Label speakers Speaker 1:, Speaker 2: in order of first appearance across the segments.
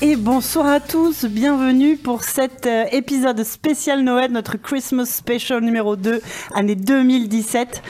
Speaker 1: Et bonsoir à tous, bienvenue pour cet euh, épisode spécial Noël, notre Christmas Special numéro 2, année 2017.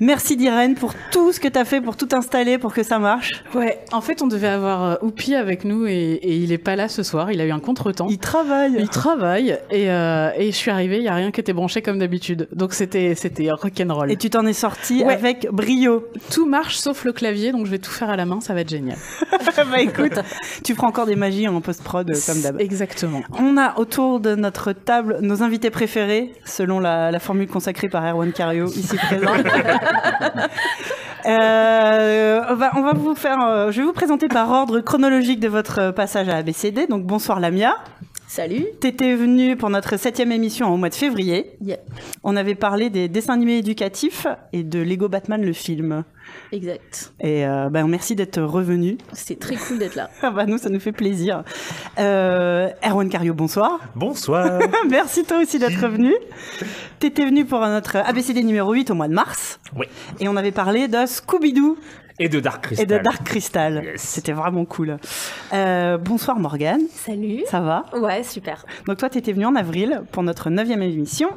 Speaker 1: Merci d'Irène pour tout ce que t'as fait, pour tout installer, pour que ça marche.
Speaker 2: Ouais, en fait, on devait avoir euh, Oupi avec nous et, et il est pas là ce soir. Il a eu un contretemps.
Speaker 1: Il travaille.
Speaker 2: Il travaille et, euh, et je suis arrivée. Il y a rien qui était branché comme d'habitude. Donc c'était c'était rock'n'roll.
Speaker 1: Et tu t'en es sorti
Speaker 2: Ouais.
Speaker 1: avec brio.
Speaker 2: Tout marche sauf le clavier, donc je vais tout faire à la main. Ça va être génial.
Speaker 1: bah écoute, tu feras encore des magies en post-prod euh, comme d'hab.
Speaker 2: Exactement.
Speaker 1: On a autour de notre table nos invités préférés, selon la, la formule consacrée par Erwan Cario, ici présent. Euh, on, va, on va vous faire, euh, je vais vous présenter par ordre chronologique de votre passage à ABCD. Donc bonsoir Lamia.
Speaker 3: Salut.
Speaker 1: T'étais venue pour notre septième émission au mois de février.
Speaker 3: Yeah.
Speaker 1: On avait parlé des dessins animés éducatifs et de Lego Batman le film.
Speaker 3: Exact.
Speaker 1: Et euh, ben, merci d'être revenu.
Speaker 3: C'est très cool d'être là.
Speaker 1: Ah bah nous, ça nous fait plaisir. Euh, Erwan Cario, bonsoir.
Speaker 4: Bonsoir.
Speaker 1: Merci toi aussi d'être venu. T'étais venu pour notre ABCD numéro 8 au mois de mars.
Speaker 4: Oui.
Speaker 1: Et on avait parlé de Scooby-Doo
Speaker 4: Et de Dark
Speaker 1: et
Speaker 4: Crystal.
Speaker 1: de Dark Crystal.
Speaker 4: Yes.
Speaker 1: C'était vraiment cool. Euh, bonsoir Morgane,
Speaker 3: Salut.
Speaker 1: ça va
Speaker 3: Ouais, super.
Speaker 1: Donc toi, t'étais venu en avril pour notre neuvième émission.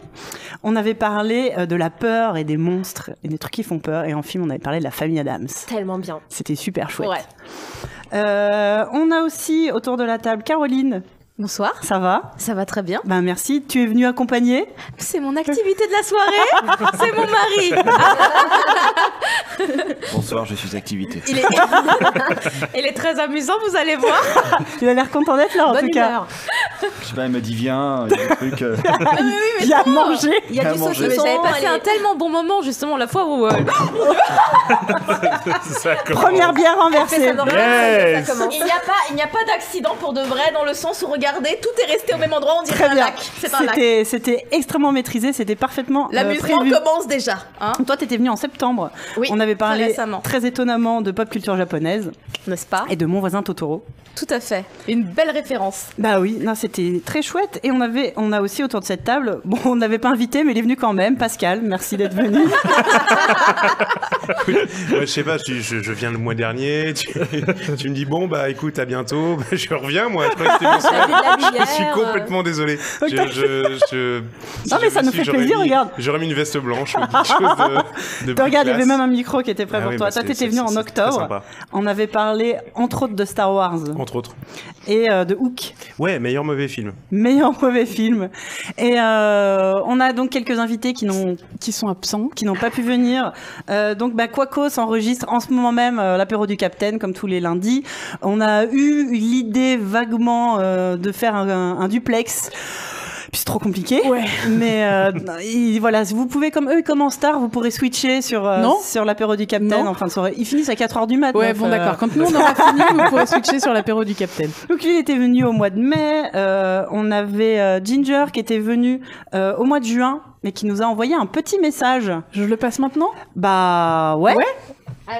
Speaker 1: On avait parlé euh, de la peur et des monstres et des trucs qui font peur. Et en film, on avait parlé de la famille Adams.
Speaker 3: Tellement bien.
Speaker 1: C'était super chouette.
Speaker 3: Ouais.
Speaker 1: Euh, on a aussi autour de la table Caroline,
Speaker 3: Bonsoir.
Speaker 1: ça va
Speaker 3: Ça va très bien.
Speaker 1: Ben merci, tu es venue accompagner
Speaker 3: C'est mon activité de la soirée. C'est mon mari.
Speaker 5: Bonsoir, je suis activité.
Speaker 3: Il est... Il est très amusant, vous allez voir.
Speaker 1: Tu as l'air content d'être là en
Speaker 3: Bonne
Speaker 1: tout cas.
Speaker 3: humeur.
Speaker 5: Je sais pas, elle m'a dit viens, il y a des trucs. euh,
Speaker 1: Il y a mangé.
Speaker 3: Il y a
Speaker 5: Qu'à
Speaker 3: du
Speaker 5: manger.
Speaker 3: saucisson. J'avais passé un tellement bon moment justement la fois où
Speaker 6: euh,
Speaker 4: Ça commence.
Speaker 1: Première bière renversée.
Speaker 4: Yes.
Speaker 3: il n'y a pas, il n'y a pas d'accident pour de vrai dans le sens où regardez, tout est resté au même endroit. On dirait
Speaker 1: Très
Speaker 3: un
Speaker 1: bien.
Speaker 3: lac. C'est un lac.
Speaker 1: C'était c'était extrêmement maîtrisé, c'était parfaitement euh,
Speaker 3: L'amusement
Speaker 1: prévu.
Speaker 3: commence déjà. Hein
Speaker 1: Toi, t'étais venu en septembre.
Speaker 3: Oui,
Speaker 1: On avait
Speaker 3: très
Speaker 1: parlé très,
Speaker 3: récemment.
Speaker 1: étonnamment de pop culture japonaise
Speaker 3: N'est-ce pas
Speaker 1: et de mon voisin Totoro.
Speaker 3: Tout à fait. Une belle référence.
Speaker 1: Bah oui, non, c'était très chouette. Et on avait, on a aussi autour de cette table, bon, on n'avait pas invité, mais il est venu quand même. Pascal, merci d'être venu.
Speaker 7: Ouais, je sais pas, je, je- je viens le mois dernier, tu, tu me dis bon bah écoute à bientôt, Bah, je reviens moi, je crois que c'était
Speaker 1: Ah,
Speaker 7: mon soir. Je suis complètement désolé. Je, je- je- si
Speaker 1: Non,
Speaker 7: j'avais
Speaker 1: mais ça nous
Speaker 7: su,
Speaker 1: fait
Speaker 7: j'aurais
Speaker 1: plaisir,
Speaker 7: mis-
Speaker 1: regarde.
Speaker 7: J'aurais mis une veste blanche ou quelque chose de, de plus
Speaker 1: Toi, regarde, il y avait
Speaker 7: classe.
Speaker 1: même un micro qui était prêt
Speaker 7: Ah
Speaker 1: pour
Speaker 7: oui,
Speaker 1: toi.
Speaker 7: bah,
Speaker 1: toi,
Speaker 7: c'est-
Speaker 1: t'étais
Speaker 7: c'est-
Speaker 1: venu
Speaker 7: c'est
Speaker 1: en
Speaker 7: très
Speaker 1: octobre.
Speaker 7: sympa.
Speaker 1: On avait parlé entre autres de Star Wars
Speaker 7: Entre autres.
Speaker 1: et euh, de Hook.
Speaker 7: Ouais, meilleur mauvais film.
Speaker 1: Meilleur mauvais film. Et euh, on a donc quelques invités qui n'ont
Speaker 2: Qui sont absents.
Speaker 1: qui n'ont pas pu venir. Euh, donc bah, Quaco s'enregistre en ce moment même euh, l'apéro du Capitaine, comme tous les lundis. On a eu l'idée vaguement euh, de faire un, un- un duplex. Puis c'est trop compliqué.
Speaker 2: Ouais.
Speaker 1: Mais euh, il- voilà, vous pouvez, comme eux, comme en star, vous pourrez switcher sur, euh,
Speaker 2: Non.
Speaker 1: sur l'apéro du Capitaine
Speaker 2: Non.
Speaker 1: en fin de soirée. Ils finissent à 4h du mat.
Speaker 2: Ouais,
Speaker 1: donc,
Speaker 2: bon
Speaker 1: euh,
Speaker 2: d'accord. Quand nous on aura fini, vous pourrez switcher sur l'apéro du capitaine.
Speaker 1: donc lui, il était venu au mois de mai. Euh, on avait euh, Ginger qui était venu euh, au mois de juin, mais qui nous a envoyé un petit message.
Speaker 2: Je le passe maintenant.
Speaker 1: Bah ouais.
Speaker 2: Ouais.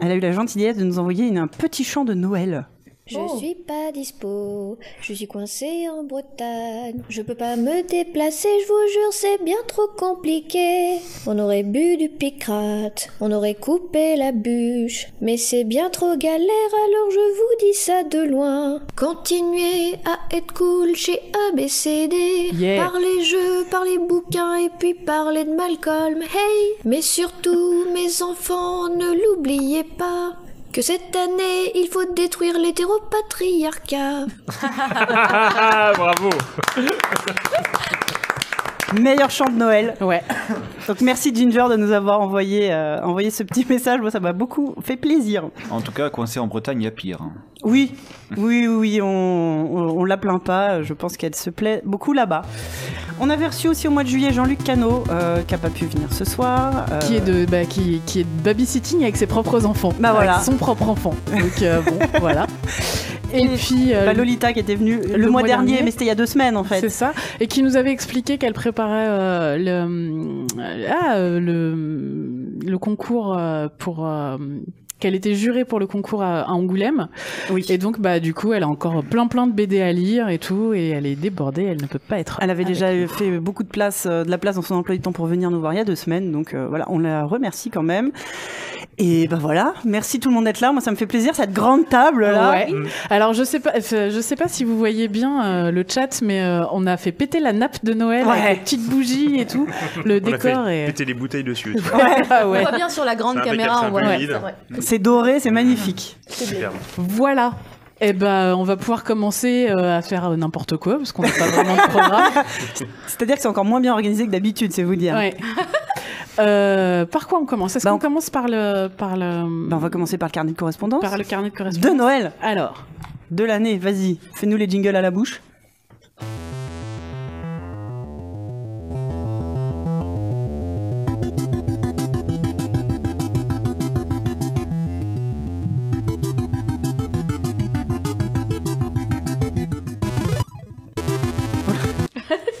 Speaker 1: Elle a eu la gentillesse de nous envoyer une- un petit chant de Noël.
Speaker 8: Je suis pas dispo, je suis coincée en Bretagne, je peux pas me déplacer, je vous jure c'est bien trop compliqué. On aurait bu du picrate, on aurait coupé la bûche, mais c'est bien trop galère alors je vous dis ça de loin. Continuez à être cool chez ABCD,
Speaker 2: Yeah.
Speaker 8: par les jeux, par les bouquins et puis parler de Malcolm, hey Mais surtout mes enfants, ne l'oubliez pas que cette année, il faut détruire l'hétéropatriarcat.
Speaker 4: Ah, bravo.
Speaker 1: Meilleur chant de Noël.
Speaker 2: Ouais.
Speaker 1: Donc merci Ginger de nous avoir envoyé, euh, envoyé ce petit message. Moi, ça m'a beaucoup fait plaisir.
Speaker 5: En tout cas, coincé en Bretagne, il y a pire. hein.
Speaker 1: Oui, oui, oui, on, on, on la plaint pas. Je pense qu'elle se plaît beaucoup là-bas. On avait reçu aussi au mois de juillet Jean-Luc Cano, euh, qui n'a pas pu venir ce soir. euh,
Speaker 2: Qui est de bah, qui qui est de babysitting avec ses propres enfants.
Speaker 1: Bah,
Speaker 2: Avec
Speaker 1: voilà.
Speaker 2: Son propre enfant. Donc euh, bon voilà. Et,
Speaker 1: Et
Speaker 2: puis euh,
Speaker 1: bah, Lolita qui était venue le, mois, dernier, mais c'était il y a deux semaines en fait.
Speaker 2: C'est ça. Et qui nous avait expliqué qu'elle préparait euh, le, ah, euh, le, le concours euh, pour euh, qu'elle était jurée pour le concours à, à Angoulême.
Speaker 1: Oui.
Speaker 2: Et donc, bah, du coup, elle a encore plein plein de BD à lire et tout, et elle est débordée, elle ne peut pas être.
Speaker 1: Elle avait
Speaker 2: avec
Speaker 1: déjà
Speaker 2: nous.
Speaker 1: fait beaucoup de place, euh, de la place dans son emploi du temps pour venir nous voir il y a deux semaines. Donc euh, voilà, on la remercie quand même. Et ben voilà, merci tout le monde d'être là. Moi, ça me fait plaisir cette grande table là.
Speaker 2: Ouais. Mm. Alors je sais pas, euh, je sais pas si vous voyez bien euh, le chat, mais euh, on a fait péter la nappe de Noël
Speaker 1: Ouais.
Speaker 2: avec les petites bougies et tout. Le
Speaker 9: On a
Speaker 2: décor
Speaker 9: fait
Speaker 2: est.
Speaker 9: péter les bouteilles dessus.
Speaker 2: Ah
Speaker 6: On
Speaker 2: ouais.
Speaker 6: voit bien sur la grande
Speaker 9: C'est impeccable,
Speaker 6: caméra,
Speaker 9: c'est
Speaker 6: on voit.
Speaker 9: un peu
Speaker 6: ouais,
Speaker 9: humide.
Speaker 6: c'est vrai.
Speaker 1: C'est doré, c'est magnifique.
Speaker 9: Super.
Speaker 2: Voilà. Eh ben, on va pouvoir commencer euh, à faire euh, n'importe quoi parce qu'on n'a pas vraiment de programme.
Speaker 1: C'est-à-dire que c'est encore moins bien organisé que d'habitude, c'est vous dire.
Speaker 2: Ouais. Euh, par quoi on commence Est-ce
Speaker 1: Bah,
Speaker 2: qu'on
Speaker 1: on-
Speaker 2: commence par le par le
Speaker 1: Ben, on va commencer par le carnet de correspondance
Speaker 2: par le carnet de
Speaker 1: de
Speaker 2: correspondance
Speaker 1: Noël
Speaker 2: Alors,
Speaker 1: de l'année. Vas-y, fais-nous les jingles à la bouche.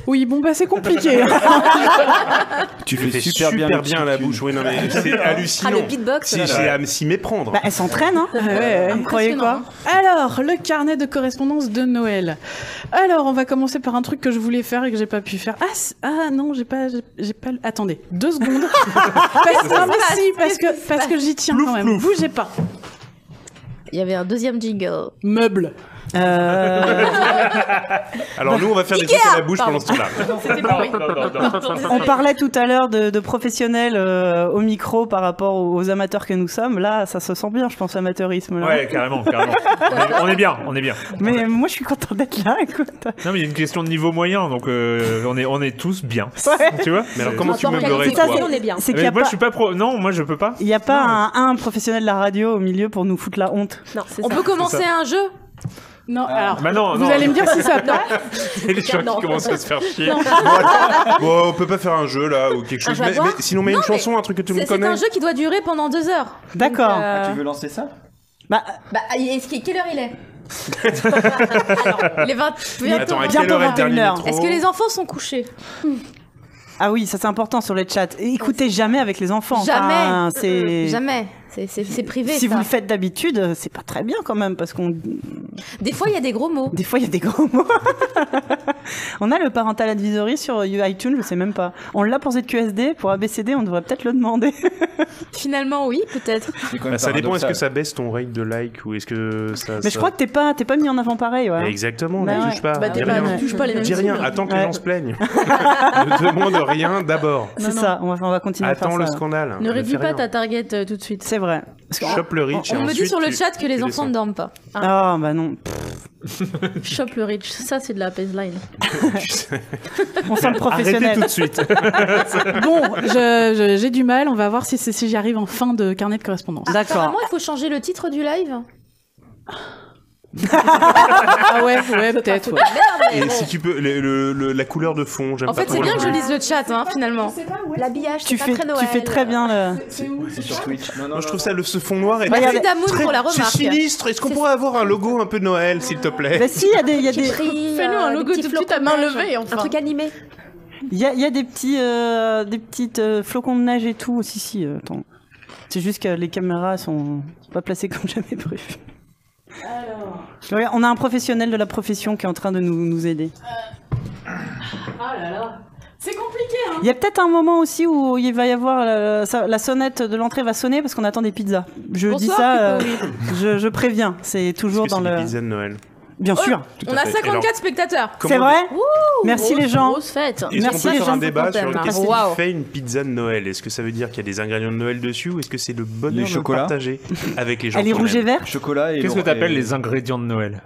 Speaker 2: oui, bon bah c'est compliqué.
Speaker 5: Tu
Speaker 9: C'était super, bien,
Speaker 5: le petit
Speaker 9: la
Speaker 5: cul.
Speaker 9: bouche. Oui, non, mais c'est
Speaker 6: Ah, le
Speaker 9: hallucinant.
Speaker 6: beatbox.
Speaker 9: C'est
Speaker 6: là.
Speaker 9: c'est à s'y méprendre.
Speaker 1: Bah, elle s'entraîne, hein.
Speaker 2: Ouais.
Speaker 1: Vous croyez quoi
Speaker 2: Alors, le carnet de correspondance de Noël. Alors, on va commencer par un truc que je voulais faire et que j'ai pas pu faire. Ah, c- ah non, j'ai pas, j'ai- j'ai pas. Attendez, deux secondes. parce, non, mais si, parce que, parce que j'y tiens quand même. Bougez pas.
Speaker 6: Il y avait un deuxième jingle.
Speaker 2: Meuble.
Speaker 1: Euh,
Speaker 9: Alors nous, on va faire des
Speaker 6: Ikea,
Speaker 9: trucs à la bouche
Speaker 6: pardon.
Speaker 9: pendant ce temps-là.
Speaker 6: C'était
Speaker 4: Non,
Speaker 6: pour oui.
Speaker 4: non, non, non.
Speaker 1: on parlait tout à l'heure de, de professionnels euh, au micro par rapport aux, aux amateurs que nous sommes. Là, ça se sent bien, je pense, l'amateurisme. là.
Speaker 4: Ouais, carrément, carrément. On est, on est bien, on est bien.
Speaker 1: Mais moi, je suis content d'être là, écoute.
Speaker 4: Non, mais il y a une question de niveau moyen, donc euh, on, est, on est tous bien.
Speaker 1: Ouais.
Speaker 4: Tu vois
Speaker 9: Mais alors comment tu
Speaker 6: Rapport
Speaker 9: meublerais
Speaker 1: qualité,
Speaker 9: toi
Speaker 1: c'est-
Speaker 6: qualité-prix, on est bien.
Speaker 1: C'est qu'il n'y
Speaker 4: Mais
Speaker 1: a
Speaker 4: Moi,
Speaker 1: pas,
Speaker 4: je suis pas pro. Non, moi, je peux pas.
Speaker 1: il y a pas un, un professionnel de la radio au milieu pour nous foutre la honte.
Speaker 6: Non, on peut commencer un jeu
Speaker 2: Non,
Speaker 9: Ah,
Speaker 2: alors.
Speaker 4: Bah non,
Speaker 2: vous
Speaker 4: non.
Speaker 2: allez me dire si ça passe.
Speaker 9: Il y a les gens
Speaker 6: Non.
Speaker 9: qui commencent à se faire chier. Bon, attends. Bon, on peut pas faire un jeu là ou quelque
Speaker 6: Un
Speaker 9: chose.
Speaker 6: jeu à
Speaker 9: Mais,
Speaker 6: voir
Speaker 9: mais sinon, mais
Speaker 6: Non,
Speaker 9: une
Speaker 6: mais
Speaker 9: chanson, un truc que tout le
Speaker 6: C'est
Speaker 9: monde
Speaker 6: c'est
Speaker 9: connaît.
Speaker 6: un jeu qui doit durer pendant deux heures.
Speaker 1: D'accord.
Speaker 6: Donc, euh,
Speaker 5: Ah, tu veux lancer ça
Speaker 1: Bah,
Speaker 6: Bah, il est- est-ce qu'il- quelle heure il est Alors, les 20...
Speaker 9: Mais Attends, à
Speaker 1: Bientôt
Speaker 9: quelle heure est le
Speaker 1: 21
Speaker 9: dernier
Speaker 1: heures.
Speaker 9: métro
Speaker 6: Est-ce que les enfants sont couchés
Speaker 1: ah oui, ça c'est important sur les chats. Et écoutez jamais avec les enfants. Enfin,
Speaker 6: Jamais.
Speaker 1: c'est...
Speaker 6: Jamais. C'est- C'est c'est privé.
Speaker 1: Si
Speaker 6: ça.
Speaker 1: vous le faites d'habitude, c'est pas très bien quand même, parce qu'on
Speaker 6: Des fois, il y a des gros mots.
Speaker 1: des fois il y a des gros mots. on a le parental advisory sur iTunes, je sais même pas. On l'a pour ZQSD, pour ABCD, on devrait peut-être le demander.
Speaker 6: Finalement, oui, peut-être.
Speaker 5: C'est quand
Speaker 9: Bah,
Speaker 5: même
Speaker 9: Ça dépend. Est-ce que ça
Speaker 5: paradoxal.
Speaker 9: baisse ton rate de like ou est-ce que ça.
Speaker 1: Mais je
Speaker 9: ça-
Speaker 1: crois que t'es pas, t'es pas mis en avant pareil. ouais.
Speaker 9: Exactement.
Speaker 1: Bah
Speaker 9: Ne
Speaker 1: ouais.
Speaker 9: touche pas.
Speaker 1: Bah,
Speaker 9: Dis
Speaker 1: t'es pas-
Speaker 9: rien.
Speaker 1: touche
Speaker 6: pas les
Speaker 9: Dis rien. Attends que les
Speaker 1: Ouais.
Speaker 9: gens se plaignent. Ne demande rien d'abord.
Speaker 1: C'est ça, on va, on va continuer à
Speaker 9: Attends
Speaker 1: faire
Speaker 9: le
Speaker 1: ça.
Speaker 9: scandale.
Speaker 10: Ne
Speaker 9: Ne
Speaker 10: réduis
Speaker 9: fais
Speaker 10: pas
Speaker 9: rien.
Speaker 10: ta target euh, tout de suite.
Speaker 1: C'est vrai. Parce qu'on-
Speaker 9: Chope le reach. et
Speaker 6: On me dit
Speaker 9: ensuite,
Speaker 6: sur le
Speaker 9: tu-
Speaker 6: chat que les
Speaker 9: tu
Speaker 6: enfants ne dorment pas.
Speaker 1: Ah bah non.
Speaker 10: Chope Hein. le rich. Ça, c'est de la baseline.
Speaker 9: descends.
Speaker 1: On sent le
Speaker 4: Arrêtez
Speaker 1: professionnel.
Speaker 4: tout de suite.
Speaker 2: Bon, je- je- j'ai du mal. On va voir si, c'est- si j'y arrive en fin de carnet de correspondance.
Speaker 1: D'accord.
Speaker 6: Apparemment, il faut changer le titre du live.
Speaker 2: Ah ouais, ouais, peut-être. ouais.
Speaker 9: Et si tu peux, le- le- le- la couleur de fond, j'aime
Speaker 6: En
Speaker 9: pas
Speaker 6: fait,
Speaker 9: trop
Speaker 6: c'est bien
Speaker 9: la
Speaker 6: que je
Speaker 9: couleur.
Speaker 6: lise le chat, hein, finalement. L'habillage,
Speaker 1: Tu fais, tu fais très bien
Speaker 10: euh,
Speaker 1: le.
Speaker 5: C'est sur Twitch. Non, non,
Speaker 9: Moi, je
Speaker 5: non,
Speaker 9: trouve ça, le, ce fond noir est
Speaker 1: Bah, y a-
Speaker 6: Merci Damoun pour la
Speaker 9: C'est
Speaker 6: remarque.
Speaker 9: sinistre. Est-ce qu'on
Speaker 6: C'est-
Speaker 9: pourrait avoir un logo un peu Noël, s'il te plaît
Speaker 1: Bah si, il y a des, il y a des,
Speaker 10: Fais-nous un logo tout de suite à main levée, enfin.
Speaker 6: Un truc animé.
Speaker 1: il y a, il y a des petits, euh, des petites euh, flocons de neige et tout. Si si, euh, attends. C'est juste que les caméras sont pas placées comme j'avais prévu. Je regarde, on a un professionnel de la profession qui est en train de nous, nous aider.
Speaker 2: C'est compliqué.
Speaker 1: Il y a peut-être un moment aussi où il va y avoir euh, ça- la sonnette de l'entrée va sonner parce qu'on attend des pizzas. Je dis
Speaker 6: Bonsoir,
Speaker 1: ça, euh, je, je préviens. C'est
Speaker 9: Parce
Speaker 1: toujours
Speaker 9: que
Speaker 1: dans
Speaker 9: c'est des
Speaker 1: le.
Speaker 9: pizzas de Noël.
Speaker 1: Bien
Speaker 6: Oh,
Speaker 1: sûr.
Speaker 6: On a
Speaker 9: fait.
Speaker 6: 54 spectateurs.
Speaker 1: C'est
Speaker 9: Comment-
Speaker 1: vrai. Merci
Speaker 10: Grosse-
Speaker 1: les gens.
Speaker 10: Grosse fête. Ah,
Speaker 9: Est-ce qu'on
Speaker 1: Merci
Speaker 9: peut
Speaker 1: les
Speaker 9: faire
Speaker 1: gens
Speaker 9: un
Speaker 1: de
Speaker 9: débat
Speaker 1: Fontaine.
Speaker 9: sur le- qu'est-ce
Speaker 1: Merci.
Speaker 9: qui
Speaker 6: Wow.
Speaker 9: fait une pizza de Noël Est-ce que ça veut dire qu'il y a des ingrédients de Noël dessus ou est-ce que c'est le bonheur
Speaker 5: Les
Speaker 9: de le
Speaker 5: chocolats
Speaker 9: partager avec les gens
Speaker 1: Elle est
Speaker 9: qu'on
Speaker 1: rouge et
Speaker 9: aime
Speaker 1: vert.
Speaker 5: Chocolat et
Speaker 4: Qu'est-ce que
Speaker 5: l'or-
Speaker 4: t'appelles
Speaker 5: et
Speaker 4: les ingrédients de Noël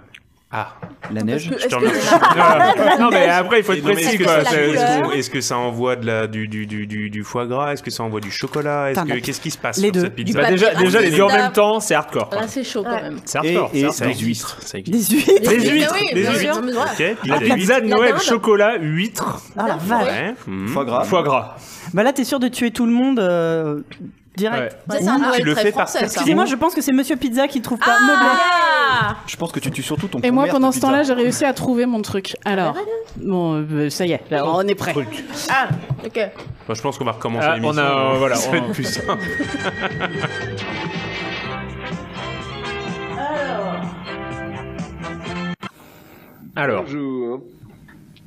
Speaker 9: Ah,
Speaker 5: La neige
Speaker 9: je te remercie.
Speaker 4: Non, mais après, il faut être
Speaker 9: Non, mais Est-ce
Speaker 4: précis,
Speaker 9: que,
Speaker 4: quoi.
Speaker 9: ça-
Speaker 4: C'est-
Speaker 9: est-ce
Speaker 4: c'est-
Speaker 9: qu'on- est-ce que ça envoie de la, du, du, du, du, du foie gras Est-ce que ça envoie du chocolat Est-ce
Speaker 1: Putain,
Speaker 9: que- Qu'est-ce qui se passe
Speaker 1: les
Speaker 9: sur
Speaker 1: deux.
Speaker 9: cette pizza
Speaker 4: Bah, déjà,
Speaker 6: Bah,
Speaker 4: déjà,
Speaker 6: des
Speaker 4: les deux en
Speaker 6: pizzas.
Speaker 4: même temps, c'est hardcore. quoi.
Speaker 10: Là, Ah, c'est chaud quand même.
Speaker 4: C'est hardcore.
Speaker 5: Et-
Speaker 4: c'est
Speaker 5: et
Speaker 4: hardcore.
Speaker 5: des huîtres.
Speaker 9: Ça existe.
Speaker 1: Des huîtres.
Speaker 9: Des huîtres
Speaker 6: oui,
Speaker 9: Des
Speaker 6: bien
Speaker 9: huîtres
Speaker 6: sûr.
Speaker 9: Ok, pizza
Speaker 4: La
Speaker 9: huîtres.
Speaker 4: pizza de
Speaker 6: La
Speaker 4: Noël,
Speaker 6: dinde.
Speaker 4: chocolat, huîtres,
Speaker 1: Ah la vache.
Speaker 9: Ouais, mhm.
Speaker 5: Foie gras.
Speaker 4: foie gras.
Speaker 1: Bah là, t'es sûr de tuer tout le monde euh, direct.
Speaker 4: Ouais.
Speaker 6: Ça, c'est un Noël
Speaker 9: le
Speaker 6: très
Speaker 9: fais par
Speaker 6: français, ça.
Speaker 1: Excusez-moi, je pense que c'est Monsieur Pizza qui trouve pas. Meublé.
Speaker 6: Ah
Speaker 5: Je pense que tu tues surtout ton
Speaker 2: Et moi,
Speaker 5: commerce de
Speaker 2: pendant ce
Speaker 5: pizza.
Speaker 2: temps-là, j'ai réussi à trouver mon truc. Alors, bon, euh, ça y est, là, on est prêt.
Speaker 10: Ok.
Speaker 9: Bah, je pense qu'on va recommencer
Speaker 4: Ah, on
Speaker 9: l'émission.
Speaker 4: a- voilà,
Speaker 9: Ça
Speaker 4: on-
Speaker 9: va être plus simple.
Speaker 4: Alors,
Speaker 11: Bonjour.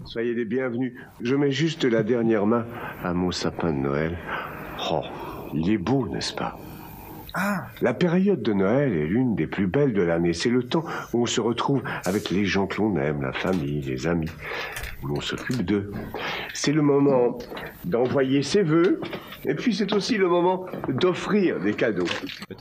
Speaker 11: Soyez les bienvenus. Je mets juste la dernière main à mon sapin de Noël. Oh, il est beau, n'est-ce pas La période de Noël est l'une des plus belles de l'année. C'est le temps où on se retrouve avec les gens que l'on aime, la famille, les amis, où l'on s'occupe d'eux. C'est le moment d'envoyer ses vœux, et puis c'est aussi le moment d'offrir des cadeaux.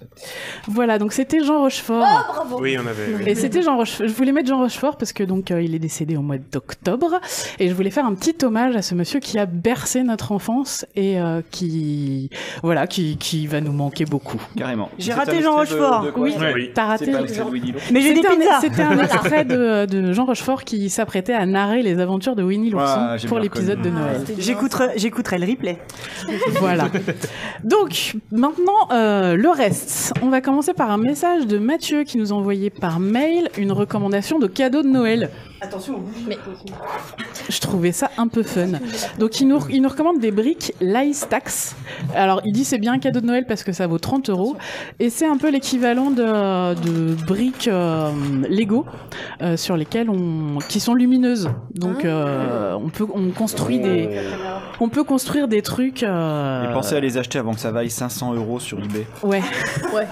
Speaker 2: Voilà, donc c'était Jean
Speaker 1: Oh,
Speaker 2: Rochefort.
Speaker 3: Bravo.
Speaker 7: Oui, on avait. oui.
Speaker 2: et c'était Jean Rochefort. Je voulais mettre Jean Rochefort parce que donc euh, il est décédé au mois d'octobre et je voulais faire un petit hommage à ce monsieur qui a bercé notre enfance et euh, qui voilà qui, qui va nous manquer beaucoup.
Speaker 5: Carrément.
Speaker 1: J'ai
Speaker 5: C'est
Speaker 1: raté
Speaker 5: un
Speaker 1: Jean
Speaker 5: extrait de-
Speaker 1: Rochefort.
Speaker 5: de quoi,
Speaker 2: Oui.
Speaker 5: ça
Speaker 4: Oui.
Speaker 2: T'as
Speaker 5: C'est
Speaker 2: raté.
Speaker 5: pas l'extrait de Winnie l'ourson
Speaker 1: Mais j'ai des
Speaker 2: C'était un-
Speaker 1: pizzas.
Speaker 2: C'était un extrait de, de Jean Rochefort qui s'apprêtait à narrer les aventures de Winnie l'ourson
Speaker 5: Ah, j'ai
Speaker 2: pour
Speaker 5: bien
Speaker 2: l'épisode de
Speaker 5: reconnu.
Speaker 2: Noël.
Speaker 1: J'écouterai, j'écouterai le replay.
Speaker 2: voilà. Donc, maintenant, euh, le reste. On va commencer par un message de Mathieu qui nous a envoyé par mail une recommandation de cadeau de Noël.
Speaker 1: Attention.
Speaker 2: Je trouvais ça un peu fun. Donc, il nous, il nous recommande des briques Lice Tax. Alors, il dit c'est bien un cadeau de Noël parce que ça vaut 30 euros. Et c'est un peu l'équivalent de, de briques euh, Lego euh, sur lesquelles on. qui sont lumineuses. Donc, euh, on, peut, on, construit des, on peut construire des trucs. euh,
Speaker 5: Et pensez à les acheter avant que ça vaille 500 euros sur eBay.
Speaker 2: Ouais. ouais.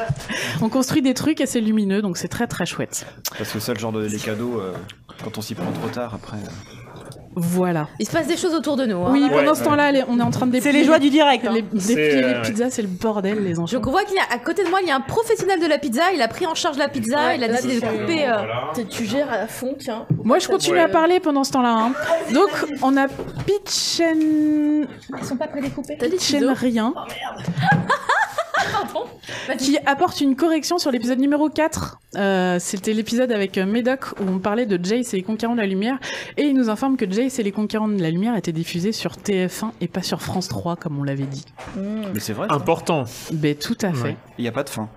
Speaker 2: On construit des trucs assez lumineux, donc c'est très très chouette.
Speaker 5: Parce que ça, le genre de les cadeaux, euh, quand on s'y prend trop tard, après. euh,
Speaker 2: Voilà.
Speaker 10: Il se passe des choses autour de nous. hein.
Speaker 2: Oui, pendant
Speaker 4: ouais.
Speaker 2: ce temps-là, les- on est en train de
Speaker 1: C'est
Speaker 2: déplier.
Speaker 1: les joies du direct. hein.
Speaker 2: les, déplier
Speaker 4: euh,
Speaker 2: les
Speaker 4: ouais.
Speaker 2: pizzas, c'est le bordel, les
Speaker 10: Je
Speaker 2: enfants.
Speaker 10: vois qu'il y a à côté de moi, il y a un professionnel de la pizza. Il a pris en charge la pizza. il a
Speaker 3: là,
Speaker 10: décidé de
Speaker 3: c'est-
Speaker 10: couper. euh,
Speaker 4: voilà.
Speaker 3: Tu- Tu gères à fond, tiens.
Speaker 2: Moi, je continue à
Speaker 4: Ouais.
Speaker 2: parler pendant ce temps-là. hein. Donc, on a Pitchen...
Speaker 3: Ils sont pas prêts découpés.
Speaker 10: T'as dit
Speaker 2: Pitchen
Speaker 10: Chido
Speaker 2: Rien
Speaker 3: Pardon.
Speaker 2: qui apporte une correction sur l'épisode numéro 4. Euh, C'était l'épisode avec euh, Médoc où on parlait de Jace et les conquérants de la lumière. Et il nous informe que Jace et les conquérants de la lumière étaient diffusés sur TF1 et pas sur France 3, comme on l'avait dit.
Speaker 3: Mm.
Speaker 5: Mais c'est vrai, ça.
Speaker 4: important.
Speaker 2: Ben, tout à fait.
Speaker 4: Ouais.
Speaker 5: il n'y a pas de fin.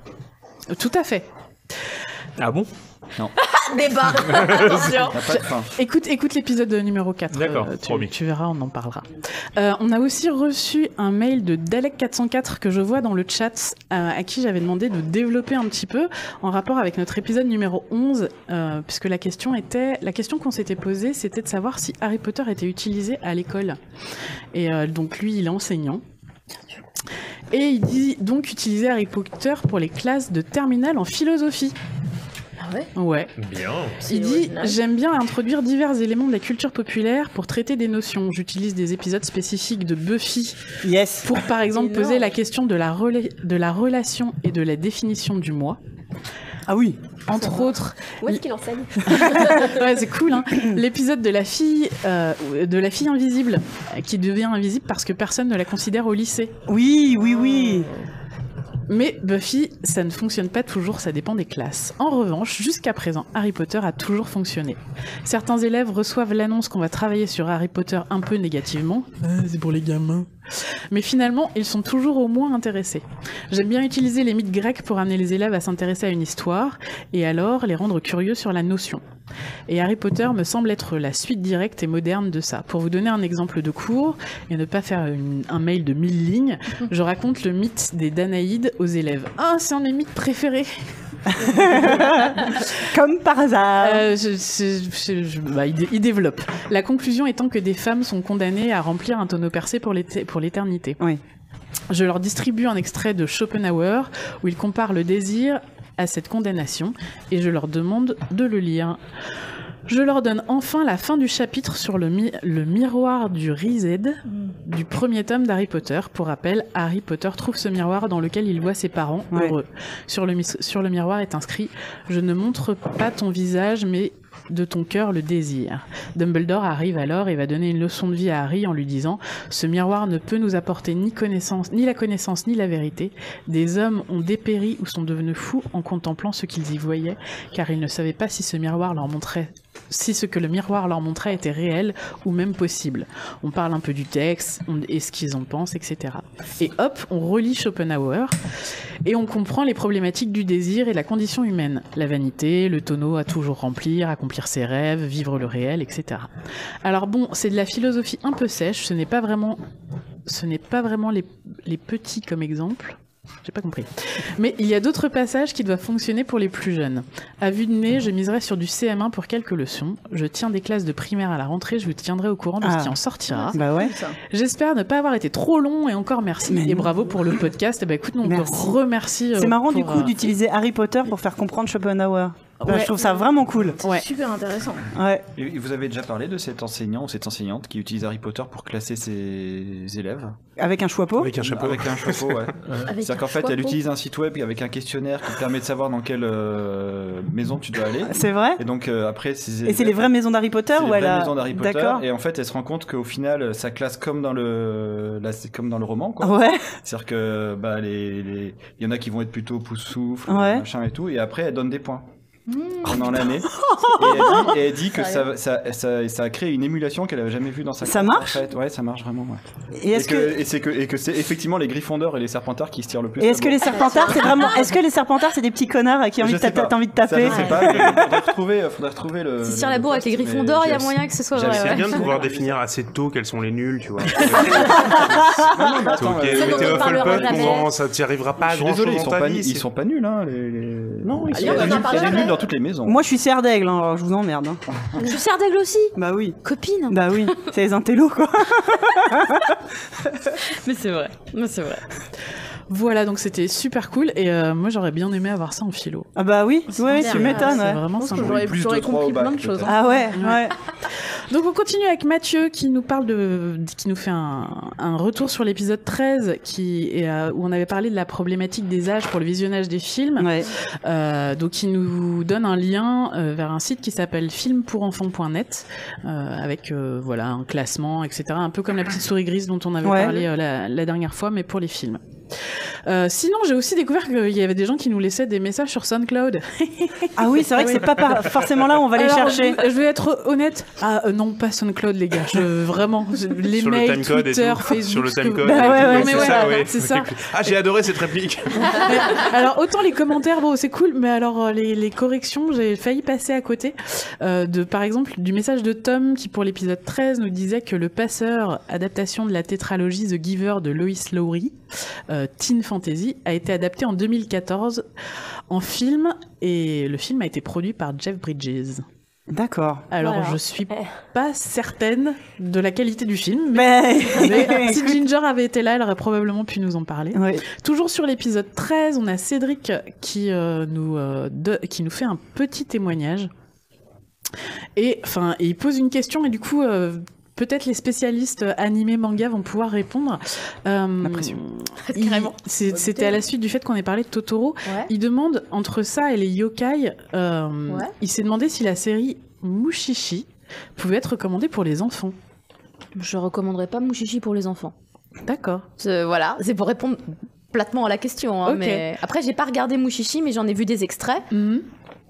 Speaker 2: Tout à fait.
Speaker 4: Ah bon
Speaker 3: Débat. Attention.
Speaker 5: Il n'y a pas de fin.
Speaker 2: Écoute, écoute l'épisode numéro 4.
Speaker 4: D'accord,
Speaker 2: Euh, tu,
Speaker 4: promis.
Speaker 2: tu verras, on en parlera. Euh, on a aussi reçu un mail de Dalek404 que je vois dans le chat, euh, à qui j'avais demandé de développer un petit peu en rapport avec notre épisode numéro 11, euh, puisque la question était, la question qu'on s'était posée, c'était de savoir si Harry Potter était utilisé à l'école. Et euh, donc lui, il est enseignant. Et il dit donc utiliser Harry Potter pour les classes de terminale en philosophie.
Speaker 10: Ah ouais
Speaker 2: Ouais.
Speaker 4: Bien.
Speaker 2: Il dit J'aime bien introduire divers éléments de la culture populaire pour traiter des notions. J'utilise des épisodes spécifiques de Buffy
Speaker 1: Yes.
Speaker 2: pour, par exemple,
Speaker 10: Énorme.
Speaker 2: poser la question de la, rela- de la relation et de la définition du moi.
Speaker 1: Ah oui.
Speaker 2: Entre autres,
Speaker 3: Où est-ce qu'il enseigne
Speaker 2: ouais, c'est cool, hein. l'épisode de la fille euh, de la fille invisible euh, qui devient invisible parce que personne ne la considère au lycée.
Speaker 1: Oui, oui, oui.
Speaker 2: Mais Buffy, ça ne fonctionne pas toujours, ça dépend des classes. En revanche, jusqu'à présent, Harry Potter a toujours fonctionné. Certains élèves reçoivent l'annonce qu'on va travailler sur Harry Potter un peu négativement. Ah, c'est pour les gamins. Mais finalement, ils sont toujours au moins intéressés. J'aime bien utiliser les mythes grecs pour amener les élèves à s'intéresser à une histoire et alors les rendre curieux sur la notion. Et Harry Potter me semble être la suite directe et moderne de ça. Pour vous donner un exemple de cours et ne pas faire une- un mail de 1000 lignes, je raconte le mythe des Danaïdes aux élèves. Ah, c'est un de mes mythes préférés.
Speaker 1: Comme par hasard.
Speaker 2: Euh, je- je- je- je- bah, il, dé- il développe. La conclusion étant que des femmes sont condamnées à remplir un tonneau percé pour l'été- pour l'éternité.
Speaker 1: Oui.
Speaker 2: Je leur distribue un extrait de Schopenhauer où il compare le désir à cette condamnation et je leur demande de le lire. Je leur donne enfin la fin du chapitre sur le, mi- le miroir du Rized du premier tome d'Harry Potter. Pour rappel, Harry Potter trouve ce miroir dans lequel il voit ses parents
Speaker 1: Ouais.
Speaker 2: heureux. Sur le, mis- sur le miroir est inscrit Je ne montre pas ton visage, mais de ton cœur le désir. Dumbledore arrive alors et va donner une leçon de vie à Harry en lui disant Ce miroir ne peut nous apporter ni, connaissance, ni la connaissance ni la vérité. Des hommes ont dépéri ou sont devenus fous en contemplant ce qu'ils y voyaient, car ils ne savaient pas si ce miroir leur montrait si ce que le miroir leur montrait était réel ou même possible. On parle un peu du texte on- et ce qu'ils en pensent, etc. Et hop, on relit Schopenhauer et on comprend les problématiques du désir et de la condition humaine. La vanité, le tonneau à toujours remplir, accomplir ses rêves, vivre le réel, etc. Alors bon, c'est de la philosophie un peu sèche, ce n'est pas vraiment, ce n'est pas vraiment les, les petits comme exemple. J'ai pas compris. Mais il y a d'autres passages qui doivent fonctionner pour les plus jeunes. À vue de nez, je miserai sur du CM1 pour quelques leçons. Je tiens des classes de primaire à la rentrée, je vous tiendrai au courant de
Speaker 1: Ah.
Speaker 2: ce qui en sortira.
Speaker 1: Bah ouais.
Speaker 2: J'espère ne pas avoir été trop long et encore merci.
Speaker 1: Mais
Speaker 2: et
Speaker 1: non.
Speaker 2: bravo pour le podcast. Et bah écoute, nous, on
Speaker 1: Merci.
Speaker 2: te remercie. euh,
Speaker 1: C'est marrant du
Speaker 2: pour,
Speaker 1: coup
Speaker 2: euh,
Speaker 1: d'utiliser Harry Potter pour faire comprendre Schopenhauer. Bah,
Speaker 2: Ouais.
Speaker 1: Je trouve ça vraiment cool.
Speaker 2: Ouais.
Speaker 3: Super intéressant.
Speaker 1: Ouais.
Speaker 5: Et vous avez déjà parlé de cet enseignant ou cette enseignante qui utilise Harry Potter pour classer ses élèves
Speaker 1: Avec un chapeau.
Speaker 7: Avec un chapeau.
Speaker 5: Avec un chapeau, ouais.
Speaker 10: Avec
Speaker 5: C'est-à-dire
Speaker 10: un
Speaker 5: qu'en fait, elle
Speaker 10: chapeau.
Speaker 5: utilise un site web avec un questionnaire qui te permet de savoir dans quelle euh, maison tu dois aller.
Speaker 1: C'est vrai.
Speaker 5: Et donc euh, après, ses
Speaker 1: Et c'est les vraies maisons d'Harry Potter
Speaker 5: C'est les
Speaker 1: ou elle
Speaker 5: vraies
Speaker 1: a-
Speaker 5: maisons d'Harry Potter.
Speaker 1: D'accord.
Speaker 5: Et en fait, elle se rend compte qu'au final, ça classe comme dans le, là, c'est comme dans le roman, quoi.
Speaker 1: Ouais.
Speaker 5: C'est-à-dire que, bah, les, les- il y en a qui vont être plutôt pouce-souffle,
Speaker 1: Ouais. Oh,
Speaker 5: machin et tout. Et après, elle donne des points. Pendant l'année. Et elle dit, et elle dit que ça, ça, ça, ça a créé une émulation qu'elle avait jamais vue dans sa
Speaker 1: Ça
Speaker 5: classe,
Speaker 1: marche
Speaker 5: en fait. Ouais, ça marche vraiment, ouais.
Speaker 1: Et
Speaker 5: Et,
Speaker 1: est-ce
Speaker 5: que,
Speaker 1: que
Speaker 5: et c'est que, et que c'est effectivement les Gryffondors et les Serpentards qui se tirent le plus.
Speaker 1: et est-ce
Speaker 5: la
Speaker 1: que les serpentards c'est vraiment est-ce que les serpentards c'est des petits connards à qui ont envie
Speaker 5: Je
Speaker 1: de
Speaker 5: sais
Speaker 1: taper-
Speaker 5: pas.
Speaker 1: t'as envie de
Speaker 5: bourre. Ça,
Speaker 1: taper
Speaker 5: je sais pas, mais faudrait retrouver, euh, faudrait retrouver le.
Speaker 6: Si tire
Speaker 5: le
Speaker 6: la bourre avec les
Speaker 5: poste, mais
Speaker 6: griffons d'or, il y a
Speaker 5: j'ai-
Speaker 6: moyen que ce soit
Speaker 5: j'avais-
Speaker 6: vrai.
Speaker 5: ouais.
Speaker 7: C'est bien de pouvoir définir assez tôt quels sont les nuls, tu vois.
Speaker 9: Ah
Speaker 5: Non, mais attends,
Speaker 7: Ok,
Speaker 5: euh,
Speaker 6: dont on
Speaker 7: mettez off
Speaker 6: parlera
Speaker 7: le peuple,
Speaker 6: jamais.
Speaker 7: on- ça t'y arrivera pas
Speaker 5: je
Speaker 7: à
Speaker 5: suis
Speaker 7: grand
Speaker 5: désolé,
Speaker 7: chose dans
Speaker 5: ils sont,
Speaker 7: ta
Speaker 5: pas,
Speaker 7: vie,
Speaker 5: ils
Speaker 7: c'est-
Speaker 5: sont pas nuls, hein. Les, les-
Speaker 7: Non,
Speaker 1: Ah,
Speaker 7: ils
Speaker 5: Il y
Speaker 7: sont
Speaker 3: on
Speaker 5: a des
Speaker 3: en
Speaker 5: nuls- il y a
Speaker 3: parlera
Speaker 5: des nuls
Speaker 3: jamais.
Speaker 5: dans toutes les maisons.
Speaker 1: Moi je suis serre d'aigle, hein, alors je vous emmerde. hein.
Speaker 6: Je sers d'aigle aussi
Speaker 1: Bah oui.
Speaker 6: Copine
Speaker 1: Bah oui, c'est les intellos quoi.
Speaker 3: Mais c'est vrai. Mais c'est vrai.
Speaker 2: Voilà, donc c'était super cool. Et euh, moi, j'aurais bien aimé avoir ça en philo.
Speaker 1: Ah bah oui, ouais, tu
Speaker 10: derrière,
Speaker 1: m'étonnes.
Speaker 2: C'est
Speaker 1: ouais.
Speaker 2: vraiment
Speaker 10: Je pense que
Speaker 2: sympa.
Speaker 10: j'aurais
Speaker 5: plus de
Speaker 10: j'aurais
Speaker 5: trois
Speaker 10: compris
Speaker 5: au bac,
Speaker 10: plein de choses. hein.
Speaker 1: Ah ouais, ouais.
Speaker 2: Donc on continue avec Mathieu qui nous parle de, qui nous fait un, un retour sur l'épisode 13 qui est, euh, où on avait parlé de la problématique des âges pour le visionnage des films.
Speaker 1: Ouais.
Speaker 2: Euh, donc il nous donne un lien euh, vers un site qui s'appelle filmpourenfants.net euh, avec euh, voilà un classement etc. Un peu comme la petite souris grise dont on avait
Speaker 1: Ouais.
Speaker 2: parlé euh, la, la dernière fois mais pour les films. Euh, sinon j'ai aussi découvert qu'il y avait des gens qui nous laissaient des messages sur SoundCloud.
Speaker 1: Ah oui, c'est vrai que c'est pas par- forcément là où on va les
Speaker 2: Alors,
Speaker 1: chercher.
Speaker 2: Je je vais être honnête. Ah euh, non, pas SoundCloud, les gars. Je, vraiment, je- les
Speaker 7: Sur le
Speaker 2: mails,
Speaker 7: timecode et
Speaker 2: Twitter,
Speaker 7: tout.
Speaker 2: Facebook.
Speaker 7: Sur le
Speaker 2: ce que-
Speaker 7: timecode.
Speaker 1: Bah ouais, ouais,
Speaker 2: mais
Speaker 7: c'est
Speaker 2: ouais,
Speaker 7: ça, ouais.
Speaker 2: c'est ça.
Speaker 7: Ah, j'ai adoré cette réplique.
Speaker 2: Alors autant les commentaires, bon, c'est cool, mais alors euh, les, les corrections, j'ai failli passer à côté euh, de, par exemple, du message de Tom qui pour l'épisode 13 nous disait que le passeur, adaptation de la tétralogie The Giver de Lois Lowry, euh, Teen Fantasy, a été adapté en 2014 en film et le film a été produit par Jeff Bridges.
Speaker 1: D'accord.
Speaker 2: Alors,
Speaker 6: Voilà.
Speaker 2: je suis
Speaker 6: Eh.
Speaker 2: pas certaine de la qualité du film.
Speaker 1: Mais
Speaker 2: Mais si Ginger avait été là, elle aurait probablement pu nous en parler.
Speaker 1: Ouais.
Speaker 2: Toujours sur l'épisode 13, on a Cédric qui, euh, nous, euh, de- qui nous fait un petit témoignage. Et, enfin, et il pose une question, et du coup, euh, peut-être les spécialistes euh, animés manga vont pouvoir répondre. Euh,
Speaker 1: La pression.
Speaker 2: il-
Speaker 10: Carrément.
Speaker 2: c'est- C'était à la suite du fait qu'on ait parlé de Totoro.
Speaker 6: Ouais.
Speaker 2: Il demande entre ça et les yokai, euh,
Speaker 6: Ouais.
Speaker 2: il s'est demandé si la série Mushishi pouvait être recommandée pour les enfants.
Speaker 6: Je recommanderais pas Mouchichi pour les enfants.
Speaker 2: D'accord.
Speaker 6: C'est- Voilà, c'est pour répondre platement à la question. hein,
Speaker 2: Ok.
Speaker 6: mais... Après, j'ai pas regardé Mouchichi, mais j'en ai vu des extraits.
Speaker 1: Mhm.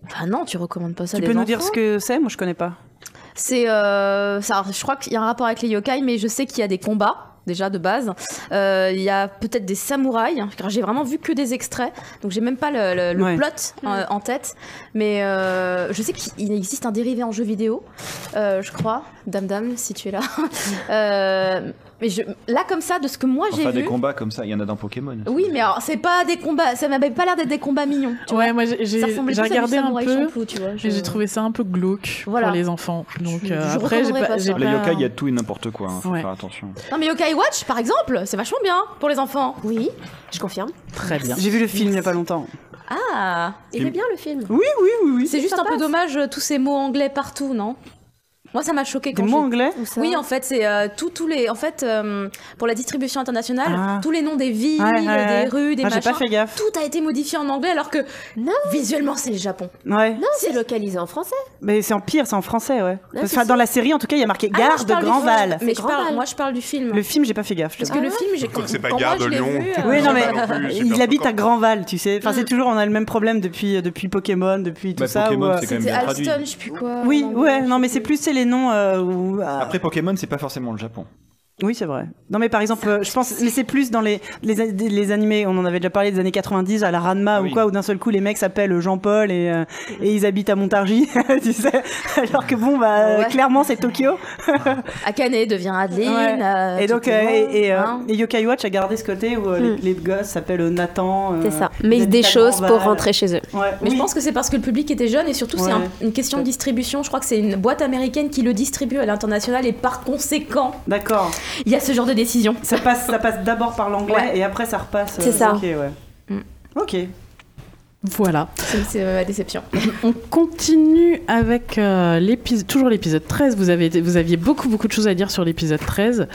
Speaker 6: Enfin non, tu recommandes pas ça
Speaker 1: Tu
Speaker 6: à
Speaker 1: peux
Speaker 6: des
Speaker 1: nous dire
Speaker 6: enfants.
Speaker 1: ce que c'est Moi je connais pas.
Speaker 6: C'est, euh, ça, je crois qu'il y a un rapport avec les yokai, mais je sais qu'il y a des combats déjà de base. Euh, Il y a peut-être des samouraïs. hein, car J'ai vraiment vu que des extraits, donc j'ai même pas le, le- le
Speaker 1: Ouais.
Speaker 6: plot euh, en tête. Mais euh, je sais qu'il existe un dérivé en jeu vidéo, euh, je crois. Dame Dame, si tu es là. Euh, mais je, là comme ça, de ce que moi j'ai
Speaker 5: Enfin, des
Speaker 6: vu.
Speaker 5: combats comme ça, il y en a dans Pokémon.
Speaker 6: Oui, mais alors c'est pas des combats. Ça m'avait pas l'air d'être des combats mignons. Tu vois
Speaker 2: Ouais, moi j'ai j'ai-
Speaker 6: ça ressemblait
Speaker 2: j'ai
Speaker 6: plus à du
Speaker 2: regardé un
Speaker 6: samouraï
Speaker 2: peu.
Speaker 6: champloo, tu vois.
Speaker 2: Et
Speaker 6: je-
Speaker 2: j'ai trouvé ça un peu glauque
Speaker 6: Voilà.
Speaker 2: pour les enfants. Donc
Speaker 6: Je-
Speaker 2: euh,
Speaker 6: je
Speaker 2: après, j'ai
Speaker 6: recommanderais
Speaker 2: pas.
Speaker 6: pas
Speaker 2: j'ai
Speaker 6: ça.
Speaker 5: Les
Speaker 2: pas-
Speaker 5: yokai, il y a de tout et n'importe quoi, hein, faut
Speaker 2: Ouais.
Speaker 5: faire attention.
Speaker 6: Non mais Yokai Watch par exemple, c'est vachement bien pour les enfants. Oui, je confirme.
Speaker 2: Très bien.
Speaker 1: J'ai vu le film il y a pas longtemps.
Speaker 6: Ah,
Speaker 7: Il-
Speaker 6: il est bien le film.
Speaker 1: Oui, oui, oui, oui.
Speaker 6: C'est juste
Speaker 10: ça
Speaker 6: un peu
Speaker 10: passe.
Speaker 6: dommage euh, tous ces mots anglais partout, non Moi ça m'a choqué
Speaker 1: Des
Speaker 6: quand
Speaker 1: mots
Speaker 6: j'ai-
Speaker 1: anglais
Speaker 6: Oui, en fait, c'est euh, tout- tous les en fait euh, pour la distribution internationale,
Speaker 1: Ah.
Speaker 6: tous les noms des villes,
Speaker 1: Ouais, ouais, ouais.
Speaker 6: des rues, des
Speaker 1: Ah, J'ai
Speaker 6: machins,
Speaker 1: pas fait gaffe.
Speaker 6: tout a été modifié en anglais alors que
Speaker 10: Non.
Speaker 6: visuellement c'est le Japon.
Speaker 1: Ouais.
Speaker 10: Non, c'est localisé en français.
Speaker 1: Mais c'est en pire, c'est en français, ouais.
Speaker 10: Non,
Speaker 1: Parce-
Speaker 10: si,
Speaker 1: Enfin,
Speaker 10: si.
Speaker 1: dans la série, en tout cas, il y a marqué
Speaker 6: Ah, non,
Speaker 1: Gare
Speaker 6: je
Speaker 1: de
Speaker 6: parle du
Speaker 1: Grandval.
Speaker 6: film, Mais
Speaker 10: C'est
Speaker 6: je parle,
Speaker 10: Grandval.
Speaker 6: moi je parle du film.
Speaker 1: Le film, j'ai pas fait gaffe. je te
Speaker 6: Parce
Speaker 1: jure.
Speaker 6: que le film, j'ai
Speaker 7: Comme c'est pas
Speaker 6: quand
Speaker 7: Gare
Speaker 6: moi,
Speaker 7: de
Speaker 6: je l'ai
Speaker 7: Lyon.
Speaker 6: vu, euh,
Speaker 1: Oui, non, mais
Speaker 7: Grandval non plus, c'est
Speaker 1: il
Speaker 7: super
Speaker 1: habite à
Speaker 7: choquant.
Speaker 1: Grandval, tu sais. Enfin,
Speaker 6: Mm.
Speaker 1: c'est toujours, on a le même problème depuis, euh, depuis Pokémon, depuis tout
Speaker 5: Bah,
Speaker 1: ça.
Speaker 5: Pokémon,
Speaker 1: où, euh,
Speaker 5: c'est quand même
Speaker 6: C'était
Speaker 5: bien traduit.
Speaker 6: Alston, je sais plus quoi.
Speaker 1: Oui,
Speaker 6: en anglais,
Speaker 1: ouais,
Speaker 6: je
Speaker 1: non,
Speaker 6: sais
Speaker 1: mais c'est plus, c'est les noms. euh, où, euh,
Speaker 5: Après Pokémon, c'est pas forcément le Japon.
Speaker 1: Oui, c'est vrai. Non, mais par exemple, euh, je pense, mais c'est plus dans les, les, les animés, on en avait déjà parlé des années 90, à la Ranma ou quoi, où d'un seul coup les mecs s'appellent Jean-Paul et, euh, et ils habitent à Montargis, tu sais. Alors que bon, bah,
Speaker 6: Ah Ouais.
Speaker 1: clairement, c'est Tokyo.
Speaker 6: Akane devient Adeline.
Speaker 1: Ouais.
Speaker 6: euh,
Speaker 1: et donc,
Speaker 6: tout le
Speaker 1: euh,
Speaker 6: monde,
Speaker 1: et, et, euh,
Speaker 6: hein.
Speaker 1: et Yokai Watch a gardé ce côté où euh, les-
Speaker 6: Hmm.
Speaker 1: les, gosses s'appellent Nathan. euh,
Speaker 6: C'est ça.
Speaker 1: ils
Speaker 6: Mais ils
Speaker 1: habitent
Speaker 6: se
Speaker 1: à
Speaker 6: déchaussent
Speaker 1: Grandval.
Speaker 6: pour rentrer
Speaker 3: chez eux.
Speaker 1: Ouais, oui.
Speaker 6: Mais je pense que c'est parce que le public était jeune et surtout c'est
Speaker 1: Ouais.
Speaker 6: un- une question de distribution. Je crois que c'est une boîte américaine qui le distribue à l'international et par conséquent,
Speaker 1: D'accord.
Speaker 6: il y a ce genre de décision.
Speaker 1: Ça passe, ça passe d'abord par l'anglais
Speaker 6: Ouais.
Speaker 1: et après ça repasse. euh,
Speaker 6: C'est ça. Hmm.
Speaker 1: Ok, ouais. Ok.
Speaker 2: Voilà.
Speaker 6: C'est c'est ma déception.
Speaker 2: On continue avec euh, l'épisode, toujours l'épisode 13. Vous, avez, été- vous aviez beaucoup, beaucoup de choses à dire sur l'épisode 13.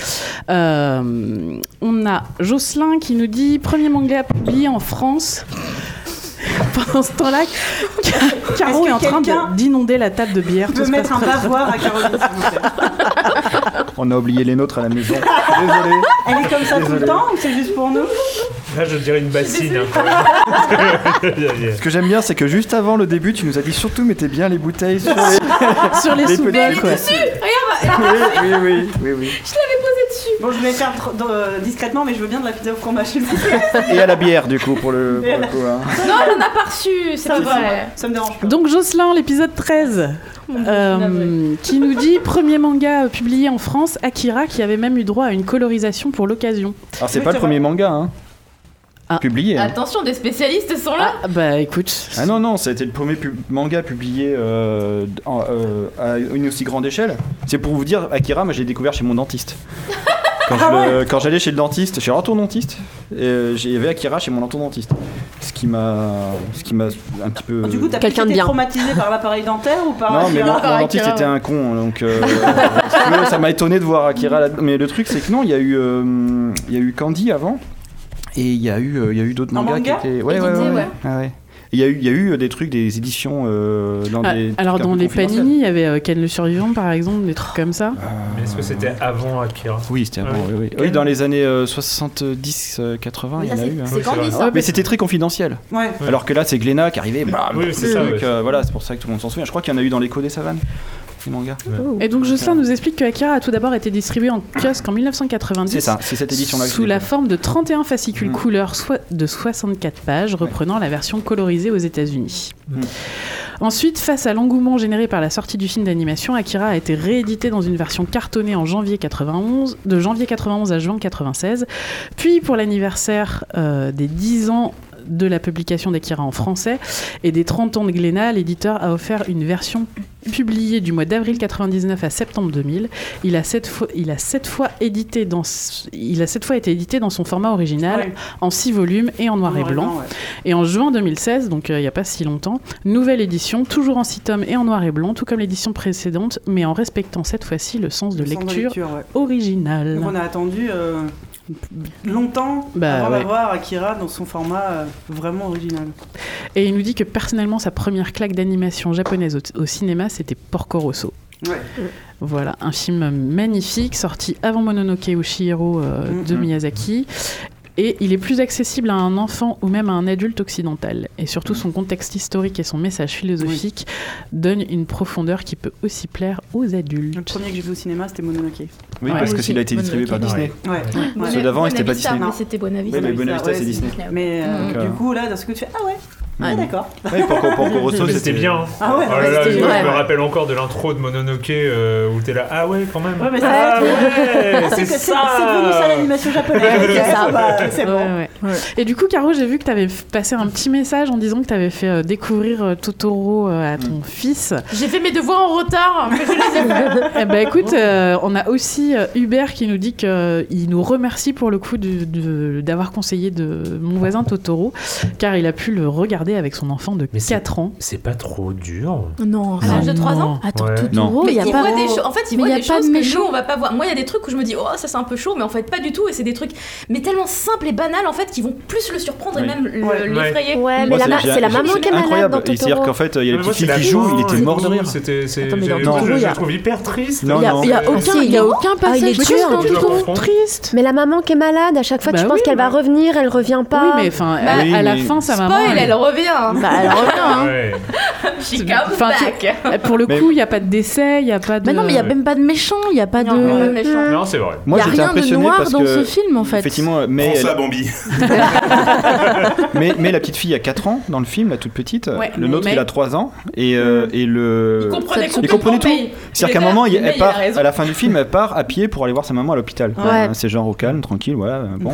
Speaker 2: Euh, on a Jocelyn qui nous dit Premier manga publié en France. Pendant ce temps-là, Ca-
Speaker 1: Est-ce
Speaker 2: Caro est,
Speaker 1: que
Speaker 2: en train de-
Speaker 1: quelqu'un
Speaker 2: d'inonder la table de bière.
Speaker 1: De
Speaker 2: Tout se
Speaker 1: mettre un
Speaker 2: passe très-
Speaker 1: bavoir à Caroline.
Speaker 5: On a oublié les nôtres à la maison. Désolé.
Speaker 1: Elle est comme ça tout
Speaker 5: Désolé.
Speaker 1: le temps ou c'est juste pour nous
Speaker 4: Là, je dirais une bassine. hein, quand même.
Speaker 5: Ce que j'aime bien, c'est que juste avant le début, tu nous as dit surtout mettez bien les bouteilles sur les,
Speaker 2: Sur les sous-bols,
Speaker 5: petits-
Speaker 2: quoi.
Speaker 5: Oui, oui, oui, oui, oui.
Speaker 1: Je l'avais posé dessus. Bon, je vais faire tr- dans- euh, discrètement, mais je veux bien de la pizza au fromage, s'il vous plaît.
Speaker 5: Et à la bière, du coup, pour le, pour le coup. hein.
Speaker 6: Non, elle en a pas reçu, c'est
Speaker 1: Ça
Speaker 6: pas
Speaker 1: va,
Speaker 6: vrai.
Speaker 1: ça me dérange pas.
Speaker 2: Donc Jocelyn, l'épisode 13, euh, qui nous dit Premier manga euh, publié en France, Akira, qui avait même eu droit à une colorisation pour l'occasion.
Speaker 5: Alors, c'est pas le premier manga, hein.
Speaker 2: Ah.
Speaker 5: Publié. hein.
Speaker 6: Attention, des spécialistes sont là.
Speaker 2: Bah écoute.
Speaker 5: Ah non, non, ça a été le premier pub- manga publié euh, en- euh, à une aussi grande échelle. C'est pour vous dire, Akira, moi j'ai découvert chez mon dentiste. Quand je
Speaker 1: Ah
Speaker 5: le- quand j'allais chez le dentiste, chez l'orthodontiste, euh, j'avais Akira chez mon orthodontiste. Ce qui m'a. Ce qui m'a un petit peu.
Speaker 1: Ah, Du coup, t'as
Speaker 6: Quelqu'un
Speaker 1: quelqu'un
Speaker 6: de
Speaker 1: été
Speaker 6: bien.
Speaker 1: traumatisé par l'appareil dentaire ou par
Speaker 5: Non, mais mon,
Speaker 1: par
Speaker 5: mon dentiste
Speaker 1: Akira,
Speaker 5: était un con, donc euh, si tu veux, ça m'a étonné de voir Akira là Mais le truc, c'est que non, il y, a eu, euh, il y a eu Candy avant, et il y a eu, euh, il y a eu d'autres
Speaker 1: En
Speaker 5: mangas
Speaker 1: manga
Speaker 5: qui étaient. Ouais,
Speaker 6: Édité, ouais.
Speaker 5: Ah ouais. Il y, a eu, il y a eu des trucs, des éditions euh, dans
Speaker 2: Ah,
Speaker 5: des.
Speaker 2: alors
Speaker 5: trucs un
Speaker 2: dans
Speaker 5: peu
Speaker 2: les
Speaker 5: confidentiels.
Speaker 2: panini, il y avait euh, Ken le survivant par exemple, des trucs comme ça.
Speaker 4: Mais Est-ce que c'était avant Akira
Speaker 5: Oui, c'était avant,
Speaker 4: Ouais.
Speaker 5: oui, oui. Oui, dans les années 70-80,
Speaker 6: Oui,
Speaker 5: il y
Speaker 6: ça,
Speaker 5: en a
Speaker 6: c'est-
Speaker 5: eu. hein.
Speaker 6: c'est Candice.
Speaker 2: vrai.
Speaker 5: Mais c'était très confidentiel.
Speaker 1: Ouais.
Speaker 4: Ouais.
Speaker 5: Alors que là, c'est Glénat qui arrivait, bam,
Speaker 4: Oui, c'est
Speaker 5: le
Speaker 4: ça,
Speaker 5: truc,
Speaker 4: ouais.
Speaker 5: euh, voilà, c'est pour ça que tout le monde s'en souvient. Je crois qu'il y en a eu dans l'écho des savanes, les mangas.
Speaker 2: Et donc Jocelyn nous explique que Akira a tout d'abord été distribué en kiosque en 1990.
Speaker 5: C'est ça, c'est cette édition-là. que j'ai
Speaker 2: Sous la
Speaker 5: découvert.
Speaker 2: forme de 31 fascicules
Speaker 5: Mm.
Speaker 2: couleur soit de 64 pages, reprenant la version colorisée aux États-Unis.
Speaker 5: Mm.
Speaker 2: Ensuite, face à l'engouement généré par la sortie du film d'animation, Akira a été réédité dans une version cartonnée en janvier 91, de janvier 91 à juin 96. Puis, pour l'anniversaire euh, des 10 ans de la publication d'Akira en français et des 30 ans de Glénat, l'éditeur a offert une version publiée du mois d'avril 99 à septembre 2000 il a sept fois, il a sept fois édité dans, s- il a sept fois été édité dans son format original,
Speaker 1: Ouais.
Speaker 2: en six volumes et en noir et blanc.
Speaker 1: ouais.
Speaker 2: Et en juin 2016, donc euh, il n'y a pas si longtemps, nouvelle édition, toujours en six tomes et en noir et blanc, tout comme l'édition précédente, mais en respectant cette fois-ci le sens de
Speaker 1: Le centre
Speaker 2: lecture Oh
Speaker 1: ouais.
Speaker 2: original.
Speaker 1: Donc on a attendu euh, longtemps
Speaker 2: Bah,
Speaker 1: avant
Speaker 2: ouais.
Speaker 1: d'avoir Akira dans son format euh, vraiment original.
Speaker 2: Et il nous dit que personnellement, sa première claque d'animation japonaise au, au cinéma, c'était Porco Rosso.
Speaker 1: Ouais.
Speaker 2: Voilà, un film magnifique sorti avant Mononoke ou Chihiro euh,
Speaker 1: Mm-hmm.
Speaker 2: de
Speaker 5: Mhm.
Speaker 2: Miyazaki. Et il est plus accessible à un enfant ou même à un adulte occidental. Et surtout, son contexte historique et son message philosophique donnent une profondeur qui peut aussi plaire aux
Speaker 1: Le
Speaker 2: adultes.
Speaker 1: premier que j'ai vu au cinéma, c'était Mononoke.
Speaker 5: Oui,
Speaker 2: Ouais.
Speaker 5: parce que
Speaker 6: Oui,
Speaker 5: s'il a été
Speaker 6: bonne
Speaker 5: distribué par
Speaker 4: réponse.
Speaker 5: Disney.
Speaker 1: Ouais.
Speaker 5: Ceux
Speaker 1: ouais.
Speaker 5: Bonavista, d'avant, ils étaient pas
Speaker 6: Bonavista,
Speaker 5: Disney.
Speaker 6: Mais c'était Bonavista.
Speaker 5: Oui, mais
Speaker 1: Buena
Speaker 5: Bonavista,
Speaker 1: Vista,
Speaker 5: c'est
Speaker 1: ouais,
Speaker 5: Disney.
Speaker 1: Mais euh,
Speaker 5: Donc, euh,
Speaker 1: du coup, là, d'un seul coup, tu fais Ah ouais, ouais, d'accord.
Speaker 5: Oui, pour, pour, pour Grosso,
Speaker 4: Mais C'était
Speaker 5: euh,
Speaker 4: bien. hein.
Speaker 1: Ah ouais,
Speaker 4: Oh là là,
Speaker 6: c'était
Speaker 4: je
Speaker 6: génial.
Speaker 4: me rappelle encore de l'intro de Mononoke euh, où t'es là. Ah ouais, quand même.
Speaker 1: Ouais, mais ça-
Speaker 4: ah ouais,
Speaker 1: C'est
Speaker 4: c'est
Speaker 1: que- c'est- c'est devenu ça
Speaker 4: ça.
Speaker 1: l'animation japonaise.
Speaker 6: c'est ça.
Speaker 1: Ah bah, c'est bon.
Speaker 2: Ouais, ouais. Et du coup, Caro, j'ai vu que tu avais passé un petit message en disant que tu avais fait euh, découvrir euh, Totoro euh, à ton
Speaker 5: Mm.
Speaker 2: fils.
Speaker 6: J'ai fait mes devoirs en retard. mais je les ai faits.
Speaker 2: Eh ben écoute, euh, on a aussi euh, Hubert qui nous dit qu'il nous remercie pour le coup de- de- d'avoir conseillé de mon voisin Totoro, car il a pu le regarder avec son enfant de
Speaker 4: Mais c'est-
Speaker 2: 4 ans.
Speaker 4: C'est pas trop dur.
Speaker 1: Ah.
Speaker 10: Non.
Speaker 6: À l'âge de 3 ans
Speaker 10: Attends,
Speaker 4: Ouais.
Speaker 10: Totoro,
Speaker 6: Mais
Speaker 10: il y a
Speaker 6: il
Speaker 10: pas. Oh.
Speaker 6: voit des choses. En fait, il
Speaker 10: Mais
Speaker 6: voit
Speaker 10: y a
Speaker 6: des
Speaker 10: pas de
Speaker 6: choses que
Speaker 10: méchant.
Speaker 6: nous, on va pas voir. Moi, il y a des trucs où je me dis, oh, ça c'est un peu chaud, mais en fait, pas du tout. Et c'est des trucs, mais tellement simples et banals, en fait, qui vont plus le surprendre et
Speaker 5: Oui.
Speaker 6: même le-
Speaker 4: Ouais.
Speaker 6: l'effrayer.
Speaker 10: Ouais, Ah, mais
Speaker 5: Moi,
Speaker 10: la ma-
Speaker 5: j'ai-
Speaker 10: c'est la
Speaker 5: j'ai-
Speaker 10: maman
Speaker 5: c'est
Speaker 10: qui est malade
Speaker 5: incroyable.
Speaker 10: dans
Speaker 5: Et C'est-à-dire qu'en
Speaker 10: Totoro.
Speaker 5: fait, il y a les
Speaker 4: Mais moi,
Speaker 5: petites
Speaker 4: c'est
Speaker 5: filles
Speaker 4: la
Speaker 5: qui jouent, il
Speaker 4: fin,
Speaker 5: était
Speaker 4: c'est
Speaker 5: mort de
Speaker 4: bon,
Speaker 5: rire.
Speaker 4: C'était, c'est,
Speaker 10: Attends, mais dans
Speaker 4: j'ai-
Speaker 5: Totoro,
Speaker 4: je
Speaker 10: il y a-
Speaker 4: la trouve hyper triste.
Speaker 5: Non,
Speaker 10: Il y a,
Speaker 5: non.
Speaker 10: il y a aucun, il hein, y a aucun
Speaker 6: Ah, il
Speaker 10: passage
Speaker 6: est
Speaker 10: de
Speaker 6: tueur,
Speaker 10: Totoro.
Speaker 4: Je la comprends.
Speaker 2: Triste
Speaker 10: Mais la maman qui est malade, à chaque fois,
Speaker 2: Bah
Speaker 10: tu penses
Speaker 2: oui,
Speaker 10: qu'elle va revenir, elle revient
Speaker 2: Oui,
Speaker 10: pas.
Speaker 2: mais enfin,
Speaker 6: Bah,
Speaker 2: à, à la
Speaker 5: oui, mais-
Speaker 2: fin, sa maman...
Speaker 6: Spoil, elle revient.
Speaker 10: Bah, elle Bah, revient. hein.
Speaker 4: Ouais.
Speaker 3: She comes
Speaker 2: Enfin, tu-
Speaker 3: back.
Speaker 10: eh,
Speaker 2: Pour le
Speaker 5: Mais-
Speaker 2: coup, il n'y a pas de décès, il n'y a pas de.
Speaker 10: Mais non, mais il n'y a même pas de méchant, il n'y a pas de.
Speaker 4: Non, c'est vrai.
Speaker 5: Moi,
Speaker 10: Y a
Speaker 5: j'étais
Speaker 10: rien de
Speaker 5: impressionné
Speaker 10: noir
Speaker 5: parce
Speaker 10: dans
Speaker 5: que,
Speaker 10: ce film, en fait.
Speaker 5: Effectivement, mais
Speaker 7: Prends ça,
Speaker 5: elle-
Speaker 7: Bambi.
Speaker 5: mais, mais la petite fille a 4 ans dans le film, la toute petite.
Speaker 2: Ouais,
Speaker 5: le
Speaker 2: mais-
Speaker 5: nôtre, il a 3 ans. Et, euh,
Speaker 10: Mm.
Speaker 5: et le.
Speaker 3: Il comprenait
Speaker 5: Il comprenait
Speaker 3: complètement, mais
Speaker 5: tout.
Speaker 3: il-
Speaker 5: C'est-à-dire
Speaker 3: il
Speaker 5: qu'à un
Speaker 3: était
Speaker 5: moment, il-
Speaker 3: là, mais
Speaker 5: elle
Speaker 3: il a
Speaker 5: part,
Speaker 3: raison.
Speaker 5: à la fin du film, elle part à pied pour aller voir sa maman à l'hôpital. Euh, C'est genre au calme, tranquille, voilà, bon.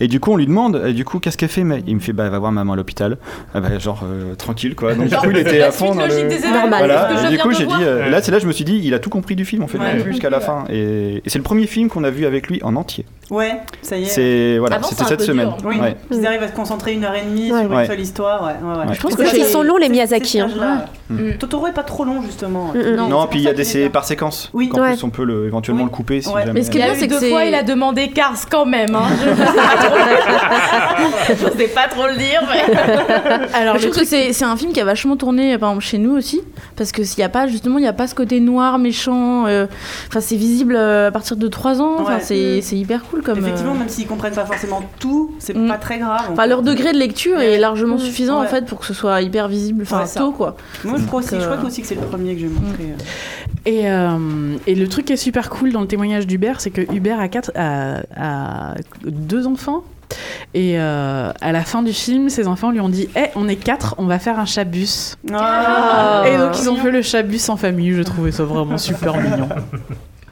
Speaker 5: Et du coup, on lui demande, et du coup, qu'est-ce qu'elle fait Mais il me fait, bah, elle va voir maman à l'hôpital. Ah bah, genre, euh, tranquille, quoi. Donc, du coup, il était
Speaker 3: la
Speaker 5: à fond
Speaker 3: suite
Speaker 5: dans
Speaker 3: logique
Speaker 5: le.
Speaker 3: des événements,
Speaker 10: Normal.
Speaker 3: c'est ce que
Speaker 5: Voilà,
Speaker 3: je
Speaker 5: et du
Speaker 3: viens
Speaker 5: coup
Speaker 3: de
Speaker 5: j'ai dit,
Speaker 3: voir.
Speaker 5: euh,
Speaker 4: Ouais.
Speaker 5: là c'est là je me suis dit, il a tout compris du film en fait,
Speaker 1: Ouais.
Speaker 5: du début jusqu'à la fin, et, et c'est le premier film qu'on a vu avec lui en entier.
Speaker 1: Ouais, ça y est.
Speaker 5: C'est voilà,
Speaker 3: Avant,
Speaker 5: c'était
Speaker 3: c'est un
Speaker 5: cette
Speaker 3: peu
Speaker 5: semaine.
Speaker 3: dur.
Speaker 1: Oui,
Speaker 5: Ouais.
Speaker 1: ils arrivent à se concentrer une heure et demie sur
Speaker 5: Ouais.
Speaker 1: une seule histoire. ouais, ouais, ouais.
Speaker 5: Ouais.
Speaker 1: Je
Speaker 12: pense
Speaker 1: que
Speaker 12: qu'ils
Speaker 1: c'est-
Speaker 12: sont longs, les
Speaker 1: c'est-
Speaker 12: Miyazaki,
Speaker 1: c'est
Speaker 12: hein.
Speaker 1: ce stage-là.
Speaker 10: Mm.
Speaker 1: Totoro est pas trop long justement.
Speaker 12: Mm, mm.
Speaker 10: Non,
Speaker 5: Non,
Speaker 1: c'est
Speaker 5: puis il y
Speaker 1: pour
Speaker 5: a
Speaker 1: ça
Speaker 5: des
Speaker 1: qu'il
Speaker 5: c'est
Speaker 1: est bien.
Speaker 5: par séquence.
Speaker 1: Oui.
Speaker 5: En
Speaker 12: Ouais.
Speaker 5: plus on peut le, éventuellement le couper si
Speaker 1: Ouais.
Speaker 5: jamais.
Speaker 10: Mais ce qui
Speaker 6: Il
Speaker 10: est
Speaker 6: y a
Speaker 10: bien,
Speaker 6: eu
Speaker 10: c'est que
Speaker 6: deux
Speaker 10: c'est.
Speaker 6: fois, il a demandé Cars quand même. hein.
Speaker 3: Je n'osais pas trop le dire, mais
Speaker 10: Alors, je trouve que c'est c'est un film qui a vachement tourné, par exemple, chez nous aussi, parce que s'il y a pas, justement, il n'y a pas ce côté noir, méchant. euh, Enfin, c'est visible euh, à partir de 3 ans. Enfin,
Speaker 1: Ouais. Mm.
Speaker 10: c'est c'est hyper cool comme.
Speaker 1: Effectivement,
Speaker 10: euh,
Speaker 1: même s'ils comprennent pas forcément tout, c'est
Speaker 10: Mm.
Speaker 1: pas très grave. en
Speaker 10: Enfin,
Speaker 1: fait.
Speaker 10: leur degré de lecture est largement
Speaker 12: Mmh.
Speaker 10: suffisant
Speaker 1: Ouais.
Speaker 10: en fait pour que ce soit hyper visible, enfin
Speaker 1: Ouais, ça.
Speaker 10: tôt quoi.
Speaker 1: Moi, je crois aussi,
Speaker 10: Donc,
Speaker 1: je crois
Speaker 10: euh,
Speaker 1: que aussi que c'est le premier que j'ai montré.
Speaker 2: Et, euh, et le truc qui est super cool dans le témoignage d'Hubert, c'est que Hubert a, quatre, a, a deux enfants. Et euh, à la fin du film, ses enfants lui ont dit Eh, on est quatre, on va faire un chabus.
Speaker 1: Ah.
Speaker 2: et donc, ils ont fait le chabus en famille. Je trouvais ça vraiment super mignon.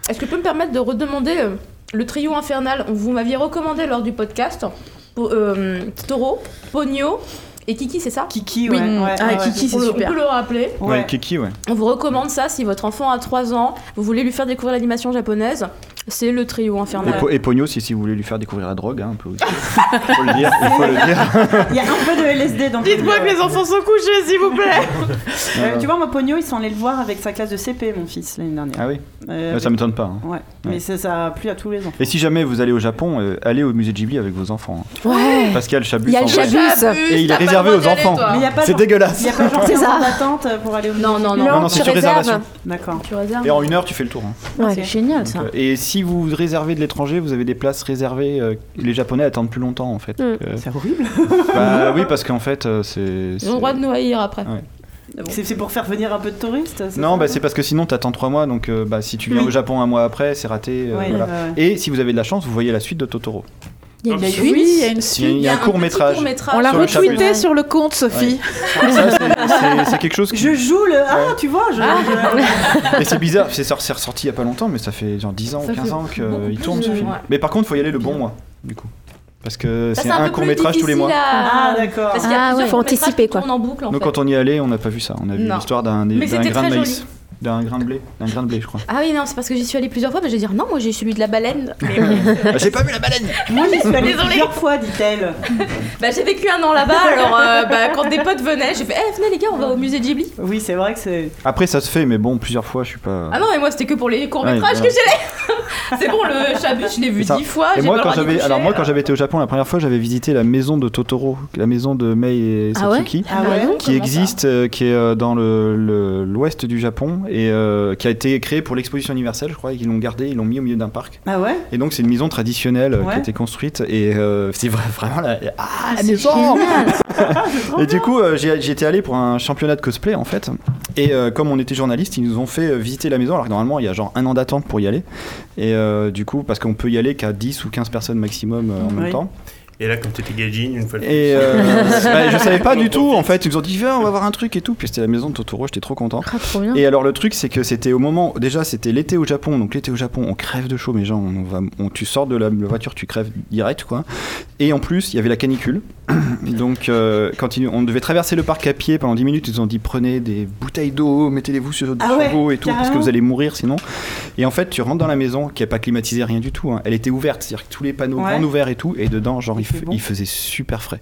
Speaker 6: Est-ce que tu peux me permettre de redemander euh, le trio infernal Vous m'aviez recommandé lors du podcast Po- euh, Toro, Pogno et Kiki, c'est ça
Speaker 1: Kiki,
Speaker 10: Oui.
Speaker 1: ouais. ouais,
Speaker 10: Ah,
Speaker 1: ouais,
Speaker 10: Kiki,
Speaker 6: On le-
Speaker 10: c'est super.
Speaker 6: On peut le rappeler.
Speaker 1: ouais.
Speaker 5: Ouais,
Speaker 1: Ouais.
Speaker 5: Kiki ouais.
Speaker 6: On vous recommande ça si votre enfant a 3 ans, vous voulez lui faire découvrir l'animation japonaise, c'est le trio
Speaker 5: Et,
Speaker 6: infernal.
Speaker 5: Po- et Pogno si, si vous voulez lui faire découvrir la drogue hein, un peu aussi. faut le dire, il faut le dire.
Speaker 1: Il y a un peu de LSD dans le
Speaker 2: Dites-moi que les enfants sont couchés, s'il vous plaît
Speaker 1: Euh, Tu vois, moi, Pogno, ils sont allés le voir avec sa classe de CP, mon fils, l'année dernière.
Speaker 5: Ah oui,
Speaker 1: Euh,
Speaker 5: ça m'étonne pas. hein.
Speaker 1: Ouais. mais ça, ça a plu à tous les enfants.
Speaker 5: Et si jamais vous allez au Japon, euh, allez au musée Ghibli avec vos enfants. hein.
Speaker 12: Ouais.
Speaker 5: Parce qu'il y a le Chabus
Speaker 12: Il y a
Speaker 5: en
Speaker 12: le
Speaker 5: vrai.
Speaker 12: chabus.
Speaker 5: Et il est réservé aux enfants.
Speaker 1: Mais il y a pas
Speaker 5: C'est
Speaker 1: genre-
Speaker 5: dégueulasse.
Speaker 1: Il n'y a pas genre
Speaker 12: C'est
Speaker 1: 15
Speaker 12: ça.
Speaker 1: ans d'attente pour aller au
Speaker 6: Non, non,
Speaker 5: Non,
Speaker 6: non.
Speaker 12: Non,
Speaker 5: non,
Speaker 12: tu
Speaker 5: c'est sur
Speaker 12: réserves.
Speaker 5: réservation.
Speaker 1: D'accord.
Speaker 6: Tu réserves
Speaker 5: Et en une heure, tu fais le tour. hein.
Speaker 6: Ah,
Speaker 12: Ouais.
Speaker 10: C'est génial ça.
Speaker 5: Donc, euh, Et si vous réservez de l'étranger, vous avez des places réservées. euh, les Japonais attendent plus longtemps en fait.
Speaker 12: Mm.
Speaker 5: Euh,
Speaker 1: C'est horrible.
Speaker 5: bah oui, parce qu'en fait, euh, c'est.
Speaker 6: Ils ont le
Speaker 5: c'est-
Speaker 6: droit de nous haïr après.
Speaker 5: Ouais.
Speaker 1: C'est c'est pour faire venir un peu de touristes c'est
Speaker 5: Non,
Speaker 1: ça
Speaker 5: bah, c'est parce que sinon, t'attends 3 mois. Donc euh, bah, si tu viens
Speaker 1: Oui.
Speaker 5: au Japon un mois après, c'est raté. euh,
Speaker 1: Ouais,
Speaker 5: voilà.
Speaker 1: ouais, ouais.
Speaker 5: Et si vous avez de la chance, vous voyez la suite de Totoro.
Speaker 10: Il y a de la
Speaker 2: Oui,
Speaker 10: suite.
Speaker 2: il y a une
Speaker 5: Il y a, il
Speaker 2: suite.
Speaker 5: y a un
Speaker 6: petit
Speaker 5: court métrage.
Speaker 6: court-métrage.
Speaker 2: On l'a
Speaker 5: Sur le chabus.
Speaker 2: retweeté sur le compte, Sophie.
Speaker 5: Ça, c'est- c'est- C'est quelque chose qui.
Speaker 1: Je joue le. Ah, tu vois, je.
Speaker 5: Et c'est bizarre, c'est sor- c'est ressorti il y a pas longtemps, mais ça fait genre 10 ans ou 15 ans
Speaker 6: beaucoup
Speaker 5: qu'il
Speaker 6: plus,
Speaker 5: tourne ce
Speaker 6: euh,
Speaker 5: film.
Speaker 6: ouais.
Speaker 5: Mais par contre, faut y aller le bon mois, du coup. Parce que
Speaker 6: Ça,
Speaker 5: c'est un,
Speaker 6: peu
Speaker 5: court
Speaker 6: plus
Speaker 5: métrage tous les mois.
Speaker 6: difficile à-
Speaker 1: Ah, d'accord.
Speaker 6: Parce qu'il y a
Speaker 12: Ah,
Speaker 6: plusieurs
Speaker 12: ouais.
Speaker 6: courts-métrages qui
Speaker 12: Anticiper, quoi.
Speaker 6: tournent en boucle en
Speaker 5: Nous,
Speaker 6: fait.
Speaker 5: quand on y allait, on n'a pas vu ça. On a vu
Speaker 6: Non.
Speaker 5: l'histoire d'un
Speaker 6: Mais
Speaker 5: d'un
Speaker 6: c'était
Speaker 5: grain de
Speaker 6: très
Speaker 5: maïs.
Speaker 6: joli.
Speaker 5: D'un grain de blé. D'un grain de blé, je crois.
Speaker 6: Ah oui, non, c'est parce que j'y suis allée plusieurs fois, parce que je vais dire non, moi j'ai celui de la baleine. Mais oui.
Speaker 5: Ah, J'ai pas vu la baleine
Speaker 1: Moi, j'y suis allée
Speaker 3: Désolée.
Speaker 1: plusieurs fois, dit-elle.
Speaker 6: bah, j'ai vécu un an là-bas, alors euh, bah, quand des potes venaient, j'ai fait, eh, venez les gars, on va au musée Ghibli.
Speaker 1: Oui, c'est vrai que c'est.
Speaker 5: Après, ça se fait, mais bon, plusieurs fois, je suis pas.
Speaker 6: Ah non, mais moi c'était que pour les courts-métrages
Speaker 5: Ouais,
Speaker 6: que j'allais. c'est bon, le chabut, je l'ai vu
Speaker 5: Et ça-
Speaker 6: dix fois.
Speaker 5: Et
Speaker 6: j'ai
Speaker 5: moi
Speaker 6: pas le
Speaker 5: quand,
Speaker 6: droit d'y
Speaker 5: j'avais,
Speaker 6: toucher. euh.
Speaker 5: alors moi, quand j'avais été au Japon la première fois, j'avais visité la maison de Totoro, la maison de Mei et
Speaker 10: Ah ouais
Speaker 5: Satsuki.
Speaker 1: Ah ouais
Speaker 5: qui existe, euh, qui est euh, dans le- le- l'ouest du Japon et euh, qui a été créé pour l'exposition universelle, je crois, et qu'ils l'ont gardé, ils l'ont mis au milieu d'un parc.
Speaker 1: Ah ouais
Speaker 5: Et donc c'est une maison traditionnelle euh, qui a
Speaker 1: Ouais.
Speaker 5: été construite et euh, c'est vra- vraiment la... Ah, la
Speaker 10: c'est
Speaker 5: maison
Speaker 10: génial.
Speaker 5: Et du coup, euh, j'ai- j'étais allé pour un championnat de cosplay en fait. Et euh, comme on était journaliste, ils nous ont fait euh, visiter la maison alors que normalement il y a genre un an d'attente pour y aller. Et euh, du coup, parce qu'on peut y aller qu'à 10 ou 15 personnes maximum euh, en même
Speaker 1: Oui.
Speaker 5: temps.
Speaker 4: Et là, comme t'étais gagging, une fois de
Speaker 5: Et euh, bah, je savais pas
Speaker 4: On en
Speaker 5: du tout
Speaker 4: profite.
Speaker 5: en fait. Ils nous ont dit viens on va voir un truc et tout. Puis c'était la maison de Totoro, j'étais trop content.
Speaker 10: Ah, trop bien.
Speaker 5: Et alors le truc c'est que c'était au moment déjà c'était l'été au Japon donc l'été au Japon on crève de chaud mais genre on va on, tu sors de la, la voiture tu crèves direct quoi et en plus il y avait la canicule donc euh, quand ils- on devait traverser le parc à pied pendant 10 minutes ils nous ont dit prenez des bouteilles d'eau mettez-les-vous sur,
Speaker 1: Ah
Speaker 5: sur
Speaker 1: ouais,
Speaker 5: vous et tout parce que
Speaker 1: carrément.
Speaker 5: vous allez mourir sinon et en fait tu rentres dans la maison qui est pas climatisée rien du tout hein. elle était ouverte c'est-à-dire que tous les panneaux
Speaker 1: Ouais.
Speaker 5: grands ouverts et tout et dedans genre
Speaker 1: Il
Speaker 5: il,
Speaker 1: fait
Speaker 5: fe-
Speaker 1: bon.
Speaker 5: il faisait super frais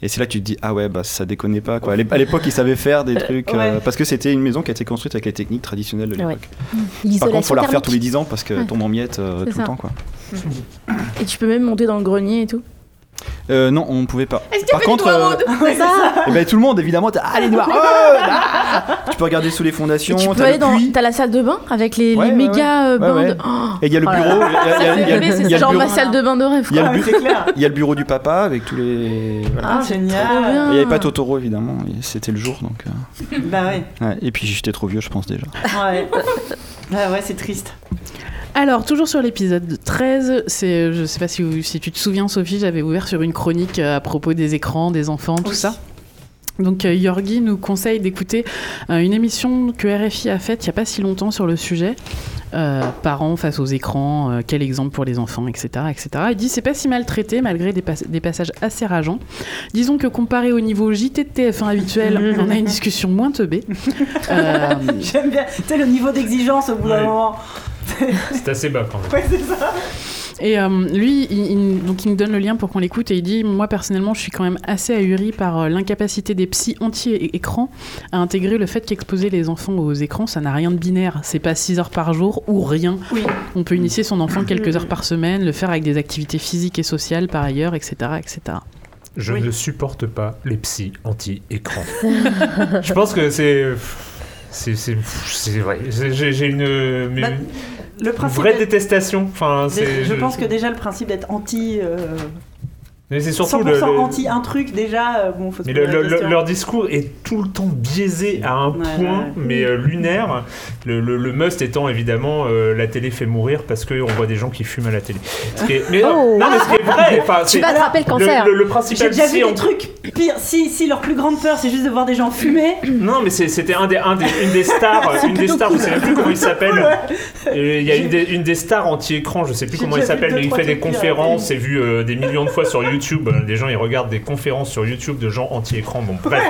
Speaker 5: et c'est là que tu te dis, ah ouais, bah ça déconne pas quoi. À l'ép- à l'époque, ils savaient faire des trucs. euh,
Speaker 1: ouais.
Speaker 5: parce que c'était une maison qui a été construite avec les techniques traditionnelles de l'époque. Par
Speaker 12: L'isolation
Speaker 5: contre, faut la refaire
Speaker 12: thermique.
Speaker 5: tous les 10 ans parce qu'elle
Speaker 10: Ouais.
Speaker 5: tombe en miettes euh,
Speaker 10: C'est
Speaker 5: tout
Speaker 10: ça.
Speaker 5: le temps quoi.
Speaker 10: Et tu peux même monter dans le grenier et tout.
Speaker 5: Euh, non, on pouvait pas.
Speaker 3: Est-ce qu'il y
Speaker 5: Par
Speaker 3: avait
Speaker 5: contre,
Speaker 3: des doigts ronds
Speaker 5: euh, eh ben, tout le monde, évidemment, t'as- ah, les noirs, oh, là Tu peux regarder sous les fondations.
Speaker 10: Tu peux
Speaker 5: t'as
Speaker 10: aller
Speaker 5: le
Speaker 10: dans.
Speaker 5: puits.
Speaker 10: T'as la salle de bain avec les,
Speaker 5: Ouais,
Speaker 10: les
Speaker 5: ouais,
Speaker 10: méga
Speaker 5: ouais.
Speaker 10: euh, bandes.
Speaker 5: Ouais, ouais. Et il y a le
Speaker 10: Oh là
Speaker 5: bureau,
Speaker 10: là.
Speaker 5: il y a- il y a-
Speaker 10: Ça fait
Speaker 5: il y a-
Speaker 10: rêver, c'est
Speaker 5: il y a le
Speaker 10: genre
Speaker 5: bureau.
Speaker 10: ma salle de bain de rêve.
Speaker 5: Il y, a
Speaker 10: quoi.
Speaker 5: le bu- il y a le bureau du papa avec tous les. voilà.
Speaker 1: Ah,
Speaker 10: Trop
Speaker 1: génial.
Speaker 10: bien.
Speaker 5: Il n'y avait pas Totoro évidemment, et c'était le jour donc. euh,
Speaker 1: Bah ouais.
Speaker 5: ouais. Et puis j'étais trop vieux, je pense déjà.
Speaker 1: Ouais. Ah ouais, c'est triste.
Speaker 2: Alors, toujours sur l'épisode 13, c'est, euh, je sais pas si, vous- si tu te souviens, Sophie, j'avais ouvert sur une chronique euh, à propos des écrans, des enfants, tout ça. Donc, euh, Yorgi nous conseille d'écouter euh, une émission que RFI a faite il n'y a pas si longtemps sur le sujet. Euh, parents face aux écrans, euh, quel exemple pour les enfants, etc. etc. Il dit c'est pas si mal traité malgré des, pas- des passages assez rageants. Disons que comparé au niveau JTTF1 habituel, on a une discussion moins teubée. Euh,
Speaker 1: J'aime bien. Tu sais, le niveau d'exigence au bout d'un
Speaker 4: Ouais.
Speaker 1: moment.
Speaker 4: C'est assez bas quand même.
Speaker 1: Ouais, c'est ça.
Speaker 2: Et euh, lui, il, il- donc il me donne le lien pour qu'on l'écoute et il dit Moi, personnellement, je suis quand même assez ahuri par euh, l'incapacité des psys anti-écran à intégrer le fait qu'exposer les enfants aux écrans, ça n'a rien de binaire. C'est pas 6 heures par jour ou rien.
Speaker 1: Oui.
Speaker 2: On peut initier son enfant quelques
Speaker 1: Mm.
Speaker 2: heures par semaine, le faire avec des activités physiques et sociales par ailleurs, etc. etc.
Speaker 4: Je
Speaker 1: Oui.
Speaker 4: ne supporte pas les psys anti-écran. je pense que c'est. C'est. C'est c'est vrai. J'ai- J'ai j'ai une. mais
Speaker 1: Bah,
Speaker 4: une
Speaker 1: Le principe.
Speaker 4: vraie
Speaker 1: d'être-
Speaker 4: détestation. Enfin,
Speaker 1: dé-
Speaker 4: c'est.
Speaker 1: Je pense que déjà le principe d'être anti. euh,
Speaker 4: Mais c'est surtout
Speaker 1: 100%
Speaker 4: le. le-
Speaker 1: anti un truc, déjà. euh, bon, faut se
Speaker 4: Mais
Speaker 1: poser
Speaker 4: le-
Speaker 1: la
Speaker 4: le- le-
Speaker 1: question.
Speaker 4: leur discours est tout le temps biaisé à un
Speaker 1: Ouais,
Speaker 4: point,
Speaker 1: ouais, ouais.
Speaker 4: mais euh, lunaire. Le, le- le must étant évidemment euh, la télé fait mourir parce qu'on voit des gens qui fument à la télé. Ce qui est- Mais non,
Speaker 6: Oh.
Speaker 4: non, mais ce qui est vrai. enfin, c'est-
Speaker 6: Tu vas attraper le cancer.
Speaker 4: Le, le, le
Speaker 1: J'ai
Speaker 4: principal
Speaker 1: déjà vu
Speaker 4: psy
Speaker 1: des
Speaker 4: anti-
Speaker 1: trucs pires. Si, si leur plus grande peur, c'est juste de voir des gens fumer.
Speaker 4: Non, mais c'est- c'était un des, un des- une des stars, une des stars, je sais même plus comment il s'appelle. Euh, Il y a une des, une des stars anti-écran, je sais plus
Speaker 1: J'ai
Speaker 4: comment il
Speaker 1: déjà vu
Speaker 4: s'appelle,
Speaker 1: deux,
Speaker 4: mais il
Speaker 1: trois
Speaker 4: fait des
Speaker 1: trucs, euh,
Speaker 4: conférences, c'est vu euh, des millions de fois sur YouTube. Euh, Des gens, ils regardent des conférences sur YouTube de gens anti-écran. Bon, bref.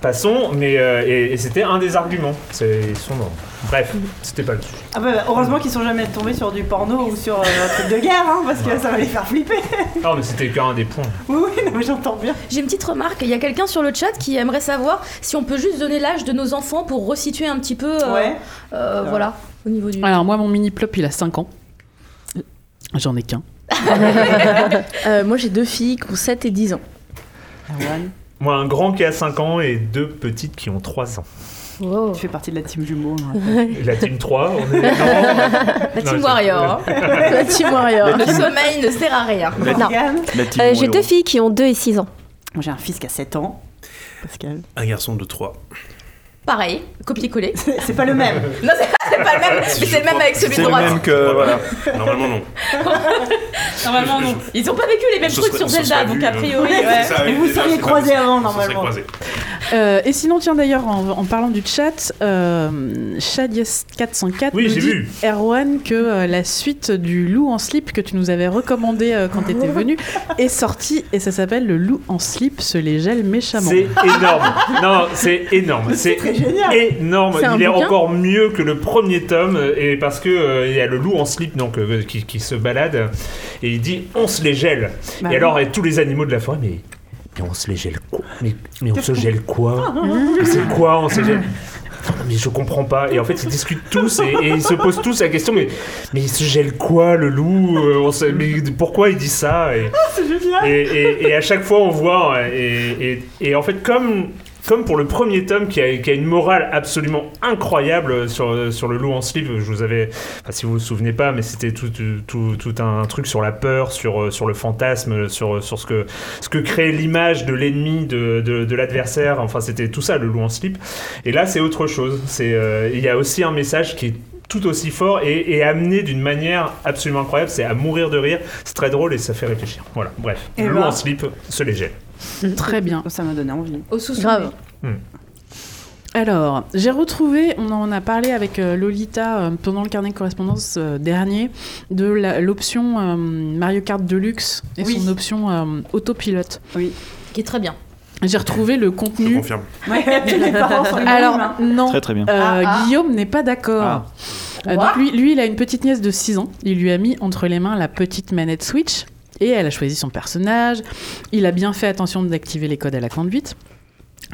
Speaker 4: Passons, mais euh, et, et c'était un des arguments. C'est ils sont dans- Bref, c'était pas le sujet.
Speaker 1: Ah bah, heureusement qu'ils sont jamais tombés sur du porno ou sur euh, un truc de guerre, hein, parce que ça va les faire flipper.
Speaker 4: Non, mais c'était qu'un des points.
Speaker 1: Oui, oui, non, mais j'entends bien.
Speaker 6: J'ai une petite remarque. Il y a quelqu'un sur le chat qui aimerait savoir si on peut juste donner l'âge de nos enfants pour resituer un petit peu. euh,
Speaker 1: Ouais.
Speaker 6: euh, voilà, au niveau du.
Speaker 2: Alors, moi, mon mini-plop, il a 5 ans. J'en ai qu'un.
Speaker 10: Euh, moi j'ai deux filles qui ont 7 et 10 ans.
Speaker 4: Moi, un grand qui a 5 ans et deux petites qui ont 3 ans.
Speaker 6: Wow.
Speaker 1: Tu fais partie de la team jumeau. hein.
Speaker 4: Et La team 3, on est. euh,
Speaker 6: La
Speaker 4: Non,
Speaker 6: Team
Speaker 4: c'est-
Speaker 6: Warrior. hein.
Speaker 10: La Team Warrior.
Speaker 6: Le sommeil ne sert à rien.
Speaker 5: La- la team
Speaker 12: Euh,
Speaker 5: Montero.
Speaker 12: J'ai deux filles qui ont 2 et 6 ans.
Speaker 1: J'ai un fils qui a 7 ans. Pascal.
Speaker 7: Un garçon de 3.
Speaker 6: Pareil, copier-coller.
Speaker 1: C'est pas le même.
Speaker 6: Non, c'est c'est pas le même, mais c'est le même avec celui de
Speaker 5: C'est le
Speaker 6: droite.
Speaker 5: même que voilà.
Speaker 7: Normalement, non.
Speaker 6: Normalement, non. Ils ont pas vécu les mêmes
Speaker 7: Ce
Speaker 6: trucs
Speaker 7: serait-
Speaker 6: sur
Speaker 7: ce
Speaker 6: Zelda,
Speaker 7: serait
Speaker 6: donc
Speaker 7: vu,
Speaker 6: a
Speaker 7: hein.
Speaker 6: priori.
Speaker 1: Ouais,
Speaker 6: ouais.
Speaker 1: c'est ça. Et vous seriez croisés avant, normalement.
Speaker 2: Euh, et sinon, tiens d'ailleurs, en, en parlant du chat, euh, Shadies404
Speaker 4: Oui,
Speaker 2: nous
Speaker 4: j'ai
Speaker 2: dit,
Speaker 4: vu.
Speaker 2: Erwan, que euh, la suite du loup en slip que tu nous avais recommandé euh, quand tu étais venu est sortie et ça s'appelle Le loup en slip se les gèle méchamment.
Speaker 4: C'est énorme. Non, c'est énorme. C'est
Speaker 1: génial.
Speaker 4: énorme.
Speaker 10: C'est un
Speaker 4: Il est
Speaker 10: bouquin
Speaker 4: encore mieux que le premier tome euh, et parce que euh, il y a le loup en slip donc euh, qui, qui se balade et il dit on se les gèle.
Speaker 1: Bah
Speaker 4: et
Speaker 1: oui.
Speaker 4: alors et tous les animaux de la forêt mais mais on se les gèle quoi mais, mais on se gèle
Speaker 1: Ah,
Speaker 4: quoi Mais C'est quoi on se gèle mais je comprends pas. Et en fait, ils discutent tous et, et ils se posent tous la question mais, mais il se gèle quoi, le loup Euh, on se- mais Pourquoi il dit ça Et-
Speaker 1: C'est génial.
Speaker 4: et, et- et à chaque fois on voit hein, et, et- et en fait comme comme pour le premier tome qui a, qui a une morale absolument incroyable euh, sur, sur le loup en slip, je vous avais, enfin, si vous vous souvenez pas, mais c'était tout, tout, tout un truc sur la peur, sur, euh, sur le fantasme, sur, sur ce, que, ce que crée l'image de l'ennemi, de, de, de l'adversaire, enfin c'était tout ça le loup en slip. Et là c'est autre chose, C'est, euh, il y a aussi un message qui est tout aussi fort et, et amené d'une manière absolument incroyable, c'est à mourir de rire, c'est très drôle et ça fait réfléchir. Voilà, bref.
Speaker 1: Eh
Speaker 4: Le loup
Speaker 1: ben.
Speaker 2: Ah.
Speaker 4: en slip, se les gèle.
Speaker 2: Très bien.
Speaker 1: Ça m'a donné envie.
Speaker 6: Au sous
Speaker 10: Grave.
Speaker 4: Hmm.
Speaker 2: Alors, j'ai retrouvé, on en a parlé avec euh, Lolita euh, pendant le carnet de correspondance euh, dernier, de la- l'option euh, Mario Kart Deluxe et
Speaker 1: Oui.
Speaker 2: son option euh, autopilote.
Speaker 6: Qui est très bien.
Speaker 2: J'ai retrouvé le
Speaker 7: Je
Speaker 2: contenu.
Speaker 7: confirme.
Speaker 1: les parents sont les
Speaker 2: Alors,
Speaker 1: mêmes, hein.
Speaker 2: non.
Speaker 5: Très très bien. Ah.
Speaker 6: Ah,
Speaker 2: Euh,
Speaker 6: ah.
Speaker 2: Guillaume n'est pas d'accord. Euh, donc lui, lui, il a une petite nièce de 6 ans. Il lui a mis entre les mains la petite manette Switch. Et elle a choisi son personnage. Il a bien fait attention d'activer les codes à la conduite.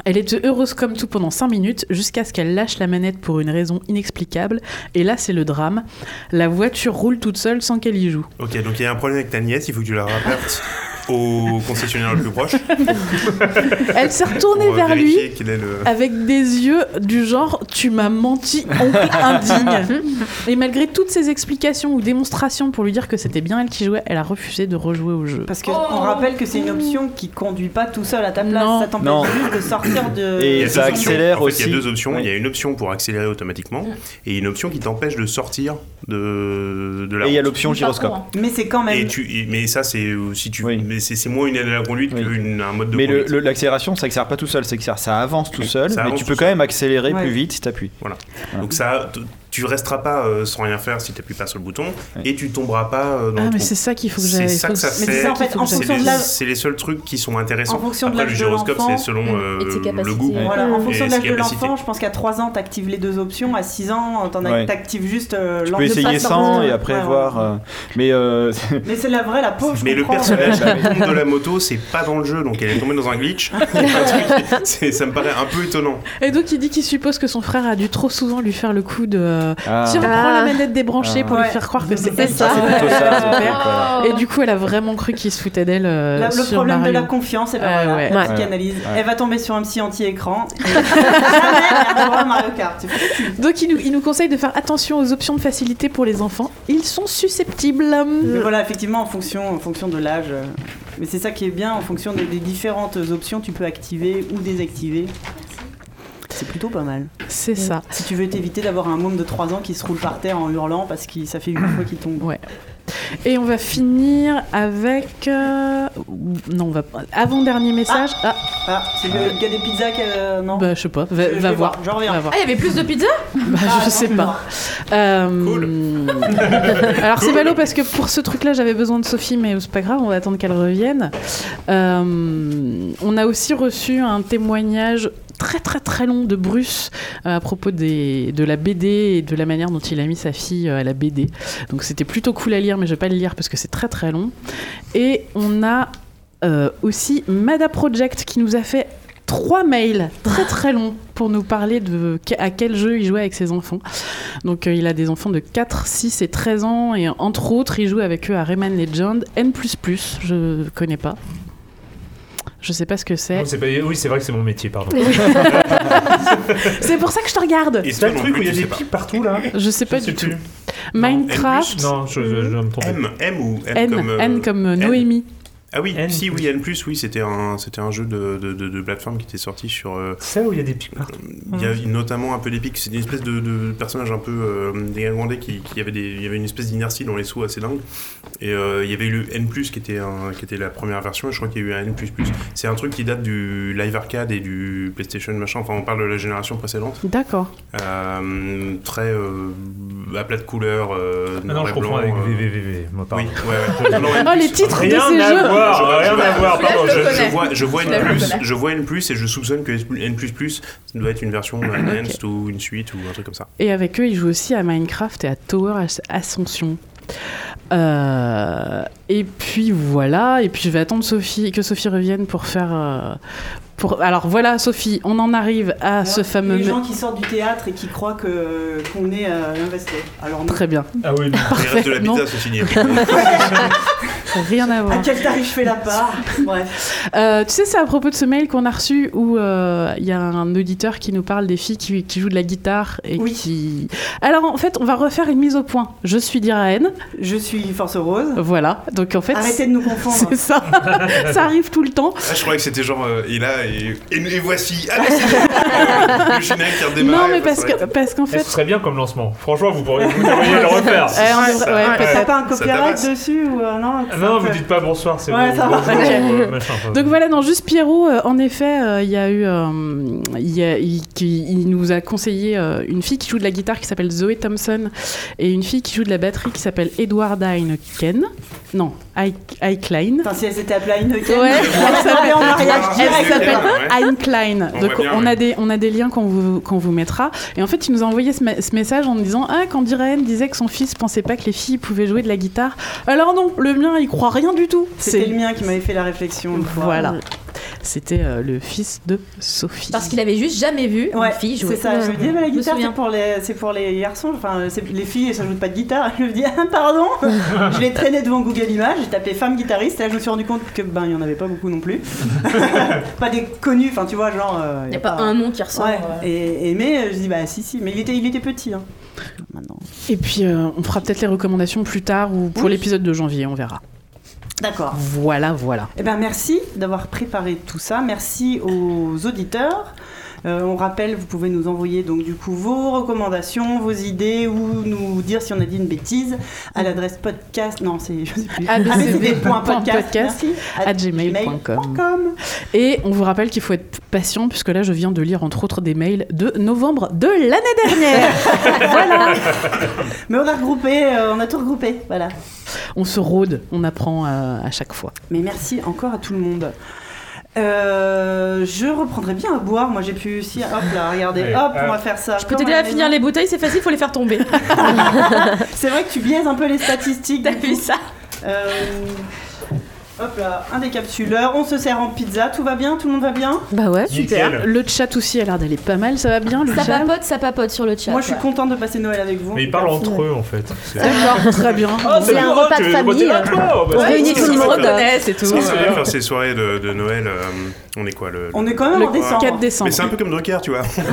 Speaker 2: Elle est heureuse comme tout pendant 5 minutes jusqu'à ce qu'elle lâche la manette pour une raison inexplicable. Et là, c'est le drame. La voiture roule toute seule sans qu'elle y joue.
Speaker 9: Ok, donc il y a un problème avec ta nièce, il faut que tu la rapportes au concessionnaire le plus proche.
Speaker 2: Elle s'est retournée
Speaker 5: Oh,
Speaker 9: Pour, euh,
Speaker 2: vers lui
Speaker 9: vérifier qu'il est le-
Speaker 2: avec des yeux du genre tu m'as menti, oncle indigne. Et malgré toutes ses explications ou démonstrations pour lui dire que c'était bien elle qui jouait, elle a refusé de rejouer au jeu.
Speaker 1: Parce qu'on
Speaker 5: Oh.
Speaker 1: rappelle que c'est une option qui conduit pas tout seul à ta place.
Speaker 2: Non.
Speaker 1: Ça t'empêche
Speaker 5: Non.
Speaker 1: juste de sortir de.
Speaker 5: Et
Speaker 9: Il y a
Speaker 5: ça
Speaker 9: deux options.
Speaker 5: accélère
Speaker 9: En fait, Il y a
Speaker 5: aussi.
Speaker 9: deux options.
Speaker 5: Ouais.
Speaker 9: Il y a une option pour accélérer automatiquement et une option qui t'empêche de sortir de, de la
Speaker 5: Et il y a
Speaker 9: route.
Speaker 5: l'option gyroscope.
Speaker 1: Mais c'est quand
Speaker 9: Et
Speaker 1: même.
Speaker 9: tu, et- mais ça, c'est euh, si tu,
Speaker 5: Oui.
Speaker 9: mais c'est c'est moins une aide à la conduite
Speaker 5: Oui.
Speaker 9: qu'un mode de
Speaker 5: Mais le-
Speaker 9: conduite.
Speaker 5: le- l'accélération, ça accélère pas tout seul, c'est que ça, ça avance tout seul,
Speaker 9: Ça
Speaker 5: mais
Speaker 9: avance
Speaker 5: tu
Speaker 9: tout
Speaker 5: peux quand même accélérer
Speaker 1: Ouais.
Speaker 5: plus vite si t'appuies.
Speaker 9: Donc ça, t- tu resteras pas euh, sans rien faire si tu n'appuies pas sur le bouton
Speaker 5: Ouais.
Speaker 9: et tu tomberas pas euh, dans le
Speaker 2: Ah mais
Speaker 9: trou.
Speaker 2: c'est ça qu'il faut que
Speaker 9: C'est
Speaker 2: j'aille.
Speaker 9: ça
Speaker 2: faut-
Speaker 9: que ça
Speaker 1: Mais c'est
Speaker 9: fait.
Speaker 1: ça en fait en
Speaker 9: C'est
Speaker 1: fonction
Speaker 9: les,
Speaker 1: de la.
Speaker 9: c'est les seuls trucs qui sont intéressants.
Speaker 1: En fonction de
Speaker 9: Après,
Speaker 1: l'âge
Speaker 9: le
Speaker 1: de
Speaker 9: gyroscope,
Speaker 1: l'enfant,
Speaker 9: c'est selon euh,
Speaker 10: et de ses
Speaker 9: le
Speaker 10: capacités.
Speaker 9: goût.
Speaker 5: Ouais.
Speaker 1: Voilà, en
Speaker 9: Et
Speaker 1: fonction de
Speaker 9: ses
Speaker 1: l'âge de
Speaker 9: capacités.
Speaker 1: l'enfant, je pense qu'à 3 ans, t'actives les deux options. À 6 ans, t'en as-
Speaker 5: Ouais.
Speaker 1: t'actives juste euh,
Speaker 5: Tu
Speaker 1: l'enfant.
Speaker 5: peux essayer
Speaker 10: pas sortir.
Speaker 5: sans et après
Speaker 1: Ouais, ouais.
Speaker 5: voir. euh, Mais euh,
Speaker 1: Mais c'est la vraie, la pauvre. je
Speaker 9: Mais le
Speaker 1: comprends.
Speaker 9: personnage qui tombe de la moto, c'est pas dans le jeu, donc elle est tombée dans un glitch. C'est- ça me paraît un peu étonnant.
Speaker 2: Et donc il dit qu'il suppose que son frère a dû trop souvent lui faire le coup de euh,
Speaker 5: ah,
Speaker 2: tiens
Speaker 5: c'est
Speaker 2: prends la manette débranchée
Speaker 5: Ah.
Speaker 2: pour
Speaker 1: Ouais.
Speaker 2: lui faire croire que c'est
Speaker 1: C'est
Speaker 2: elle
Speaker 1: ça.
Speaker 2: qui
Speaker 1: C'est
Speaker 5: plutôt ça, c'est
Speaker 2: Ouais.
Speaker 5: plutôt ça.
Speaker 2: Et du coup elle a vraiment cru qu'il se foutait d'elle. euh,
Speaker 1: La- le
Speaker 2: sur
Speaker 1: problème de
Speaker 2: Mario.
Speaker 1: la confiance, et ben
Speaker 2: Ah,
Speaker 1: voilà,
Speaker 2: ouais. Euh.
Speaker 1: la
Speaker 5: Ouais.
Speaker 1: psychanalyse.
Speaker 5: Ouais.
Speaker 1: Elle va tomber sur un petit anti-écran. Et- Jamais elle regardera Mario Kart.
Speaker 2: Donc il nous, il nous conseille de faire attention aux options de facilité pour les enfants. Ils sont susceptibles.
Speaker 1: Mais voilà, effectivement, en fonction, en fonction de l'âge. euh, Mais c'est ça qui est bien, en fonction des, des différentes options, tu peux activer ou désactiver. C'est plutôt pas mal.
Speaker 2: C'est ça.
Speaker 1: Si tu veux t'éviter d'avoir un môme de 3 ans qui se roule par terre en hurlant parce que ça fait 8 fois qu'il tombe.
Speaker 2: Et on va finir avec... euh, Non, on va... Avant-dernier message. Ah,
Speaker 1: Ah, c'est le gars des pizzas qui. euh, non
Speaker 2: bah je sais pas. Va,
Speaker 1: Je vais
Speaker 2: va voir.
Speaker 1: Je reviens.
Speaker 2: Va voir.
Speaker 10: Ah, il y avait plus de pizza
Speaker 2: Bah,
Speaker 1: Ah,
Speaker 2: je
Speaker 1: non,
Speaker 2: sais
Speaker 1: je vais
Speaker 2: pas.
Speaker 1: voir.
Speaker 2: Euh, Alors c'est
Speaker 9: Cool.
Speaker 2: ballot parce que pour ce truc-là j'avais besoin de Sophie mais c'est pas grave, on va attendre qu'elle revienne. Euh, on a aussi reçu un témoignage très très très long de Bruce euh, à propos des, de la BD et de la manière dont il a mis sa fille euh, à la BD. Donc c'était plutôt cool à lire mais je vais pas le lire parce que c'est très très long. Et on a euh, aussi Mada Project qui nous a fait trois mails très très longs pour nous parler de que- à quel jeu il jouait avec ses enfants. Donc euh, il a des enfants de 4, 6 et 13 ans et entre autres il joue avec eux à Rayman Legend N++, je connais pas. Je sais pas ce que c'est.
Speaker 4: Non, Oh, c'est pas- Oui, c'est vrai que c'est mon métier, pardon.
Speaker 2: C'est pour ça que je te regarde.
Speaker 9: Et
Speaker 4: C'est
Speaker 9: toi
Speaker 4: un
Speaker 9: non
Speaker 4: truc où
Speaker 9: plus,
Speaker 4: il y a
Speaker 9: tu sais
Speaker 4: des
Speaker 9: pas.
Speaker 4: pics partout là
Speaker 2: Je sais pas
Speaker 4: Je sais
Speaker 2: du tout.
Speaker 4: plus.
Speaker 2: Minecraft
Speaker 4: Non, je, je, je dois me tromper.
Speaker 9: M, M ou M,
Speaker 2: N
Speaker 9: comme. euh,
Speaker 2: N comme euh,
Speaker 9: N.
Speaker 2: Noémie.
Speaker 9: Ah oui,
Speaker 4: N.
Speaker 9: si, oui, N, oui, c'était un, c'était un jeu de, de, de- de plateforme qui était sorti sur. euh,
Speaker 4: C'est où il y a des pics partout. Hein.
Speaker 9: Il y a notamment un peu l'épique, c'est une espèce de, de personnage un peu euh, dégringandé qui, qui avait des, il y avait une espèce d'inertie dans les sauts assez dingue. Et euh, il y avait eu le N+, qui était, un- qui était la première version, et je crois qu'il y a eu un N++. C'est un truc qui date du Live Arcade et du PlayStation machin, enfin on parle de la génération précédente.
Speaker 2: D'accord.
Speaker 9: Euh, très euh, à plat de couleurs, euh,
Speaker 4: Ah non,
Speaker 9: noir et
Speaker 4: je
Speaker 9: blanc,
Speaker 4: comprends avec
Speaker 9: euh,
Speaker 4: VVVV, moi,
Speaker 9: Oui,
Speaker 4: pardon.
Speaker 9: ouais, ouais. Non, N+,
Speaker 2: Oh les titres de
Speaker 4: Rien
Speaker 2: ces
Speaker 4: à
Speaker 2: jeux.
Speaker 4: voir,
Speaker 9: Je-
Speaker 4: rien
Speaker 9: je-
Speaker 4: à voir, pardon.
Speaker 9: je,
Speaker 4: je-
Speaker 9: je vois, je vois
Speaker 10: Celui-là, je
Speaker 9: N+,
Speaker 10: le
Speaker 9: plus,
Speaker 10: connais.
Speaker 9: je vois N+, et je soupçonne que N+, doit être une version enhanced ou une suite ou un truc comme ça.
Speaker 2: Et avec eux, ils jouent aussi à Minecraft et à Tower As- Ascension. Euh, et puis voilà, et puis je vais attendre Sophie, que Sophie revienne pour faire. euh, pour... Alors voilà, Sophie, on en arrive à ce fameux.
Speaker 1: Les gens qui sortent du théâtre et qui croient que qu'on est euh, investé. Alors non.
Speaker 2: Très bien,
Speaker 4: Ah oui, non.
Speaker 9: Il reste de la
Speaker 2: Non.
Speaker 9: pizza, ceci dit.
Speaker 2: rien à
Speaker 1: À
Speaker 2: voir.
Speaker 1: quel tarif je fais la part Bref.
Speaker 2: Euh, tu sais, c'est à propos de ce mail qu'on a reçu où euh, il y a un auditeur qui nous parle des filles qui, qui jouent de la guitare et
Speaker 1: Oui.
Speaker 2: qui. Alors en fait, on va refaire une mise au point. Je suis Diraen,
Speaker 1: Je suis Force Rose.
Speaker 2: voilà. Donc en fait.
Speaker 1: Arrêtez de nous confondre.
Speaker 2: C'est ça, ça arrive tout le temps.
Speaker 9: Ah, je croyais que c'était genre, euh, et là, et, et, et voici, ah, mais c'est- le générique qui redémarre.
Speaker 2: non, mais parce que parce qu'en fait,
Speaker 4: Eh, Ce serait bien comme lancement. Franchement, vous pourriez, vous pourriez le refaire.
Speaker 2: Eh, on devrait- ouais, peut-être.
Speaker 1: T'as pas un copyright
Speaker 9: tabasse.
Speaker 1: dessus ou euh, non
Speaker 4: Ah Non, vous dites pas bonsoir, c'est
Speaker 1: Ouais,
Speaker 4: bon.
Speaker 1: ça va.
Speaker 4: bonjour,
Speaker 2: Ok.
Speaker 4: euh, machin, enfin.
Speaker 2: Donc voilà, non, juste Pierrot, euh, en effet, euh, il y a eu. euh, il, y a- il- qui- il nous a conseillé euh, une fille qui joue de la guitare qui s'appelle Zoé Thompson et une fille qui joue de la batterie qui s'appelle Edwarda Heineken. Non, Eichlein.
Speaker 1: Putain, si elle s'était appelée Heineken,
Speaker 2: Ouais.
Speaker 1: elle s'appelait en mariage
Speaker 9: Elle
Speaker 1: direct.
Speaker 9: s'appelle-
Speaker 2: Einklein.
Speaker 9: On
Speaker 2: Donc
Speaker 9: voit bien,
Speaker 2: on,
Speaker 9: ouais.
Speaker 2: a des, on a des liens qu'on vous, qu'on vous mettra. Et en fait, il nous a envoyé ce, me- ce message en nous disant Ah, quand Diraen disait que son fils pensait pas que les filles pouvaient jouer de la guitare. Alors non, le mien, il croit rien du tout.
Speaker 1: C'était
Speaker 2: C'est-
Speaker 1: le mien qui m'avait fait la réflexion une fois.
Speaker 2: Voilà. C'était euh, le fils de Sophie.
Speaker 6: Parce qu'il avait juste jamais vu
Speaker 1: Ouais,
Speaker 6: une fille jouer.
Speaker 1: c'est ça. Je lui dis, mais la
Speaker 6: me
Speaker 1: guitare,
Speaker 6: souviens.
Speaker 1: c'est pour, les, c'est pour les garçons. Enfin, c'est- les filles, ça joue pas de guitare. Je lui dis, ah, pardon. je l'ai traîné devant Google Images, j'ai tapé femme guitariste, et là, je me suis rendu compte que, ben, il y en avait pas beaucoup non plus. pas des connus, enfin, tu vois, genre. euh,
Speaker 6: Il n'y a pas un nom qui ressort.
Speaker 1: Ouais,
Speaker 6: euh,
Speaker 1: et, et mais euh, je dis, bah si, si, mais il était, il était petit. Hein. Maintenant.
Speaker 2: Et puis euh, on fera peut-être les recommandations plus tard ou pour
Speaker 1: Oui.
Speaker 2: l'épisode de janvier, on verra.
Speaker 1: D'accord.
Speaker 2: Voilà, voilà.
Speaker 1: Eh ben merci d'avoir préparé tout ça. Merci aux auditeurs. Euh, on rappelle, vous pouvez nous envoyer donc du coup vos recommandations, vos idées ou nous dire si on a dit une bêtise à l'adresse podcast. Non, c'est je sais plus.
Speaker 6: Ah,
Speaker 1: Ah,
Speaker 2: abcd.podcast.
Speaker 1: Merci.
Speaker 2: at gmail.com. Et on vous rappelle qu'il faut être patient puisque là je viens de lire entre autres des mails de novembre de l'année dernière. voilà.
Speaker 1: Mais on a regroupé, euh, on a tout regroupé, voilà.
Speaker 2: On se rôde, on apprend euh, à chaque fois.
Speaker 1: Mais merci encore à tout le monde. Euh, je reprendrai bien à boire. Moi, j'ai pu aussi. Hop là, regardez.
Speaker 4: Ouais.
Speaker 1: Hop,
Speaker 4: Ah.
Speaker 1: on va faire ça.
Speaker 6: Je peux t'aider à finir les bouteilles, c'est facile, faut les faire tomber.
Speaker 1: C'est vrai que tu biaises un peu les statistiques.
Speaker 6: T'as
Speaker 1: du
Speaker 6: vu
Speaker 1: coup.
Speaker 6: ça
Speaker 1: Euh, hop là, un décapsuleur. On se sert en pizza. Tout va bien Tout le monde va bien
Speaker 6: Bah ouais.
Speaker 4: Nickel.
Speaker 2: Le chat aussi a l'air d'aller pas mal, ça va bien le
Speaker 6: Ça
Speaker 2: chat
Speaker 6: papote, ça papote sur le chat.
Speaker 1: Moi, je suis
Speaker 6: ouais.
Speaker 1: contente de passer Noël avec vous.
Speaker 4: Mais ils parlent entre eux en fait. C'est-
Speaker 2: D'accord, très bien.
Speaker 4: Ah,
Speaker 6: c'est un
Speaker 4: bon,
Speaker 6: repas de
Speaker 4: tu- bon, t'es là,
Speaker 6: famille,
Speaker 4: toi, bah,
Speaker 6: On
Speaker 4: c'est-
Speaker 6: réunit
Speaker 4: c'est-
Speaker 6: tout le
Speaker 4: c'est-
Speaker 6: monde.
Speaker 4: c'est-
Speaker 2: Eh,
Speaker 6: c'est tout.
Speaker 9: Ce qui serait bien
Speaker 4: Ouais.
Speaker 9: faire ces soirées de, de Noël, euh, on est quoi le,
Speaker 1: On
Speaker 9: le-
Speaker 1: est quand même en
Speaker 2: Le
Speaker 1: décembre.
Speaker 4: hein.
Speaker 2: 4 décembre.
Speaker 9: Mais c'est un peu comme Drucker, tu vois.
Speaker 1: Sale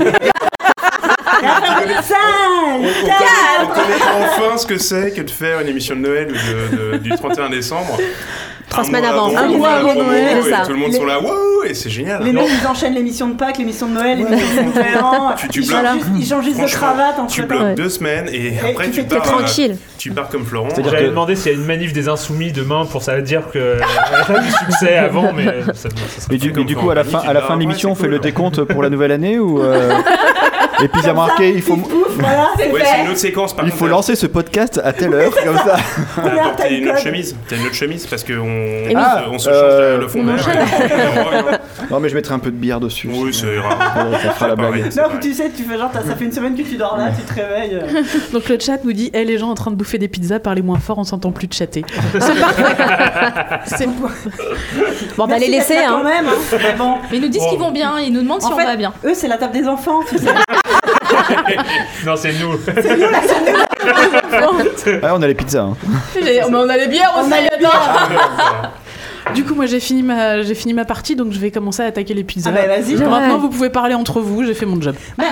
Speaker 9: On connaît enfin ce que c'est que de faire une émission de Noël de- de- du 31 décembre.
Speaker 6: Trois
Speaker 9: Un
Speaker 6: semaines
Speaker 9: mois
Speaker 6: avant.
Speaker 1: Un
Speaker 9: on
Speaker 1: mois
Speaker 9: fait la
Speaker 1: avant
Speaker 9: promo
Speaker 1: Noël,
Speaker 9: et
Speaker 6: c'est ça.
Speaker 9: Tout le monde
Speaker 6: Les-
Speaker 9: sont là, waouh, et c'est génial.
Speaker 1: Les
Speaker 9: Non,
Speaker 1: mecs, ils enchaînent l'émission de Pâques, l'émission de Noël, l'émission de Nouvel An.
Speaker 9: Tu- tu
Speaker 1: Ils
Speaker 9: blagues.
Speaker 1: changent juste- ils changent juste de
Speaker 9: franchement,
Speaker 1: cravate en
Speaker 9: Tu
Speaker 1: fait.
Speaker 9: bloques
Speaker 6: Ouais.
Speaker 9: deux semaines et après
Speaker 1: tu
Speaker 9: tu
Speaker 1: fais-
Speaker 9: pars.
Speaker 6: T'es
Speaker 9: euh,
Speaker 6: tranquille.
Speaker 9: Tu pars comme Florent.
Speaker 5: C'est-à-dire
Speaker 4: J'avais
Speaker 5: que-
Speaker 4: demandé s'il y a une manif des insoumis demain pour ça dire que euh, elle a du succès avant, mais ça, ça serait
Speaker 5: Mais du,
Speaker 4: cool.
Speaker 5: mais du coup, à la fin, à la fin de l'émission,
Speaker 9: ah, Ouais, c'est
Speaker 5: on fait le
Speaker 9: cool.
Speaker 5: décompte pour la nouvelle année ou euh, et puis il y a marqué, il faut,
Speaker 1: Ouf, voilà, c'est
Speaker 9: Ouais, c'est
Speaker 1: fait.
Speaker 9: une autre séquence par
Speaker 5: il
Speaker 9: contre.
Speaker 5: faut lancer ce podcast à telle heure comme ça.
Speaker 9: T'as
Speaker 1: Oula,
Speaker 9: apporté
Speaker 1: t'as le
Speaker 9: une autre
Speaker 1: code.
Speaker 9: chemise. T'as une autre chemise parce qu'on on,
Speaker 6: Eh oui.
Speaker 9: se- on se change
Speaker 5: Euh,
Speaker 9: le fond
Speaker 6: on
Speaker 9: d'air. et-
Speaker 5: Non, mais je mettrai un peu de bière dessus.
Speaker 9: Oui, ça
Speaker 5: Ça
Speaker 9: ira.
Speaker 5: fera la
Speaker 9: C'est pareil,
Speaker 5: blague.
Speaker 9: c'est
Speaker 1: Non,
Speaker 9: pareil.
Speaker 1: tu sais, tu fais genre, t'as- ça fait une semaine que tu dors là, tu te réveilles. euh.
Speaker 2: Donc le chat nous dit Eh les gens en train de bouffer des pizzas, parlez moins fort, on s'entend plus de chatter. C'est parfait. C'est-
Speaker 6: Bon, bah
Speaker 1: Merci
Speaker 6: les
Speaker 1: d'être
Speaker 6: laisser,
Speaker 1: là Quand
Speaker 6: hein.
Speaker 1: même, hein. Mais bon.
Speaker 6: Mais ils nous disent qu'ils vont bien, ils nous demandent si
Speaker 1: En
Speaker 6: on
Speaker 1: fait-
Speaker 6: va bien.
Speaker 1: Eux, c'est la table des enfants, tu sais.
Speaker 4: Non, c'est nous.
Speaker 5: Ah, on a les pizzas. hein.
Speaker 6: Mais on a les bières aussi.
Speaker 1: Ah,
Speaker 2: Du coup, moi j'ai fini ma j'ai fini ma partie, donc je vais commencer à attaquer les pizzas.
Speaker 1: Ah bah, vas-y.
Speaker 2: Maintenant,
Speaker 6: Ouais.
Speaker 2: vous pouvez parler entre vous. J'ai fait mon job.
Speaker 10: Bah,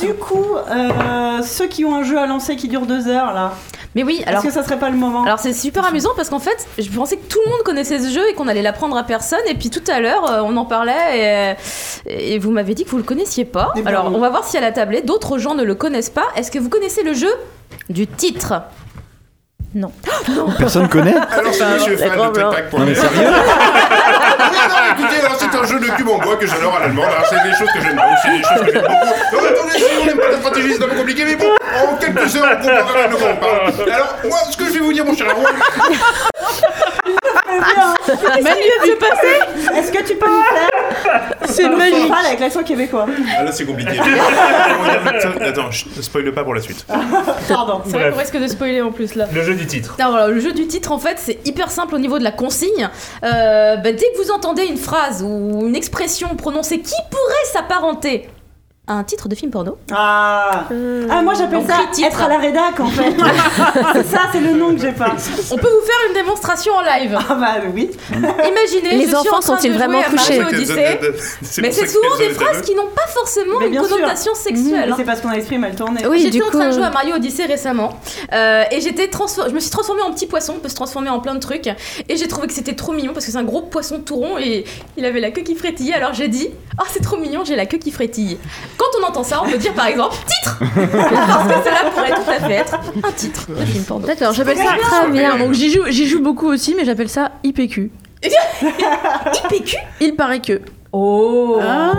Speaker 1: du coup, euh, ceux qui ont un jeu à lancer qui dure deux heures, là,
Speaker 6: Mais oui, alors.
Speaker 1: est-ce que ça serait pas le moment
Speaker 6: Alors c'est super amusant parce qu'en fait, je pensais que tout le monde connaissait ce jeu et qu'on allait l'apprendre à personne. Et puis tout à l'heure, euh, on en parlait et, et vous m'avez dit que vous le connaissiez pas.
Speaker 1: Eh ben,
Speaker 6: Alors
Speaker 1: oui.
Speaker 6: on va voir si à la tablée, d'autres gens ne le connaissent pas. Est-ce que vous connaissez le jeu du titre Non.
Speaker 5: Personne connaît.
Speaker 9: Alors, c'est monsieur fan de Tepac pour
Speaker 5: Non mais sérieux
Speaker 9: Ah, non, écoutez, alors c'est un jeu de cube en bois que j'adore à l'allemande. Alors c'est des choses que j'aime pas aussi, des choses que j'aime beaucoup. Non, mais attendez, si on n'aime pas la stratégie, c'est un peu compliqué, mais bon, en quelques heures, on comprendra de quoi on parle. Alors, moi, ce que je vais vous dire, mon cher Aaron,
Speaker 1: Est-ce que tu peux nous faire C'est magique parle avec l'accent québécois.
Speaker 9: ah, là, c'est compliqué. Attends, ne spoil pas pour la suite.
Speaker 1: Pardon.
Speaker 6: C'est vrai
Speaker 4: Bref.
Speaker 6: qu'on risque de spoiler en plus là.
Speaker 4: Le jeu du titre.
Speaker 6: Alors, voilà, le jeu du titre, en fait, c'est hyper simple au niveau de la consigne. Euh, bah, dès que vous entendez une phrase ou une expression prononcée qui pourrait s'apparenter à un titre de film porno,
Speaker 1: Ah, ah moi j'appelle
Speaker 6: on
Speaker 1: ça
Speaker 6: critique.
Speaker 1: être à la rédac en fait. c'est ça, c'est le nom que j'ai pas.
Speaker 6: on peut vous faire une démonstration en live.
Speaker 1: Ah bah oui.
Speaker 6: Imaginez,
Speaker 10: Les
Speaker 6: je suis
Speaker 10: enfants
Speaker 6: en train
Speaker 10: sont-ils
Speaker 6: de jouer
Speaker 10: vraiment
Speaker 6: à Mario
Speaker 10: couchés
Speaker 6: Odyssey. Mais c'est souvent des phrases qui n'ont pas forcément
Speaker 1: Mais
Speaker 6: une
Speaker 1: bien sûr.
Speaker 6: connotation sexuelle. hein.
Speaker 1: Mais C'est parce qu'on a l'esprit mal tourné.
Speaker 10: Oui,
Speaker 6: j'étais
Speaker 10: du
Speaker 6: en
Speaker 10: coup,
Speaker 6: train de jouer
Speaker 10: euh,
Speaker 6: à Mario Odyssey récemment euh, et j'étais transfor- je me suis transformée en petit poisson, on peut se transformer en plein de trucs et j'ai trouvé que c'était trop mignon parce que c'est un gros poisson tout rond et il avait la queue qui frétillait alors j'ai dit "Ah c'est trop mignon, j'ai la queue qui frétille." Quand on entend ça, on peut dire par exemple titre parce que cela pourrait tout à fait être un titre de film porno.
Speaker 10: D'accord, j'appelle ça très bien. Donc j'y joue, j'y joue beaucoup aussi, mais j'appelle ça IPQ.
Speaker 6: IPQ
Speaker 10: Il paraît que.
Speaker 1: Oh.
Speaker 2: Ah,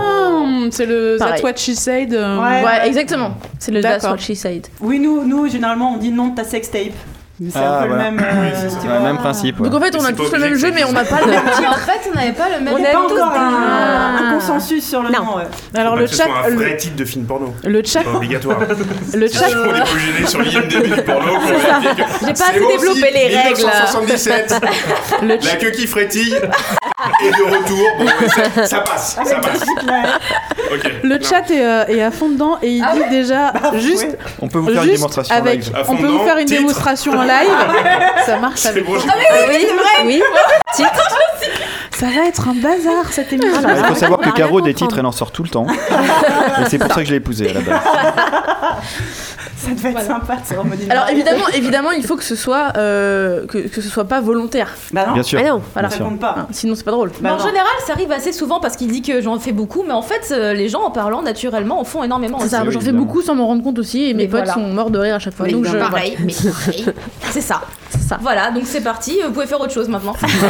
Speaker 2: c'est le
Speaker 10: Pareil.
Speaker 2: That's What She Said. euh,
Speaker 1: Ouais.
Speaker 10: Ouais, exactement. C'est le That's
Speaker 2: D'accord.
Speaker 10: What She Said.
Speaker 1: Oui, nous, nous généralement on dit non de ta sextape. C'est
Speaker 5: Ah,
Speaker 1: un peu
Speaker 5: voilà.
Speaker 1: le même. euh, tu vois.
Speaker 5: Ouais, Même principe. ouais.
Speaker 10: Donc en fait, on a
Speaker 9: c'est pas
Speaker 10: tous le
Speaker 9: obligé
Speaker 10: même
Speaker 9: que
Speaker 10: jeu,
Speaker 9: ça
Speaker 10: mais on n'a pas le.
Speaker 6: en fait, on n'avait pas le même
Speaker 1: On n'est pas
Speaker 6: tous
Speaker 1: encore
Speaker 6: des-
Speaker 1: un,
Speaker 10: Ah.
Speaker 1: un consensus sur le
Speaker 10: Non.
Speaker 1: nom. ouais.
Speaker 2: Alors
Speaker 5: Bah,
Speaker 2: le chat,
Speaker 9: un vrai
Speaker 2: le,
Speaker 9: titre de film porno.
Speaker 2: le chat,
Speaker 9: C'est pas obligatoire.
Speaker 2: le
Speaker 9: C'est
Speaker 2: chat.
Speaker 9: sûr qu'on est pas gêné sur l'IMDB du porno. pour vérifier que
Speaker 6: J'ai pas
Speaker 9: c'est
Speaker 6: assez
Speaker 9: bon,
Speaker 6: développé
Speaker 9: si,
Speaker 6: les règles.
Speaker 9: 1977,
Speaker 2: Le
Speaker 9: la queue qui frétille, et de retour. Bon, ouais, ça, ça passe, ça passe. Ok.
Speaker 2: Le
Speaker 9: Non.
Speaker 2: chat est, euh, est à fond dedans et
Speaker 6: Ah
Speaker 2: il dit déjà
Speaker 1: Ah,
Speaker 2: juste,
Speaker 5: On peut vous faire une
Speaker 2: juste
Speaker 5: démonstration en
Speaker 2: avec.
Speaker 5: live.
Speaker 9: À fond
Speaker 2: On peut vous
Speaker 9: dedans,
Speaker 2: faire une
Speaker 9: titre.
Speaker 2: démonstration en live. Ça marche
Speaker 9: C'est
Speaker 2: avec. Ah
Speaker 9: bon, j'ai-
Speaker 1: Ah,
Speaker 2: oui, oui. Titre. Ça va être un bazar cette
Speaker 10: Ah
Speaker 2: émission.
Speaker 5: Il faut savoir que
Speaker 10: On va rien
Speaker 5: Caro, des
Speaker 10: comprendre.
Speaker 5: titres, elle en sort tout le temps. Et c'est pour ça que je l'ai épousée à la base.
Speaker 1: Ça devait être sympa de se remonter.
Speaker 10: Alors évidemment, évidemment, il faut que ce soit euh, que, que ce soit pas volontaire.
Speaker 1: Bah non,
Speaker 5: Bien sûr.
Speaker 10: Ah non,
Speaker 5: Bien
Speaker 10: voilà.
Speaker 1: ça
Speaker 5: sûr.
Speaker 1: compte pas.
Speaker 10: Hein, Sinon, c'est pas drôle.
Speaker 1: Bah
Speaker 6: en
Speaker 1: non.
Speaker 6: général, ça arrive assez souvent parce qu'il dit que j'en fais beaucoup, mais en fait, euh, les gens en parlant naturellement en font énormément.
Speaker 10: C'est
Speaker 6: aussi.
Speaker 10: ça,
Speaker 5: oui,
Speaker 10: j'en fais
Speaker 5: évidemment.
Speaker 10: beaucoup sans m'en rendre compte aussi, et mes
Speaker 6: Mais
Speaker 10: potes
Speaker 6: voilà.
Speaker 10: sont morts de rire à chaque fois. Donc je, voilà.
Speaker 13: pareil, mais pareil.
Speaker 6: C'est ça.
Speaker 10: ça.
Speaker 6: Voilà, donc c'est parti. Vous pouvez faire autre chose maintenant. Et maintenant,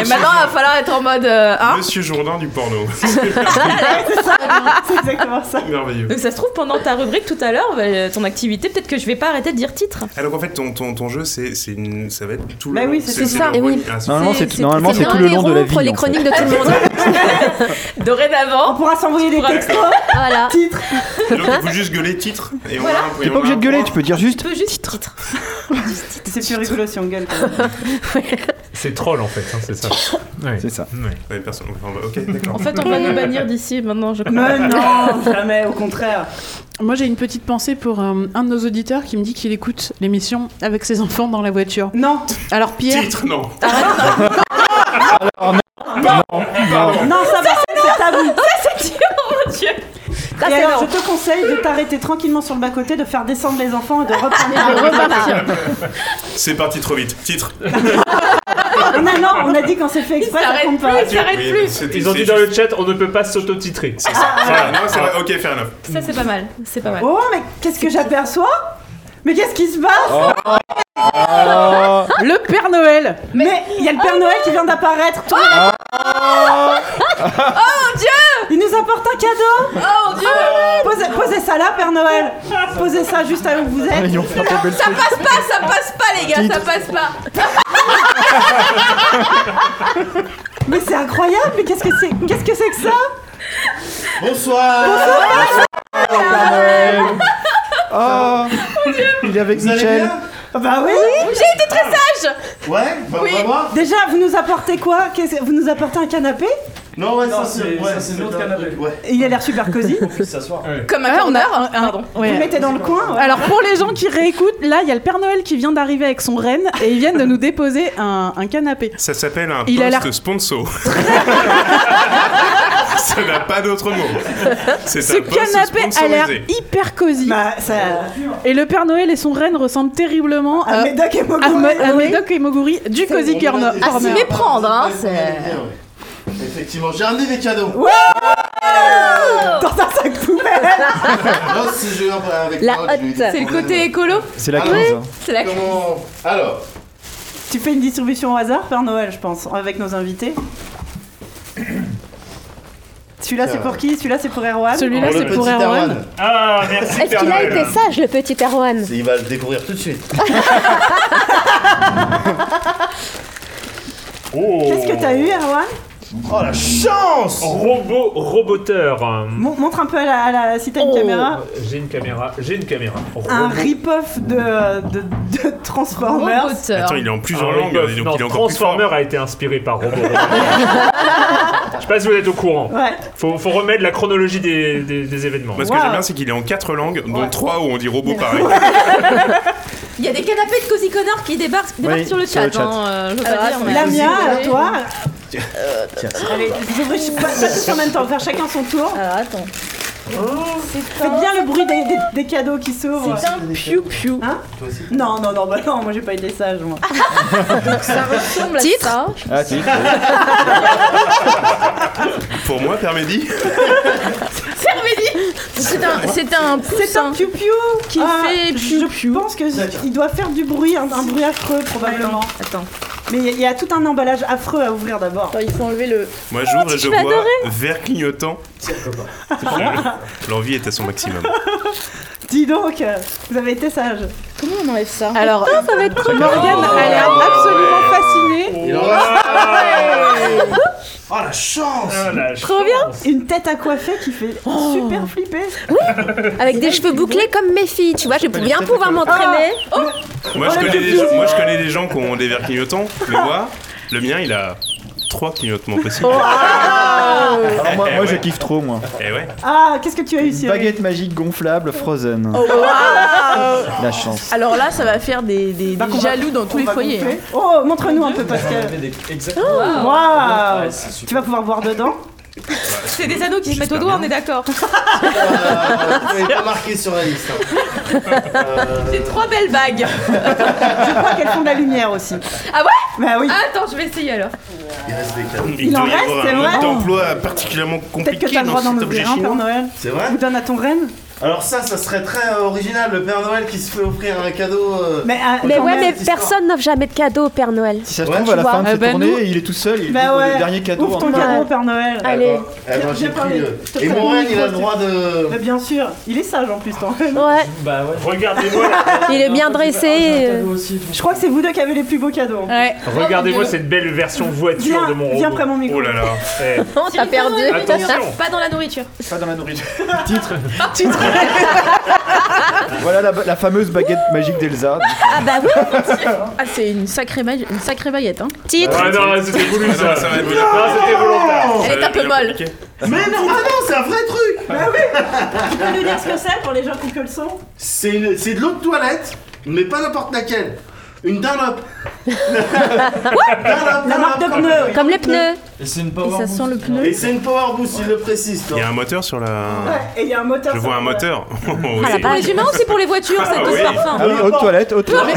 Speaker 6: il va falloir être en mode. euh, hein
Speaker 9: Monsieur Jourdain du porno.
Speaker 1: C'est exactement ça.
Speaker 9: Merveilleux.
Speaker 6: donc ça se trouve pendant ta rubrique tout à l'heure, bah, ton activité, peut-être que je vais pas arrêter de dire titre.
Speaker 9: Ah, donc en fait, ton, ton, ton jeu, c'est, c'est une- ça va être tout le
Speaker 1: Bah
Speaker 9: long.
Speaker 1: oui, c'est
Speaker 13: ça.
Speaker 9: le-
Speaker 13: Et oui.
Speaker 9: Ah, c'est-
Speaker 5: Normalement, c'est normalement, c'est
Speaker 13: bien
Speaker 5: tout le long de la vie. hein.
Speaker 13: interrompre les
Speaker 5: en fait.
Speaker 13: chroniques de tout le monde.
Speaker 1: On
Speaker 6: Dorénavant,
Speaker 1: pourra s'envoyer des textos,
Speaker 13: voilà.
Speaker 1: titres.
Speaker 9: Et donc, il faut juste gueuler titre. Et on a un-
Speaker 5: T'es
Speaker 9: on
Speaker 5: pas
Speaker 9: a
Speaker 5: obligé
Speaker 9: un
Speaker 5: de gueuler,
Speaker 9: point.
Speaker 5: tu peux dire
Speaker 6: tu
Speaker 5: juste.
Speaker 6: peux juste titre.
Speaker 1: C'est plus rigolo si on gueule. quand même.
Speaker 4: C'est troll en fait, hein, c'est ça. Ouais.
Speaker 5: C'est ça.
Speaker 4: Ouais.
Speaker 9: Ouais, personne. enfin, bah, ok, d'accord.
Speaker 6: En fait, on va nous bannir d'ici maintenant, je crois.
Speaker 1: Mais non, jamais, au contraire.
Speaker 2: Moi, j'ai une petite pensée pour euh, un de nos auditeurs qui me dit qu'il écoute l'émission avec ses enfants dans la voiture.
Speaker 1: Non,
Speaker 2: Alors Pierre,
Speaker 9: Titre, non.
Speaker 1: non, ça va, c'est tabou.
Speaker 6: Ah,
Speaker 1: Et
Speaker 6: c'est
Speaker 1: alors,
Speaker 6: bon.
Speaker 1: je te conseille de t'arrêter tranquillement sur le bas-côté, de faire descendre les enfants et de reprendre.
Speaker 6: Ah,
Speaker 9: C'est parti trop vite. Titre.
Speaker 1: on, a, non, on a dit quand c'est fait exprès, ça compte pas.
Speaker 6: Ils s'arrêtent
Speaker 9: Oui,
Speaker 6: plus.
Speaker 9: c'était-
Speaker 4: Ils ont
Speaker 9: c'est
Speaker 4: dit dans le
Speaker 9: juste-
Speaker 4: chat, on ne peut pas s'autotitrer. Ah.
Speaker 9: C'est ça. Voilà, non, c'est vrai. Ok, fair enough.
Speaker 6: Ça, c'est pas mal. C'est pas mal.
Speaker 1: Oh, mais qu'est-ce que j'aperçois Mais qu'est-ce qui se passe
Speaker 14: Oh.
Speaker 2: le Père Noël.
Speaker 1: Mais il y a le Père Noël qui vient d'apparaître. Tout le monde-
Speaker 14: Ah.
Speaker 1: Oh mon Dieu Il nous apporte un cadeau.
Speaker 6: Oh mon dieu
Speaker 1: Posez, posez ça là, Père Noël. Posez ça juste là où vous êtes.
Speaker 5: Ils ont fait un peu belle-
Speaker 6: Ça passe pas, ça passe pas, les gars, ça passe pas.
Speaker 1: Mais c'est incroyable. Mais qu'est-ce que c'est Qu'est-ce que c'est que ça
Speaker 14: Bonsoir
Speaker 5: Ah
Speaker 1: Oh.
Speaker 5: Il est avec
Speaker 14: Vous allez
Speaker 5: Michel.
Speaker 14: bien Ah,
Speaker 1: Bah oui.
Speaker 14: Ouais bah, On va voir
Speaker 1: Déjà, vous nous apportez quoi Qu'est-ce- Vous nous apportez un canapé
Speaker 14: Non, Ah ouais, ça c'est ouais, c'est notre canapé. Ouais,
Speaker 1: Il a l'air super cosy.
Speaker 14: on peut s'asseoir.
Speaker 6: Comme un
Speaker 2: Ah, on a
Speaker 6: corner.
Speaker 2: un- un-
Speaker 6: Pardon.
Speaker 1: Vous
Speaker 2: ouais.
Speaker 1: le mettez dans le coin. ouais.
Speaker 2: Alors pour les gens qui réécoutent, là, il y a le Père Noël qui vient d'arriver avec son renne et ils viennent de nous déposer un, un canapé.
Speaker 9: Ça s'appelle un
Speaker 2: Il a
Speaker 9: poste
Speaker 2: l'air-
Speaker 9: sponsor. ça n'a pas d'autre mot. C'est
Speaker 2: Ce
Speaker 9: un poste
Speaker 2: canapé a l'air
Speaker 9: sponsorisé.
Speaker 2: hyper cosy.
Speaker 1: Bah, ça.
Speaker 2: Et le Père Noël et son renne ressemblent terriblement
Speaker 1: Ah,
Speaker 2: à,
Speaker 1: Médoc et Moguri.
Speaker 2: à Mo- à Médoc et Moguri du cosy corner.
Speaker 6: Ah, s'y méprendre, hein, c'est.
Speaker 14: Ouais. Effectivement, j'ai ramené des cadeaux.
Speaker 1: Dans un sac poubelle.
Speaker 14: Là, si je viens avec
Speaker 13: La
Speaker 14: moi, je lui
Speaker 13: hotte.
Speaker 14: dis-
Speaker 6: C'est le côté écolo.
Speaker 5: C'est la
Speaker 14: Ah
Speaker 5: 15.
Speaker 14: ouais.
Speaker 5: hein.
Speaker 6: C'est la
Speaker 14: Comment Alors,
Speaker 1: tu fais une distribution au hasard, Père Noël, je pense, avec nos invités. Celui-là, c'est pour qui Ah Celui-là, c'est pour Erwan.
Speaker 2: Celui-là,
Speaker 14: Euh. le
Speaker 2: c'est pour
Speaker 14: petit
Speaker 2: Erwan.
Speaker 14: Erwan.
Speaker 4: Ah, merci.
Speaker 13: Est-ce qu'il a été sage, le petit Erwan
Speaker 14: Il va le découvrir tout de suite.
Speaker 1: Qu'est-ce que t'as eu, Erwan
Speaker 14: Oh la chance
Speaker 4: Robot, roboteur.
Speaker 1: Mon- Montre un peu à la, à la- si t'as une
Speaker 4: Oh,
Speaker 1: caméra.
Speaker 4: J'ai une caméra, j'ai une caméra.
Speaker 1: Un
Speaker 4: Robot.
Speaker 1: rip-off de, de, de Transformers.
Speaker 6: Roboteur.
Speaker 9: Attends, il est en
Speaker 4: Ah,
Speaker 9: plusieurs
Speaker 4: oui,
Speaker 9: langues,
Speaker 4: bof,
Speaker 9: donc
Speaker 4: non,
Speaker 9: il est encore plus fort.
Speaker 4: Transformer a été inspiré par Robot. Je sais pas si vous êtes au courant.
Speaker 1: Ouais.
Speaker 4: Faut, faut remettre la chronologie des, des- des événements.
Speaker 9: Moi, ce que
Speaker 1: Wow.
Speaker 9: j'aime bien, c'est qu'il est en quatre langues, dont trois où on dit robot pareil.
Speaker 6: Il y a des canapés de cosy corner qui débarquent, débarquent
Speaker 5: Oui,
Speaker 6: sur le
Speaker 5: sur
Speaker 6: chat.
Speaker 5: le chat.
Speaker 6: hein, euh, je veux pas dire, mais-
Speaker 1: La mienne, alors toi.
Speaker 14: Tiens, ça
Speaker 1: Euh, Allez, vous ouvrez, je sais pas, pas tous en même temps, faire chacun son tour.
Speaker 13: Alors attends.
Speaker 1: Faites bien le bruit des, des- des cadeaux qui s'ouvrent.
Speaker 14: C'est un piou
Speaker 1: piou. Hein Non, non, non, bah non, moi j'ai pas été sage, moi.
Speaker 13: Ressemble à ça.
Speaker 5: Ah, si.
Speaker 9: Pour moi, Permédi,
Speaker 10: C'est un, c'est un
Speaker 1: C'est un Ah.
Speaker 10: poussin
Speaker 1: piou piou
Speaker 10: qui fait
Speaker 1: Je
Speaker 10: piou piou.
Speaker 1: pense qu'il doit faire du bruit, un, un bruit affreux probablement.
Speaker 10: Attends.
Speaker 1: Mais il y a- il y, a tout un emballage affreux à ouvrir d'abord.
Speaker 10: Attends, il faut enlever le.
Speaker 9: moi
Speaker 2: Oh,
Speaker 9: j'ouvre et je vois vert clignotant. L'envie est à son maximum.
Speaker 1: Dis donc, euh, vous avez été sage.
Speaker 10: Comment on enlève ça
Speaker 2: Alors, Morgane
Speaker 14: Oh,
Speaker 2: a l'air
Speaker 14: ouais.
Speaker 2: absolument fascinée.
Speaker 14: Il en
Speaker 4: Oh,
Speaker 14: reste-
Speaker 4: ah,
Speaker 14: Oh la chance
Speaker 4: la
Speaker 1: Trop bien.
Speaker 4: chance.
Speaker 1: Une tête à coiffer qui fait
Speaker 10: Oh.
Speaker 1: super flipper.
Speaker 13: Avec des cheveux bouclés comme mes filles, tu vois, je vais bien pouvoir m'entraîner.
Speaker 2: Oh,
Speaker 9: Moi je, connais des gens, moi je connais des gens qui ont des verres clignotants, mais moi, le mien il a. trois clignotements possibles.
Speaker 5: Alors Oh, ah. moi,
Speaker 9: Eh
Speaker 5: moi
Speaker 9: ouais.
Speaker 5: je kiffe trop moi.
Speaker 9: Eh ouais.
Speaker 1: Ah, qu'est-ce que tu as eu,
Speaker 5: Une
Speaker 1: Cyril
Speaker 5: baguette magique gonflable Frozen.
Speaker 10: Oh, waouh
Speaker 5: La chance.
Speaker 10: Alors là, ça va faire des, des- des
Speaker 1: on Bah, va-
Speaker 10: jaloux dans tous
Speaker 1: on
Speaker 10: les
Speaker 1: va
Speaker 10: foyers. hein.
Speaker 1: gonfler. Oh, montre-nous un peu, Pascal.
Speaker 14: Exactement.
Speaker 1: Waouh
Speaker 14: Ouais, c'est super.
Speaker 1: Tu vas pouvoir voir dedans
Speaker 6: C'est des anneaux qui se mettent au doigt, on est d'accord.
Speaker 14: Euh, Vous n'avez pas marqué sur la liste. hein. Euh,
Speaker 6: J'ai trois belles bagues.
Speaker 1: Je crois qu'elles font de la lumière aussi.
Speaker 6: Ah ouais
Speaker 1: Bah oui.
Speaker 6: Attends, je vais essayer alors.
Speaker 14: Il reste des cadres.
Speaker 1: Il en
Speaker 9: doit y
Speaker 1: reste,
Speaker 9: avoir
Speaker 1: c'est
Speaker 9: un
Speaker 1: vrai
Speaker 9: mode d'emploi particulièrement
Speaker 1: Peut-être que
Speaker 9: compliqué
Speaker 1: t'as le
Speaker 9: dans
Speaker 1: droit d'en
Speaker 9: cet objet
Speaker 1: ouvrir un, Père
Speaker 9: chinois.
Speaker 1: Noël.
Speaker 14: C'est vrai
Speaker 1: Ou donne à ton reine
Speaker 14: Alors ça, ça serait très euh, original, le Père Noël qui se fait offrir un cadeau. euh,
Speaker 1: Mais, ah,
Speaker 13: Mais
Speaker 1: quand
Speaker 13: ouais,
Speaker 1: même.
Speaker 13: mais
Speaker 14: cette histoire.
Speaker 13: personne n'offre jamais de cadeau au Père Noël.
Speaker 5: Si ça se
Speaker 14: Ouais,
Speaker 5: trouve
Speaker 14: tu
Speaker 5: à la
Speaker 13: vois.
Speaker 5: fin de
Speaker 2: Eh
Speaker 5: cette
Speaker 2: ben,
Speaker 5: tournée,
Speaker 2: nous-
Speaker 5: il est tout seul, il
Speaker 1: Bah
Speaker 5: ouvre
Speaker 1: ouais.
Speaker 5: le dernier cadeau.
Speaker 1: Ouvre
Speaker 5: en-
Speaker 1: ton
Speaker 13: Ouais.
Speaker 1: cadeau, Père Noël.
Speaker 14: eh
Speaker 13: Allez.
Speaker 14: ben, eh ben,
Speaker 1: J'ai
Speaker 14: j'ai pris,
Speaker 1: parlé.
Speaker 14: euh,
Speaker 1: Je te
Speaker 14: Et
Speaker 1: prends
Speaker 14: mon
Speaker 1: le
Speaker 14: reine, il a le
Speaker 1: micro,
Speaker 14: droit de.
Speaker 1: Mais bien sûr, il est sage en plus, ton reine.
Speaker 13: Ouais,
Speaker 14: Bah ouais.
Speaker 4: Regardez-moi
Speaker 13: il est bien dressé. euh,
Speaker 1: Je crois que c'est vous deux qui avez les plus beaux cadeaux.
Speaker 6: Ouais.
Speaker 4: Regardez-moi cette belle version voiture
Speaker 1: Viens,
Speaker 4: de mon robot.
Speaker 1: viens près mon micro.
Speaker 9: Oh là là.
Speaker 4: Eh,
Speaker 13: Non, t'as perdu.
Speaker 4: attention
Speaker 6: Pas dans la nourriture.
Speaker 5: Pas dans la nourriture. Titre. Voilà la, la fameuse baguette magique d'Elsa.
Speaker 10: Ah bah oui Ah, c'est une sacrée, ma- une sacrée baguette. Hein.
Speaker 13: Titre.
Speaker 4: Ah non, là, c'était voulu ça.
Speaker 9: ça va être-
Speaker 4: Non, c'était volontaire. Euh,
Speaker 6: Elle est un peu molle.
Speaker 14: Mais non, ah non, c'est un vrai truc
Speaker 1: Bah
Speaker 14: Bah
Speaker 1: Tu peux nous dire ce que c'est pour les gens qui que le son
Speaker 14: C'est une- c'est de l'eau de toilette, mais pas n'importe laquelle. Une Dunlop. Dunlop,
Speaker 1: La marque de
Speaker 14: Dunlop.
Speaker 1: pneus.
Speaker 13: Comme les pneus.
Speaker 15: Et c'est une
Speaker 10: Et
Speaker 15: power
Speaker 10: ça
Speaker 15: boost.
Speaker 10: sent le pneu.
Speaker 14: Et c'est une Power Boost, il le précise.
Speaker 9: Il y a
Speaker 14: toi.
Speaker 9: un moteur sur la.
Speaker 1: Ouais, Et il y a un moteur.
Speaker 9: Je
Speaker 1: sur
Speaker 9: vois
Speaker 1: le-
Speaker 9: un moteur. Oh,
Speaker 13: Ah, la
Speaker 9: oui.
Speaker 6: Pour
Speaker 13: vache.
Speaker 6: les humains ou c'est pour les voitures,
Speaker 9: Ah
Speaker 6: cette douce
Speaker 9: oui.
Speaker 6: parfum
Speaker 5: Ah oui, haute toilette, haute toilette.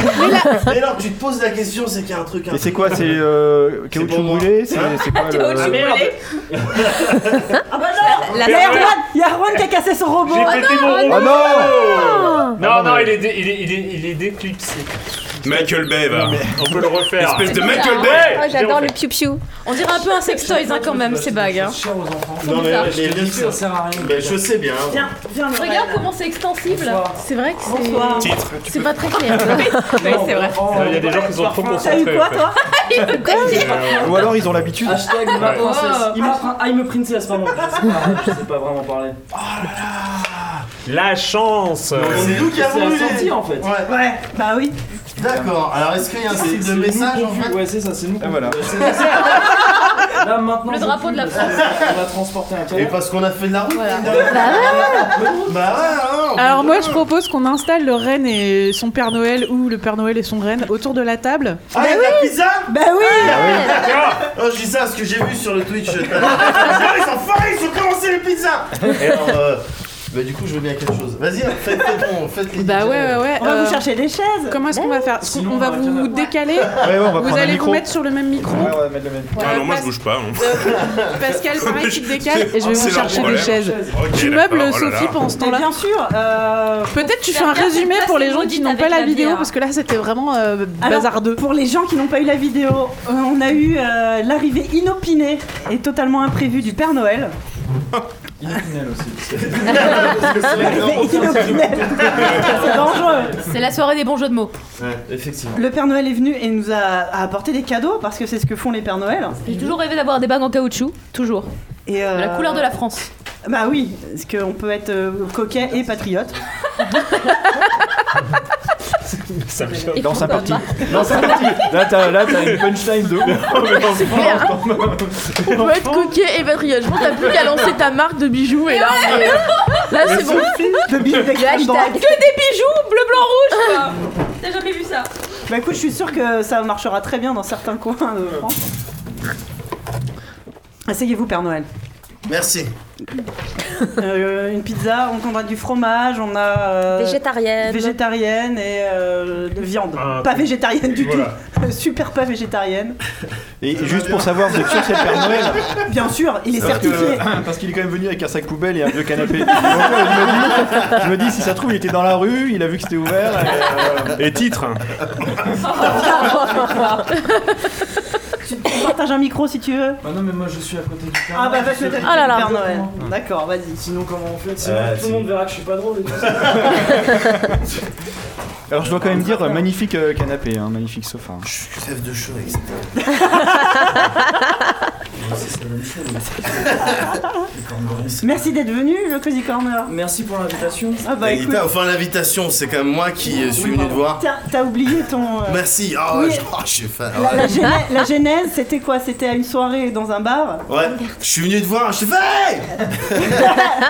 Speaker 14: Mais alors, tu te poses la question, c'est qu'il y a un truc.
Speaker 5: Et c'est quoi C'est euh, caoutchouc
Speaker 14: pour moi.
Speaker 5: brûlé C'est c'est quoi
Speaker 6: Caoutchouc
Speaker 5: le.
Speaker 6: brûlé.
Speaker 10: Hein
Speaker 1: Ah bah non
Speaker 6: La
Speaker 1: Il y a
Speaker 6: merde.
Speaker 1: Erwan, il y a Erwan qui a cassé son robot.
Speaker 4: J'ai pété mon
Speaker 10: Ah
Speaker 4: robot.
Speaker 5: Oh non
Speaker 4: Non, non, il est, dé- il est, il est, il est déclipsé.
Speaker 9: Michael Bay, va.
Speaker 4: On peut le refaire.
Speaker 9: Espèce de
Speaker 1: Ah
Speaker 9: Michael Bay.
Speaker 4: Ouais,
Speaker 6: Ah,
Speaker 13: Oh, j'adore
Speaker 4: j'ai
Speaker 13: le piou-piou.
Speaker 6: On dirait un peu un sextoys hein, quand même, ces bagues. hein.
Speaker 15: Cher aux enfants.
Speaker 14: Non, mais, mais bien sûr.
Speaker 15: Ça sert à rien.
Speaker 14: Mais je sais bien.
Speaker 1: Viens, viens, Lorraine.
Speaker 6: Regarde comment c'est extensible.
Speaker 10: C'est vrai que c'est.
Speaker 1: Bonsoir.
Speaker 9: Titre.
Speaker 10: C'est pas très clair.
Speaker 6: Oui, c'est vrai.
Speaker 15: Oh,
Speaker 4: Il y
Speaker 14: euh,
Speaker 4: a des gens qui sont trop
Speaker 1: T'as
Speaker 4: concentrés.
Speaker 1: eu quoi, toi
Speaker 5: Ou alors ils ont l'habitude.
Speaker 15: Hashtag ma
Speaker 4: Ouais.
Speaker 15: princesse. Il m'a prin- Ah, il me princesse, pardon. Je sais pas- Je sais pas vraiment parler.
Speaker 4: La chance
Speaker 14: C'est nous qui avons eu
Speaker 15: C'est
Speaker 14: les-
Speaker 15: sorti en fait.
Speaker 14: Ouais,
Speaker 1: Ouais, bah oui.
Speaker 14: d'accord. Alors, est-ce qu'il y a un
Speaker 15: C'est-
Speaker 14: style
Speaker 15: c'est
Speaker 14: de
Speaker 15: nous
Speaker 14: message en
Speaker 15: confus.
Speaker 14: fait
Speaker 15: Ouais, c'est ça, c'est nous. confus.
Speaker 5: voilà.
Speaker 15: Ouais, c'est- c'est ça. Là maintenant.
Speaker 6: Le
Speaker 15: c'est
Speaker 6: drapeau
Speaker 15: plus-
Speaker 6: de la France.
Speaker 15: On va transporter un
Speaker 14: Et
Speaker 15: cadeau.
Speaker 14: parce qu'on a fait de la route,
Speaker 6: Voilà.
Speaker 14: mine de rien. Bah ouais, ouais, ouais.
Speaker 2: Alors moi je propose qu'on installe le reine et son Père Noël ou le Père Noël et son reine autour de la table.
Speaker 14: Ah, il y a de la pizza
Speaker 1: Bah oui
Speaker 14: Oh, je dis ça parce que j'ai vu sur le Twitch. tout à l'heure. Ah, ils sont foirés, ils ont commencé les pizzas Et alors, euh, bah, du coup, je veux bien quelque chose. Vas-y, faites les bons, faites les
Speaker 2: Bah
Speaker 14: pizzas.
Speaker 2: ouais ouais ouais.
Speaker 1: On va
Speaker 2: euh,
Speaker 1: vous chercher des chaises.
Speaker 2: Comment est-ce qu'on va faire Est-ce qu'on-
Speaker 15: Sinon,
Speaker 2: On va
Speaker 15: on va faire
Speaker 2: vous
Speaker 15: la-
Speaker 2: décaler
Speaker 5: Ouais, ouais, on va
Speaker 2: Vous
Speaker 5: prendre un
Speaker 2: allez vous
Speaker 5: micro.
Speaker 2: mettre sur le même micro.
Speaker 5: Ouais, on va mettre le même.
Speaker 9: Ah non, moi
Speaker 2: Pas-
Speaker 9: je bouge pas. hein.
Speaker 2: Euh, Pascal, pareil, tu te décales et je vais
Speaker 9: C'est leur
Speaker 2: vous chercher des
Speaker 9: problème.
Speaker 2: chaises.
Speaker 9: Ok,
Speaker 2: Tu
Speaker 9: d'accord,
Speaker 2: meubles
Speaker 9: oh là
Speaker 2: Sophie
Speaker 9: là.
Speaker 2: pendant ce
Speaker 1: Mais
Speaker 2: temps-là.
Speaker 1: bien sûr. euh,
Speaker 2: Peut-être tu fais un
Speaker 6: Regarde,
Speaker 2: résumé
Speaker 6: ça,
Speaker 2: pour
Speaker 6: c'est
Speaker 2: les gens qui
Speaker 6: maudite
Speaker 2: n'ont pas
Speaker 6: avec
Speaker 2: la
Speaker 6: la
Speaker 2: vidéo
Speaker 6: bière.
Speaker 2: parce que là c'était vraiment euh,
Speaker 1: alors,
Speaker 2: bazardeux.
Speaker 1: pour les gens qui n'ont pas eu la vidéo, euh, on a eu euh, l'arrivée inopinée et totalement imprévue du Père Noël.
Speaker 5: Inopinel aussi.
Speaker 1: L'arrivée inopinée. C'est dangereux.
Speaker 6: C'est la soirée des bons jeux de mots.
Speaker 14: Ouais, effectivement.
Speaker 1: Le Père Noël est venu et nous a, a apporté des cadeaux parce que c'est ce que font les Pères Noël.
Speaker 6: J'ai toujours rêvé d'avoir des bagues en caoutchouc. Toujours.
Speaker 1: Et euh,
Speaker 6: La couleur de la France.
Speaker 1: Bah oui, parce qu'on peut être euh, coquet et patriote.
Speaker 4: Ça me choque.
Speaker 5: Dans sa partie.
Speaker 6: pas.
Speaker 5: Dans sa partie. Là, t'as là, t'as une punchline de ouf.
Speaker 1: hein.
Speaker 10: On peut être coquet et patriote. Je pense que t'as plus qu'à lancer ta marque de bijoux et là, c'est- là c'est bon.
Speaker 1: Le bif d'extrême droite.
Speaker 6: Des bijoux bleu, blanc, rouge quoi. T'as jamais vu ça
Speaker 1: Bah écoute, je suis sûre que ça marchera très bien dans certains coins de France. Asseyez-vous, Père Noël.
Speaker 14: Merci.
Speaker 1: Euh, une pizza, on a du fromage, on a. euh,
Speaker 13: Végétarienne.
Speaker 1: végétarienne et euh, de viande.
Speaker 4: Ah,
Speaker 1: pas
Speaker 4: puis-
Speaker 1: végétarienne du
Speaker 4: voilà.
Speaker 1: tout. Super pas végétarienne.
Speaker 5: Et juste pour savoir, vous êtes sûr que c'est le Père Noël
Speaker 1: Bien sûr, il est
Speaker 5: Parce que-
Speaker 1: certifié.
Speaker 5: Parce qu'il est quand même venu avec un sac poubelle et un vieux canapé. Donc, je, me dis, je me dis, si ça se trouve, il était dans la rue, il a vu que c'était ouvert. et, euh,
Speaker 9: Et titre
Speaker 1: On partage un micro si tu veux.
Speaker 15: Bah non, mais moi je suis à côté du Père
Speaker 1: Ah bah
Speaker 15: Noël,
Speaker 1: va
Speaker 15: je
Speaker 1: te
Speaker 15: sais
Speaker 1: mettre
Speaker 15: pas.
Speaker 13: là là.
Speaker 1: Père Noël. D'accord, vas-y.
Speaker 15: Sinon, comment on fait Sinon,
Speaker 14: Ah,
Speaker 15: tout
Speaker 14: c'est-
Speaker 15: le monde verra que je suis pas drôle et tout ça.
Speaker 5: Alors, je dois quand même dire, euh, magnifique euh, hein. canapé, hein, magnifique sofa.
Speaker 14: Je suis chef de show, etc.
Speaker 15: c'est la même chose. Les cornerons, c'est-
Speaker 1: Merci d'être venu, le Cozy Corner.
Speaker 15: Merci pour l'invitation.
Speaker 1: Ah bah
Speaker 14: Et
Speaker 1: écoute,
Speaker 14: t'as- Enfin, l'invitation, c'est quand même moi qui euh, suis venu te voir.
Speaker 1: t'as t'as oublié ton. euh,
Speaker 14: Merci. Ah,
Speaker 1: oui,
Speaker 14: je- ah, je suis fan.
Speaker 1: La, la
Speaker 14: Ouais.
Speaker 1: géné- la genèse, c'était quoi C'était à une soirée dans un bar.
Speaker 14: Ouais, je suis venu te voir, je t'ai fait Hey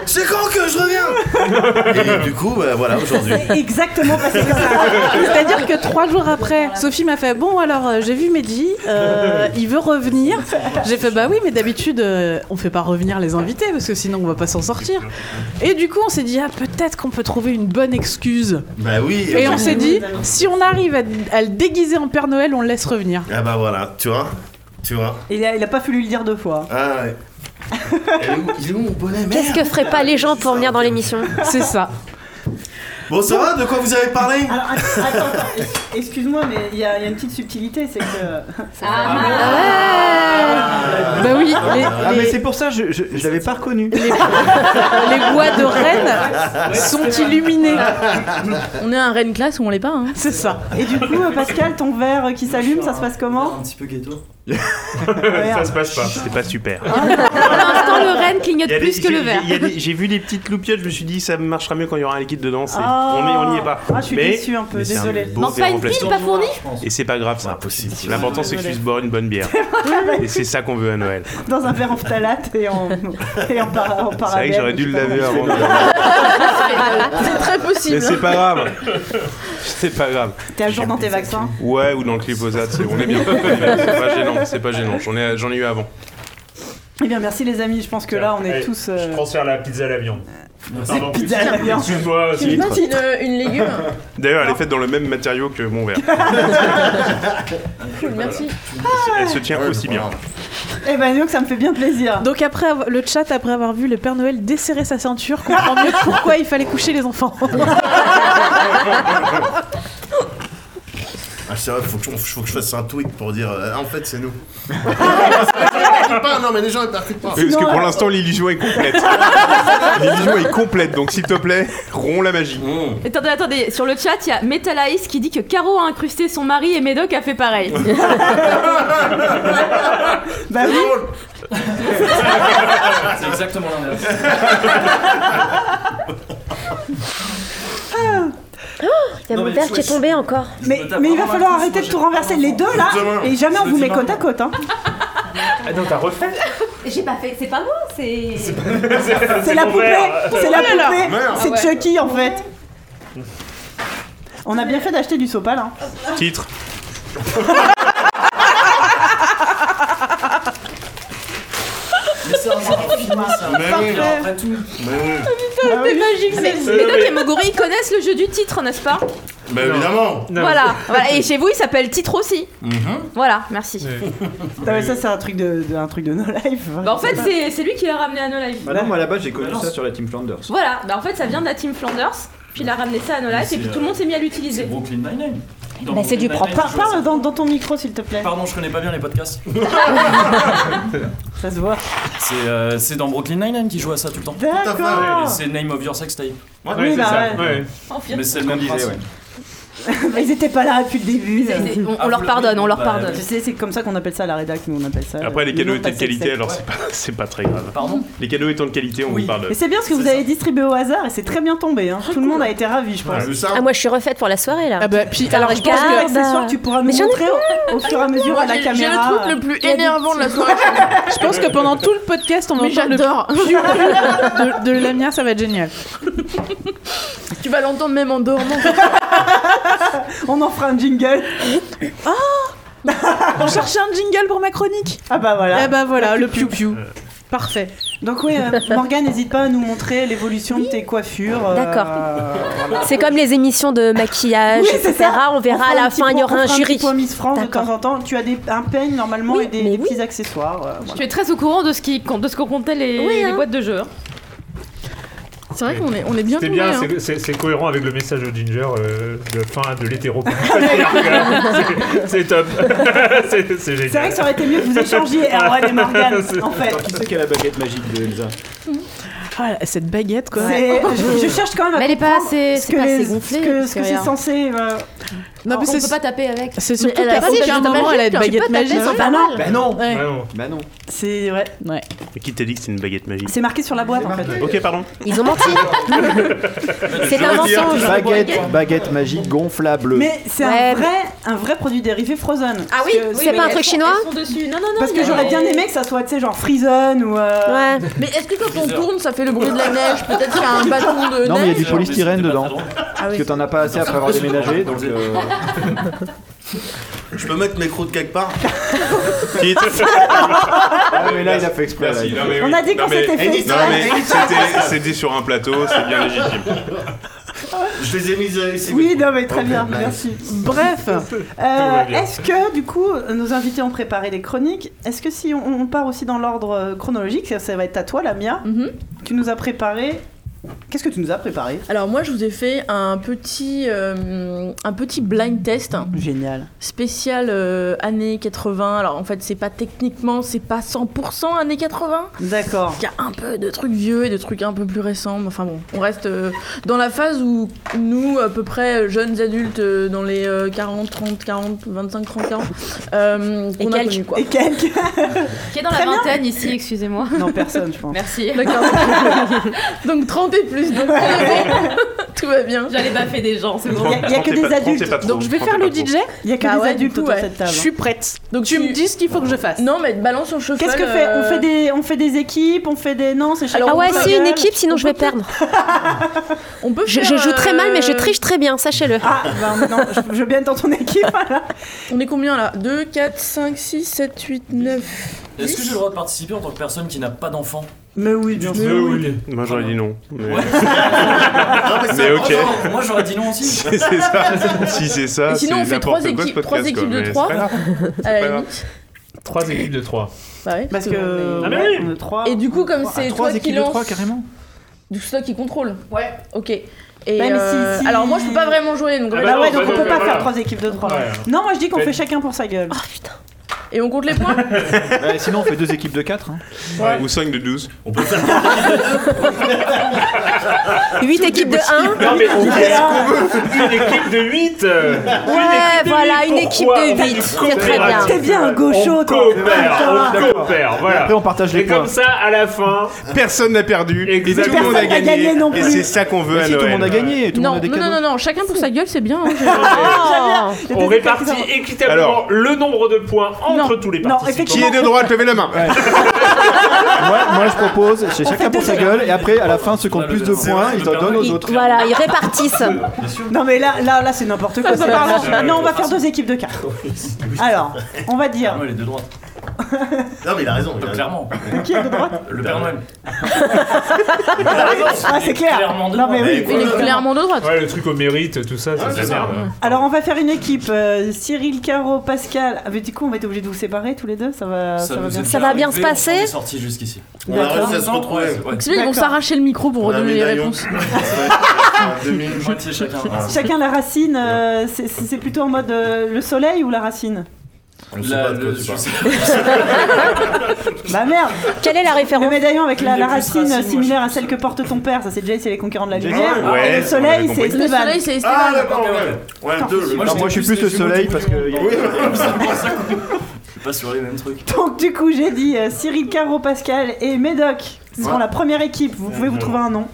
Speaker 14: C'est quand que je reviens Et du coup, bah, voilà, aujourd'hui.
Speaker 1: Exactement passé comme ça.
Speaker 2: C'est-à-dire que trois jours après, Sophie m'a fait Bon, alors euh, j'ai vu Mehdi, euh, il veut revenir. J'ai fait Bah oui, mais d'habitude, euh, on fait pas revenir les invités parce que sinon on va pas s'en sortir. Et du coup, on s'est dit Ah, peut-être qu'on peut trouver une bonne excuse.
Speaker 14: Bah oui.
Speaker 2: Et on s'est dit Si on arrive à, à le déguiser en Père Noël, on le laisse revenir.
Speaker 14: Ah bah voilà, tu vois Tu vois
Speaker 1: Il a, il a pas fallu le dire deux fois.
Speaker 14: Ah ouais. Elle est où- Il est où mon bonnet merde
Speaker 13: Qu'est-ce que feraient pas les gens pour venir dans l'émission
Speaker 2: C'est ça.
Speaker 14: Bon, ça va De quoi vous avez parlé
Speaker 1: Alors, att- attends, attends, ex- excuse-moi, mais il y, a il y a une petite subtilité, c'est que. Ah,
Speaker 2: Bah oui, les-
Speaker 5: Ah,
Speaker 2: les-
Speaker 5: mais c'est pour ça, je, je, je l'avais pas reconnu.
Speaker 2: Les, les bois de Rennes
Speaker 5: Ouais,
Speaker 2: sont
Speaker 5: c'est vrai.
Speaker 2: illuminés.
Speaker 9: Ah.
Speaker 10: On est un Rennes classe ou on l'est pas. hein.
Speaker 2: C'est ça.
Speaker 1: Et du coup, euh, Pascal, ton verre euh, qui s'allume, ça se passe comment
Speaker 15: Un petit peu ghetto.
Speaker 4: ça se passe pas. C'est pas super.
Speaker 6: Pour l'instant, le renne
Speaker 1: Il
Speaker 6: clignote
Speaker 1: y a des-
Speaker 6: Ah, plus que le
Speaker 1: j'ai-
Speaker 6: vert.
Speaker 1: il y a des-
Speaker 9: J'ai vu les petites loupiottes, je me suis dit ça marchera mieux quand il y aura un liquide dedans. c'est-
Speaker 1: Ah.
Speaker 9: on, est, on y est pas.
Speaker 1: Ah, je suis
Speaker 9: mais,
Speaker 1: déçu un peu,
Speaker 9: mais c'est
Speaker 1: désolé.
Speaker 9: beau
Speaker 6: Non,
Speaker 9: zéro
Speaker 6: pas une
Speaker 9: plastique.
Speaker 6: pile, pas fournie
Speaker 9: Et c'est pas grave, c'est impossible. L'important c'est que je puisse boire une bonne bière. Et c'est ça qu'on veut à Noël.
Speaker 1: Dans un verre en phtalate et en, et en, para- en
Speaker 9: C'est vrai
Speaker 1: parabène.
Speaker 9: que j'aurais dû le laver avant.
Speaker 10: C'est très possible.
Speaker 9: Mais c'est pas grave. C'est pas grave.
Speaker 1: T'es à jour dans tes vaccins
Speaker 9: Ouais, ou dans le cliposate, c'est- on est bien. C'est pas gênant, c'est pas gênant. J'en ai, j'en ai eu avant.
Speaker 1: Eh bien, merci les amis, je pense que là, on est tous. euh,
Speaker 4: Je transfère la pizza à la viande. Pardon.
Speaker 1: pizza à la viande.
Speaker 4: Excuse-moi,
Speaker 10: Tu me
Speaker 4: c'est-
Speaker 10: passes
Speaker 13: euh,
Speaker 10: une, une légume
Speaker 9: D'ailleurs, elle est faite dans le même matériau que mon verre.
Speaker 10: Cool, merci.
Speaker 9: Elle se tient aussi bien.
Speaker 1: Eh ben, donc, ça me fait bien plaisir.
Speaker 2: Donc après avoir- le chat, après avoir vu le Père Noël desserrer sa ceinture, comprend mieux pourquoi il fallait coucher les enfants.
Speaker 14: Ah, c'est vrai, faut que, je, faut que je fasse un tweet pour dire euh, en fait, c'est nous. pas, non, mais les gens ils percutent pas.
Speaker 9: Oui, Parce
Speaker 1: euh,
Speaker 9: que pour l'instant, l'illusion est complète. l'illusion est complète, donc s'il te plaît, romps la magie.
Speaker 6: Attendez, attendez, sur le chat, il y a Metalaïs qui dit que Caro a incrusté son mari et Médoc a fait pareil.
Speaker 1: Ah Bah oui.
Speaker 15: C'est exactement l'inverse.
Speaker 13: Il y a Ah mon verre qui est tombé encore.
Speaker 1: Mais, mais il va falloir arrêter de tout renverser les deux là
Speaker 15: Demain.
Speaker 1: et jamais on
Speaker 15: Je
Speaker 1: vous
Speaker 15: me
Speaker 1: met
Speaker 15: démarre.
Speaker 1: côte à côte hein.
Speaker 15: Ah non, t'as refait
Speaker 6: J'ai pas fait, c'est pas moi, c'est.
Speaker 1: C'est la
Speaker 15: mon
Speaker 1: poupée,
Speaker 15: verre.
Speaker 1: c'est la
Speaker 15: Oh là là.
Speaker 1: poupée,
Speaker 15: Merde.
Speaker 1: c'est
Speaker 15: Ah ouais.
Speaker 1: Chucky en fait. On a bien fait d'acheter du sopal hein.
Speaker 9: Titre.
Speaker 15: Mais c'est un genre film, c'est un
Speaker 14: Mais oui.
Speaker 15: film, après tout.
Speaker 1: Ah
Speaker 6: Putain, c'est magique,
Speaker 15: Mais-
Speaker 6: c'est- Ah, Médoc et Moguri, ils connaissent le jeu du titre, n'est-ce pas
Speaker 14: Bah évidemment
Speaker 6: Voilà, voilà, et chez vous, il s'appelle titre aussi. Voilà, merci.
Speaker 1: Putain, Mhm. mais ça c'est un truc de, de- un truc de no life.
Speaker 6: Bah, en fait, c'est c'est lui qui l'a ramené à No Life.
Speaker 5: Bah non, moi à la base j'ai connu ça sur la Team Flanders.
Speaker 6: Voilà, bah en fait, ça vient de la Team Flanders, puis il a ramené ça à No Life, et puis tout le monde s'est
Speaker 5: euh,
Speaker 6: mis à l'utiliser.
Speaker 15: Brooklyn Nine-Nine. Dans
Speaker 1: Bah,
Speaker 15: Brooklyn
Speaker 1: c'est du propre.
Speaker 15: Nine-Nine,
Speaker 1: Par-
Speaker 15: je vois
Speaker 1: Parle dans, dans ton micro s'il te
Speaker 15: ça.
Speaker 1: plaît.
Speaker 15: Pardon, je connais pas bien les podcasts.
Speaker 1: Ça se voit.
Speaker 15: C'est euh, c'est dans Brooklyn Nine-Nine qui joue à ça tout le temps.
Speaker 1: D'accord.
Speaker 15: Et C'est Name of Your Sex Tape.
Speaker 1: Ouais, Oui, c'est bah ça, ouais. ouais.
Speaker 15: Mais c'est le même
Speaker 5: disait,
Speaker 15: principe.
Speaker 5: ouais.
Speaker 1: Mais ils étaient pas là depuis le début. là.
Speaker 6: C'est- c'est- on- on Ah, leur vous pardonne, l'avez on leur Bah, pardonne.
Speaker 1: Tu sais, c'est comme ça qu'on appelle ça à la rédac, nous on appelle ça.
Speaker 9: Après, les cadeaux
Speaker 1: canaux
Speaker 9: étaient de qualité, alors c'est pas, c'est pas très grave.
Speaker 15: Pardon
Speaker 9: Les cadeaux étant de qualité, on vous parle.
Speaker 1: Mais c'est bien ce que vous avez distribué au hasard et c'est très bien tombé. hein. Tout le monde a été ravi, je pense.
Speaker 9: Ouais, c'est
Speaker 13: Oh, Ah, moi je suis refaite pour la soirée là.
Speaker 2: Ah bah, puis,
Speaker 13: Putain,
Speaker 2: alors, je pense que
Speaker 13: regarde.
Speaker 1: l'accessoire, tu pourras nous
Speaker 13: Mais j'en ai
Speaker 1: montrer
Speaker 13: plein. Ah,
Speaker 1: au- au fur et à mesure
Speaker 13: Moi,
Speaker 1: à la
Speaker 13: j'ai- j'ai
Speaker 1: caméra.
Speaker 13: le truc le
Speaker 2: euh,
Speaker 10: plus énervant de la soirée.
Speaker 2: Je pense que pendant tout le podcast, on
Speaker 10: Mais
Speaker 2: entend le
Speaker 10: j'adore.
Speaker 2: piou de, de la mienne, ça va être génial.
Speaker 10: Tu vas l'entendre même en dormant.
Speaker 1: On en fera un jingle.
Speaker 2: Ah On cherchait un jingle pour ma chronique.
Speaker 1: Ah bah voilà.
Speaker 2: Eh bah voilà, le piou piou. Parfait.
Speaker 1: Donc oui, euh, Morgane, n'hésite pas à nous montrer l'évolution de tes coiffures. euh,
Speaker 13: D'accord.
Speaker 1: voilà.
Speaker 13: C'est comme les émissions de maquillage,
Speaker 1: Oui, c'est
Speaker 13: etc.
Speaker 1: ça.
Speaker 13: On verra
Speaker 1: fera
Speaker 13: à la
Speaker 1: un petit
Speaker 13: fin, il y
Speaker 1: point-
Speaker 13: aura
Speaker 1: on
Speaker 13: un
Speaker 1: fera
Speaker 13: jury.
Speaker 1: petit point Miss France de temps en temps. Tu as des, un peigne normalement et des, petits accessoires. euh, voilà.
Speaker 6: Tu es très au courant de ce qu'on de ce qu'on comptait les,
Speaker 10: Oui, hein.
Speaker 6: les boîtes de jeux.
Speaker 10: C'est vrai qu'on est, on est bien
Speaker 4: C'est
Speaker 10: tombés.
Speaker 4: bien,
Speaker 10: hein.
Speaker 4: c'est- c'est c'est cohérent avec le message de Ginger euh, de fin de l'hétéro. C'est- c'est top. c'est c'est génial.
Speaker 1: C'est vrai que ça aurait été mieux que vous hein, échangiez Erwan et Morgane, en fait.
Speaker 5: Qui c'est qui a la baguette magique de Elsa
Speaker 2: Ah, cette baguette quoi.
Speaker 1: C'est- Je, je cherche quand même à
Speaker 6: Mais elle est pas
Speaker 1: comprendre
Speaker 6: assez-
Speaker 1: ce
Speaker 6: c'est
Speaker 1: que
Speaker 6: pas assez
Speaker 1: les-
Speaker 6: gonflé,
Speaker 1: ce que- ce que
Speaker 6: c'est
Speaker 1: c'est
Speaker 6: rien.
Speaker 1: censé. euh,
Speaker 2: Non, mais
Speaker 6: on
Speaker 2: c'est-
Speaker 6: peut pas taper avec.
Speaker 2: C'est surtout qu'à aucun moment, elle a une baguette magique.
Speaker 1: Ben
Speaker 9: Bah non
Speaker 2: Ouais.
Speaker 9: Bah non
Speaker 1: C'est vrai.
Speaker 2: Ouais.
Speaker 9: Mais qui t'a dit que c'est une baguette magique
Speaker 1: C'est marqué sur la boîte en fait.
Speaker 9: Ok, pardon.
Speaker 13: Ils ont menti.
Speaker 1: C'est un mensonge.
Speaker 5: Baguette, baguette magique gonflable.
Speaker 1: Mais c'est
Speaker 13: Ouais,
Speaker 1: un, vrai, un vrai produit dérivé Frozen.
Speaker 13: Ah oui,
Speaker 1: Parce que-
Speaker 13: c'est pas un truc chinois
Speaker 6: Non, non, non.
Speaker 1: Parce
Speaker 6: il y
Speaker 1: que
Speaker 6: a-
Speaker 1: j'aurais bien aimé que ça soit, tu sais, genre Frozen ou. euh,
Speaker 13: Ouais.
Speaker 10: Mais est-ce que quand on tourne, ça fait le bruit de la neige Peut-être qu'il y a un bâton de
Speaker 5: Non, mais il y a du
Speaker 10: neige
Speaker 5: polystyrène dedans.
Speaker 1: Ah
Speaker 5: Parce que t'en as pas assez après avoir déménagé. Donc, euh,
Speaker 14: Je peux mettre mes crocs de quelque part
Speaker 5: Ah, mais là, il a fait exprès.
Speaker 9: Merci,
Speaker 5: là.
Speaker 9: non, mais
Speaker 1: On
Speaker 9: oui.
Speaker 1: a dit
Speaker 9: Non,
Speaker 1: qu'on
Speaker 9: mais-
Speaker 1: s'était fait
Speaker 9: Non,
Speaker 1: exprès.
Speaker 9: mais c'était- c'était sur un plateau, c'est bien légitime.
Speaker 14: Je les ai mises euh, ici.
Speaker 1: Oui, non, mais très
Speaker 14: Ok,
Speaker 1: bien,
Speaker 14: nice.
Speaker 1: merci. Bref, euh,
Speaker 14: va bien.
Speaker 1: est-ce que du coup, nos invités ont préparé des chroniques Est-ce que si on, on part aussi dans l'ordre euh, chronologique, ça, ça va être à toi, la Mia
Speaker 10: Mhm.
Speaker 1: Tu nous as préparé. Qu'est-ce que tu nous as préparé
Speaker 10: Alors moi je vous ai fait un petit, euh, un petit blind test
Speaker 1: Génial.
Speaker 10: spécial euh, années 80. Alors en fait c'est pas techniquement, c'est pas 100% années 80.
Speaker 1: D'accord.
Speaker 10: Il y a un peu de trucs vieux et de trucs un peu plus récents. mais Enfin bon, on reste euh, dans la phase où nous, à peu près jeunes adultes euh, dans les euh, 40, 30, 40, 25, 30, 40, euh, qu'on a
Speaker 6: quelques.
Speaker 10: connu quoi.
Speaker 1: Et quelques
Speaker 6: Qui est dans la vingtaine ici, excusez-moi.
Speaker 1: Non, personne, je pense.
Speaker 6: Merci.
Speaker 10: D'accord. donc 30 et plus. Donc, euh, tout va bien.
Speaker 6: J'allais baffer des gens, c'est bon.
Speaker 1: Il y a- il y a que
Speaker 6: Trente et
Speaker 1: des
Speaker 6: pas- trente et
Speaker 1: adultes.
Speaker 6: pas trop,
Speaker 1: Donc je vais
Speaker 6: trente
Speaker 1: faire
Speaker 6: et
Speaker 1: le
Speaker 6: pas trop.
Speaker 1: DJ. Il y a que
Speaker 10: Bah
Speaker 1: des
Speaker 10: ouais,
Speaker 1: adultes
Speaker 10: du coup,
Speaker 1: autour de
Speaker 10: ouais.
Speaker 1: cette table.
Speaker 2: Je suis prête. Donc tu me dis ce qu'il faut que je fasse.
Speaker 10: Non mais balance en shuffle.
Speaker 1: Qu'est-ce que fait On
Speaker 10: euh,
Speaker 1: fait des, on fait des équipes, on fait des non, c'est chacun.
Speaker 13: ah ouais,
Speaker 1: pour sa
Speaker 13: si une
Speaker 1: gueule.
Speaker 13: équipe, sinon je vais perdre.
Speaker 10: On peut
Speaker 13: Je,
Speaker 10: faire,
Speaker 13: je joue très mal, mais je
Speaker 10: euh,
Speaker 13: triche très bien, sachez-le.
Speaker 1: Ah, bah, non, je, je veux bien être dans ton équipe. voilà.
Speaker 10: On est combien là 2, 4, 5, 6, 7, 8, 9.
Speaker 15: Est-ce que j'ai le droit de participer en tant que personne qui n'a pas d'enfant
Speaker 1: Mais oui, bien
Speaker 15: sûr.
Speaker 4: Euh,
Speaker 15: Mais oui.
Speaker 9: Moi j'aurais dit non. Mais,
Speaker 15: mais
Speaker 9: Ah, Mais
Speaker 15: c'est
Speaker 9: ok.
Speaker 15: important. Moi, j'aurais dit non aussi.
Speaker 9: si c'est ça, si c'est ça,
Speaker 10: Et sinon, on
Speaker 9: c'est
Speaker 10: fait trois
Speaker 9: n'importe quoi, ce
Speaker 10: équipes, trois
Speaker 9: podcast, quoi.
Speaker 10: équipes de
Speaker 9: Mais c'est
Speaker 10: 3.
Speaker 9: pas grave.
Speaker 10: À
Speaker 9: pas
Speaker 10: la
Speaker 9: grave.
Speaker 10: limite.
Speaker 4: Trois équipes de trois.
Speaker 10: Bah ouais,
Speaker 1: Parce
Speaker 10: c'est bon,
Speaker 1: que.
Speaker 10: mais-
Speaker 4: Ah, mais
Speaker 1: ouais,
Speaker 4: oui.
Speaker 1: on est trois.
Speaker 10: Et du coup, comme
Speaker 1: Ah,
Speaker 10: c'est
Speaker 1: trois
Speaker 10: toi qui
Speaker 1: équipes de
Speaker 10: lance.
Speaker 1: trois,
Speaker 10: carrément Du toi qui contrôle.
Speaker 6: Ouais.
Speaker 10: Ok. Et
Speaker 1: Ouais, mais si-
Speaker 10: euh,
Speaker 1: si-
Speaker 10: Alors moi, je peux pas vraiment jouer. Donc,
Speaker 1: Ah
Speaker 10: en fait,
Speaker 1: bah
Speaker 10: je-
Speaker 1: ouais, donc on peut pas
Speaker 4: voilà.
Speaker 1: faire trois équipes de trois.
Speaker 5: Ouais.
Speaker 1: Non, moi je dis qu'on
Speaker 5: Faites-
Speaker 1: fait chacun pour sa gueule.
Speaker 10: Ah, Et on compte les points
Speaker 5: Ouais, sinon, on fait deux équipes de hein. 4.
Speaker 9: Ou 5 de 12.
Speaker 13: 8 équipes de 1.
Speaker 4: Non, mais on fait
Speaker 13: Ah.
Speaker 4: Une équipe de 8
Speaker 13: Ouais, voilà, une équipe de 8. C'est très bien.
Speaker 1: T'es bien un gaucho,
Speaker 4: On
Speaker 1: toi.
Speaker 4: coopère, on coopère, voilà.
Speaker 5: après, on partage les
Speaker 4: Et comme
Speaker 5: points.
Speaker 4: ça, à la fin,
Speaker 9: Personne n'a perdu et tout le
Speaker 4: Personne
Speaker 9: monde a
Speaker 1: n'a
Speaker 9: gagné.
Speaker 1: gagné non
Speaker 9: et
Speaker 1: plus.
Speaker 9: c'est ça qu'on veut
Speaker 5: Mais
Speaker 9: à
Speaker 5: si, tout le monde a
Speaker 9: Noël.
Speaker 5: gagné, tout le
Speaker 10: non,
Speaker 5: monde a des
Speaker 10: non, non,
Speaker 5: cadeaux.
Speaker 10: non, non, chacun pour sa gueule, c'est bien. hein, j'ai-
Speaker 1: Ah, j'aime bien.
Speaker 4: on
Speaker 1: Des équipes qui
Speaker 4: répartit
Speaker 1: sont-
Speaker 4: équitablement
Speaker 9: Alors.
Speaker 4: le nombre de points entre tous les
Speaker 1: Non,
Speaker 4: participants.
Speaker 1: effectivement.
Speaker 9: Qui est de droite Levez la main.
Speaker 5: Moi, moi, je propose, c'est chacun pour sa gueule, et après, à la fin, ceux qui ont le plus de points, ils en donnent aux autres.
Speaker 13: Voilà, ils répartissent.
Speaker 1: Non, mais là, là, là c'est n'importe quoi.
Speaker 13: Ça,
Speaker 1: c'est
Speaker 13: ça
Speaker 1: pas
Speaker 13: marche.
Speaker 1: bon. Non, on va faire deux équipes de quatre. Alors, on va dire.
Speaker 15: Non, il est de droite.
Speaker 14: Non, mais il a raison. il a raison.
Speaker 15: Clairement.
Speaker 1: Qui est de droite
Speaker 15: Le Père Noël.
Speaker 1: Ah, c'est clair.
Speaker 15: Clairement de
Speaker 1: Non, mais
Speaker 15: droite. Ah,
Speaker 1: oui.
Speaker 10: Il est clairement de droite.
Speaker 4: Ouais, le truc au mérite, tout ça, c'est de la merde.
Speaker 1: Alors, on va faire une équipe. euh, Cyril, Caro, Pascal. Ah, mais du coup, on va être obligé de vous séparer tous les deux. Ça va, ça va
Speaker 15: nous
Speaker 1: bien.
Speaker 15: est
Speaker 13: Ça va bien
Speaker 15: arrivé,
Speaker 13: se passer.
Speaker 15: On est sorti jusqu'ici.
Speaker 14: On a réussi à se
Speaker 15: Ensemble,
Speaker 14: retrouver.
Speaker 15: ouais, ouais.
Speaker 10: Sinon, ils vont
Speaker 1: D'accord.
Speaker 10: s'arracher le micro pour
Speaker 14: On a un
Speaker 10: redonner les
Speaker 14: médaillon.
Speaker 10: réponses.
Speaker 14: Un demi-
Speaker 15: Moitié chacun.
Speaker 1: Chacun la racine. euh, c'est- c'est c'est plutôt en mode euh, le soleil ou la racine
Speaker 14: On sait
Speaker 15: Là,
Speaker 14: pas de quoi
Speaker 15: le-
Speaker 14: tu
Speaker 15: je
Speaker 14: parles.
Speaker 15: sais-
Speaker 1: Bah merde
Speaker 13: Quelle est la
Speaker 1: Le
Speaker 13: référence
Speaker 1: médaillon avec la,
Speaker 15: Une
Speaker 1: la
Speaker 15: des plus
Speaker 1: racine
Speaker 15: racines, moi,
Speaker 1: similaire
Speaker 15: je
Speaker 1: à celle que porte ton père, ça c'est Jay, c'est les conquérants de la
Speaker 5: Jay,
Speaker 1: lumière.
Speaker 9: ouais,
Speaker 1: Et le
Speaker 9: ça, on avait
Speaker 1: soleil, c'est
Speaker 9: compris.
Speaker 10: Le
Speaker 1: Esteban.
Speaker 10: soleil, c'est
Speaker 14: Ah,
Speaker 10: Esteban.
Speaker 14: d'accord, ouais. Ouais, deux. le-
Speaker 5: Alors, moi, je suis plus le soleil parce que. y a-
Speaker 15: Je suis pas sur les mêmes trucs.
Speaker 1: Donc du coup, j'ai dit euh, Cyril, Caro, Pascal et Médoc. Ce seront la première équipe. Vous pouvez vous trouver un nom.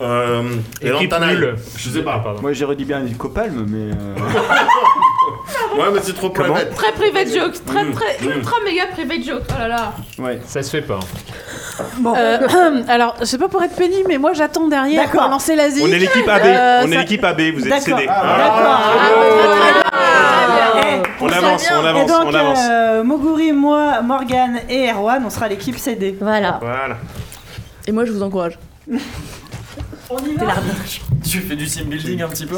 Speaker 14: Euh, et
Speaker 4: Équipe
Speaker 14: Lantana.
Speaker 4: nulle.
Speaker 14: Je sais pas.
Speaker 4: Pardon.
Speaker 5: Moi, j'ai redit bien les copalmes, mais. euh,
Speaker 14: Ouais, mais c'est trop private.
Speaker 6: Très private
Speaker 9: Mm.
Speaker 6: joke, très très ultra méga private joke. Oh là là.
Speaker 5: Ouais.
Speaker 4: Ça se fait pas.
Speaker 1: Bon,
Speaker 10: Oh.
Speaker 2: Euh, alors, c'est pas pour être pénible, mais moi j'attends derrière
Speaker 1: D'accord.
Speaker 2: pour lancer la zik.
Speaker 9: On est l'équipe AB.
Speaker 2: Euh,
Speaker 9: on est
Speaker 2: ça-
Speaker 9: l'équipe AB, Ah, vous êtes
Speaker 1: d'accord.
Speaker 9: cédés.
Speaker 10: Ah,
Speaker 1: Eh,
Speaker 9: on avance, on
Speaker 1: et
Speaker 9: avance,
Speaker 1: donc
Speaker 9: on avance.
Speaker 1: euh, Moguri, moi, Morgan et Erwan, on sera l'équipe CD.
Speaker 4: Ah.
Speaker 13: Voilà.
Speaker 9: Voilà.
Speaker 10: Et moi, je vous encourage.
Speaker 1: On y va.
Speaker 15: Tu fais du team building un petit peu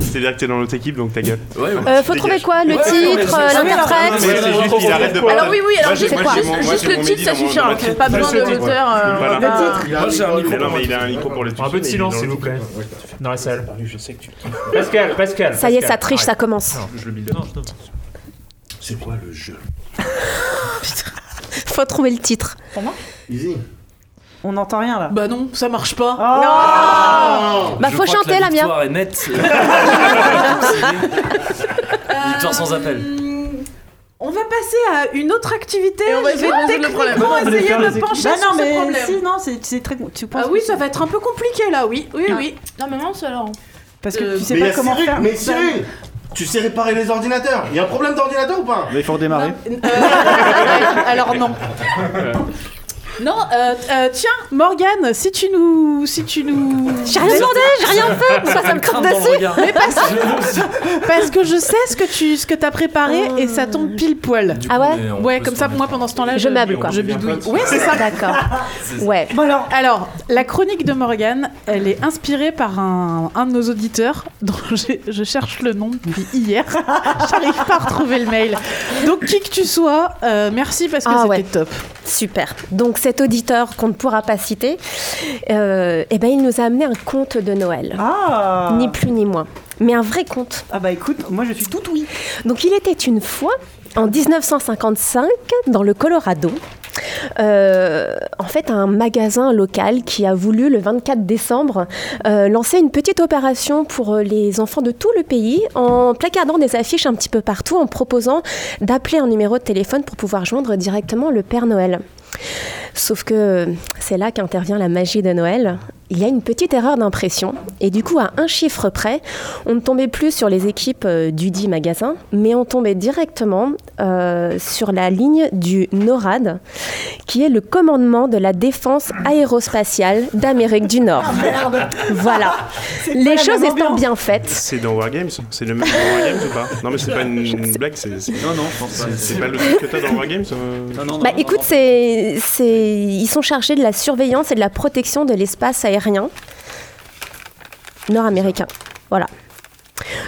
Speaker 9: C'est-à-dire que t'es dans l'autre équipe, donc ta gueule.
Speaker 15: Ouais, ouais.
Speaker 13: Euh, faut trouver quoi Le
Speaker 15: Ouais, non, mais
Speaker 13: titre, euh,
Speaker 15: c'est- Ah oui, alors,
Speaker 9: Mais
Speaker 13: l'interprète
Speaker 15: non,
Speaker 9: c'est juste qu'il arrête de parler.
Speaker 10: Alors oui, oui, alors
Speaker 9: Moi, j'ai-
Speaker 10: juste,
Speaker 9: moi,
Speaker 10: quoi
Speaker 9: j'ai mon- moi, j'ai
Speaker 10: Juste
Speaker 9: mon
Speaker 10: le titre,
Speaker 9: midi
Speaker 10: ça
Speaker 9: dans mon-
Speaker 10: suffit.
Speaker 9: dans
Speaker 10: hein.
Speaker 9: ma tête.
Speaker 10: Pas
Speaker 9: Le
Speaker 10: besoin de
Speaker 9: titre, voilà.
Speaker 10: l'auteur. euh,
Speaker 9: Voilà.
Speaker 10: on va-
Speaker 15: Moi, j'ai un micro
Speaker 9: Mais
Speaker 15: pour
Speaker 9: non,
Speaker 15: moi.
Speaker 9: mais il a un micro pour le
Speaker 4: Un peu de
Speaker 9: tuer,
Speaker 4: silence,
Speaker 9: il est
Speaker 4: s'il
Speaker 9: dans
Speaker 4: vous
Speaker 9: le-
Speaker 4: plaît, dans la salle.
Speaker 9: Ah,
Speaker 4: Pascal, Pascal.
Speaker 13: Ça y est,
Speaker 4: Pascal. Ah,
Speaker 13: ça triche, ça commence.
Speaker 15: C'est quoi le jeu
Speaker 13: Faut trouver le titre.
Speaker 14: Easy.
Speaker 1: On n'entend rien là. Oh
Speaker 2: Bah non, ça marche pas.
Speaker 9: Ah
Speaker 13: Non Bah,
Speaker 12: Je
Speaker 13: faut
Speaker 12: crois que
Speaker 13: chanter,
Speaker 12: la
Speaker 13: la mienne.
Speaker 12: victoire est nette.
Speaker 15: Euh,
Speaker 12: Victoire sans appel.
Speaker 2: On va passer à une autre activité.
Speaker 10: Et on va
Speaker 2: Je
Speaker 10: essayer
Speaker 2: vais
Speaker 10: de résoudre le problème.
Speaker 2: techniquement
Speaker 10: Non, mais les
Speaker 2: essayer
Speaker 10: faire,
Speaker 2: de
Speaker 10: les
Speaker 2: me
Speaker 10: équipes.
Speaker 2: pencher
Speaker 1: Bah non,
Speaker 2: sur
Speaker 1: mais
Speaker 2: ce problème.
Speaker 1: si, non, c'est c'est très. Tu penses
Speaker 2: Ah oui, ça va être un peu compliqué là, oui, oui,
Speaker 1: Ah.
Speaker 2: oui.
Speaker 6: Non mais mince alors.
Speaker 1: Parce que
Speaker 2: Euh,
Speaker 1: tu sais
Speaker 16: mais
Speaker 1: pas
Speaker 16: la
Speaker 1: comment
Speaker 16: Cyril,
Speaker 1: faire.
Speaker 16: Mais Cyril, tu sais réparer les ordinateurs. Il y a un problème d'ordinateur ou pas
Speaker 5: Mais il faut redémarrer.
Speaker 1: euh,
Speaker 2: Alors non.
Speaker 16: Euh,
Speaker 2: Non, euh, euh, tiens, Morgane, si tu nous, si tu nous.
Speaker 13: J'ai rien demandé, j'ai rien fait. Pourquoi ça me
Speaker 12: Crame
Speaker 13: coupe
Speaker 12: dans le
Speaker 13: dessus
Speaker 12: regard.
Speaker 2: Mais parce, parce que je sais ce que tu, ce que t'as préparé et ça tombe pile poil.
Speaker 13: Oh. Ah ouais
Speaker 12: on
Speaker 2: Ouais,
Speaker 12: peut
Speaker 2: comme
Speaker 12: se
Speaker 2: ça, moi pendant ce temps-là,
Speaker 13: Je meuble, quoi.
Speaker 2: Je bidouille. Ouais, c'est ça.
Speaker 13: D'accord.
Speaker 12: C'est-
Speaker 13: Ouais.
Speaker 1: Bon alors,
Speaker 2: Alors, la chronique de Morgane, elle est inspirée par un, un de nos auditeurs dont j'ai- je cherche le nom depuis hier. J'arrive pas à retrouver le mail. Donc, qui que tu sois, euh, merci parce que
Speaker 13: Ah
Speaker 2: c'était
Speaker 13: ouais.
Speaker 2: top.
Speaker 13: Super. Donc cet auditeur qu'on ne pourra pas citer, euh, eh ben il nous a amené un conte de Noël,
Speaker 1: Ah
Speaker 13: ni plus ni moins, mais un vrai conte.
Speaker 1: Ah bah écoute, moi je suis tout oui.
Speaker 13: Donc il était une fois, en 1955, dans le Colorado, euh, en fait un magasin local qui a voulu le 24 décembre euh, lancer une petite opération pour euh, les enfants de tout le pays en placardant des affiches un petit peu partout en proposant d'appeler un numéro de téléphone pour pouvoir joindre directement le Père Noël. Sauf que c'est là qu'intervient la magie de Noël. Il y a une petite erreur d'impression, et du coup, à un chiffre près, on ne tombait plus sur les équipes euh, du dit magasin, mais on tombait directement euh, sur la ligne du NORAD, qui est le commandement de la défense aérospatiale d'Amérique du Nord.
Speaker 1: Ah,
Speaker 13: Voilà.
Speaker 1: pas
Speaker 13: Les
Speaker 1: la
Speaker 13: choses
Speaker 1: même
Speaker 13: étant
Speaker 1: ambiance.
Speaker 13: bien faites.
Speaker 7: C'est dans Wargames C'est le même dans Wargames ou pas Non, mais c'est pas une, une blague, c'est. c'est-
Speaker 15: Non, non, je pense pas.
Speaker 7: c'est- C'est pas le truc que t'as dans Wargames euh
Speaker 15: Non, non, non,
Speaker 13: Bah
Speaker 15: non,
Speaker 13: écoute,
Speaker 15: non.
Speaker 13: c'est, c'est, ils sont chargés de la surveillance et de la protection de l'espace aérien nord-américain. Voilà.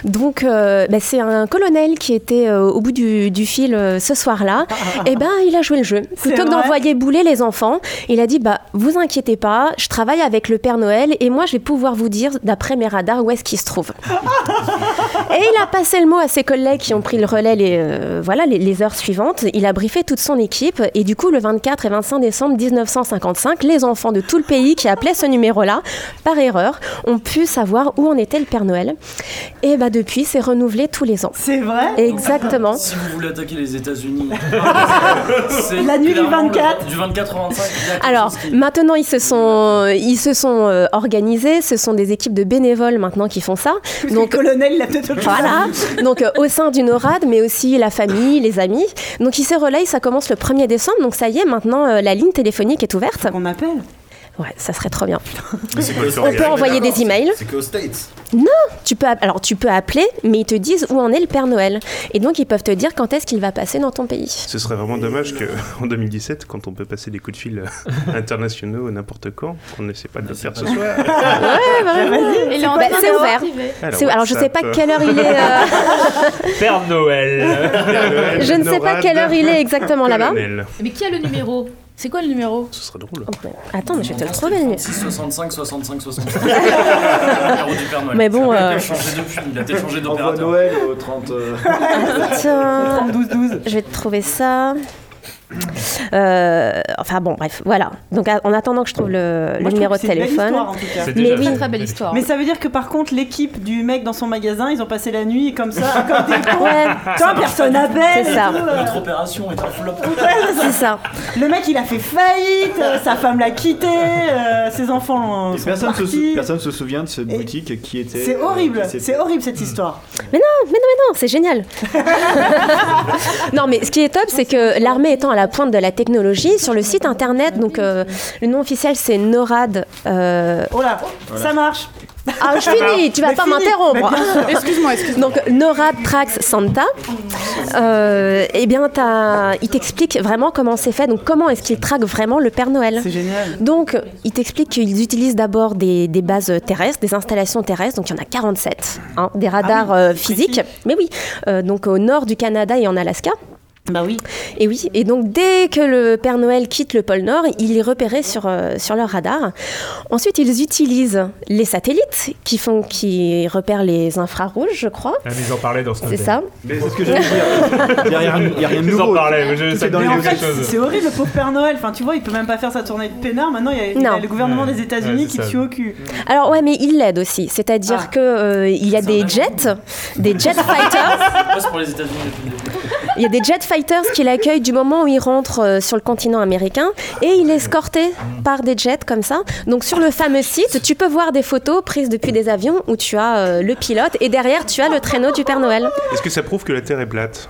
Speaker 13: Donc, euh, bah, c'est un colonel qui était euh, au bout du, du fil euh, ce soir-là.
Speaker 15: Ah,
Speaker 13: et ben, il a joué le jeu.
Speaker 1: C'est
Speaker 13: Plutôt que
Speaker 1: vrai
Speaker 13: d'envoyer bouler les enfants, il a dit bah, Vous inquiétez pas, je travaille avec le Père Noël et moi, je vais pouvoir vous dire, d'après mes radars, où est-ce qu'il se trouve.
Speaker 15: Ah,
Speaker 13: Et il a passé le mot à ses collègues qui ont pris le relais les, euh, voilà, les, les heures suivantes. Il a briefé toute son équipe. Et du coup, le 24 et 25 décembre 1955, les enfants de tout le pays qui appelaient ce numéro-là, par erreur, ont pu savoir où en était le Père Noël. Et bah, depuis, c'est renouvelé tous les ans.
Speaker 1: C'est vrai
Speaker 13: Exactement.
Speaker 12: Si vous voulez attaquer les États-Unis, c'est
Speaker 1: La nuit du
Speaker 12: clairement le-
Speaker 1: 24.
Speaker 12: Du 24 au 25. il y a quelque
Speaker 13: Alors,
Speaker 12: chose qui-
Speaker 13: maintenant, ils se sont, ils se sont euh, organisés. Ce sont des équipes de bénévoles maintenant qui font ça.
Speaker 1: Donc
Speaker 13: Donc,
Speaker 1: le colonel, il a peut-être autre chose.
Speaker 13: Voilà, donc euh, au sein d'une orade, mais aussi la famille, les amis. Donc il se relaye, ça commence le 1er décembre, donc ça y est, maintenant euh, la ligne téléphonique est ouverte.
Speaker 1: On appelle
Speaker 13: Ouais, ça serait trop bien.
Speaker 7: Mais c'est quoi le
Speaker 13: On peut
Speaker 7: Wargames
Speaker 13: envoyer des emails.
Speaker 16: C'est qu'aux States.
Speaker 13: Tu peux, app- alors tu peux appeler, mais ils te disent où en est le Père Noël. Et donc ils peuvent te dire quand est-ce qu'il va passer dans ton pays.
Speaker 7: Ce serait vraiment dommage qu'en 2017, quand on peut passer des coups de fil euh, internationaux n'importe quand, qu'on ne sait pas de
Speaker 9: Ah,
Speaker 7: le faire ce soir. Ah,
Speaker 6: Il est en
Speaker 13: Bah,
Speaker 6: train
Speaker 13: c'est
Speaker 6: de
Speaker 13: ouvert.
Speaker 6: l'activer.
Speaker 13: C'est- Alors je sais pas
Speaker 7: WhatsApp,
Speaker 13: quelle heure il est. euh,
Speaker 4: Père Noël.
Speaker 7: euh,
Speaker 13: je ne sais pas
Speaker 7: Norad,
Speaker 13: quelle heure il est exactement là-bas.
Speaker 7: colonel.
Speaker 6: Mais qui a le numéro C'est quoi le numéro
Speaker 7: Ce serait drôle.
Speaker 13: Attends, mais je vais te le
Speaker 12: Mon
Speaker 13: trouver. le
Speaker 12: nom,
Speaker 13: numéro.
Speaker 12: c'est 65 65 65. Le numéro du Père Noël.
Speaker 13: Mais bon,
Speaker 12: Il a
Speaker 13: euh,
Speaker 12: changé depuis, il a peut-être changé
Speaker 15: Envoie
Speaker 12: d'opérateur.
Speaker 15: Noël au 30. euh,
Speaker 13: Tiens.
Speaker 1: 12 12
Speaker 13: Je vais te trouver ça. Euh, enfin bon, bref, voilà. Donc à- en attendant que je trouve le, le numéro de téléphone.
Speaker 4: C'est
Speaker 13: Mais
Speaker 4: déjà
Speaker 13: oui.
Speaker 4: ça.
Speaker 6: Très très belle histoire.
Speaker 1: Mais ça veut dire que par contre, l'équipe du mec dans son magasin, ils ont passé la nuit et comme ça, comme des cons.
Speaker 13: Ouais,
Speaker 1: Tiens, personne appelle.
Speaker 13: C'est
Speaker 1: et
Speaker 13: ça.
Speaker 1: tout, euh.
Speaker 12: Notre opération est un flop.
Speaker 13: c'est ça.
Speaker 1: Le mec, il a fait faillite, euh, sa femme l'a quitté, euh, ses enfants l'ont.
Speaker 15: et
Speaker 1: sont
Speaker 15: Personne se,
Speaker 1: partis.
Speaker 15: sou- personne se souvient de cette
Speaker 1: Et-
Speaker 15: boutique qui était.
Speaker 1: C'est
Speaker 15: euh,
Speaker 1: horrible,
Speaker 15: qui s'est-
Speaker 1: c'est horrible cette histoire.
Speaker 13: Mais non, mais non, c'est génial. non, mais ce qui est top, c'est que l'armée étant à la pointe de la technologie, sur le site internet, donc euh, le nom officiel c'est NORAD. euh,
Speaker 1: Oh là, ça marche.
Speaker 13: Ah, je finis, tu vas
Speaker 1: Bah, Mais
Speaker 13: pas
Speaker 1: finis, mais
Speaker 13: m'interrompre.
Speaker 1: bien sûr.
Speaker 2: Excuse-moi, excuse-moi.
Speaker 13: Donc Nora Trax Santa, euh, eh bien, t'as- il t'explique vraiment comment c'est fait. Donc comment est-ce qu'il traque vraiment le Père Noël
Speaker 1: C'est génial.
Speaker 13: Donc il t'explique qu'ils utilisent d'abord des, des bases terrestres, des installations terrestres. Donc il y en a 47, hein, des radars
Speaker 1: Ah oui,
Speaker 13: euh,
Speaker 1: c'est
Speaker 13: physiques.
Speaker 1: précis.
Speaker 13: Mais oui, euh, donc au nord du Canada et en Alaska.
Speaker 1: Bah oui.
Speaker 13: Et oui. Et donc dès que le Père Noël quitte le pôle Nord, il est repéré sur, euh, sur leur radar. Ensuite, ils utilisent les satellites qui font qui repèrent les infrarouges, je crois.
Speaker 4: Ah, mais ils en parlaient dans ce
Speaker 13: C'est ça.
Speaker 4: Mais c'est ce que j'allais dire. Il n'y a, rien de nouveau. Ils en parlaient, mais je- ça
Speaker 1: Mais
Speaker 4: me dit
Speaker 1: en fait,
Speaker 4: quelque chose.
Speaker 1: c'est horrible, le pauvre Père Noël. Enfin, tu vois, il peut même pas faire sa tournée de peinard. Maintenant, il y a, il y a
Speaker 13: Non.
Speaker 1: le gouvernement des États-Unis
Speaker 13: Ouais,
Speaker 1: qui
Speaker 13: c'est ça.
Speaker 1: tue au cul.
Speaker 13: Alors ouais, mais ils l'aident aussi. C'est-à-dire
Speaker 1: Ah.
Speaker 13: que euh, il y a des jets, des jet fighters.
Speaker 12: Moi, c'est pour les États-Unis depuis le début.
Speaker 13: Il y a des jet fighters qui l'accueillent du moment où il rentre euh, sur le continent américain et il est escorté par des jets comme ça. Donc sur le fameux site, tu peux voir des photos prises depuis des avions où tu as euh, le pilote et derrière tu as le traîneau du Père Noël.
Speaker 7: Est-ce que ça prouve que la Terre est plate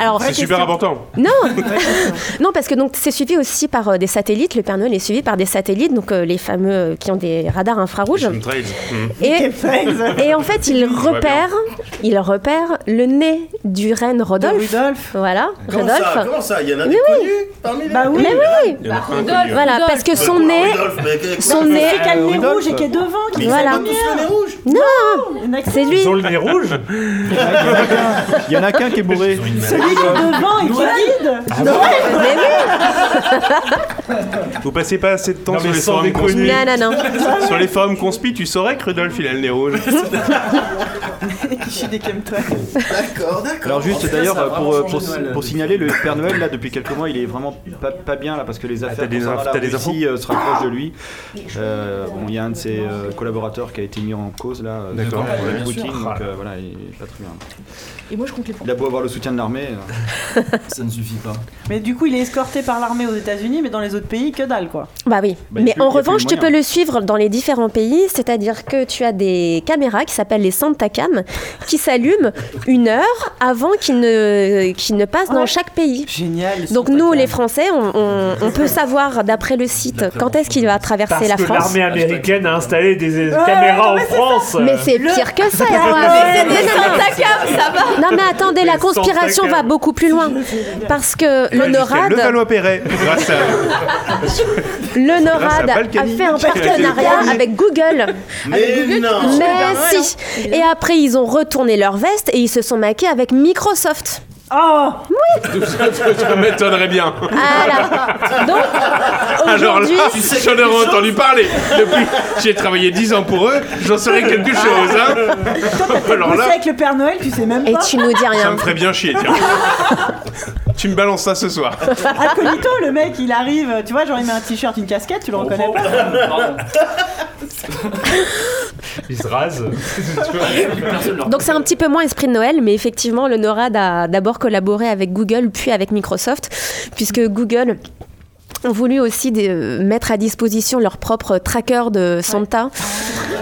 Speaker 13: Alors, vraie
Speaker 7: C'est super
Speaker 13: question.
Speaker 7: important.
Speaker 13: Non, non parce que donc c'est suivi aussi par euh, des satellites. Le Père Noël est suivi par des satellites, donc euh, les fameux euh, qui ont des radars infrarouges.
Speaker 7: Chemtrails. Mhm.
Speaker 13: Et, et en fait, il
Speaker 7: va bien.
Speaker 13: repère, il repère le nez du reine Rodolphe. Voilà,
Speaker 16: Comment
Speaker 13: Rodolphe.
Speaker 16: ça Comment ça Il y en a des
Speaker 13: Mais oui.
Speaker 16: connus parmi les
Speaker 10: Ah
Speaker 13: Bah oui. Mais oui.
Speaker 16: Il y en a
Speaker 13: Bah,
Speaker 16: un
Speaker 13: Rodolphe,
Speaker 16: connu.
Speaker 13: Voilà, Rodolphe. parce que son
Speaker 16: Bah,
Speaker 13: nez-
Speaker 16: Rodolphe, mais qu'est-ce
Speaker 13: son
Speaker 10: Bah,
Speaker 16: que-
Speaker 13: nez-
Speaker 16: Mais
Speaker 13: Qui a le nez
Speaker 16: Rodolphe.
Speaker 13: rouge et qui est devant, qui
Speaker 16: Mais
Speaker 13: est
Speaker 16: ils
Speaker 13: devant.
Speaker 16: ont pas tous le nez rouge.
Speaker 13: Non, c'est lui.
Speaker 4: Ils ont le nez rouge
Speaker 5: Il y en a qu'un qui est bourré.
Speaker 1: Celui qui est devant et qui guide
Speaker 4: Ah
Speaker 13: Mais
Speaker 7: Vous passez pas assez de temps
Speaker 4: Non,
Speaker 7: sur
Speaker 4: mais
Speaker 7: les
Speaker 4: sans
Speaker 7: forums
Speaker 4: déconner.
Speaker 7: conspi.
Speaker 13: Non, non, non.
Speaker 7: Sur les forums conspi, tu saurais que Rodolphe il a le nez rouge.
Speaker 1: Je suis des toi
Speaker 5: Alors juste
Speaker 15: En fait, ça a
Speaker 5: d'ailleurs
Speaker 15: vraiment
Speaker 5: pour,
Speaker 15: changé
Speaker 5: pour,
Speaker 15: Noël, euh,
Speaker 5: pour signaler le Père Noël là depuis quelques mois il est vraiment pas, pas bien là parce que
Speaker 15: Ah,
Speaker 5: les affaires
Speaker 7: des
Speaker 5: concernant
Speaker 7: inf-
Speaker 5: la
Speaker 7: t'as des
Speaker 5: Russie, euh, se rapprochent de lui. Euh, bon, il y a un de ses euh, collaborateurs qui a été mis en cause là euh,
Speaker 7: D'accord,
Speaker 5: par, euh,
Speaker 7: ouais, bien
Speaker 5: Poutine
Speaker 7: sûr.
Speaker 5: donc euh, voilà il est pas très bien.
Speaker 10: Et moi, je compte les points.
Speaker 5: Il a beau avoir le soutien de l'armée euh.
Speaker 15: ça ne suffit pas.
Speaker 1: Mais du coup, il est escorté par l'armée aux États-Unis, mais dans les autres pays, que dalle quoi.
Speaker 13: Bah oui,
Speaker 1: Bah, y a
Speaker 13: mais
Speaker 1: plus-
Speaker 13: en
Speaker 1: y a plus
Speaker 13: revanche,
Speaker 1: de
Speaker 13: tu peux
Speaker 1: moyens.
Speaker 13: le suivre dans les différents pays, c'est-à-dire que tu as des caméras qui s'appellent les Santa Cam qui s'allument une heure avant qu'ils ne, qu'ils ne passent dans chaque pays.
Speaker 1: Génial.
Speaker 13: Donc nous, les Français, on, on- on peut savoir d'après le site quand est-ce qu'il va traverser
Speaker 4: Parce
Speaker 13: la
Speaker 4: que
Speaker 13: France.
Speaker 4: l'armée américaine a installé des
Speaker 13: Ouais,
Speaker 4: caméras
Speaker 13: ouais,
Speaker 4: en France.
Speaker 13: Mais c'est pire que ça. hein.
Speaker 4: Mais
Speaker 13: quoi.
Speaker 4: c'est des
Speaker 13: Mais non,
Speaker 4: Santa
Speaker 13: mais-
Speaker 4: Cam, ça va.
Speaker 13: Non mais attendez, la
Speaker 4: Des Santa
Speaker 13: conspiration
Speaker 4: Cam.
Speaker 13: va beaucoup plus loin parce que
Speaker 7: Le
Speaker 13: l'honorade.
Speaker 7: Valois-Perret. Grâce à.
Speaker 13: Le NORAD
Speaker 7: Grâce à
Speaker 13: a
Speaker 7: Balkany.
Speaker 13: fait un partenariat avec Google.
Speaker 16: Mais Avec Google, non. tu peux faire
Speaker 13: Mais
Speaker 16: Noël,
Speaker 13: si Et après, ils ont retourné leur veste et ils se sont maqués avec Microsoft.
Speaker 1: Oh
Speaker 13: Oui
Speaker 7: Ça m'étonnerait bien. Alors là,
Speaker 13: Ah, aujourd'hui-
Speaker 7: j'en aurais entendu parler. Depuis, j'ai travaillé 10 ans pour eux, j'en saurais quelque chose. Hein. Alors
Speaker 1: Poussé
Speaker 7: là,
Speaker 1: avec le Père Noël, tu sais même
Speaker 13: Et
Speaker 1: pas.
Speaker 13: tu nous dis
Speaker 7: ça me ferait bien chier, tiens. Tu me balances ça ce soir.
Speaker 1: Incognito, le mec, il arrive, tu vois, genre il met un t-shirt, une casquette, tu le reconnais pas.
Speaker 4: Ils se rasent.
Speaker 13: Donc c'est un petit peu moins esprit de Noël, mais effectivement, le NORAD a d'abord collaboré avec Google, puis avec Microsoft, puisque Google ont voulu aussi des- euh, mettre à disposition leur propre tracker de Santa.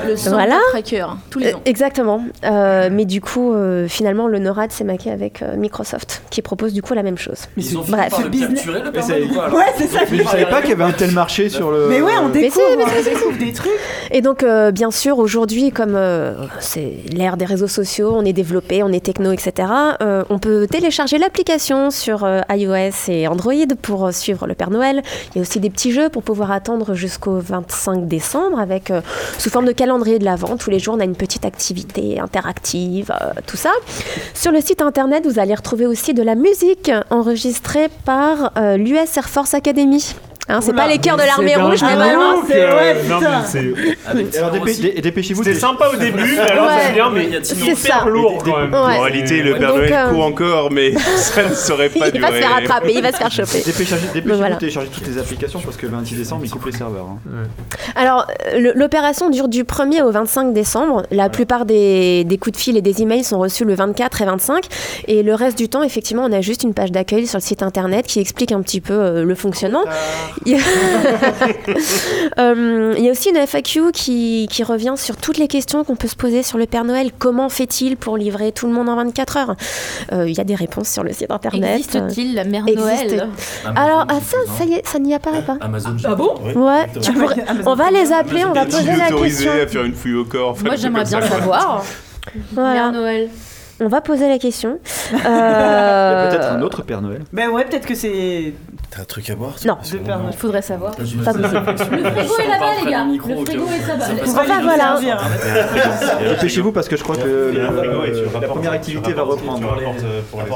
Speaker 10: Le sang
Speaker 13: Voilà.
Speaker 10: de tracker, tous les
Speaker 13: Euh,
Speaker 10: ans.
Speaker 13: Exactement. Euh, mais du coup, euh, finalement, le NORAD s'est maqué avec euh, Microsoft, qui propose du coup la même chose.
Speaker 15: Ils ont fini
Speaker 13: Bref.
Speaker 15: par le capturer, le Père Noël, ou pas, alors
Speaker 1: Bah, Ouais, c'est ça.
Speaker 5: Mais je savais pas qu'il y avait un tel marché sur le.
Speaker 1: Mais ouais, on
Speaker 13: Mais si,
Speaker 1: découvre,
Speaker 13: mais si,
Speaker 1: on
Speaker 13: si, si.
Speaker 1: découvre des trucs.
Speaker 13: Et donc, euh, bien sûr, aujourd'hui, comme euh, c'est l'ère des réseaux sociaux, on est développé, on est techno, etc., euh, on peut télécharger l'application sur euh, iOS et Android pour euh, suivre le Père Noël. Il y a aussi des petits jeux pour pouvoir attendre jusqu'au 25 décembre avec, euh, sous forme de calendrier de l'Avent, tous les jours, on a une petite activité interactive, euh, tout ça. Sur le site internet, vous allez retrouver aussi de la musique enregistrée par euh, l'US Air Force Academy. Hein, c'est
Speaker 4: Oula,
Speaker 13: pas les chœurs de
Speaker 4: mais
Speaker 13: l'armée
Speaker 4: c'est
Speaker 13: rouge,
Speaker 4: d'un
Speaker 13: mais vraiment.
Speaker 4: look,
Speaker 13: c'est-
Speaker 4: euh,
Speaker 13: ouais,
Speaker 4: non,
Speaker 13: putain.
Speaker 4: mais c'est-
Speaker 5: Alors dépê- dé- dépêchez-vous.
Speaker 4: C'était sympa au début, mais alors
Speaker 13: Ouais.
Speaker 4: c'est bien, mais
Speaker 13: C'est
Speaker 4: hyper
Speaker 13: ça.
Speaker 4: lourd quand même.
Speaker 13: Ouais.
Speaker 7: En réalité, le Père
Speaker 13: Donc,
Speaker 7: Noël
Speaker 13: euh,
Speaker 7: court encore, mais ça ne saurait pas
Speaker 13: Il va se
Speaker 7: durer.
Speaker 13: faire attraper, il va se faire choper.
Speaker 5: Dépêchez-vous,
Speaker 13: Donc
Speaker 5: dépêchez-vous
Speaker 13: voilà.
Speaker 5: de télécharger toutes les applications parce que le 26 décembre ils coupent les serveurs. hein.
Speaker 13: Alors, euh, le- l'opération dure du 1er au 25 décembre. La plupart des, des coups de fil et des emails sont reçus le 24 et 25. Et le reste du temps, effectivement, on a juste une page d'accueil sur le site internet qui explique un petit peu euh, le fonctionnement. Il y, a... Euh, il y a aussi une FAQ qui, qui revient sur toutes les questions qu'on peut se poser sur le Père Noël. Comment fait-il pour livrer tout le monde en 24 heures Euh, Il y a des réponses sur le site internet.
Speaker 6: Existe-t-il la mère
Speaker 13: Existe-
Speaker 6: Noël
Speaker 13: Alors, ah, ça, ça y est, ça n'y apparaît pas.
Speaker 15: Amazon.
Speaker 6: Ah bon
Speaker 13: Ouais, tu
Speaker 5: bah,
Speaker 13: pourrais-
Speaker 5: ah,
Speaker 13: on va les appeler, on va
Speaker 7: Est-il
Speaker 13: poser la
Speaker 7: autorisé
Speaker 13: question.
Speaker 7: à faire une fouille au corps enfin,
Speaker 6: Moi,
Speaker 7: des trucs
Speaker 6: j'aimerais
Speaker 7: comme
Speaker 6: bien
Speaker 7: ça, quoi.
Speaker 6: savoir.
Speaker 13: Voilà.
Speaker 6: Noël.
Speaker 13: On va poser la question. Euh,
Speaker 5: Il y a peut-être un autre Père Noël.
Speaker 1: Ben ouais, peut-être que c'est
Speaker 14: T'as un truc à boire
Speaker 13: Non,
Speaker 14: il
Speaker 13: faudrait savoir.
Speaker 14: Je me
Speaker 13: Pas
Speaker 14: souviens.
Speaker 13: possible.
Speaker 14: Le frigo est là-bas, les gars.
Speaker 13: Le frigo est là-bas.
Speaker 14: Enfin,
Speaker 13: voilà.
Speaker 5: Dépêchez-vous parce que je crois que le-
Speaker 9: la
Speaker 5: première activité va reprendre.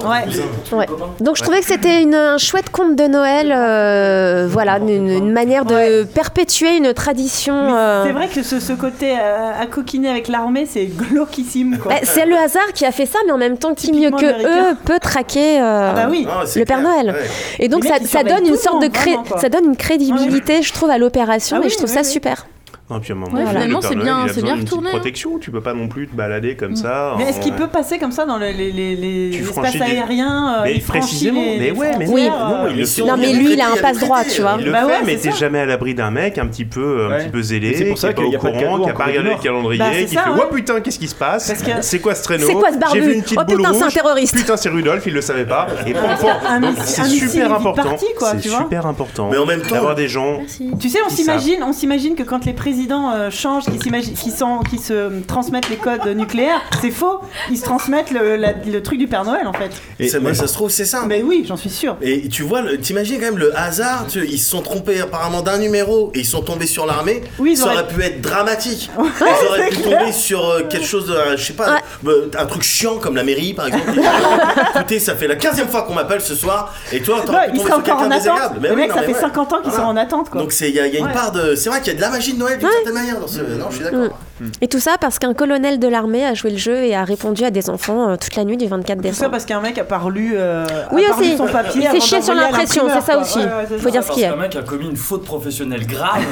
Speaker 13: Ouais. Ouais. Donc je trouvais que c'était une- un chouette conte de Noël, euh, voilà, une, une manière de perpétuer une tradition. euh,
Speaker 1: C'est vrai que ce, ce côté euh, à coquiner avec l'armée, c'est glauquissime. quoi.
Speaker 13: bah, c'est le hasard qui a fait ça, mais en même temps, qui mieux que
Speaker 1: américain.
Speaker 13: eux peut traquer euh,
Speaker 1: bah oui. Ah,
Speaker 13: le
Speaker 1: c'est
Speaker 13: Père
Speaker 1: clair,
Speaker 13: Noël.
Speaker 1: ouais.
Speaker 13: Et donc
Speaker 1: Les
Speaker 13: ça,
Speaker 1: mecs, ils
Speaker 13: ça
Speaker 1: surveillent
Speaker 13: donne une
Speaker 1: tout le
Speaker 13: sorte
Speaker 1: monde,
Speaker 13: de cré-
Speaker 1: vraiment, quoi.
Speaker 13: ça donne une crédibilité, je trouve, à l'opération,
Speaker 9: Ah
Speaker 13: et
Speaker 9: oui,
Speaker 13: je trouve
Speaker 9: oui,
Speaker 13: ça
Speaker 9: oui.
Speaker 13: super.
Speaker 9: Non, puis à un moment,
Speaker 13: Ouais,
Speaker 9: le
Speaker 13: finalement,
Speaker 9: Père
Speaker 13: c'est
Speaker 9: Noël,
Speaker 13: bien-
Speaker 9: il a
Speaker 13: c'est
Speaker 9: besoin
Speaker 13: bien
Speaker 9: d'une petite
Speaker 13: retourné, hein.
Speaker 9: protection, tu peux pas non plus te balader comme ça.
Speaker 1: Mais est-ce
Speaker 9: en-
Speaker 1: qu'il peut passer comme ça dans les, les, les, les
Speaker 9: Tu
Speaker 1: espaces
Speaker 9: franchis des-
Speaker 1: aériens euh,
Speaker 9: Mais
Speaker 1: il franchit
Speaker 9: précisément,
Speaker 1: les-
Speaker 9: mais
Speaker 1: les
Speaker 9: ouais, mais
Speaker 1: frontières,
Speaker 9: non,
Speaker 1: euh,
Speaker 9: il le fait.
Speaker 13: Non, mais lui, il a un passe-droit, tu vois.
Speaker 9: Il le
Speaker 13: Bah
Speaker 9: fait,
Speaker 13: ouais,
Speaker 9: mais
Speaker 13: c'est
Speaker 9: t'es
Speaker 13: ça.
Speaker 9: jamais à l'abri d'un mec un petit peu, un petit peu zélé,
Speaker 5: Et c'est pour ça
Speaker 9: qui est pas
Speaker 5: qu'il
Speaker 9: au
Speaker 5: y a pas de
Speaker 9: courant,
Speaker 5: cadeau
Speaker 9: qui a
Speaker 5: en
Speaker 9: pas
Speaker 5: Corée du
Speaker 9: regardé
Speaker 5: Nord.
Speaker 9: le calendrier,
Speaker 5: Bah, c'est
Speaker 9: qui
Speaker 5: ça,
Speaker 9: fait
Speaker 5: hein.
Speaker 9: Ouah putain, qu'est-ce qui se passe
Speaker 5: Parce que-
Speaker 9: C'est quoi ce traîneau
Speaker 13: C'est quoi ce barbu
Speaker 9: J'ai vu une petite
Speaker 13: Oh,
Speaker 9: boule
Speaker 13: putain, c'est un
Speaker 9: rouge.
Speaker 13: terroriste.
Speaker 9: Putain, c'est Rudolf, il le savait pas. Et pam,
Speaker 1: Un-
Speaker 9: pam.
Speaker 1: un
Speaker 9: Donc,
Speaker 1: missile-
Speaker 9: c'est
Speaker 1: un missile est
Speaker 9: super important.
Speaker 1: parti, quoi,
Speaker 9: C'est
Speaker 1: tu vois.
Speaker 9: super important.
Speaker 14: Mais en même temps-
Speaker 9: d'avoir des gens.
Speaker 1: Tu sais, on
Speaker 9: qui savent.
Speaker 1: s'imagine, on s'imagine que quand les présidents euh, changent, qu'ils s'imaginent- qu'ils sont, qu'ils se transmettent les codes nucléaires, c'est faux. Ils se transmettent le, la- le truc du Père Noël en fait.
Speaker 14: Et ça, mais ça se trouve, c'est ça.
Speaker 1: Mais oui, j'en suis sûr.
Speaker 14: Et tu vois, le- t'imagines quand même le hasard, tu- ils se sont trompés apparemment d'un numéro et ils sont tombés sur l'armée.
Speaker 1: Oui, ils
Speaker 14: ça
Speaker 1: auraient-
Speaker 14: aurait pu être dramatique. ils auraient pu tomber sur euh, quelque chose, de, euh, je sais pas, euh, un truc chiant comme la mairie par exemple. Écoutez, ça fait la 15e fois qu'on m'appelle ce soir et toi,
Speaker 1: Non,
Speaker 14: t'aurais pu
Speaker 1: ils
Speaker 14: tomber
Speaker 1: seraient
Speaker 14: sur
Speaker 1: encore en
Speaker 14: quelqu'un
Speaker 1: attente.
Speaker 14: désagréable. Mais
Speaker 1: Les
Speaker 14: oui,
Speaker 1: mecs,
Speaker 14: non,
Speaker 1: ça
Speaker 14: mais
Speaker 1: fait
Speaker 14: ouais.
Speaker 1: 50 ans qu'ils
Speaker 14: Voilà.
Speaker 1: sont en attente quoi.
Speaker 14: Donc c'est- il y a, il y a une
Speaker 1: Ouais.
Speaker 14: part de. C'est vrai qu'il y a de la magie de Noël d'une
Speaker 13: Ouais.
Speaker 14: certaine manière dans ce. Non, je suis d'accord.
Speaker 13: Mm. Et tout ça parce qu'un colonel de l'armée a joué le jeu et a répondu à des enfants euh, toute la nuit du 24
Speaker 1: Tout ça
Speaker 13: décembre.
Speaker 1: parce qu'un mec a pas lu, euh,
Speaker 13: Oui,
Speaker 1: a pas
Speaker 13: aussi.
Speaker 1: lu son papier.
Speaker 13: Il fait
Speaker 1: avant
Speaker 13: chier sur
Speaker 1: d'envoyer à
Speaker 13: l'impression, c'est ça
Speaker 1: l'imprimeur,
Speaker 13: aussi.
Speaker 1: quoi. Ouais, ouais, c'est
Speaker 13: Faut
Speaker 1: ça.
Speaker 13: dire ce qu'il y a.
Speaker 15: Parce qu'un mec a commis une faute professionnelle grave.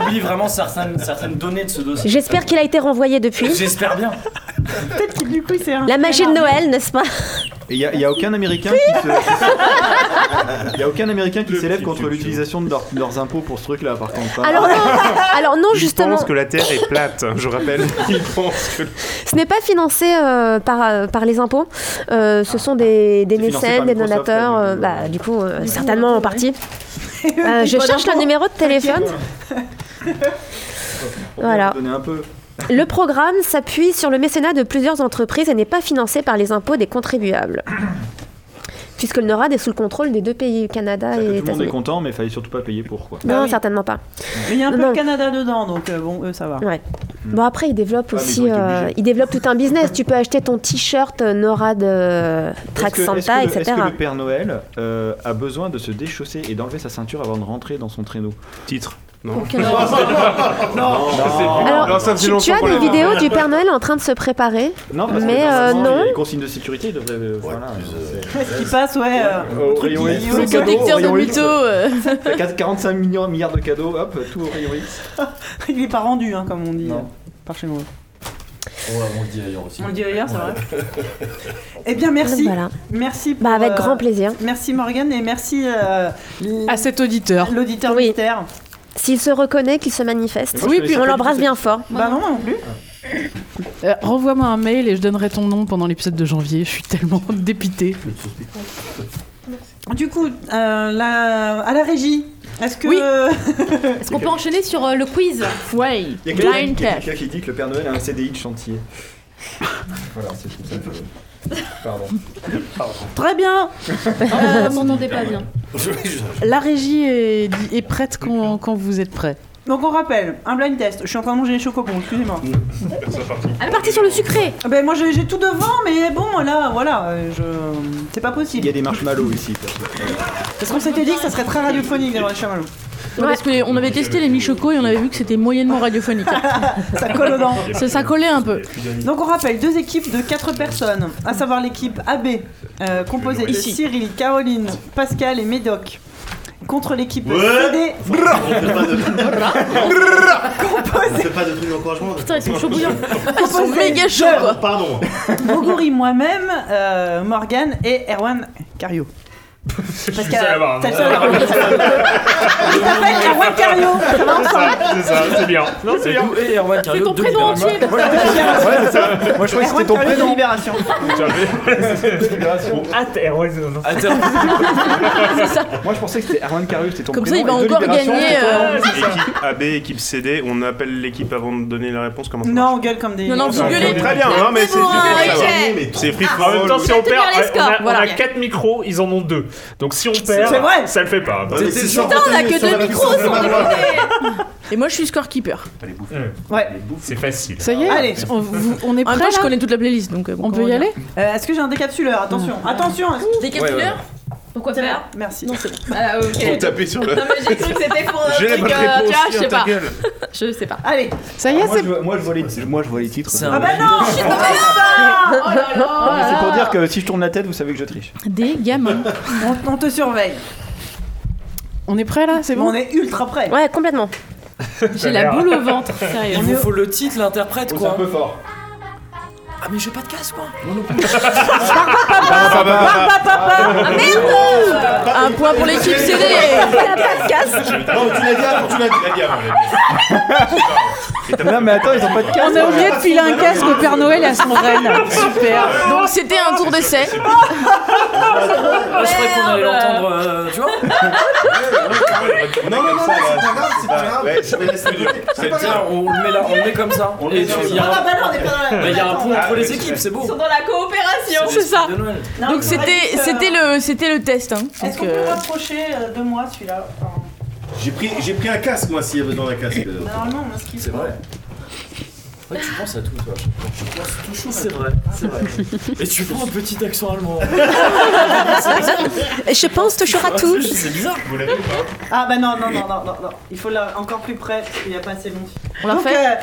Speaker 15: On oublie vraiment certaines, certaines données de ce dossier.
Speaker 13: J'espère qu'il a été renvoyé depuis.
Speaker 15: J'espère bien.
Speaker 1: Peut-être que du coup, c'est un.
Speaker 13: La magie de Noël, n'est-ce pas
Speaker 5: Il n'y a, y a aucun Américain qui se... y a aucun Américain qui s'élève contre l'utilisation de, leur- de leurs impôts pour ce truc-là, par contre. hein.
Speaker 14: Ah.
Speaker 13: Alors non, alors non,
Speaker 9: Je
Speaker 13: justement,
Speaker 9: pense que la Terre est plate, hein, je rappelle. Ils pensent que
Speaker 13: ce n'est pas financé euh, par, euh, par les impôts. Euh, ce sont des, des
Speaker 5: Ah, financé
Speaker 13: mécènes,
Speaker 5: par
Speaker 13: des
Speaker 5: Microsoft,
Speaker 13: donateurs, euh, bah, du coup, euh, certainement en partie.
Speaker 1: Pas
Speaker 13: Euh, je cherche le
Speaker 1: d'impôt.
Speaker 13: numéro de téléphone. Voilà.
Speaker 5: Donnez un peu.
Speaker 13: Le programme s'appuie sur le mécénat de plusieurs entreprises et n'est pas financé par les impôts des contribuables. Puisque le NORAD est sous le contrôle des deux pays, Canada et
Speaker 5: Tout le monde est
Speaker 13: États-Unis.
Speaker 5: content, mais il fallait surtout pas payer pour quoi.
Speaker 13: Non, certainement pas.
Speaker 1: Mais il y a un peu
Speaker 13: Non.
Speaker 1: le Canada dedans, donc euh, bon, eux, ça va.
Speaker 13: Ouais. Bon après ils développent
Speaker 1: Ah, mais
Speaker 13: aussi,
Speaker 1: ils ont été
Speaker 13: euh,
Speaker 1: obligés.
Speaker 13: ils développent tout un business. tu peux acheter ton t-shirt euh, NORAD euh,
Speaker 5: Est-ce
Speaker 13: Track
Speaker 5: que- est-ce que
Speaker 13: Santa,
Speaker 5: le- Est-ce
Speaker 13: etc.
Speaker 5: que le Père Noël euh, a besoin de se déchausser et d'enlever sa ceinture avant de rentrer dans son traîneau
Speaker 9: Titre.
Speaker 5: Non.
Speaker 13: Aucun. Non, Alors, tu, tu as des vidéos du Père Noël en train de se préparer,
Speaker 5: Non, parce que
Speaker 13: mais euh,
Speaker 5: normalement,
Speaker 13: non.
Speaker 5: Les consignes de sécurité devraient. euh, voilà, c'est-
Speaker 1: Qu'est-ce qui passe, ouais. euh,
Speaker 5: Au rayon X.
Speaker 1: Le
Speaker 5: cadeau,
Speaker 1: détecteur
Speaker 5: au rayon
Speaker 1: de
Speaker 5: X.
Speaker 1: mythos, euh.
Speaker 5: T'as 4- 45 millions, milliards de cadeaux, hop, tout au rayon X.
Speaker 1: Il est pas rendu, hein, comme on dit. euh, Par chez moi.
Speaker 15: On, on le dit ailleurs aussi.
Speaker 1: On le dit ailleurs, c'est
Speaker 15: Ouais.
Speaker 1: Eh bien, merci.
Speaker 13: Voilà. Bah,
Speaker 1: Merci. Pour,
Speaker 13: avec
Speaker 1: euh,
Speaker 13: grand plaisir.
Speaker 1: Merci Morgane et merci euh,
Speaker 2: À cet auditeur.
Speaker 1: l'auditeur mystère.
Speaker 13: S'il se reconnaît, qu'il se manifeste.
Speaker 2: Mais moi, je Oui, connaissais puis-
Speaker 13: on
Speaker 2: pas
Speaker 13: l'embrasse
Speaker 2: du tout
Speaker 13: bien fort.
Speaker 1: Bah non, non plus.
Speaker 2: Euh, Renvoie-moi un mail et je donnerai ton nom pendant l'épisode de janvier. Je suis tellement dépitée.
Speaker 1: Du coup, euh, la- à la régie, est-ce que.
Speaker 17: Est-ce qu'on peut enchaîner sur euh, le quiz Ouais.
Speaker 5: Il y a quelqu'un-
Speaker 17: Blind
Speaker 5: il y a
Speaker 17: test.
Speaker 5: quelqu'un qui dit que le Père Noël a un CDI de chantier. voilà, c'est tout ça que. Pardon.
Speaker 2: Très bien.
Speaker 17: Euh, on n'entendait pas bien.
Speaker 2: La régie est, est prête quand, quand vous êtes prêts.
Speaker 1: Donc on rappelle, un blind test. Je suis en train de manger les chocobons, excusez-moi.
Speaker 13: Elle est partie sur le sucré
Speaker 1: Ben moi j'ai j'ai tout devant, mais bon, là, voilà, euh, je... c'est pas
Speaker 5: Il
Speaker 1: possible.
Speaker 5: y a des marshmallows ici.
Speaker 1: Parce qu'on s'était dit que ça serait très radiophonique d'avoir les chamallows.
Speaker 10: Ouais, parce qu'on avait testé les michocos et on avait vu que c'était moyennement radiophonique.
Speaker 1: ça colle aux dents.
Speaker 10: Ça, ça collait un peu.
Speaker 1: Donc on rappelle deux équipes de Euh, quatre personnes, à savoir l'équipe AB, euh, composée de
Speaker 10: Ici.
Speaker 1: Cyril, Caroline, Pascal et Médoc. Contre l'équipe
Speaker 14: Ouais.
Speaker 1: CD,
Speaker 14: On fait pas de trucs d'encouragement.
Speaker 17: Putain, ils sont chauds bouillants.
Speaker 1: Ils sont méga chauds, quoi.
Speaker 14: Pardon.
Speaker 1: Moguri, moi-même, euh, Morgane et Erwan Cario. Parce
Speaker 4: seul à l'avoir, hein.
Speaker 1: t'as le seul à l'avoir. Il s'appelle Erwan Cario. Ça va
Speaker 4: C'est
Speaker 1: ensemble.
Speaker 4: ça, c'est ça, c'est bien. Non, c'est bien.
Speaker 15: Et Erwan Cario,
Speaker 17: ton
Speaker 15: deux
Speaker 17: prénom
Speaker 15: libéraux.
Speaker 17: entier.
Speaker 5: Voilà. Ouais, c'est ça. Moi je crois que c'était
Speaker 1: Erwan
Speaker 5: ton
Speaker 1: Cario de
Speaker 5: prénom.
Speaker 1: Libération.
Speaker 4: Hâte,
Speaker 1: Ah
Speaker 4: Erwan. non.
Speaker 15: Attends.
Speaker 5: Moi je pensais que c'était Erwan Cario, c'était ton
Speaker 10: Comme ça,
Speaker 5: prénom.
Speaker 10: il va
Speaker 5: et de
Speaker 10: encore
Speaker 5: Libération,
Speaker 10: gagner,
Speaker 5: c'était toi.
Speaker 10: euh,
Speaker 1: hein.
Speaker 5: Ouais, c'est ça.
Speaker 7: AB, équipe CD, on appelle l'équipe avant de donner la réponse comment ça
Speaker 1: Non, on gueule comme des.
Speaker 7: Non, non, vous gueulez. Très bien, non, mais c'est- C'est free
Speaker 9: Ah,
Speaker 16: Ah,
Speaker 7: for
Speaker 4: En même
Speaker 7: all.
Speaker 4: temps, si on
Speaker 7: Tenir
Speaker 4: perd,
Speaker 7: les scores,
Speaker 4: on a- on
Speaker 7: voilà.
Speaker 4: a 4 micros, ils en ont 2. Donc si on perd,
Speaker 10: C'est vrai.
Speaker 4: ça le fait pas.
Speaker 10: Putain, on a que deux micros sur le côté. Et moi, je suis scorekeeper.
Speaker 1: Ouais.
Speaker 4: C'est facile.
Speaker 2: Ça y est,
Speaker 1: Allez,
Speaker 2: on, vous- on est
Speaker 10: En
Speaker 2: prêt.
Speaker 10: même temps, je connais toute la playlist, donc euh, bon,
Speaker 2: On peut
Speaker 10: comment
Speaker 2: y
Speaker 10: dire.
Speaker 2: aller
Speaker 1: Euh, Est-ce que j'ai un décapsuleur Attention, attention
Speaker 6: Décapsuleur Ouais, ouais. Pourquoi faire
Speaker 1: Merci.
Speaker 6: Non, c'est bon. Ah, ok.
Speaker 7: Ils ont tapé sur le-
Speaker 6: Non, mais j'ai cru que c'était pour. un
Speaker 7: J'ai la
Speaker 6: truc,
Speaker 7: bonne
Speaker 6: euh, tu
Speaker 7: réponse,
Speaker 6: vois, je sais
Speaker 7: tiens, ta
Speaker 6: pas.
Speaker 7: gueule.
Speaker 6: Je sais pas.
Speaker 1: Allez,
Speaker 2: ça
Speaker 5: y est, c'est. Moi, je vois les titres. Moi, je vois les titres.
Speaker 1: Ah bah non
Speaker 6: Chut, non, mais non Oh là là
Speaker 5: Non, mais C'est pour dire que si je tourne la tête, vous savez que je triche.
Speaker 2: Des gamins.
Speaker 1: on, on te surveille.
Speaker 2: On est prêt là, c'est bon.
Speaker 1: On est ultra prêt.
Speaker 13: Ouais, complètement.
Speaker 2: J'ai la boule au ventre, sérieux.
Speaker 15: Il vous faut le titre, l'interprète, quoi. un peu
Speaker 5: fort.
Speaker 15: Ah, mais j'ai pas de casse, quoi.
Speaker 7: Ah,
Speaker 6: Ah,
Speaker 10: Un point pour l'équipe CD
Speaker 16: Non, tu l'as dit avant, tu l'as dit, tu l'as dit avant,
Speaker 5: Non, mais attends, ils ont pas de casque.
Speaker 2: On a oublié de filer un casque au Père Noël et à son reine. Super.
Speaker 10: Donc c'était un tour d'essai.
Speaker 15: Ah, je croyais qu'on allait l'entendre, euh, tu vois.
Speaker 16: Non, non, non, c'est pas grave, c'est pas grave. Ouais, je vais laisser le
Speaker 15: C'est bien, on le met là, on le met comme ça. On
Speaker 16: le met dans le-
Speaker 15: un...
Speaker 16: Ah, bah non, on est pas dans la-
Speaker 15: Bah, il y a un
Speaker 16: Attends,
Speaker 15: pont
Speaker 16: bah,
Speaker 15: entre les
Speaker 16: ouais,
Speaker 15: équipes,
Speaker 16: ouais.
Speaker 15: c'est
Speaker 6: Ils sont
Speaker 15: beau.
Speaker 6: dans la coopération
Speaker 10: C'est ça.
Speaker 15: De Noël.
Speaker 1: Non, mais on
Speaker 10: Donc
Speaker 1: va
Speaker 10: c'était
Speaker 1: juste, euh,
Speaker 10: c'était le c'était le test. hein.
Speaker 1: Est-ce
Speaker 10: Donc,
Speaker 1: qu'on peut le
Speaker 10: euh,
Speaker 1: rapprocher euh, de moi celui-là Enfin,
Speaker 16: J'ai pris, j'ai pris un casque, moi, s'il y avait dans la casque. euh.
Speaker 1: Normalement, on inscrit.
Speaker 15: C'est vrai. Ouais, tu penses à tout, toi. Je pense toujours. C'est vrai, c'est vrai. Et tu prends un petit accent allemand.
Speaker 13: Je pense toujours à tout.
Speaker 15: C'est bizarre.
Speaker 7: Vous l'avez ou pas
Speaker 1: Ah bah non, non, non, non, non, non. Il faut là encore plus près, parce qu'il n'y a pas assez long.
Speaker 10: On l'a
Speaker 1: Donc,
Speaker 10: fait
Speaker 1: euh,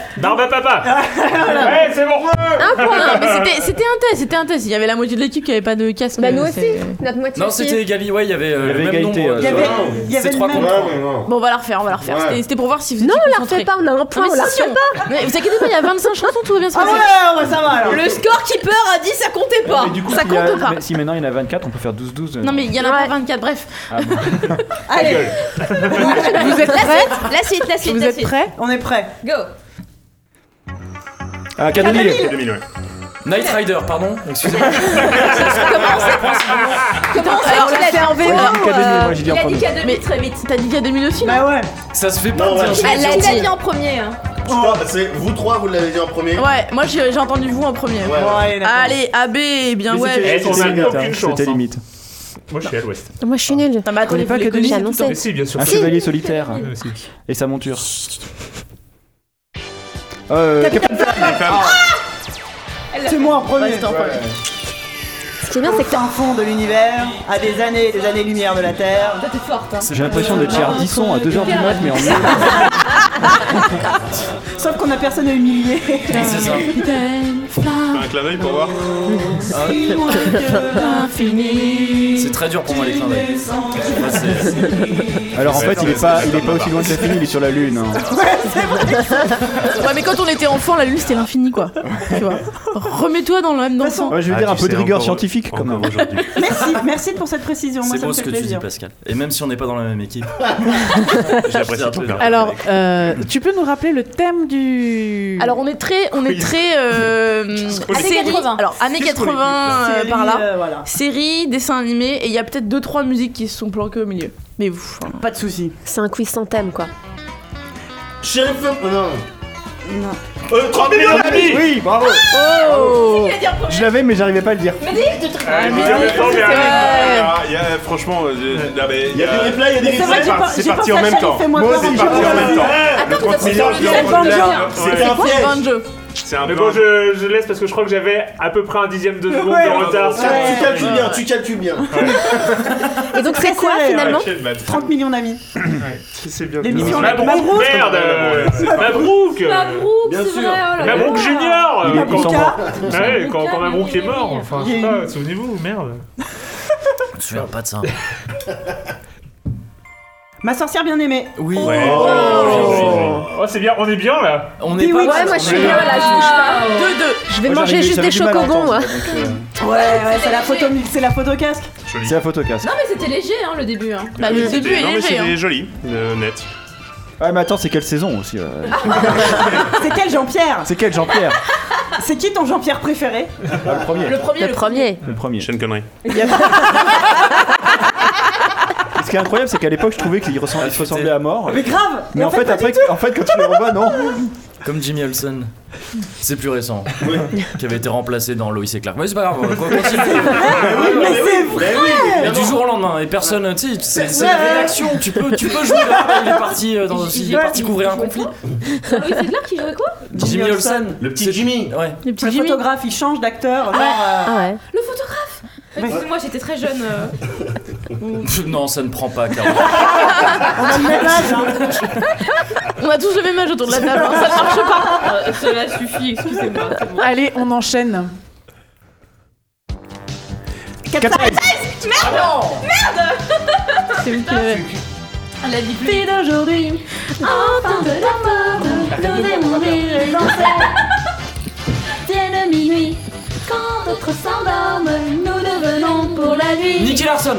Speaker 4: Barba papa Ouais, c'est bon
Speaker 10: Un point, mais c'était- c'était un test, c'était un test. Il y avait la moitié de l'équipe qui avait pas de casque.
Speaker 13: Bah, nous
Speaker 10: euh,
Speaker 13: aussi,
Speaker 10: c'est-
Speaker 13: notre moitié.
Speaker 15: Non, c'était égali, ouais, il y avait
Speaker 5: Il y
Speaker 15: euh,
Speaker 5: avait
Speaker 15: le même
Speaker 5: égalité,
Speaker 15: nombre.
Speaker 5: euh,
Speaker 15: de-
Speaker 5: Il y
Speaker 1: avait-
Speaker 15: Ouais,
Speaker 1: il y avait
Speaker 15: C'est
Speaker 1: le
Speaker 15: trois
Speaker 1: même-
Speaker 15: contre
Speaker 16: Ouais, non.
Speaker 10: Bon, on va la refaire, on va la refaire.
Speaker 16: Ouais.
Speaker 10: C'était- C'était pour voir si vous
Speaker 13: Non,
Speaker 10: étiez
Speaker 13: on la
Speaker 10: concentrés.
Speaker 13: refait pas, on a un point,
Speaker 10: Non,
Speaker 13: on
Speaker 10: mais
Speaker 13: la
Speaker 10: si, si,
Speaker 13: refait pas.
Speaker 10: on- Mais vous inquiétez pas, il y a 25 chansons, tout va bien se
Speaker 1: Ah
Speaker 10: passer.
Speaker 1: ouais, ouais, ça va alors.
Speaker 6: Le scorekeeper a dit ça comptait pas.
Speaker 5: Mais du coup,
Speaker 10: Ça
Speaker 5: s'il y a-
Speaker 10: compte ou pas
Speaker 5: mais Si maintenant il y en a 24, on peut faire euh, 12-12.
Speaker 10: Non, mais il y en a pas 24, bref.
Speaker 5: ah
Speaker 1: Allez,
Speaker 2: Vous êtes prêts
Speaker 6: La suite, la suite,
Speaker 2: Vous
Speaker 6: la
Speaker 2: êtes
Speaker 6: suite.
Speaker 2: prêts
Speaker 1: on est prêt.
Speaker 6: Go.
Speaker 5: Ah, Cadenille
Speaker 7: 2000, ouais.
Speaker 15: Night Rider, pardon, excusez-moi.
Speaker 6: Comment ça
Speaker 10: Alors, on l'a fait en VO.
Speaker 5: Cadenille, moi j'ai dit en
Speaker 6: Il a dit
Speaker 5: premier.
Speaker 6: qu'à 2000 très vite.
Speaker 10: T'as dit qu'il y a 2000 aussi, non
Speaker 1: Bah ouais.
Speaker 15: Ça se fait
Speaker 16: Non,
Speaker 15: pas,
Speaker 16: ouais.
Speaker 15: tiens.
Speaker 6: Elle
Speaker 10: l'a
Speaker 6: l'a
Speaker 10: dit.
Speaker 6: dit en premier. hein.
Speaker 16: Je crois, c'est vous trois, vous l'avez dit en premier.
Speaker 10: Ouais, moi j'ai j'ai entendu vous en premier.
Speaker 16: Ouais.
Speaker 1: Bon, allez, d'accord.
Speaker 10: Allez, AB, eh bien
Speaker 5: Mais
Speaker 10: ouais.
Speaker 5: c'était-
Speaker 4: Eh,
Speaker 5: c'était
Speaker 4: on a
Speaker 5: limite,
Speaker 4: aucune
Speaker 5: hein,
Speaker 4: chance,
Speaker 5: C'était
Speaker 4: hein.
Speaker 5: limite.
Speaker 4: Moi, je suis à l'ouest.
Speaker 13: Moi, je suis nulle.
Speaker 10: Non, mais attendez, vous
Speaker 5: pas
Speaker 10: les
Speaker 5: que
Speaker 10: connaissez
Speaker 13: J'ai
Speaker 7: Ah,
Speaker 5: Denis,
Speaker 13: annoncé.
Speaker 4: Mais si, bien
Speaker 10: Ah,
Speaker 4: sûr.
Speaker 5: Un chevalier solitaire
Speaker 4: Euh, si.
Speaker 5: et sa monture. Euh, Capitaine Flamme. Ah.
Speaker 1: C'est moi en premier.
Speaker 10: Reste en premier.
Speaker 13: Ce qui est bien, c'est que
Speaker 1: C'est un fond de l'univère, à des années et des années-lumière de la Terre.
Speaker 6: Toi, t'es forte. hein.
Speaker 5: J'ai l'impression d'être chez Ardisson à 2h du mat, mais en
Speaker 1: Sauf qu'on a personne à humilier.
Speaker 15: C'est ça.
Speaker 7: Fais un clin d'œil pour voir.
Speaker 1: Ah,
Speaker 9: Ah.
Speaker 15: C'est très dur pour moi les clins d'œil. Moi, Ah, bah, c'est-
Speaker 5: Alors en fait, il est pas, il est pas aussi loin que la fille, il est sur la lune. hein.
Speaker 10: Ouais, mais quand on était enfant, la lune c'était l'infini quoi. Tu vois. Remets-toi dans le même dans le sang.
Speaker 5: Ouais, je veux
Speaker 7: Ah,
Speaker 5: dire un
Speaker 7: tu
Speaker 5: peu de
Speaker 7: sais,
Speaker 5: rigueur
Speaker 7: encore-
Speaker 5: scientifique quand même.
Speaker 7: Encore aujourd'hui.
Speaker 1: Merci, merci pour cette précision. Moi,
Speaker 15: C'est
Speaker 1: ça
Speaker 15: beau
Speaker 1: me
Speaker 15: ce
Speaker 1: fait
Speaker 15: que tu dis
Speaker 1: plaisir.
Speaker 15: Pascal. Et même si on n'est pas dans la même équipe.
Speaker 7: J'apprécie ton père.
Speaker 2: Alors, euh, tu peux nous rappeler le thème du.
Speaker 10: Alors on est très, on est très euh,
Speaker 6: Années
Speaker 10: série.
Speaker 6: 80.
Speaker 10: Alors années 80 euh,
Speaker 1: Série,
Speaker 10: par là.
Speaker 1: euh, voilà.
Speaker 10: Série, dessin animé et il y a peut-être deux trois musiques qui se sont planquées au milieu. Mais vous. hein.
Speaker 1: Pas de soucis.
Speaker 13: c'est un quiz sans thème, quoi.
Speaker 16: Sheriff. oh, Non.
Speaker 1: Non.
Speaker 7: Euh, 30 millions d'amis
Speaker 5: Oui, bravo.
Speaker 16: Ah
Speaker 10: Oh.
Speaker 6: Il a dit en premier.
Speaker 5: Je l'avais, mais j'arrivais pas à le dire.
Speaker 7: Ah, mais
Speaker 10: mais
Speaker 7: attends, mais
Speaker 10: c'est
Speaker 7: arrête.
Speaker 10: vrai.
Speaker 7: Ah, il y a- Franchement, euh, je- non, mais
Speaker 16: Il y a des replays, il y a des
Speaker 1: C'est vrai que
Speaker 16: replays.
Speaker 1: j'ai
Speaker 16: Eh,
Speaker 1: pas-
Speaker 7: C'est
Speaker 1: j'ai
Speaker 7: parti
Speaker 1: pensé
Speaker 7: en
Speaker 1: à
Speaker 7: même
Speaker 1: Charlie,
Speaker 7: temps.
Speaker 1: fais-moi
Speaker 16: Moi
Speaker 1: peur.
Speaker 16: aussi,
Speaker 7: C'est
Speaker 16: j'ai
Speaker 7: parti en même temps.
Speaker 6: Attends,
Speaker 7: Le 30
Speaker 6: vous avez
Speaker 7: millions,
Speaker 6: sorti
Speaker 7: je l'ai
Speaker 6: le
Speaker 7: entendu.
Speaker 1: banjo.
Speaker 7: Ouais.
Speaker 16: C'était un
Speaker 10: C'est
Speaker 16: piège.
Speaker 10: un jeu.
Speaker 7: C'est un
Speaker 4: Mais
Speaker 7: peu
Speaker 4: bon, je, je laisse parce que je crois que j'avais à peu près un dixième de seconde
Speaker 1: Ouais.
Speaker 4: de retard. sur-
Speaker 16: Tu calcules bien, tu calcules bien.
Speaker 13: Et donc, c'est
Speaker 1: Très
Speaker 13: quoi
Speaker 1: serré,
Speaker 13: finalement
Speaker 1: 30 millions d'amis.
Speaker 5: C'est bien.
Speaker 1: L'émission
Speaker 4: Ma
Speaker 1: avec Mabrouk.
Speaker 4: Mabrouk, merde euh, Mabrouk euh,
Speaker 6: Mabrouk,
Speaker 16: Bien
Speaker 6: c'est
Speaker 16: sûr.
Speaker 6: vrai. oh là
Speaker 4: Mabrouk
Speaker 6: là.
Speaker 4: Junior
Speaker 5: Il
Speaker 4: euh,
Speaker 5: est
Speaker 4: quand-
Speaker 5: content.
Speaker 7: Eh,
Speaker 4: Ouais, quand, quand Mabrouk est mort, enfin, je sais
Speaker 1: Il y a
Speaker 4: pas, souvenez-vous, merde.
Speaker 15: Je me souviens pas de ça. hein.
Speaker 1: Ma sorcière bien aimée.
Speaker 15: Oui.
Speaker 4: Oh, c'est bien, on est bien là
Speaker 15: On est
Speaker 1: Dis
Speaker 15: pas
Speaker 1: oui,
Speaker 13: Ouais, moi, je suis bien là, je bouge pas.
Speaker 10: Deux deux.
Speaker 13: Je vais manger juste des chocobons, moi.
Speaker 1: Ouais, ouais, c'est la photo, c'est la photo casque.
Speaker 5: C'est la photocasse.
Speaker 6: Non, mais c'était léger hein, le début. hein.
Speaker 10: Bah, le début est
Speaker 7: Non, mais
Speaker 10: léger. hein.
Speaker 7: c'était joli, euh, net.
Speaker 5: Ah, mais attends, c'est quelle saison aussi euh
Speaker 1: C'est quel Jean-Pierre
Speaker 5: C'est quel Jean-Pierre
Speaker 1: C'est qui ton Jean-Pierre préféré
Speaker 5: Ah, Le premier.
Speaker 6: Le premier,
Speaker 13: Le premier.
Speaker 5: Le premier.
Speaker 7: Chaîne connerie.
Speaker 1: Il y a-
Speaker 5: Est-ce qui est incroyable, c'est qu'à l'époque, je trouvais qu'il ressemblait, il se ressemblait à mort.
Speaker 1: Mais grave
Speaker 5: Mais en fait,
Speaker 1: pas
Speaker 5: après,
Speaker 1: du tout.
Speaker 5: en fait, quand tu le revois, non.
Speaker 15: Comme Jimmy Olsen. C'est plus récent. Qui avait été remplacé dans Lois et Clark. Mais c'est pas grave, on continue.
Speaker 1: Mais c'est vrai
Speaker 15: Et du jour au lendemain, et personne, tu sais, c'est c'est
Speaker 1: Ouais.
Speaker 15: la rédaction, tu peux, tu peux jouer là, il est parti, euh, dans, il est parti couvrir un conflit.
Speaker 6: Loïs Edler qui jouait quoi
Speaker 15: Jimmy Olsen.
Speaker 16: Le petit Jimmy.
Speaker 15: Ouais.
Speaker 1: Le photographe, il change d'acteur.
Speaker 13: Ah,
Speaker 1: genre, euh,
Speaker 6: Ah,
Speaker 15: Ah
Speaker 6: Le photographe Excusez-moi, j'étais très jeune. euh.
Speaker 15: Non, ça ne prend pas, Caro.
Speaker 1: On a le même âge, hein.
Speaker 10: On a tous le même âge autour de la table, hein, ça ne marche pas.
Speaker 6: Euh,
Speaker 10: cela suffit, excusez-moi.
Speaker 2: Allez, on enchaîne.
Speaker 5: Captain
Speaker 6: Merde Merde
Speaker 2: C'est vous qui
Speaker 1: Ah,
Speaker 2: l'avez.
Speaker 10: Ah,
Speaker 6: Elle a dit plus.
Speaker 10: Et d'aujourd'hui,
Speaker 6: Enfant de la mort, devait mourir et danser. Vienne minuit, quand d'autres s'endorment, nous devenons pour la vie.
Speaker 15: Nicky Larson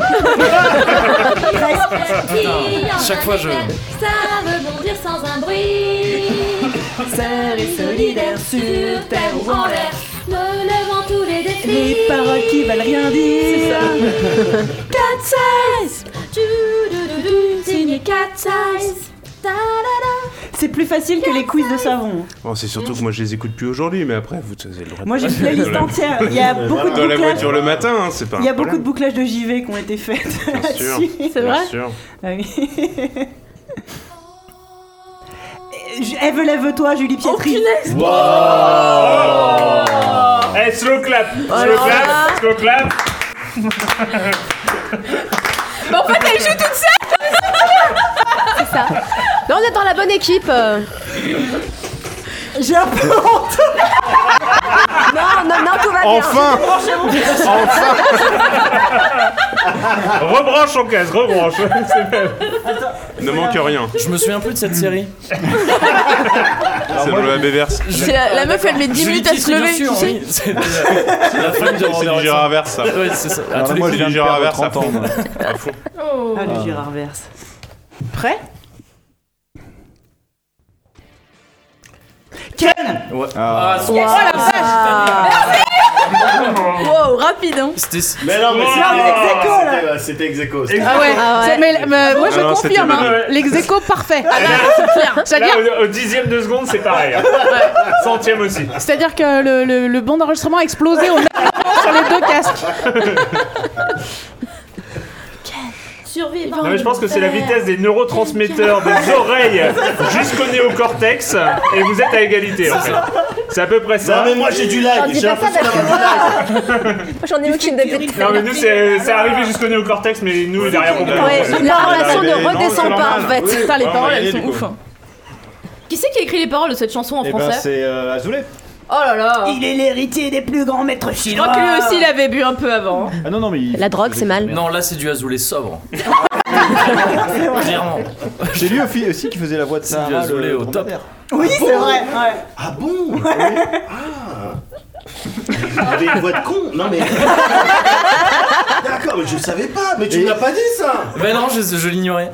Speaker 6: Qui en
Speaker 15: Chaque fois, je.
Speaker 6: savent bondir sans un bruit.
Speaker 1: Sœurs et solidaires sur terre ou en l'air.
Speaker 6: Relevant tous les défis.
Speaker 1: Les paroles qui veulent rien dire.
Speaker 6: 4 size du, du, du, du, Signé 4 size Ta, la, la.
Speaker 1: C'est plus facile que les quiz de savon.
Speaker 7: Bon, c'est surtout que moi je les écoute plus aujourd'hui, mais après vous avez le droit. de
Speaker 1: Mm. Moi, j'ai une
Speaker 7: passer dans
Speaker 1: playlist
Speaker 7: la-
Speaker 1: entière. Il y a beaucoup de
Speaker 7: Dans la
Speaker 1: bouclages.
Speaker 7: voiture le matin, hein, c'est pas. un
Speaker 1: Il y a beaucoup de
Speaker 7: problème.
Speaker 1: bouclages de JV qui ont été faits.
Speaker 7: Bien sûr.
Speaker 1: Si,
Speaker 7: Bien sûr.
Speaker 1: Ah oui. Je- Ève, lève-toi, Julie Pietri.
Speaker 6: Oh,
Speaker 4: Eh, slow clap Slow
Speaker 6: alors Oh là.
Speaker 4: clap Slow clap
Speaker 6: Mais en fait, elle joue toute seule
Speaker 13: C'est ça. Là, on est dans la bonne équipe. euh.
Speaker 1: J'ai un peu honte.
Speaker 13: Non, non, non, tout va bien.
Speaker 7: Enfin
Speaker 4: Rebranche en case, rebranche C'est même-
Speaker 7: Ne
Speaker 9: Oh.
Speaker 7: manque rien.
Speaker 15: Je me souviens plus de cette série.
Speaker 7: C'est dans la béverse.
Speaker 10: C'est la, la meuf, elle met 10
Speaker 15: Julie
Speaker 10: minutes à se
Speaker 15: Pietri, bien
Speaker 10: lever,
Speaker 15: sûr,
Speaker 10: tu sais.
Speaker 15: oui. C'est la- c'est la femme de
Speaker 7: C'est
Speaker 15: Robert
Speaker 7: du
Speaker 15: Hudson.
Speaker 7: Gérard Verse, ça.
Speaker 15: Ouais, c'est ça. À
Speaker 5: Alors
Speaker 15: tous
Speaker 5: là,
Speaker 15: les
Speaker 5: moi,
Speaker 15: coups.
Speaker 5: je viens de
Speaker 7: Gérard
Speaker 5: perdre
Speaker 7: Verse à
Speaker 5: 30 ans.
Speaker 7: fond.
Speaker 5: moi.
Speaker 10: Oh.
Speaker 1: Ah, le Gérard Verse. Prêt Ken
Speaker 15: Ouais.
Speaker 5: Ah.
Speaker 15: Ah,
Speaker 10: Oh,
Speaker 15: son-
Speaker 10: Wow, rapide, hein.
Speaker 15: c'était-
Speaker 16: Mais non, mais
Speaker 1: Non,
Speaker 16: c'était-
Speaker 1: mais ex aequo, là.
Speaker 16: c'était- c'était ex aequo, c'était-
Speaker 2: Ah ouais,
Speaker 10: Ah ouais.
Speaker 2: ça- mais- mais moi je
Speaker 7: Ah non, c'était
Speaker 2: confirme,
Speaker 7: mal.
Speaker 2: hein, l'ex aequo parfait.
Speaker 10: Ah, bah,
Speaker 2: C'est-à-dire
Speaker 4: Là, au, au dixième de seconde, c'est pareil. hein. Centième aussi.
Speaker 2: c'est-à-dire que le, le- le banc d'enregistrement a explosé au même moment sur les deux casques.
Speaker 6: Survivant
Speaker 4: Non, mais je pense que c'est la vitesse des neurotransmetteurs des oreilles jusqu'au néocortex et vous êtes à égalité en fait. C'est à peu près
Speaker 16: Non,
Speaker 4: ça.
Speaker 16: mais moi j'ai du
Speaker 13: Non,
Speaker 16: lag.
Speaker 13: dis
Speaker 16: J'ai
Speaker 13: pas ça
Speaker 16: l'impression
Speaker 13: parce que
Speaker 16: d'avoir
Speaker 13: voilà. Moi, j'en ai aucune depuis
Speaker 4: Non mais nous c'est c'est arrivé jusqu'au néocortex mais nous derrière on
Speaker 13: Ouais, la
Speaker 4: Eh
Speaker 13: relation
Speaker 4: ben,
Speaker 16: mais
Speaker 13: ne
Speaker 16: non,
Speaker 13: redescend
Speaker 16: c'est
Speaker 13: pas en
Speaker 16: normal.
Speaker 13: fait.
Speaker 16: Oui.
Speaker 10: Putain, les
Speaker 7: Ah,
Speaker 10: paroles,
Speaker 7: ouais,
Speaker 10: elles
Speaker 7: du
Speaker 10: sont
Speaker 7: coup.
Speaker 10: ouf. hein.
Speaker 6: Qui c'est qui a écrit les paroles de cette chanson en
Speaker 5: Eh ben,
Speaker 6: français
Speaker 5: c'est euh, Azoulay.
Speaker 6: Oh là là
Speaker 1: Il est l'héritier des plus grands maîtres
Speaker 6: Je
Speaker 1: chinois.
Speaker 6: crois que lui aussi il avait bu un peu avant.
Speaker 10: hein.
Speaker 5: Ah non, non, mais. il-
Speaker 13: La drogue, c'est mal.
Speaker 15: Non, là, c'est du Azoulay sobre. Clairement.
Speaker 5: C'est lui aussi, aussi qui faisait la voix de
Speaker 15: C'est du
Speaker 5: Sarah,
Speaker 15: Azoulay
Speaker 5: le
Speaker 15: au top.
Speaker 5: dromadaire.
Speaker 1: Oui, c'est vrai. ouais.
Speaker 16: Ah bon Ah Avec une voix de con Non mais. D'accord, mais je savais pas, mais tu ne l'as pas dit ça
Speaker 15: Ben non, je, je l'ignorais.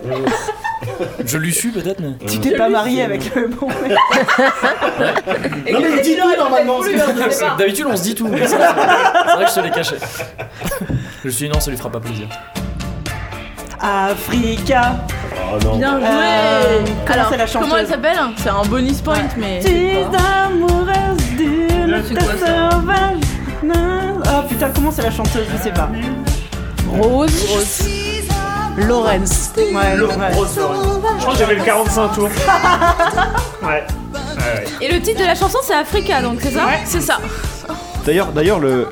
Speaker 15: Je lui suis peut-être, mais.
Speaker 1: Tu t'es pas marié avec le bon mec.
Speaker 16: Non mais vous dites tout normalement c'est-
Speaker 15: D'habitude, on se dit tout. mais ça, C'est c'est vrai que je te l'ai caché. Je me suis dit non, ça lui fera pas plaisir.
Speaker 1: Africa.
Speaker 16: Oh non
Speaker 10: Bien joué.
Speaker 1: Euh, comment c'est la chanteuse
Speaker 10: comment elle s'appelle C'est un bonus point, mais.
Speaker 1: Tu es amoureuse d'une
Speaker 10: Non, c'est quoi, ça
Speaker 1: sauvage. Non. Oh putain, comment c'est la chanteuse Je sais pas.
Speaker 2: Rose, Lawrence.
Speaker 1: Ouais, ouais.
Speaker 4: Je crois que j'avais le 45 tours. Ouais. Ouais, ouais.
Speaker 6: Et le titre de la chanson c'est Africa donc c'est ça C'est ça.
Speaker 5: D'ailleurs, d'ailleurs, le.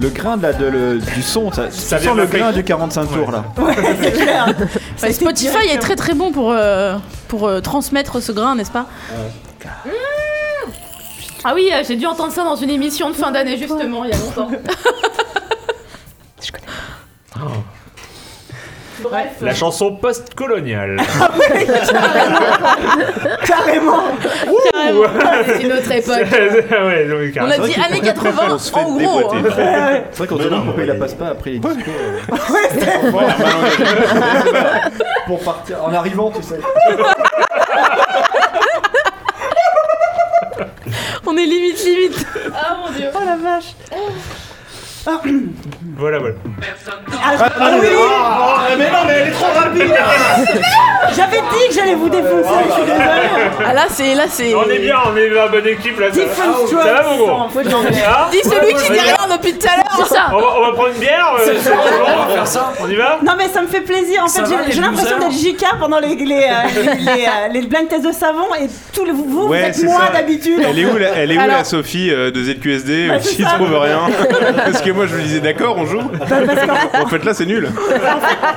Speaker 5: Le grain de la- de le- du son, ça, ça
Speaker 4: vient
Speaker 5: sent le
Speaker 4: d'Afrique.
Speaker 5: grain du 45 tours là.
Speaker 1: Ça a été
Speaker 10: Spotify
Speaker 1: direct,
Speaker 10: est très très bon pour, euh, pour euh, transmettre ce grain, n'est-ce pas
Speaker 6: Ah oui, euh, j'ai dû entendre ça dans une émission de fin d'année justement il y a longtemps.
Speaker 4: La chanson post-coloniale.
Speaker 1: Carrément.
Speaker 6: C'est une autre époque.
Speaker 4: ouais, Louis
Speaker 10: On
Speaker 4: XIV.
Speaker 10: a dit années 80
Speaker 7: On se fait
Speaker 10: en gros.
Speaker 7: déboîter.
Speaker 10: hein.
Speaker 5: C'est vrai qu'on se
Speaker 16: Mais non,
Speaker 5: demande pourquoi
Speaker 16: mais-
Speaker 5: il la passe pas après les discours. euh, Pour partir en arrivant, tu sais.
Speaker 10: On est limite limite.
Speaker 6: Ah mon dieu.
Speaker 1: Oh la vache.
Speaker 4: Voilà, voilà.
Speaker 1: Ah, oui. ah,
Speaker 16: Ah, Mais Oh, ah, non mais elle est trop rapide
Speaker 1: J'avais dit que j'allais vous défoncer, je suis
Speaker 16: bah,
Speaker 1: désolée.
Speaker 10: Ah là, c'est. Là, c'est...
Speaker 4: On est bien, on est la bonne équipe là. Ça,
Speaker 1: Different
Speaker 4: ça va,
Speaker 1: strokes,
Speaker 4: mon gros
Speaker 1: fait, j'en ai-
Speaker 4: Ah
Speaker 10: Dis celui qui dit
Speaker 4: Regarde.
Speaker 10: rien Oh, depuis tout à l'heure, c'est ça
Speaker 4: On va, on va prendre une bière euh,
Speaker 1: C'est ça.
Speaker 4: bon,
Speaker 1: On va faire
Speaker 4: On y va
Speaker 1: Non mais ça me fait plaisir. En
Speaker 4: Ça
Speaker 1: fait,
Speaker 4: va,
Speaker 1: j'ai-
Speaker 4: les
Speaker 1: j'ai l'impression
Speaker 4: losers
Speaker 1: d'être JK pendant les les, euh, les, les, euh, les blind tests de savon et tout le vous, vous
Speaker 9: Ouais,
Speaker 1: êtes
Speaker 9: c'est
Speaker 1: moi
Speaker 9: ça.
Speaker 1: d'habitude.
Speaker 9: Elle est où, la, elle est où,
Speaker 1: Alors,
Speaker 9: la Sophie euh, de ZQSD
Speaker 1: Bah, c'est
Speaker 9: qui
Speaker 1: ça.
Speaker 9: trouve rien Parce que moi je me disais d'accord, on joue.
Speaker 1: Bah,
Speaker 9: en fait là c'est nul.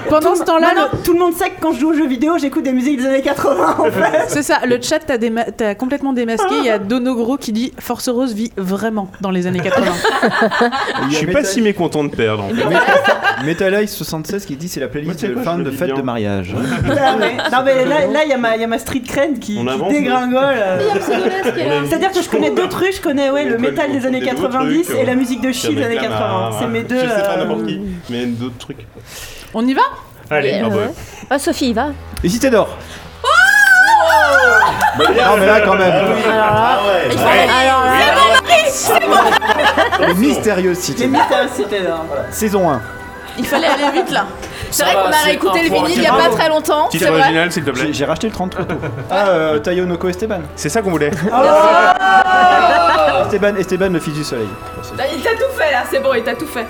Speaker 1: Pendant ce temps-là, tout le monde sait que quand je joue aux jeux vidéo, j'écoute des musiques des années 80 en fait.
Speaker 2: C'est ça, le chat t'as déma- t'as complètement démasqué. Il y a Donogro qui dit Force Rose vit vraiment dans les années 80.
Speaker 9: Je suis pas si mécontent de perdre. En fait.
Speaker 5: Metal Ice 76 qui dit c'est la playlist
Speaker 9: tu sais
Speaker 5: de
Speaker 9: quoi,
Speaker 5: fin
Speaker 9: je
Speaker 5: de
Speaker 9: le dis
Speaker 5: fête
Speaker 9: bien.
Speaker 5: de mariage.
Speaker 1: Non euh, mais, non, mais là, là, il y, a ma- il y a ma street cred qui,
Speaker 5: On
Speaker 1: qui
Speaker 5: avance,
Speaker 1: dégringole. euh.
Speaker 5: Mais absolument, ce qu'elle a.
Speaker 1: C'est-à-dire que je connais deux trucs, je connais ouais, le métal des années 90 et la
Speaker 7: euh,
Speaker 1: musique de Chi
Speaker 9: Chine
Speaker 1: des années 80.
Speaker 7: Ah,
Speaker 1: C'est mes deux.
Speaker 9: Je sais pas
Speaker 1: euh,
Speaker 9: n'importe qui, mais d'autres trucs.
Speaker 2: On y va
Speaker 9: Allez, ah bah.
Speaker 13: Ah, Sophie, y va.
Speaker 5: Et si t'es d'or
Speaker 9: Non
Speaker 5: mais là quand même. Ah Les mystérieuses cités.
Speaker 1: Les mystérieuses cités hein. d'or.
Speaker 5: Saison 1.
Speaker 6: Il fallait aller vite là. C'est vrai
Speaker 5: Ça
Speaker 6: qu'on
Speaker 5: va,
Speaker 6: a
Speaker 5: c'est
Speaker 6: réécouté
Speaker 5: un
Speaker 6: le
Speaker 5: point.
Speaker 6: vinyle il y a pas
Speaker 5: Bravo.
Speaker 6: très
Speaker 10: Oh,
Speaker 6: longtemps.
Speaker 5: Titre
Speaker 6: C'est vrai.
Speaker 5: original,
Speaker 9: s'il te plaît.
Speaker 5: J'ai racheté le 30 trop tôt. Ah, euh, Tayo Noko Esteban. Ah,
Speaker 9: C'est ça qu'on voulait.
Speaker 5: Esteban, Esteban, le fils du soleil.
Speaker 6: Là, Il t'a tout fait là, c'est bon, il t'a tout fait.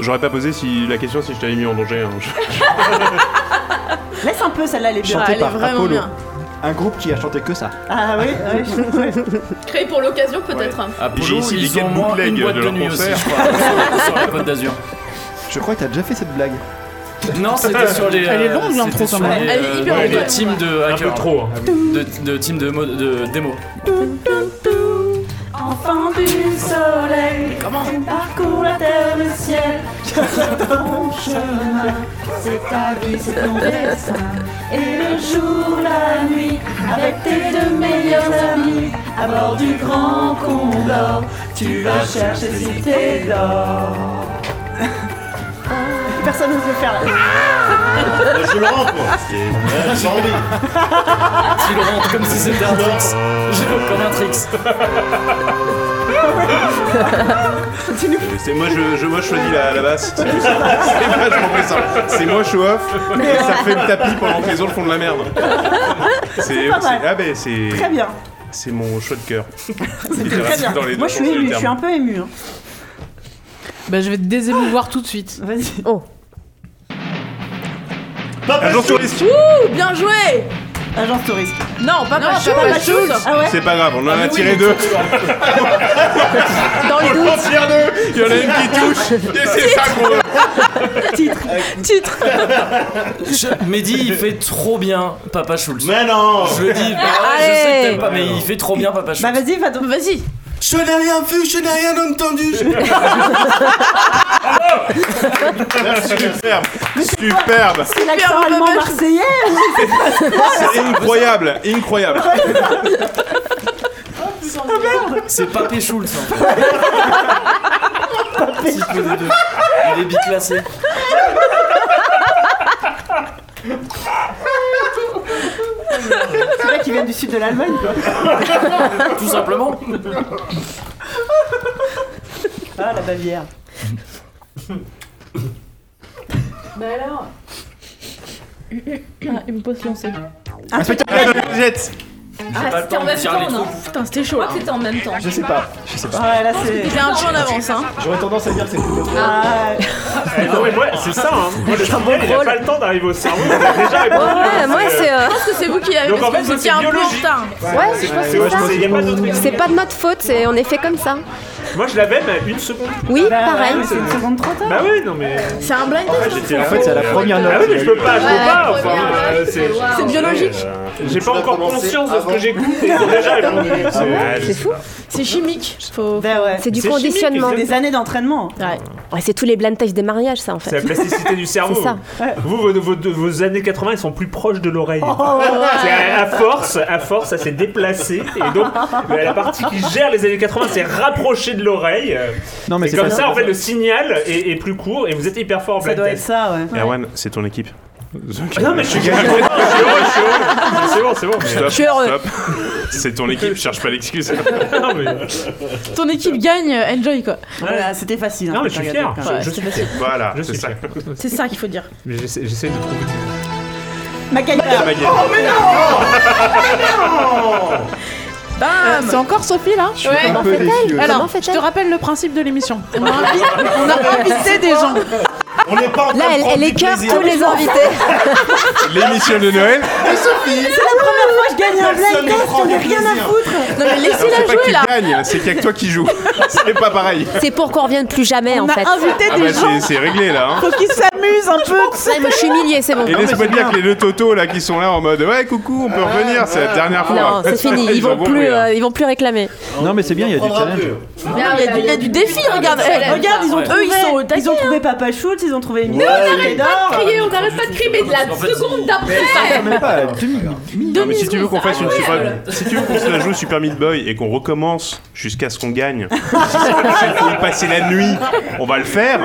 Speaker 9: J'aurais pas posé si, la question si je t'avais mis en danger. hein. Je-
Speaker 1: Laisse un peu celle-là, elle est bien.
Speaker 5: Chanté
Speaker 1: Elle est
Speaker 5: par
Speaker 1: vraiment
Speaker 5: Apollo.
Speaker 1: bien.
Speaker 5: Un groupe qui a chanté que ça.
Speaker 1: Ah oui, oui, je- ouais.
Speaker 6: Créé pour l'occasion peut-être.
Speaker 9: J'ai ici
Speaker 15: Ah, ils
Speaker 9: des
Speaker 15: ont
Speaker 9: quatre
Speaker 15: moins
Speaker 9: bootlegs
Speaker 15: une boîte
Speaker 9: de
Speaker 15: de
Speaker 9: leur
Speaker 15: nuit aussi,
Speaker 9: concert.
Speaker 15: je crois, sur la Côte d'Azur.
Speaker 5: Je crois que t'as déjà fait cette blague.
Speaker 15: Non, c'était sur les.
Speaker 5: Elle est
Speaker 15: euh,
Speaker 5: longue, l'intro,
Speaker 15: c'était sur
Speaker 5: quand même.
Speaker 15: les,
Speaker 5: Elle est
Speaker 15: euh,
Speaker 5: hyper
Speaker 15: les
Speaker 5: longue.
Speaker 15: teams de hackers.
Speaker 4: peu trop, hein.
Speaker 15: De, de teams de, mo- de démo.
Speaker 1: Enfant du soleil, comment tu parcours la terre, le ciel, cherche ton chemin, c'est ta vie, c'est ton destin. Et le jour, la nuit, avec tes deux meilleurs amis, à bord du grand Condor, tu vas chercher cité d'or. Personne n'ose le faire.
Speaker 16: Ah, Je le rends, quoi. C'est- Ah, J'ai envie.
Speaker 15: Tu le rentres comme si c'était un tricks. Je- Comme un tricks.
Speaker 9: Euh, C'est moi je, je- moi je choisis la, la basse. C'est plus simple. C'est vachement plus simple. C'est moi show off. Et ça fait le tapis pendant que les autres font de la merde.
Speaker 1: C'est pas mal.
Speaker 9: ah ben c'est.
Speaker 1: Très bien.
Speaker 9: C'est mon choix de cœur.
Speaker 1: Très bien.
Speaker 9: Dans les deux
Speaker 1: Moi, je suis
Speaker 9: sens du
Speaker 1: émue, je suis un
Speaker 9: terme.
Speaker 1: peu émue. hein.
Speaker 2: bah, je vais te désémouvoir tout de suite.
Speaker 1: Vas-y.
Speaker 13: Oh.
Speaker 9: Agent touriste.
Speaker 10: Ouh, bien joué
Speaker 1: Agence touriste.
Speaker 10: Non, pas
Speaker 1: Non,
Speaker 10: Pachou,
Speaker 1: pas Pachou.
Speaker 10: Pachou.
Speaker 1: Ah ouais
Speaker 9: C'est pas grave, on en
Speaker 15: Ah, mais
Speaker 9: a
Speaker 15: oui,
Speaker 9: tiré
Speaker 15: mais
Speaker 9: deux.
Speaker 10: Dans les doutes.
Speaker 9: Il y en a une qui touche. Et c'est ça qu'on veut.
Speaker 1: Titre.
Speaker 10: Titre.
Speaker 15: Je- Mehdi, il fait trop bien Papa Schultz.
Speaker 16: Mais non
Speaker 15: Je le dis, bah ouais, je sais que t'aimes pas, mais il fait trop bien Papa Schultz.
Speaker 1: Bah, vas-y, va donc.
Speaker 10: Vas-y.
Speaker 16: Je n'ai rien vu, je n'ai rien entendu.
Speaker 9: Superbe. Superbe.
Speaker 1: C'est l'accent allemand marseillais ou-
Speaker 9: C'est incroyable, incroyable.
Speaker 15: C'est Papé Schultz. en fait. Si je peux les deux. Il est biclassé.
Speaker 1: C'est là qui vient du sud de l'Allemagne, quoi.
Speaker 15: Tout simplement.
Speaker 1: Ah, la Bavière.
Speaker 6: Bah alors
Speaker 9: Ah,
Speaker 10: il me pose lancer. Ah,
Speaker 9: Inspecteur Gadget.
Speaker 6: Ah,
Speaker 9: pas le
Speaker 6: c'était
Speaker 9: temps
Speaker 6: en
Speaker 9: de
Speaker 6: même
Speaker 9: dire les
Speaker 6: temps, non
Speaker 9: trucs.
Speaker 6: Putain, c'était chaud. Je crois que c'était en même temps.
Speaker 5: Je sais pas, je sais pas.
Speaker 1: Ouais, là c'est.
Speaker 6: T'étais un peu en avance, hein.
Speaker 5: J'aurais tendance à dire que c'est plutôt toi.
Speaker 1: Ah,
Speaker 4: Eh, non, mais moi, c'est ça, hein. Moi, le cerveau, il a pas le temps d'arriver au cerveau. il a Déjà répondu. euh,
Speaker 6: Je
Speaker 10: euh,
Speaker 6: pense que c'est vous qui avez.
Speaker 4: Donc, en
Speaker 6: parce
Speaker 4: fait,
Speaker 6: que vous
Speaker 4: c'est
Speaker 6: étiez un peu en
Speaker 4: biologique.
Speaker 6: retard.
Speaker 13: Ouais, je pense
Speaker 4: C'est-
Speaker 13: que
Speaker 4: c'est- y a
Speaker 13: c'est
Speaker 4: pas d'autre
Speaker 13: ça. C'est
Speaker 4: explication.
Speaker 13: pas de notre faute, c'est on est fait comme ça.
Speaker 4: Moi, je l'avais, mais une seconde.
Speaker 13: Oui, pareil.
Speaker 4: ouais, c'est-
Speaker 1: trop tard.
Speaker 4: Bah oui, non mais.
Speaker 10: C'est un blind
Speaker 4: En fait,
Speaker 10: test.
Speaker 4: j'étais
Speaker 5: En
Speaker 4: là.
Speaker 5: fait, c'est à la première note.
Speaker 4: Ah oui, mais je peux pas, je peux
Speaker 10: Ouais,
Speaker 4: pas.
Speaker 10: la première
Speaker 4: Enfin, euh,
Speaker 10: note,
Speaker 4: c'est- euh,
Speaker 10: c'est biologique.
Speaker 4: J'ai pas encore conscience de ce que j'écoute. et ils ont déjà
Speaker 5: Ah
Speaker 4: répondu. Ouais,
Speaker 13: C'est fou.
Speaker 10: C'est chimique.
Speaker 1: Faut... Bah ouais.
Speaker 13: C'est du C'est conditionnement. chimique,
Speaker 1: Des années d'entraînement.
Speaker 10: Ouais.
Speaker 13: Ouais, c'est tous les blind tests des mariages, ça, en fait.
Speaker 4: C'est la plasticité du cerveau.
Speaker 13: C'est ça.
Speaker 4: Vous, vos, vos- vos années 80, elles sont plus proches de l'oreille.
Speaker 1: Oh.
Speaker 4: C'est à, à force, à force, ça s'est déplacé. Et donc, la partie qui gère les années 80 s'est rapprochée de l'oreille.
Speaker 5: Non, mais
Speaker 4: et
Speaker 5: c'est
Speaker 4: comme
Speaker 5: pas-
Speaker 4: ça, en fait, le signal est, est plus court et vous êtes hyper fort en
Speaker 1: Ça
Speaker 4: blind
Speaker 1: doit être
Speaker 4: test.
Speaker 1: ça, ouais.
Speaker 9: Erwan, c'est ton équipe. Ah
Speaker 4: Non, mais je suis gagnant. Je suis heureux, je suis heureux. C'est bon, c'est bon.
Speaker 9: Stop,
Speaker 10: euh, Je suis heureux.
Speaker 9: stop. C'est ton équipe, cherche pas l'excuse.
Speaker 4: Non, mais,
Speaker 10: Ton équipe gagne, euh, enjoy quoi.
Speaker 1: Voilà, c'était facile. hein,
Speaker 4: non, mais je
Speaker 1: quand
Speaker 4: suis
Speaker 1: t'as
Speaker 4: fier.
Speaker 1: regardé,
Speaker 4: Je,
Speaker 1: quand même.
Speaker 4: je suis fier.
Speaker 9: Voilà,
Speaker 4: Je
Speaker 9: c'est
Speaker 4: suis
Speaker 9: ça.
Speaker 4: fier.
Speaker 10: C'est ça qu'il faut dire.
Speaker 4: Mais J'essaie j'essaie de trouver.
Speaker 1: Magali.
Speaker 2: Oh, mais
Speaker 1: non
Speaker 2: Euh, c'est encore Sophie là
Speaker 1: Je suis Ouais. un Comment peu fait-elle déçu,
Speaker 2: Alors,
Speaker 1: Comment
Speaker 2: je te rappelle le principe de l'émission. On a, invi- on a invité
Speaker 1: C'est
Speaker 2: des gens.
Speaker 16: On n'est pas en
Speaker 2: Là, elle- elle écarte tous les invités.
Speaker 9: L'émission de Noël.
Speaker 1: C'est la première fois que je gagne un
Speaker 9: Personne
Speaker 1: blind
Speaker 9: ne
Speaker 1: test,
Speaker 9: prend
Speaker 1: on
Speaker 9: du
Speaker 1: n'a rien à
Speaker 9: plaisir.
Speaker 1: foutre
Speaker 9: Non, c'est pas que tu gagnes, c'est qu'il y a que toi qui joues. C'est pas pareil.
Speaker 13: C'est pour qu'on revienne plus jamais, en fait.
Speaker 9: ah bah, c'est- C'est réglé là. hein.
Speaker 1: qu'ils s'amusent un peu.
Speaker 13: Ouais, moi, je suis humiliée, c'est bon.
Speaker 9: Et laisse-moi dire que les deux totos là qui sont là en mode ouais coucou on peut revenir c'est la dernière fois.
Speaker 13: Non, c'est fini, ils vont, plus,
Speaker 9: mourir.
Speaker 13: euh, ils vont plus réclamer.
Speaker 5: Non, mais c'est bien, il y a du challenge.
Speaker 10: Ah
Speaker 13: il y a du- il y a du défi,
Speaker 1: Ah,
Speaker 13: regarde. Eh,
Speaker 1: regarde, ils ont
Speaker 13: Ouais.
Speaker 1: trouvé,
Speaker 13: Eux, ils sont au taquet,
Speaker 1: ils ont trouvé Papa Schultz, ils ont trouvé Mimi,
Speaker 3: Mais on n'arrête
Speaker 1: Tédor.
Speaker 3: pas de crier, on n'arrête pas de crier, mais de la seconde d'après
Speaker 5: pas
Speaker 13: euh,
Speaker 9: Non, mais si tu veux qu'on fasse une super,
Speaker 3: incroyable.
Speaker 9: si tu veux qu'on se la joue Super Meat Boy et qu'on recommence jusqu'à ce qu'on gagne, il faut y passer la nuit. On va le faire.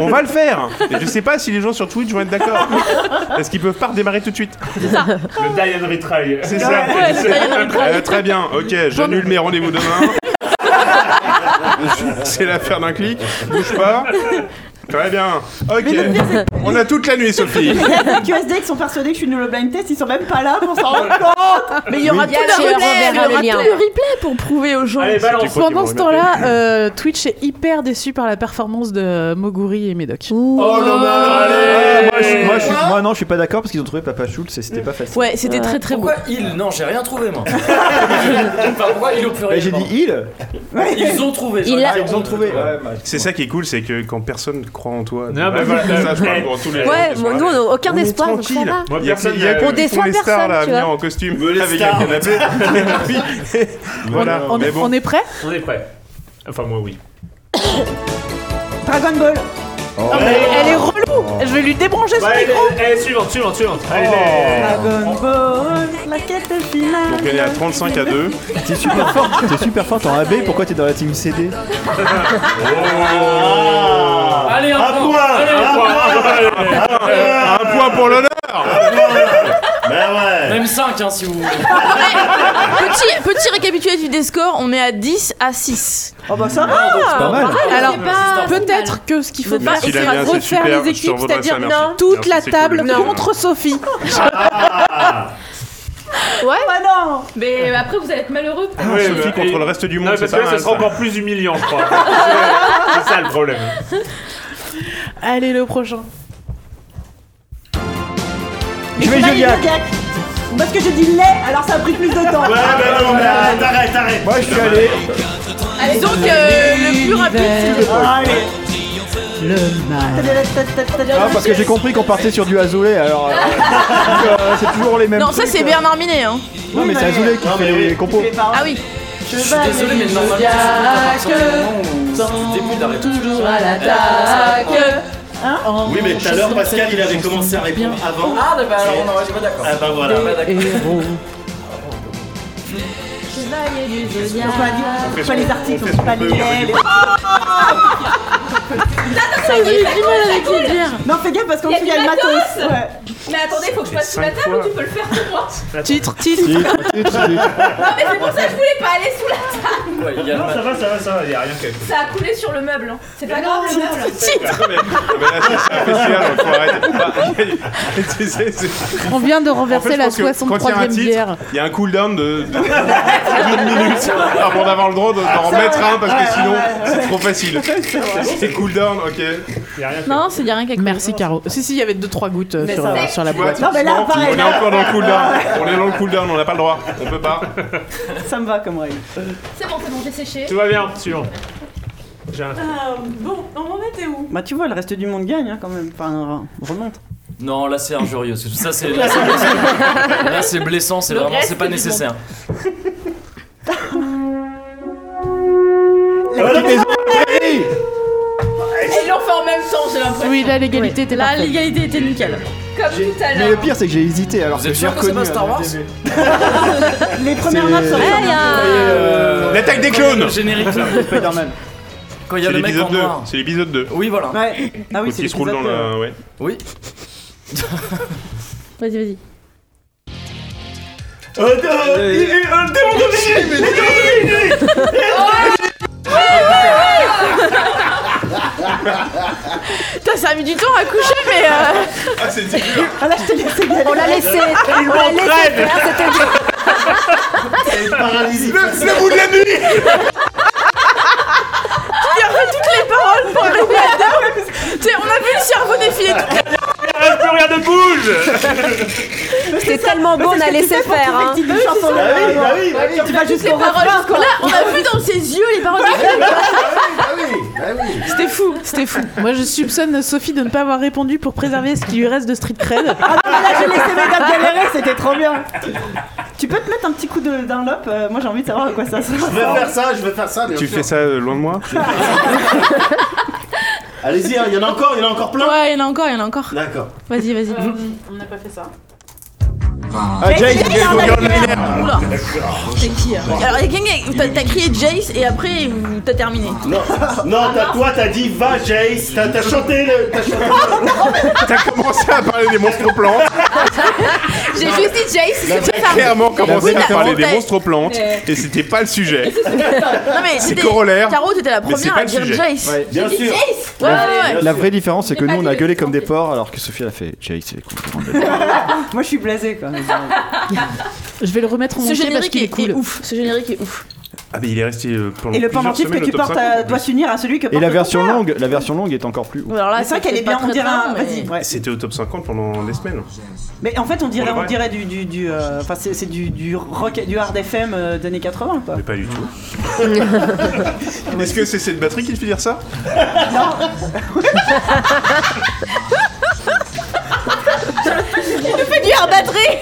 Speaker 9: On va le faire. Et je sais pas si les gens sur Twitch vont être d'accord. Parce qu'ils peuvent pas redémarrer tout de suite.
Speaker 4: Le Diane Retry.
Speaker 9: C'est ça. Euh, très bien. Ok, j'annule mes rendez-vous demain. C'est l'affaire d'un clic. Bouge pas. Très bien. Ok. On a toute la nuit, Sophie.
Speaker 1: Les QSD qui sont persuadés que je suis nulle au blind test, ils sont même pas là pour s'en rendre compte.
Speaker 10: Mais il y aura
Speaker 1: Oui.
Speaker 10: tout le
Speaker 1: Chez
Speaker 10: replay,
Speaker 1: Robert
Speaker 10: il y aura
Speaker 1: Aurélien.
Speaker 10: tout le replay pour prouver aux gens.
Speaker 1: Allez, balance. Tu crois
Speaker 2: Pendant
Speaker 1: qu'ils
Speaker 2: ce
Speaker 1: vont
Speaker 2: temps-là, euh, Twitch est hyper déçu par la performance de Moguri et Médoc.
Speaker 5: Oh là là, allez moi, je suis- moi, je suis- moi, non, je suis pas d'accord parce qu'ils ont trouvé Papa Schultz et c'était pas facile.
Speaker 10: Ouais, c'était très très beau.
Speaker 12: Pourquoi il Non, j'ai rien trouvé moi. enfin, pourquoi il au pluriel
Speaker 5: Mais j'ai dit il
Speaker 12: Ils ont trouvé. genre,
Speaker 9: Il a-
Speaker 12: ils ont-
Speaker 5: Ils ont trouvé. ouais, bah,
Speaker 9: C'est ça qui est cool, c'est que quand personne ne croit en toi.
Speaker 4: Non, bah,
Speaker 9: Ouais, voilà,
Speaker 4: euh,
Speaker 9: ça, je parle pour tous les gens
Speaker 13: Ouais,
Speaker 9: qui sont
Speaker 13: moi,
Speaker 9: là.
Speaker 13: nous, on n'a aucun
Speaker 9: On est
Speaker 13: espoir, donc
Speaker 9: tranquille.
Speaker 13: ça va.
Speaker 9: Il y a que- il y a que
Speaker 13: On
Speaker 9: les
Speaker 13: déçoit
Speaker 9: stars
Speaker 13: personne,
Speaker 9: là à
Speaker 13: tu
Speaker 9: venir
Speaker 13: vois.
Speaker 9: en costume
Speaker 16: les
Speaker 9: avec
Speaker 16: stars.
Speaker 9: un canapé. voilà,
Speaker 2: on,
Speaker 9: mais bon.
Speaker 2: on est prêt
Speaker 4: On est prêt. Enfin, moi, oui.
Speaker 1: Dragon Ball.
Speaker 2: Non, mais Elle est relou Je vais lui débrancher son
Speaker 4: Bah, allez,
Speaker 2: micro
Speaker 4: allez, suivante, suivante, suivante. Oh. Allez,
Speaker 1: Dragon Ball, la quête finale.
Speaker 9: Donc elle est à 35 à 2.
Speaker 5: T'es super fort, t'es super fort en AB, pourquoi t'es dans la team CD
Speaker 9: Ah.
Speaker 12: Allez, un, point, Allez, un
Speaker 9: Un point pour l'honneur
Speaker 12: point. Même 5 hein, si vous voulez.
Speaker 10: Petit, petit récapitulatif des scores, on est à 10 à 6.
Speaker 1: Oh bah ça
Speaker 10: va
Speaker 5: Ah, c'est pas mal.
Speaker 2: Alors,
Speaker 10: C'est pas-
Speaker 2: peut-être que ce qu'il faut faire,
Speaker 9: Merci,
Speaker 2: c'est
Speaker 9: Damien, c'est
Speaker 2: refaire
Speaker 9: super,
Speaker 2: les
Speaker 9: je te
Speaker 2: équipes,
Speaker 9: revois
Speaker 2: c'est-à-dire
Speaker 9: ça, merci.
Speaker 2: non, toute
Speaker 9: Merci,
Speaker 2: la
Speaker 9: c'est
Speaker 2: table
Speaker 9: cool. Non.
Speaker 2: contre Sophie.
Speaker 10: Ouais
Speaker 1: Bah non
Speaker 3: Mais après, vous allez être malheureux. peut-être.
Speaker 9: Ah, Sophie contre le reste du monde,
Speaker 4: Non,
Speaker 9: c'est
Speaker 4: parce que
Speaker 9: pas
Speaker 4: là,
Speaker 9: mal,
Speaker 4: ça sera
Speaker 9: ça.
Speaker 4: encore plus humiliant, je crois. C'est- C'est ça le problème.
Speaker 2: Allez, le prochain.
Speaker 5: Je vais
Speaker 1: Là, il
Speaker 5: Gilliac.
Speaker 1: me gagne. Parce que j'ai dit lait, alors ça a pris plus de temps.
Speaker 16: Ouais, bah non, mais arrête, arrête, arrête.
Speaker 5: Moi je suis allé.
Speaker 10: Allez, donc euh, le plus rapide, c'est le
Speaker 2: Le mal.
Speaker 5: Ah, parce que j'ai compris qu'on partait sur du Azoulay alors. euh, donc, euh, c'est toujours les mêmes.
Speaker 10: Non, ça
Speaker 5: trucs,
Speaker 10: c'est
Speaker 5: euh.
Speaker 10: Bernard Minet. Hein.
Speaker 5: Non, mais c'est Azoulay qui fait les compos.
Speaker 10: Ah oui.
Speaker 12: Je suis désolé, mais normalement, c'est pas forcément où tu débuts d'arrêter.
Speaker 2: Toujours à
Speaker 12: l'attaque.
Speaker 1: Hein
Speaker 16: Oui, mais tout à l'heure, Pascal, il avait commencé à répondre avant.
Speaker 12: Ah, bah alors, non, ouais, je suis pas d'accord.
Speaker 16: Ah bah voilà.
Speaker 12: Pas d'accord.
Speaker 3: Chevalier du Zodiac.
Speaker 1: Pas, pas les articles,
Speaker 9: on fait
Speaker 1: on pas les lait.
Speaker 3: Ça y est,
Speaker 10: Ah,
Speaker 3: ça coule, ça coule.
Speaker 1: Non, fais gaffe parce qu'en
Speaker 3: Il y a
Speaker 1: dessous, il y a le matos.
Speaker 3: matos.
Speaker 1: Ouais.
Speaker 3: Mais attendez, faut que je passe sous la
Speaker 9: cinq
Speaker 3: table ou
Speaker 9: fois.
Speaker 3: tu peux le faire pour moi
Speaker 2: Titre, titre.
Speaker 3: Non, mais c'est pour ça que je voulais pas aller sous la table.
Speaker 12: Ouais, il y a
Speaker 4: Non,
Speaker 12: le
Speaker 4: ça
Speaker 12: mat-
Speaker 4: va, ça va, ça va, y'a rien qui arrive.
Speaker 3: Ça a coulé sur le meuble. hein. C'est pas grave, le meuble.
Speaker 9: Mais là, c'est- c'est un festival, donc faut arrêter. Bah, tu sais, c'est-
Speaker 2: On vient de
Speaker 9: En fait,
Speaker 2: renverser
Speaker 9: je
Speaker 2: la
Speaker 9: pense que quand il y a
Speaker 2: 63
Speaker 9: un
Speaker 2: e bière.
Speaker 9: titre, il y a un cooldown de, de, d'une minute avant d'avoir le droit de- d'en remettre un parce que sinon c'est trop facile. C'est cooldown, ok.
Speaker 4: Y'a rien qui
Speaker 10: Non, c'est y a rien qu'à
Speaker 2: Merci Caro. Si, si, il y avait 2-3 gouttes euh, sur, euh, sur la
Speaker 9: Tu vois,
Speaker 2: boîte.
Speaker 1: Non, mais là,
Speaker 9: souvent,
Speaker 1: pareil,
Speaker 9: on est
Speaker 1: là.
Speaker 9: encore dans le cooldown. On est dans le cooldown, on n'a pas le droit. On peut pas.
Speaker 1: Ça me va comme règle.
Speaker 3: C'est bon, c'est bon, j'ai séché.
Speaker 4: Tout va bien, suivant. J'ai un-
Speaker 1: Euh, bon, on en était où Bah tu vois, le reste du monde gagne hein, quand même. Enfin, remonte.
Speaker 12: Non, là c'est injurieux. c'est- Ça c'est là c'est blessant. Là, c'est blessant, c'est
Speaker 3: Le
Speaker 12: vraiment
Speaker 3: reste
Speaker 12: c'est pas
Speaker 3: du
Speaker 12: nécessaire.
Speaker 3: Et ils l'ont fait en même temps, j'ai l'impression.
Speaker 2: Oui, là, l'égalité était
Speaker 10: Là,
Speaker 2: parfaite.
Speaker 10: l'égalité était nickel.
Speaker 3: Comme tout à
Speaker 5: Mais le
Speaker 3: l'heure.
Speaker 5: pire, c'est hein, que j'ai hésité alors
Speaker 12: Vous
Speaker 5: que
Speaker 12: êtes
Speaker 5: j'ai
Speaker 12: sûr que c'est
Speaker 5: reconnu.
Speaker 12: pas Star Wars
Speaker 1: Les premières
Speaker 5: C'est-
Speaker 1: notes sont
Speaker 10: Ouais, y a-
Speaker 5: euh,
Speaker 9: L'attaque des clones
Speaker 12: Le générique là.
Speaker 5: Spider-Man.
Speaker 12: Quand il y a
Speaker 9: C'est
Speaker 12: le mec en
Speaker 9: l'épisode 2.
Speaker 12: noir.
Speaker 9: C'est l'épisode 2.
Speaker 12: Oui, voilà.
Speaker 1: Ouais. Ah
Speaker 9: Faut
Speaker 1: oui, c'est
Speaker 9: qu'il se roule dans
Speaker 1: l'épisode, euh,
Speaker 9: la. Ouais.
Speaker 12: Oui.
Speaker 10: Vas-y, vas-y.
Speaker 5: Euh,
Speaker 3: Oh,
Speaker 10: Putain, ça a mis du temps à coucher, mais. euh,
Speaker 9: Ah,
Speaker 7: Ah, c'était dur.
Speaker 1: Ah, là, je t'ai laissé galérer.
Speaker 13: On l'a laissé.
Speaker 1: Il
Speaker 13: on l'a laissé
Speaker 1: m'entraîne.
Speaker 13: faire, c'était dur.
Speaker 16: C'est une paralysie.
Speaker 7: Le, le bout de la nuit
Speaker 10: Tu as fait toutes les paroles pour arriver à deux. Tu sais, on a vu le cerveau défiler toute la
Speaker 4: Arrête, plus rien ne bouge
Speaker 13: C'était tellement beau, on a laissé faire. hein.
Speaker 1: Tu vas
Speaker 10: les
Speaker 1: jusqu'au refrain,
Speaker 10: paroles.
Speaker 1: quoi.
Speaker 10: Là, on a vu dans ses yeux les paroles
Speaker 2: C'était fou, c'était fou. Moi, je soupçonne Sophie de ne pas avoir répondu pour préserver ce qui lui reste de street cred.
Speaker 1: Ah non, mais là, j'ai laissé mes dates galérer, c'était trop bien. Tu peux te mettre un petit coup de dunlop euh, Moi, j'ai envie de savoir à quoi ça
Speaker 16: Je
Speaker 1: sert.
Speaker 16: vais faire ça, je vais faire ça. bien
Speaker 9: Tu
Speaker 16: sûr.
Speaker 9: fais ça euh, loin de moi
Speaker 16: Allez-y, hein, il y en a encore, il y en a encore plein.
Speaker 10: Ouais, il y en a encore, il y en a encore.
Speaker 16: D'accord.
Speaker 10: Vas-y, vas-y.
Speaker 2: On n'a pas fait ça.
Speaker 16: Ah, Jace, il faut regarder les nerfs.
Speaker 10: Oula. C'est qui alors Alors, il y a quelqu'un qui- t'as- t'as crié Jace et après vous- t'as terminé.
Speaker 16: Non, non, t'as- toi t'as dit va Jace, t'as t'as chanté le. T'as chanté
Speaker 9: T'as commencé à parler des monstres plantes.
Speaker 6: J'ai juste dit Jace,
Speaker 9: T'as
Speaker 6: c'est ça.
Speaker 9: clairement commencé
Speaker 6: Oui,
Speaker 9: à
Speaker 6: la
Speaker 9: parler des
Speaker 6: montagne.
Speaker 9: monstres plantes
Speaker 6: Euh.
Speaker 9: et c'était pas le sujet.
Speaker 10: Non mais
Speaker 9: C'est
Speaker 10: c'était-
Speaker 9: corollaire,
Speaker 10: Caro, t'étais la
Speaker 9: mais c'est
Speaker 10: première
Speaker 9: pas
Speaker 10: à
Speaker 9: le
Speaker 10: dire
Speaker 9: sujet.
Speaker 10: Jace.
Speaker 5: Ouais,
Speaker 10: J'ai
Speaker 5: bien
Speaker 10: dit
Speaker 5: sûr.
Speaker 10: Jace. Ouais,
Speaker 5: La,
Speaker 10: ouais, ouais.
Speaker 5: la vraie différence, c'est que nous on a gueulé comme des porcs, alors que Sophie elle a fait Jace, c'est complètement bête.
Speaker 1: Moi, je suis blasé, quoi.
Speaker 2: Je vais le remettre en
Speaker 10: Ce
Speaker 2: entier parce
Speaker 10: générique
Speaker 2: qu'il
Speaker 10: est,
Speaker 2: est cool.
Speaker 10: est ouf. Ce générique est ouf.
Speaker 9: Ah, mais il est resté euh, pendant
Speaker 1: Et le
Speaker 9: plusieurs
Speaker 1: pendentif que
Speaker 9: semaines
Speaker 1: tu
Speaker 9: au top
Speaker 1: portes
Speaker 9: 50.
Speaker 1: euh, doit s'unir à celui que
Speaker 5: Et
Speaker 1: porte
Speaker 5: la
Speaker 1: ton
Speaker 5: version
Speaker 1: père.
Speaker 5: longue, la version longue est encore plus ouf.
Speaker 10: Alors là,
Speaker 1: Mais c'est vrai qu'elle est bien, on dirait un- vas-y. Ouais.
Speaker 9: C'était au top 50 pendant des semaines.
Speaker 1: Mais en fait, on dirait,
Speaker 9: Ouais, ouais.
Speaker 1: on dirait du, du, du, euh, enfin, c'est, c'est du, du rock, du hard FM euh, d'années 80, quoi.
Speaker 9: Mais pas du tout. Est-ce que c'est cette batterie qui te fait dire ça
Speaker 6: Il fait du air batterie.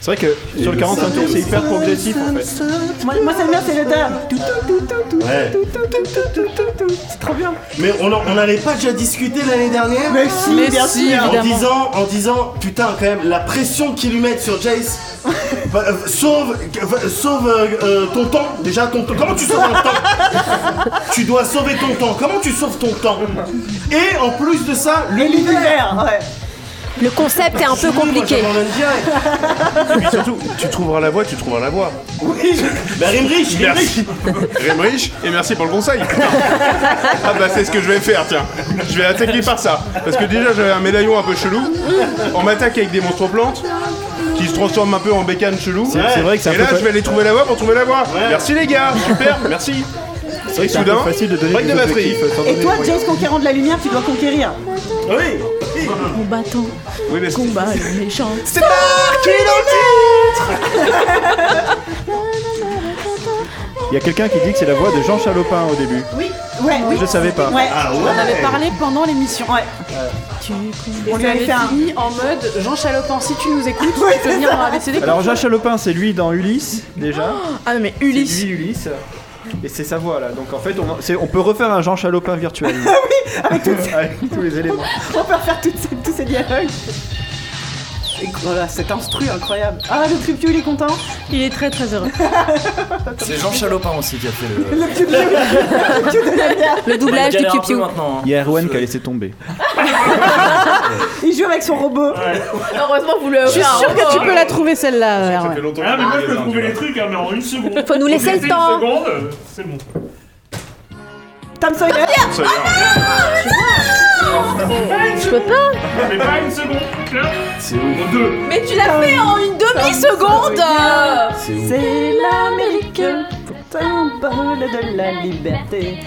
Speaker 5: C'est vrai que sur le 45 tours, c'est hyper progressif en fait.
Speaker 1: Moi, moi, ça me vient, c'est le dame. Tout, tout, tout, tout, tout,
Speaker 16: Ouais.
Speaker 1: tout, tout, tout, tout, tout, tout, tout. C'est trop bien.
Speaker 16: Mais on en- on n'avait pas déjà discuté l'année dernière
Speaker 1: Mais si,
Speaker 2: Mais bien si, sûr.
Speaker 16: En
Speaker 2: évidemment.
Speaker 16: disant, en disant, putain, quand même, la pression qu'ils lui mettent sur Jace. va- euh, sauve va- sauve euh, euh, ton temps. Déjà, ton temps. Comment tu sauves ton temps Tu dois sauver ton temps. Comment tu sauves ton temps Et en plus de ça, le
Speaker 1: Et l'univers, ouais.
Speaker 13: Le concept est un peu compliqué.
Speaker 9: Mais surtout, tu trouveras la voix, tu trouveras la voix.
Speaker 16: Bah, Rimrich, Rimrich.
Speaker 9: Merci. Remrich, et merci pour le conseil. Ah bah c'est ce que je vais faire, tiens. Je vais attaquer par ça. Parce que déjà j'avais un médaillon un peu chelou. On m'attaque avec des monstres plantes qui se transforment un peu en bécane chelou.
Speaker 5: C'est- c'est vrai que c'est un
Speaker 9: Et
Speaker 5: peu
Speaker 9: là
Speaker 5: fa-
Speaker 9: je vais aller trouver la voix pour trouver la voix. Merci les gars, super, merci.
Speaker 5: C'est vrai que c'est un peu
Speaker 9: Soudain,
Speaker 5: facile de donner
Speaker 9: break
Speaker 5: des
Speaker 9: de batterie.
Speaker 5: objectifs. euh, sans
Speaker 1: Et
Speaker 5: donner
Speaker 1: toi,
Speaker 5: les moyens.
Speaker 1: James, conquérant de la lumière, tu dois conquérir.
Speaker 16: Oui.
Speaker 10: Combattant,
Speaker 9: Oui, mais
Speaker 10: combat les méchants.
Speaker 9: C'est marqué dans le titre
Speaker 5: Il y a quelqu'un qui dit que c'est la voix de Jean Chalopin au début.
Speaker 1: Oui. Ouais. Oui.
Speaker 5: Je savais pas.
Speaker 1: Ouais.
Speaker 16: Ah
Speaker 2: On en avait
Speaker 16: ouais.
Speaker 2: parlé pendant l'émission.
Speaker 1: Ouais.
Speaker 10: Tu
Speaker 1: On
Speaker 2: On
Speaker 1: lui
Speaker 2: lui
Speaker 1: avait fait un.
Speaker 2: fini en mode Jean Chalopin, si tu nous écoutes, tu peux venir dans la BCD.
Speaker 5: Alors Jean Chalopin, c'est lui dans Ulysse déjà.
Speaker 10: Ah non mais
Speaker 5: C'est
Speaker 10: Ulysse.
Speaker 5: lui, Ulysse. Et c'est sa voix là. Donc en fait, on, c'est- on peut refaire un Jean Chalopin virtuel.
Speaker 10: Ah
Speaker 5: avec tous les éléments.
Speaker 1: On peut refaire toutes ces- tous ces dialogues. Et voilà, cet instru incroyable. Ah, le Crypto, il est content.
Speaker 2: Il est très très heureux.
Speaker 15: C'est Jean Chalopin aussi qui a fait le.
Speaker 1: Le Crypto, le Crypto de la lumière.
Speaker 13: Le doublage du
Speaker 15: Il galère un peu
Speaker 13: Piu-Piu.
Speaker 15: maintenant. hein.
Speaker 5: Il y a Erwan qui a laissé tomber.
Speaker 1: Il joue avec son robot.
Speaker 6: Heureusement, vous le.
Speaker 2: Je suis sûre que tu peux la trouver celle-là.
Speaker 9: Ça
Speaker 2: Erwan.
Speaker 9: fait longtemps
Speaker 4: Ah, mais moi,
Speaker 9: que
Speaker 4: je peux
Speaker 9: je
Speaker 4: trouver
Speaker 9: les
Speaker 4: les trucs, hein, mais en une seconde.
Speaker 13: Faut nous laisser
Speaker 4: Dès
Speaker 13: le temps.
Speaker 4: Une seconde, euh, c'est bon.
Speaker 1: Tom Sawyer.
Speaker 10: Ah,
Speaker 13: Je peux pas.
Speaker 4: Mais pas une seconde. Là,
Speaker 15: C'est ouf.
Speaker 4: en deux.
Speaker 6: Mais tu l'as fait en une demi-seconde. euh.
Speaker 15: C'est ouf.
Speaker 1: C'est l'Amérique, symbole de la liberté.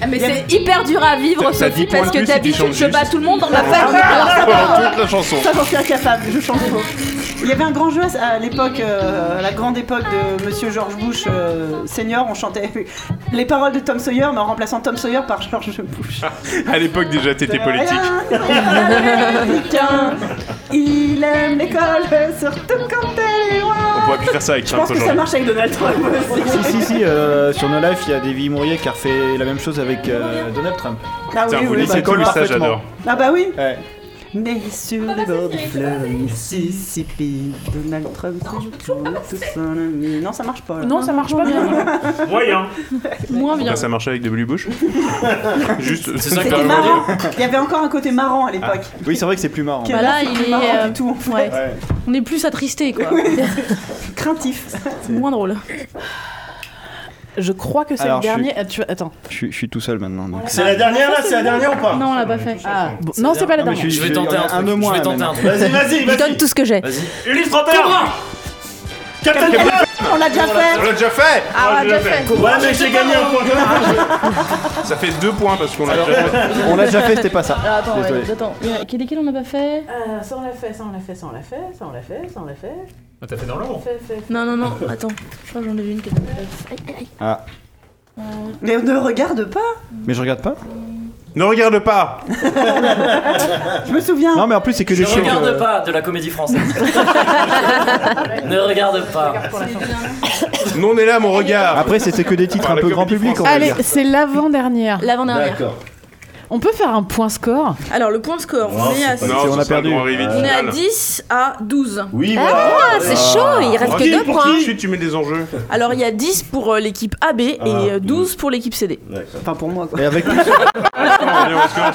Speaker 6: Ah, Mais c'est hyper dur à vivre,
Speaker 9: T'as- t'as 10
Speaker 6: Sophie,
Speaker 9: points
Speaker 6: parce
Speaker 9: de
Speaker 6: que
Speaker 9: plus si tu
Speaker 6: d'habitude,
Speaker 9: chantes
Speaker 6: je bats
Speaker 9: juste.
Speaker 6: tout le monde dans
Speaker 1: Ah,
Speaker 6: ma famille. Alors ça va.
Speaker 9: Pendant toute la chanson.
Speaker 1: Ça, j'en suis incapable, je change faux. Il y avait un grand jeu à à l'époque, euh, à la grande époque de Monsieur George Bush euh, senior, on chantait les paroles de Tom Sawyer, mais en remplaçant Tom Sawyer par George Bush.
Speaker 9: À l'époque déjà t'étais politique.
Speaker 1: Américain, Il aime l'école, surtout quand elle est
Speaker 9: On
Speaker 1: loin.
Speaker 9: pourrait plus faire ça avec
Speaker 1: Je pense
Speaker 9: Trump
Speaker 1: que ça
Speaker 9: aujourd'hui.
Speaker 1: marche avec Donald Trump aussi.
Speaker 5: Si, si, si, euh, sur No Life, il y a Davy Mourier qui a refait la même chose avec euh, Donald Trump.
Speaker 1: Ah
Speaker 9: Tiens, vous
Speaker 1: oui,
Speaker 9: lisez
Speaker 1: bah,
Speaker 5: colle
Speaker 9: tout, mais ça
Speaker 5: parfaitement.
Speaker 9: j'adore.
Speaker 1: Ah bah oui.
Speaker 5: Ouais. Ah bah
Speaker 1: Mais sur les bords du fleuve Mississippi, Donald Trump, tout seul. Non, ça marche pas. là.
Speaker 2: Non, ça marche pas bien.
Speaker 4: Moyen.
Speaker 2: Moins bien.
Speaker 9: Ah, ça marchait avec W. Bush Juste,
Speaker 15: C'est ça
Speaker 1: C'était marrant. Il y avait encore un côté marrant à
Speaker 9: Ah.
Speaker 1: l'époque.
Speaker 5: Oui, c'est vrai que c'est plus marrant.
Speaker 1: Que
Speaker 10: Bah là, il
Speaker 1: c'est plus
Speaker 10: est,
Speaker 1: marrant
Speaker 10: euh,
Speaker 1: du tout, en fait.
Speaker 10: Ouais.
Speaker 5: Ouais.
Speaker 10: On est plus attristé quoi.
Speaker 1: Craintif.
Speaker 10: Moins drôle.
Speaker 2: Je crois que c'est
Speaker 5: Alors,
Speaker 2: le
Speaker 5: je suis-
Speaker 2: dernier. Ah, tu... Attends.
Speaker 5: Je, suis- je suis tout seul maintenant. donc.
Speaker 16: C'est la dernière là,
Speaker 2: Ça,
Speaker 16: c'est la dernière ou pas
Speaker 2: Non, on l'a pas fait. Ah, bon. Non, c'est pas la
Speaker 5: Non, mais
Speaker 2: dernière.
Speaker 5: je vais tenter un truc. Je vais tenter un truc.
Speaker 16: Vas-y, vas-y, vas-y.
Speaker 13: Donne tout ce que j'ai.
Speaker 16: Ulysse 31 Captain
Speaker 5: Captain
Speaker 16: Cobra
Speaker 1: On l'a déjà fait
Speaker 9: On l'a déjà fait
Speaker 13: Ah, on l'a
Speaker 9: On l'a
Speaker 13: déjà fait.
Speaker 16: Ouais, mais j'ai gagné un point quand même.
Speaker 9: Ça fait deux points parce qu'on l'a déjà fait.
Speaker 5: On l'a déjà fait, c'était pas ça.
Speaker 10: Alors, Ah, attends,
Speaker 5: Désolé.
Speaker 10: ouais, attends. Il y a- Quel est quel on n'a pas fait
Speaker 2: Euh, Ça, on l'a fait, ça, on l'a fait, ça, on l'a fait, ça, on l'a fait, ça, on l'a fait.
Speaker 4: Ah, T'as fait dans l'ordre
Speaker 10: Non, non, non, attends. Je crois que j'en ai une qui est dans le- Aïe, aïe, aïe.
Speaker 5: Ah.
Speaker 10: Euh,
Speaker 1: Mais ne regarde pas
Speaker 5: Mais je regarde pas
Speaker 9: Ne regarde pas
Speaker 1: Je me souviens
Speaker 5: Non, mais en plus, c'est que
Speaker 12: Ne
Speaker 5: des choses.
Speaker 12: regarde
Speaker 5: euh,
Speaker 12: pas de la comédie française. ne regarde pas.
Speaker 9: Non, on est là, mon regard
Speaker 5: Après, c'était que des titres un peu grand public. on va
Speaker 2: Allez,
Speaker 5: dire.
Speaker 2: c'est l'avant-dernière.
Speaker 10: L'avant-dernière.
Speaker 16: D'accord.
Speaker 2: On peut faire un point score
Speaker 10: Alors, le point score, on est à
Speaker 9: Non,
Speaker 5: on a
Speaker 9: ce sera
Speaker 5: perdu.
Speaker 9: le grand reveal
Speaker 10: on est à
Speaker 9: final.
Speaker 10: 10 à 12.
Speaker 16: Oui,
Speaker 13: Ah,
Speaker 16: voilà.
Speaker 13: c'est chaud, il reste
Speaker 9: Pour
Speaker 13: que
Speaker 9: qui
Speaker 13: deux
Speaker 9: Ah. Pour
Speaker 13: points.
Speaker 9: qui Ensuite, tu mets des enjeux.
Speaker 10: Alors, il y a 10 pour euh, l'équipe AB et euh, 12 pour l'équipe CD.
Speaker 16: D'accord.
Speaker 1: Enfin, pour moi, quoi.
Speaker 5: Et avec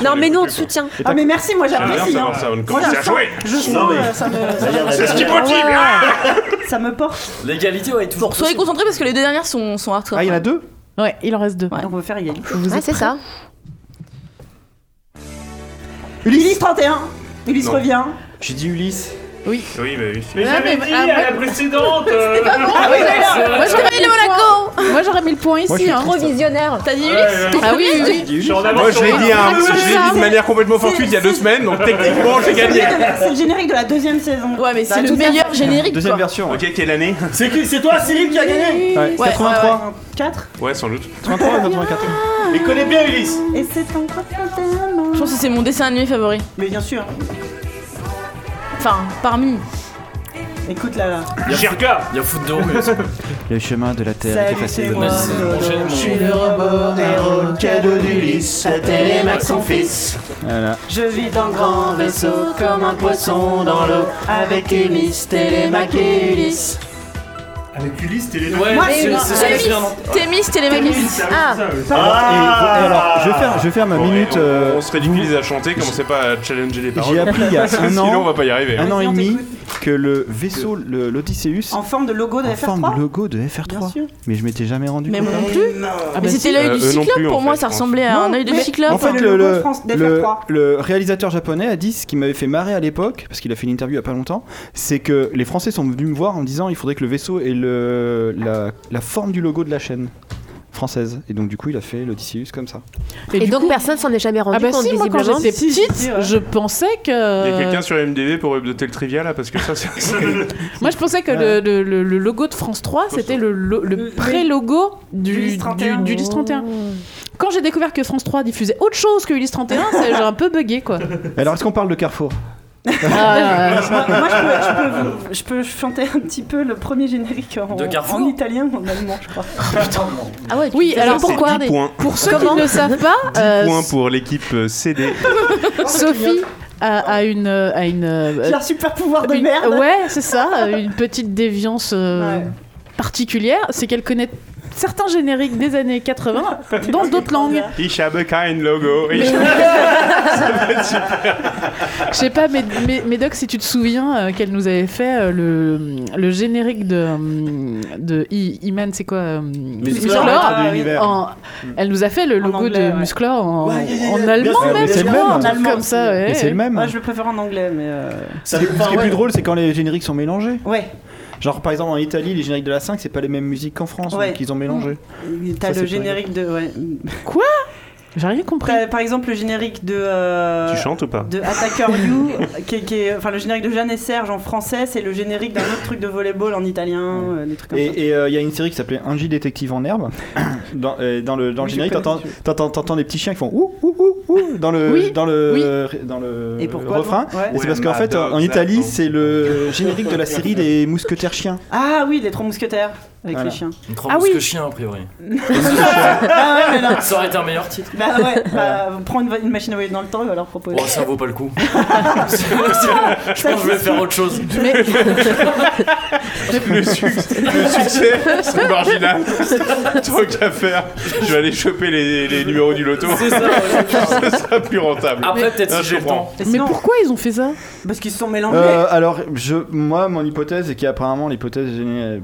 Speaker 13: Non, mais nous, on te soutient.
Speaker 1: Ah, mais merci, moi j'apprécie.
Speaker 9: savoir
Speaker 1: hein.
Speaker 9: ça, on
Speaker 1: Moi,
Speaker 9: commence
Speaker 1: je
Speaker 9: à
Speaker 1: sens-
Speaker 9: jouer.
Speaker 1: Je sens,
Speaker 16: Non, mais-
Speaker 1: euh, ça me. ça me-
Speaker 16: D'ailleurs, la
Speaker 9: C'est ce qui
Speaker 16: dernière-
Speaker 9: motive hein
Speaker 1: Ça me porte.
Speaker 12: L'égalité, ouais, est toujours.
Speaker 10: Soyez
Speaker 12: possible.
Speaker 10: concentrés parce que les deux dernières sont, sont hardcore.
Speaker 5: Ah, il y en a deux
Speaker 2: Ouais, il en reste deux.
Speaker 1: On peut faire également.
Speaker 13: Ah, c'est ça.
Speaker 1: Ulysse 31 Ulysse
Speaker 9: Non.
Speaker 1: revient.
Speaker 5: J'ai dit Ulysse.
Speaker 9: Oui, mais oui.
Speaker 4: Mais
Speaker 2: Ouais,
Speaker 4: j'avais
Speaker 2: mais-
Speaker 4: dit
Speaker 2: ah,
Speaker 4: à la précédente euh,
Speaker 1: Ah
Speaker 2: Moi, j'aurais mis le Monaco Moi, j'aurais mis le point
Speaker 5: Moi, je
Speaker 2: ici.
Speaker 5: suis
Speaker 2: hein.
Speaker 13: Trop visionnaire.
Speaker 10: T'as dit
Speaker 4: ouais,
Speaker 10: Ulysse
Speaker 4: ouais.
Speaker 2: Ah oui, oui, oui.
Speaker 5: J'ai dit
Speaker 4: Je suis
Speaker 5: Ulysse.
Speaker 4: en avance
Speaker 9: Moi, je
Speaker 4: sur
Speaker 9: l'ai
Speaker 4: vous.
Speaker 9: dit, hein,
Speaker 2: c'est
Speaker 9: je l'ai
Speaker 2: ça.
Speaker 9: dit de manière complètement fortuite il y a deux semaines, donc techniquement, j'ai gagné.
Speaker 1: C'est le générique de la deuxième saison.
Speaker 10: Ouais, mais c'est
Speaker 1: Bah,
Speaker 10: le
Speaker 1: tout
Speaker 10: meilleur générique.
Speaker 5: Deuxième
Speaker 10: Quoi.
Speaker 5: version. ouais.
Speaker 9: Ok, quelle année
Speaker 16: C'est qui C'est toi, Céline, qui a gagné
Speaker 5: Ouais,
Speaker 10: ouais,
Speaker 5: 83.
Speaker 1: 4
Speaker 9: Ouais, sans doute.
Speaker 5: 83 ou 84
Speaker 16: Mais connais bien Ulysse
Speaker 1: et c'est encore tellement.
Speaker 10: Je pense que c'est mon dessin animé favori.
Speaker 1: Mais bien sûr,
Speaker 10: Enfin, parmi.
Speaker 1: écoute là là.
Speaker 4: Jirka
Speaker 12: Il y a foot de rue. aussi.
Speaker 5: Le chemin de la terre est
Speaker 1: Salut,
Speaker 5: effacé
Speaker 1: c'est
Speaker 5: de
Speaker 1: moi,
Speaker 5: ma-
Speaker 1: Dodo.
Speaker 12: Je
Speaker 2: suis le robot héros,
Speaker 16: cadeau d'Ulysse, la
Speaker 1: Télémaque, son fils.
Speaker 5: Voilà.
Speaker 1: Je vis dans le grand vaisseau comme un poisson dans l'eau avec Ulysse, Télémaque et Ulysse.
Speaker 4: Avec Ulysse, t'es les
Speaker 12: Ouais, c'est c'est ça,
Speaker 10: Thémis,
Speaker 12: clairement.
Speaker 10: Thémis, Télémaquis.
Speaker 13: Ah,
Speaker 5: Et- et alors, je vais faire, je vais faire ma
Speaker 9: Bon,
Speaker 5: minute.
Speaker 9: et on-
Speaker 5: euh,
Speaker 9: on, se ridiculise à chanter, commencez pas à challenger les paroles.
Speaker 5: J'ai appris il y a un
Speaker 9: Ah, Sinon, on va
Speaker 5: an,
Speaker 9: pas y arriver. hein.
Speaker 5: un an et
Speaker 1: Vas-y, on
Speaker 5: demi,
Speaker 1: t'écoute.
Speaker 5: que le vaisseau, le- l'Odysseus,
Speaker 1: En forme de logo de
Speaker 5: en forme de
Speaker 1: FR3
Speaker 5: logo de
Speaker 1: Bien sûr.
Speaker 5: FR3. Mais je m'étais jamais rendu
Speaker 10: Mais
Speaker 5: compte. hein.
Speaker 10: moi non plus.
Speaker 2: Ah,
Speaker 10: Mais
Speaker 2: bah,
Speaker 10: c'était l'œil
Speaker 9: Euh,
Speaker 10: du
Speaker 9: eux non
Speaker 10: cyclope
Speaker 9: plus, en
Speaker 10: pour moi,
Speaker 9: fait,
Speaker 10: ça
Speaker 9: je pense.
Speaker 10: ressemblait à un
Speaker 1: Non,
Speaker 10: œil de
Speaker 1: mais-
Speaker 10: cyclope.
Speaker 5: En fait,
Speaker 1: le
Speaker 5: le,
Speaker 1: logo
Speaker 5: le-
Speaker 1: France des
Speaker 5: le-
Speaker 1: FR3.
Speaker 5: le réalisateur japonais a dit ce qui m'avait fait marrer à l'époque, parce qu'il a fait une interview il y a pas longtemps, c'est que les Français sont venus me voir en me disant il faudrait que le vaisseau ait le, la, la forme du logo de la chaîne française. Et donc, du coup, il a fait l'Odysseus comme ça.
Speaker 13: Et,
Speaker 2: du
Speaker 13: donc
Speaker 2: coup-
Speaker 13: personne s'en est jamais rendu
Speaker 2: Ah bah
Speaker 13: compte
Speaker 2: si, moi quand
Speaker 13: visiblement.
Speaker 2: j'étais
Speaker 1: Si, si,
Speaker 2: petite,
Speaker 1: si, ouais.
Speaker 2: je pensais
Speaker 9: Il y a
Speaker 2: que...
Speaker 9: quelqu'un sur MDV pour updater le trivia là parce que ça c'est.
Speaker 2: Moi je pensais que le, le- le- le logo de France 3, c'était le, lo- le
Speaker 1: Le-
Speaker 2: pré-logo
Speaker 1: du
Speaker 2: du,
Speaker 1: Ulysse 31.
Speaker 2: du- du Ulysse 31. Quand j'ai découvert que France 3 diffusait autre chose que Ulysse 31, ça- j'ai un peu bugué quoi.
Speaker 5: Alors, est-ce qu'on parle de Carrefour
Speaker 2: Ah,
Speaker 1: Euh, Moi, moi, je, peux, je, peux, vous- je peux chanter un petit peu le premier générique en,
Speaker 12: De Carrefour
Speaker 1: en italien ou en allemand, je crois.
Speaker 13: Ah ouais,
Speaker 2: Oui, alors
Speaker 9: C'est
Speaker 2: pourquoi
Speaker 9: 10 points.
Speaker 2: Pour ceux qui ne le savent pas, euh,
Speaker 9: 10 points pour l'équipe euh, CD.
Speaker 2: Sophie a, a une... euh, A une euh,
Speaker 1: J'ai un super pouvoir de
Speaker 2: une-
Speaker 1: merde.
Speaker 2: Ouais, c'est ça, euh, une petite déviance euh,
Speaker 1: Ouais.
Speaker 2: particulière, c'est qu'elle connaît certains génériques des années 80 dans d'autres langues.
Speaker 9: Ich habe kein Logo. Ich-
Speaker 2: Je sais pas, mais, mais- Médoc, si tu te souviens euh, qu'elle nous avait fait euh, le, le générique de, euh, de I- Iman, c'est quoi euh, Musclor.
Speaker 1: Ah, oui.
Speaker 5: l'univers.
Speaker 2: En- Elle nous a fait le logo
Speaker 1: anglais,
Speaker 2: de
Speaker 1: ouais.
Speaker 2: Musclor en,
Speaker 16: Hmm. Ouais, yeah, yeah,
Speaker 2: en
Speaker 16: yeah,
Speaker 2: allemand
Speaker 16: bien sûr,
Speaker 2: même,
Speaker 5: mais c'est
Speaker 2: je
Speaker 5: le
Speaker 2: crois,
Speaker 5: même.
Speaker 2: un truc
Speaker 1: En allemand
Speaker 2: comme ça. ouais,
Speaker 5: Mais c'est
Speaker 2: ouais.
Speaker 5: le même.
Speaker 1: Moi, je le préfère en anglais, mais. euh,
Speaker 16: Ça
Speaker 5: Ce qui est plus drôle, c'est quand les génériques sont mélangés.
Speaker 1: Ouais.
Speaker 5: Genre, par exemple, en Italie, les génériques de la 5, c'est pas les mêmes musiques qu'en France,
Speaker 1: Ouais.
Speaker 5: donc ils ont mélangé.
Speaker 1: T'as
Speaker 5: Ça,
Speaker 1: le
Speaker 5: c'est
Speaker 1: générique de. Ouais.
Speaker 2: J'ai rien compris.
Speaker 1: T'as, par exemple, le générique de. euh,
Speaker 9: Tu chantes ou pas
Speaker 1: de Attacker You, qui, est- qui est, enfin le générique de Jeanne et Serge en français, c'est le générique d'un autre truc de volleyball en italien, euh, des trucs comme
Speaker 5: Et
Speaker 1: ça.
Speaker 5: et, euh, il y a une série qui s'appelait Un J détective en herbe. Dans, euh, dans le, dans le
Speaker 1: Oui,
Speaker 5: générique,
Speaker 1: je connais,
Speaker 5: t'entends- t'entends t'entends des petits chiens qui font ouh ouh ouh ouh dans le
Speaker 2: Oui,
Speaker 5: dans le
Speaker 2: oui.
Speaker 5: euh, dans le
Speaker 1: Et pourquoi,
Speaker 5: refrain.
Speaker 1: non Ouais.
Speaker 5: Et c'est parce qu'en fait, en en Italie, c'est le générique de la série des mousquetaires chiens.
Speaker 1: Ah oui, les trois mousquetaires avec
Speaker 5: Voilà.
Speaker 1: les chiens.
Speaker 12: Une
Speaker 2: Ah oui.
Speaker 12: que chien, a priori.
Speaker 1: Ah ouais, mais non.
Speaker 12: Ça aurait été un meilleur titre.
Speaker 1: Bah ouais, bah, prends une, une machine à voyager dans le temps et va leur proposer.
Speaker 12: Oh, ça vaut pas le coup. je pense que je vais faire autre chose.
Speaker 9: Le succès, le succès c'est marginal. Tant qu'à faire, je vais aller choper les, les numéros du loto.
Speaker 12: C'est ça, ouais.
Speaker 9: ça sera plus rentable.
Speaker 12: Après, peut-être
Speaker 9: Ah,
Speaker 12: si
Speaker 9: je
Speaker 12: j'ai le
Speaker 9: comprends.
Speaker 12: temps.
Speaker 1: Et
Speaker 2: Mais
Speaker 1: sinon,
Speaker 2: pourquoi ils ont fait ça
Speaker 1: Parce Ah qu'ils se sont mélangés.
Speaker 5: Euh, alors, je, moi, mon hypothèse, c'est qu'apparemment, l'hypothèse géné- euh,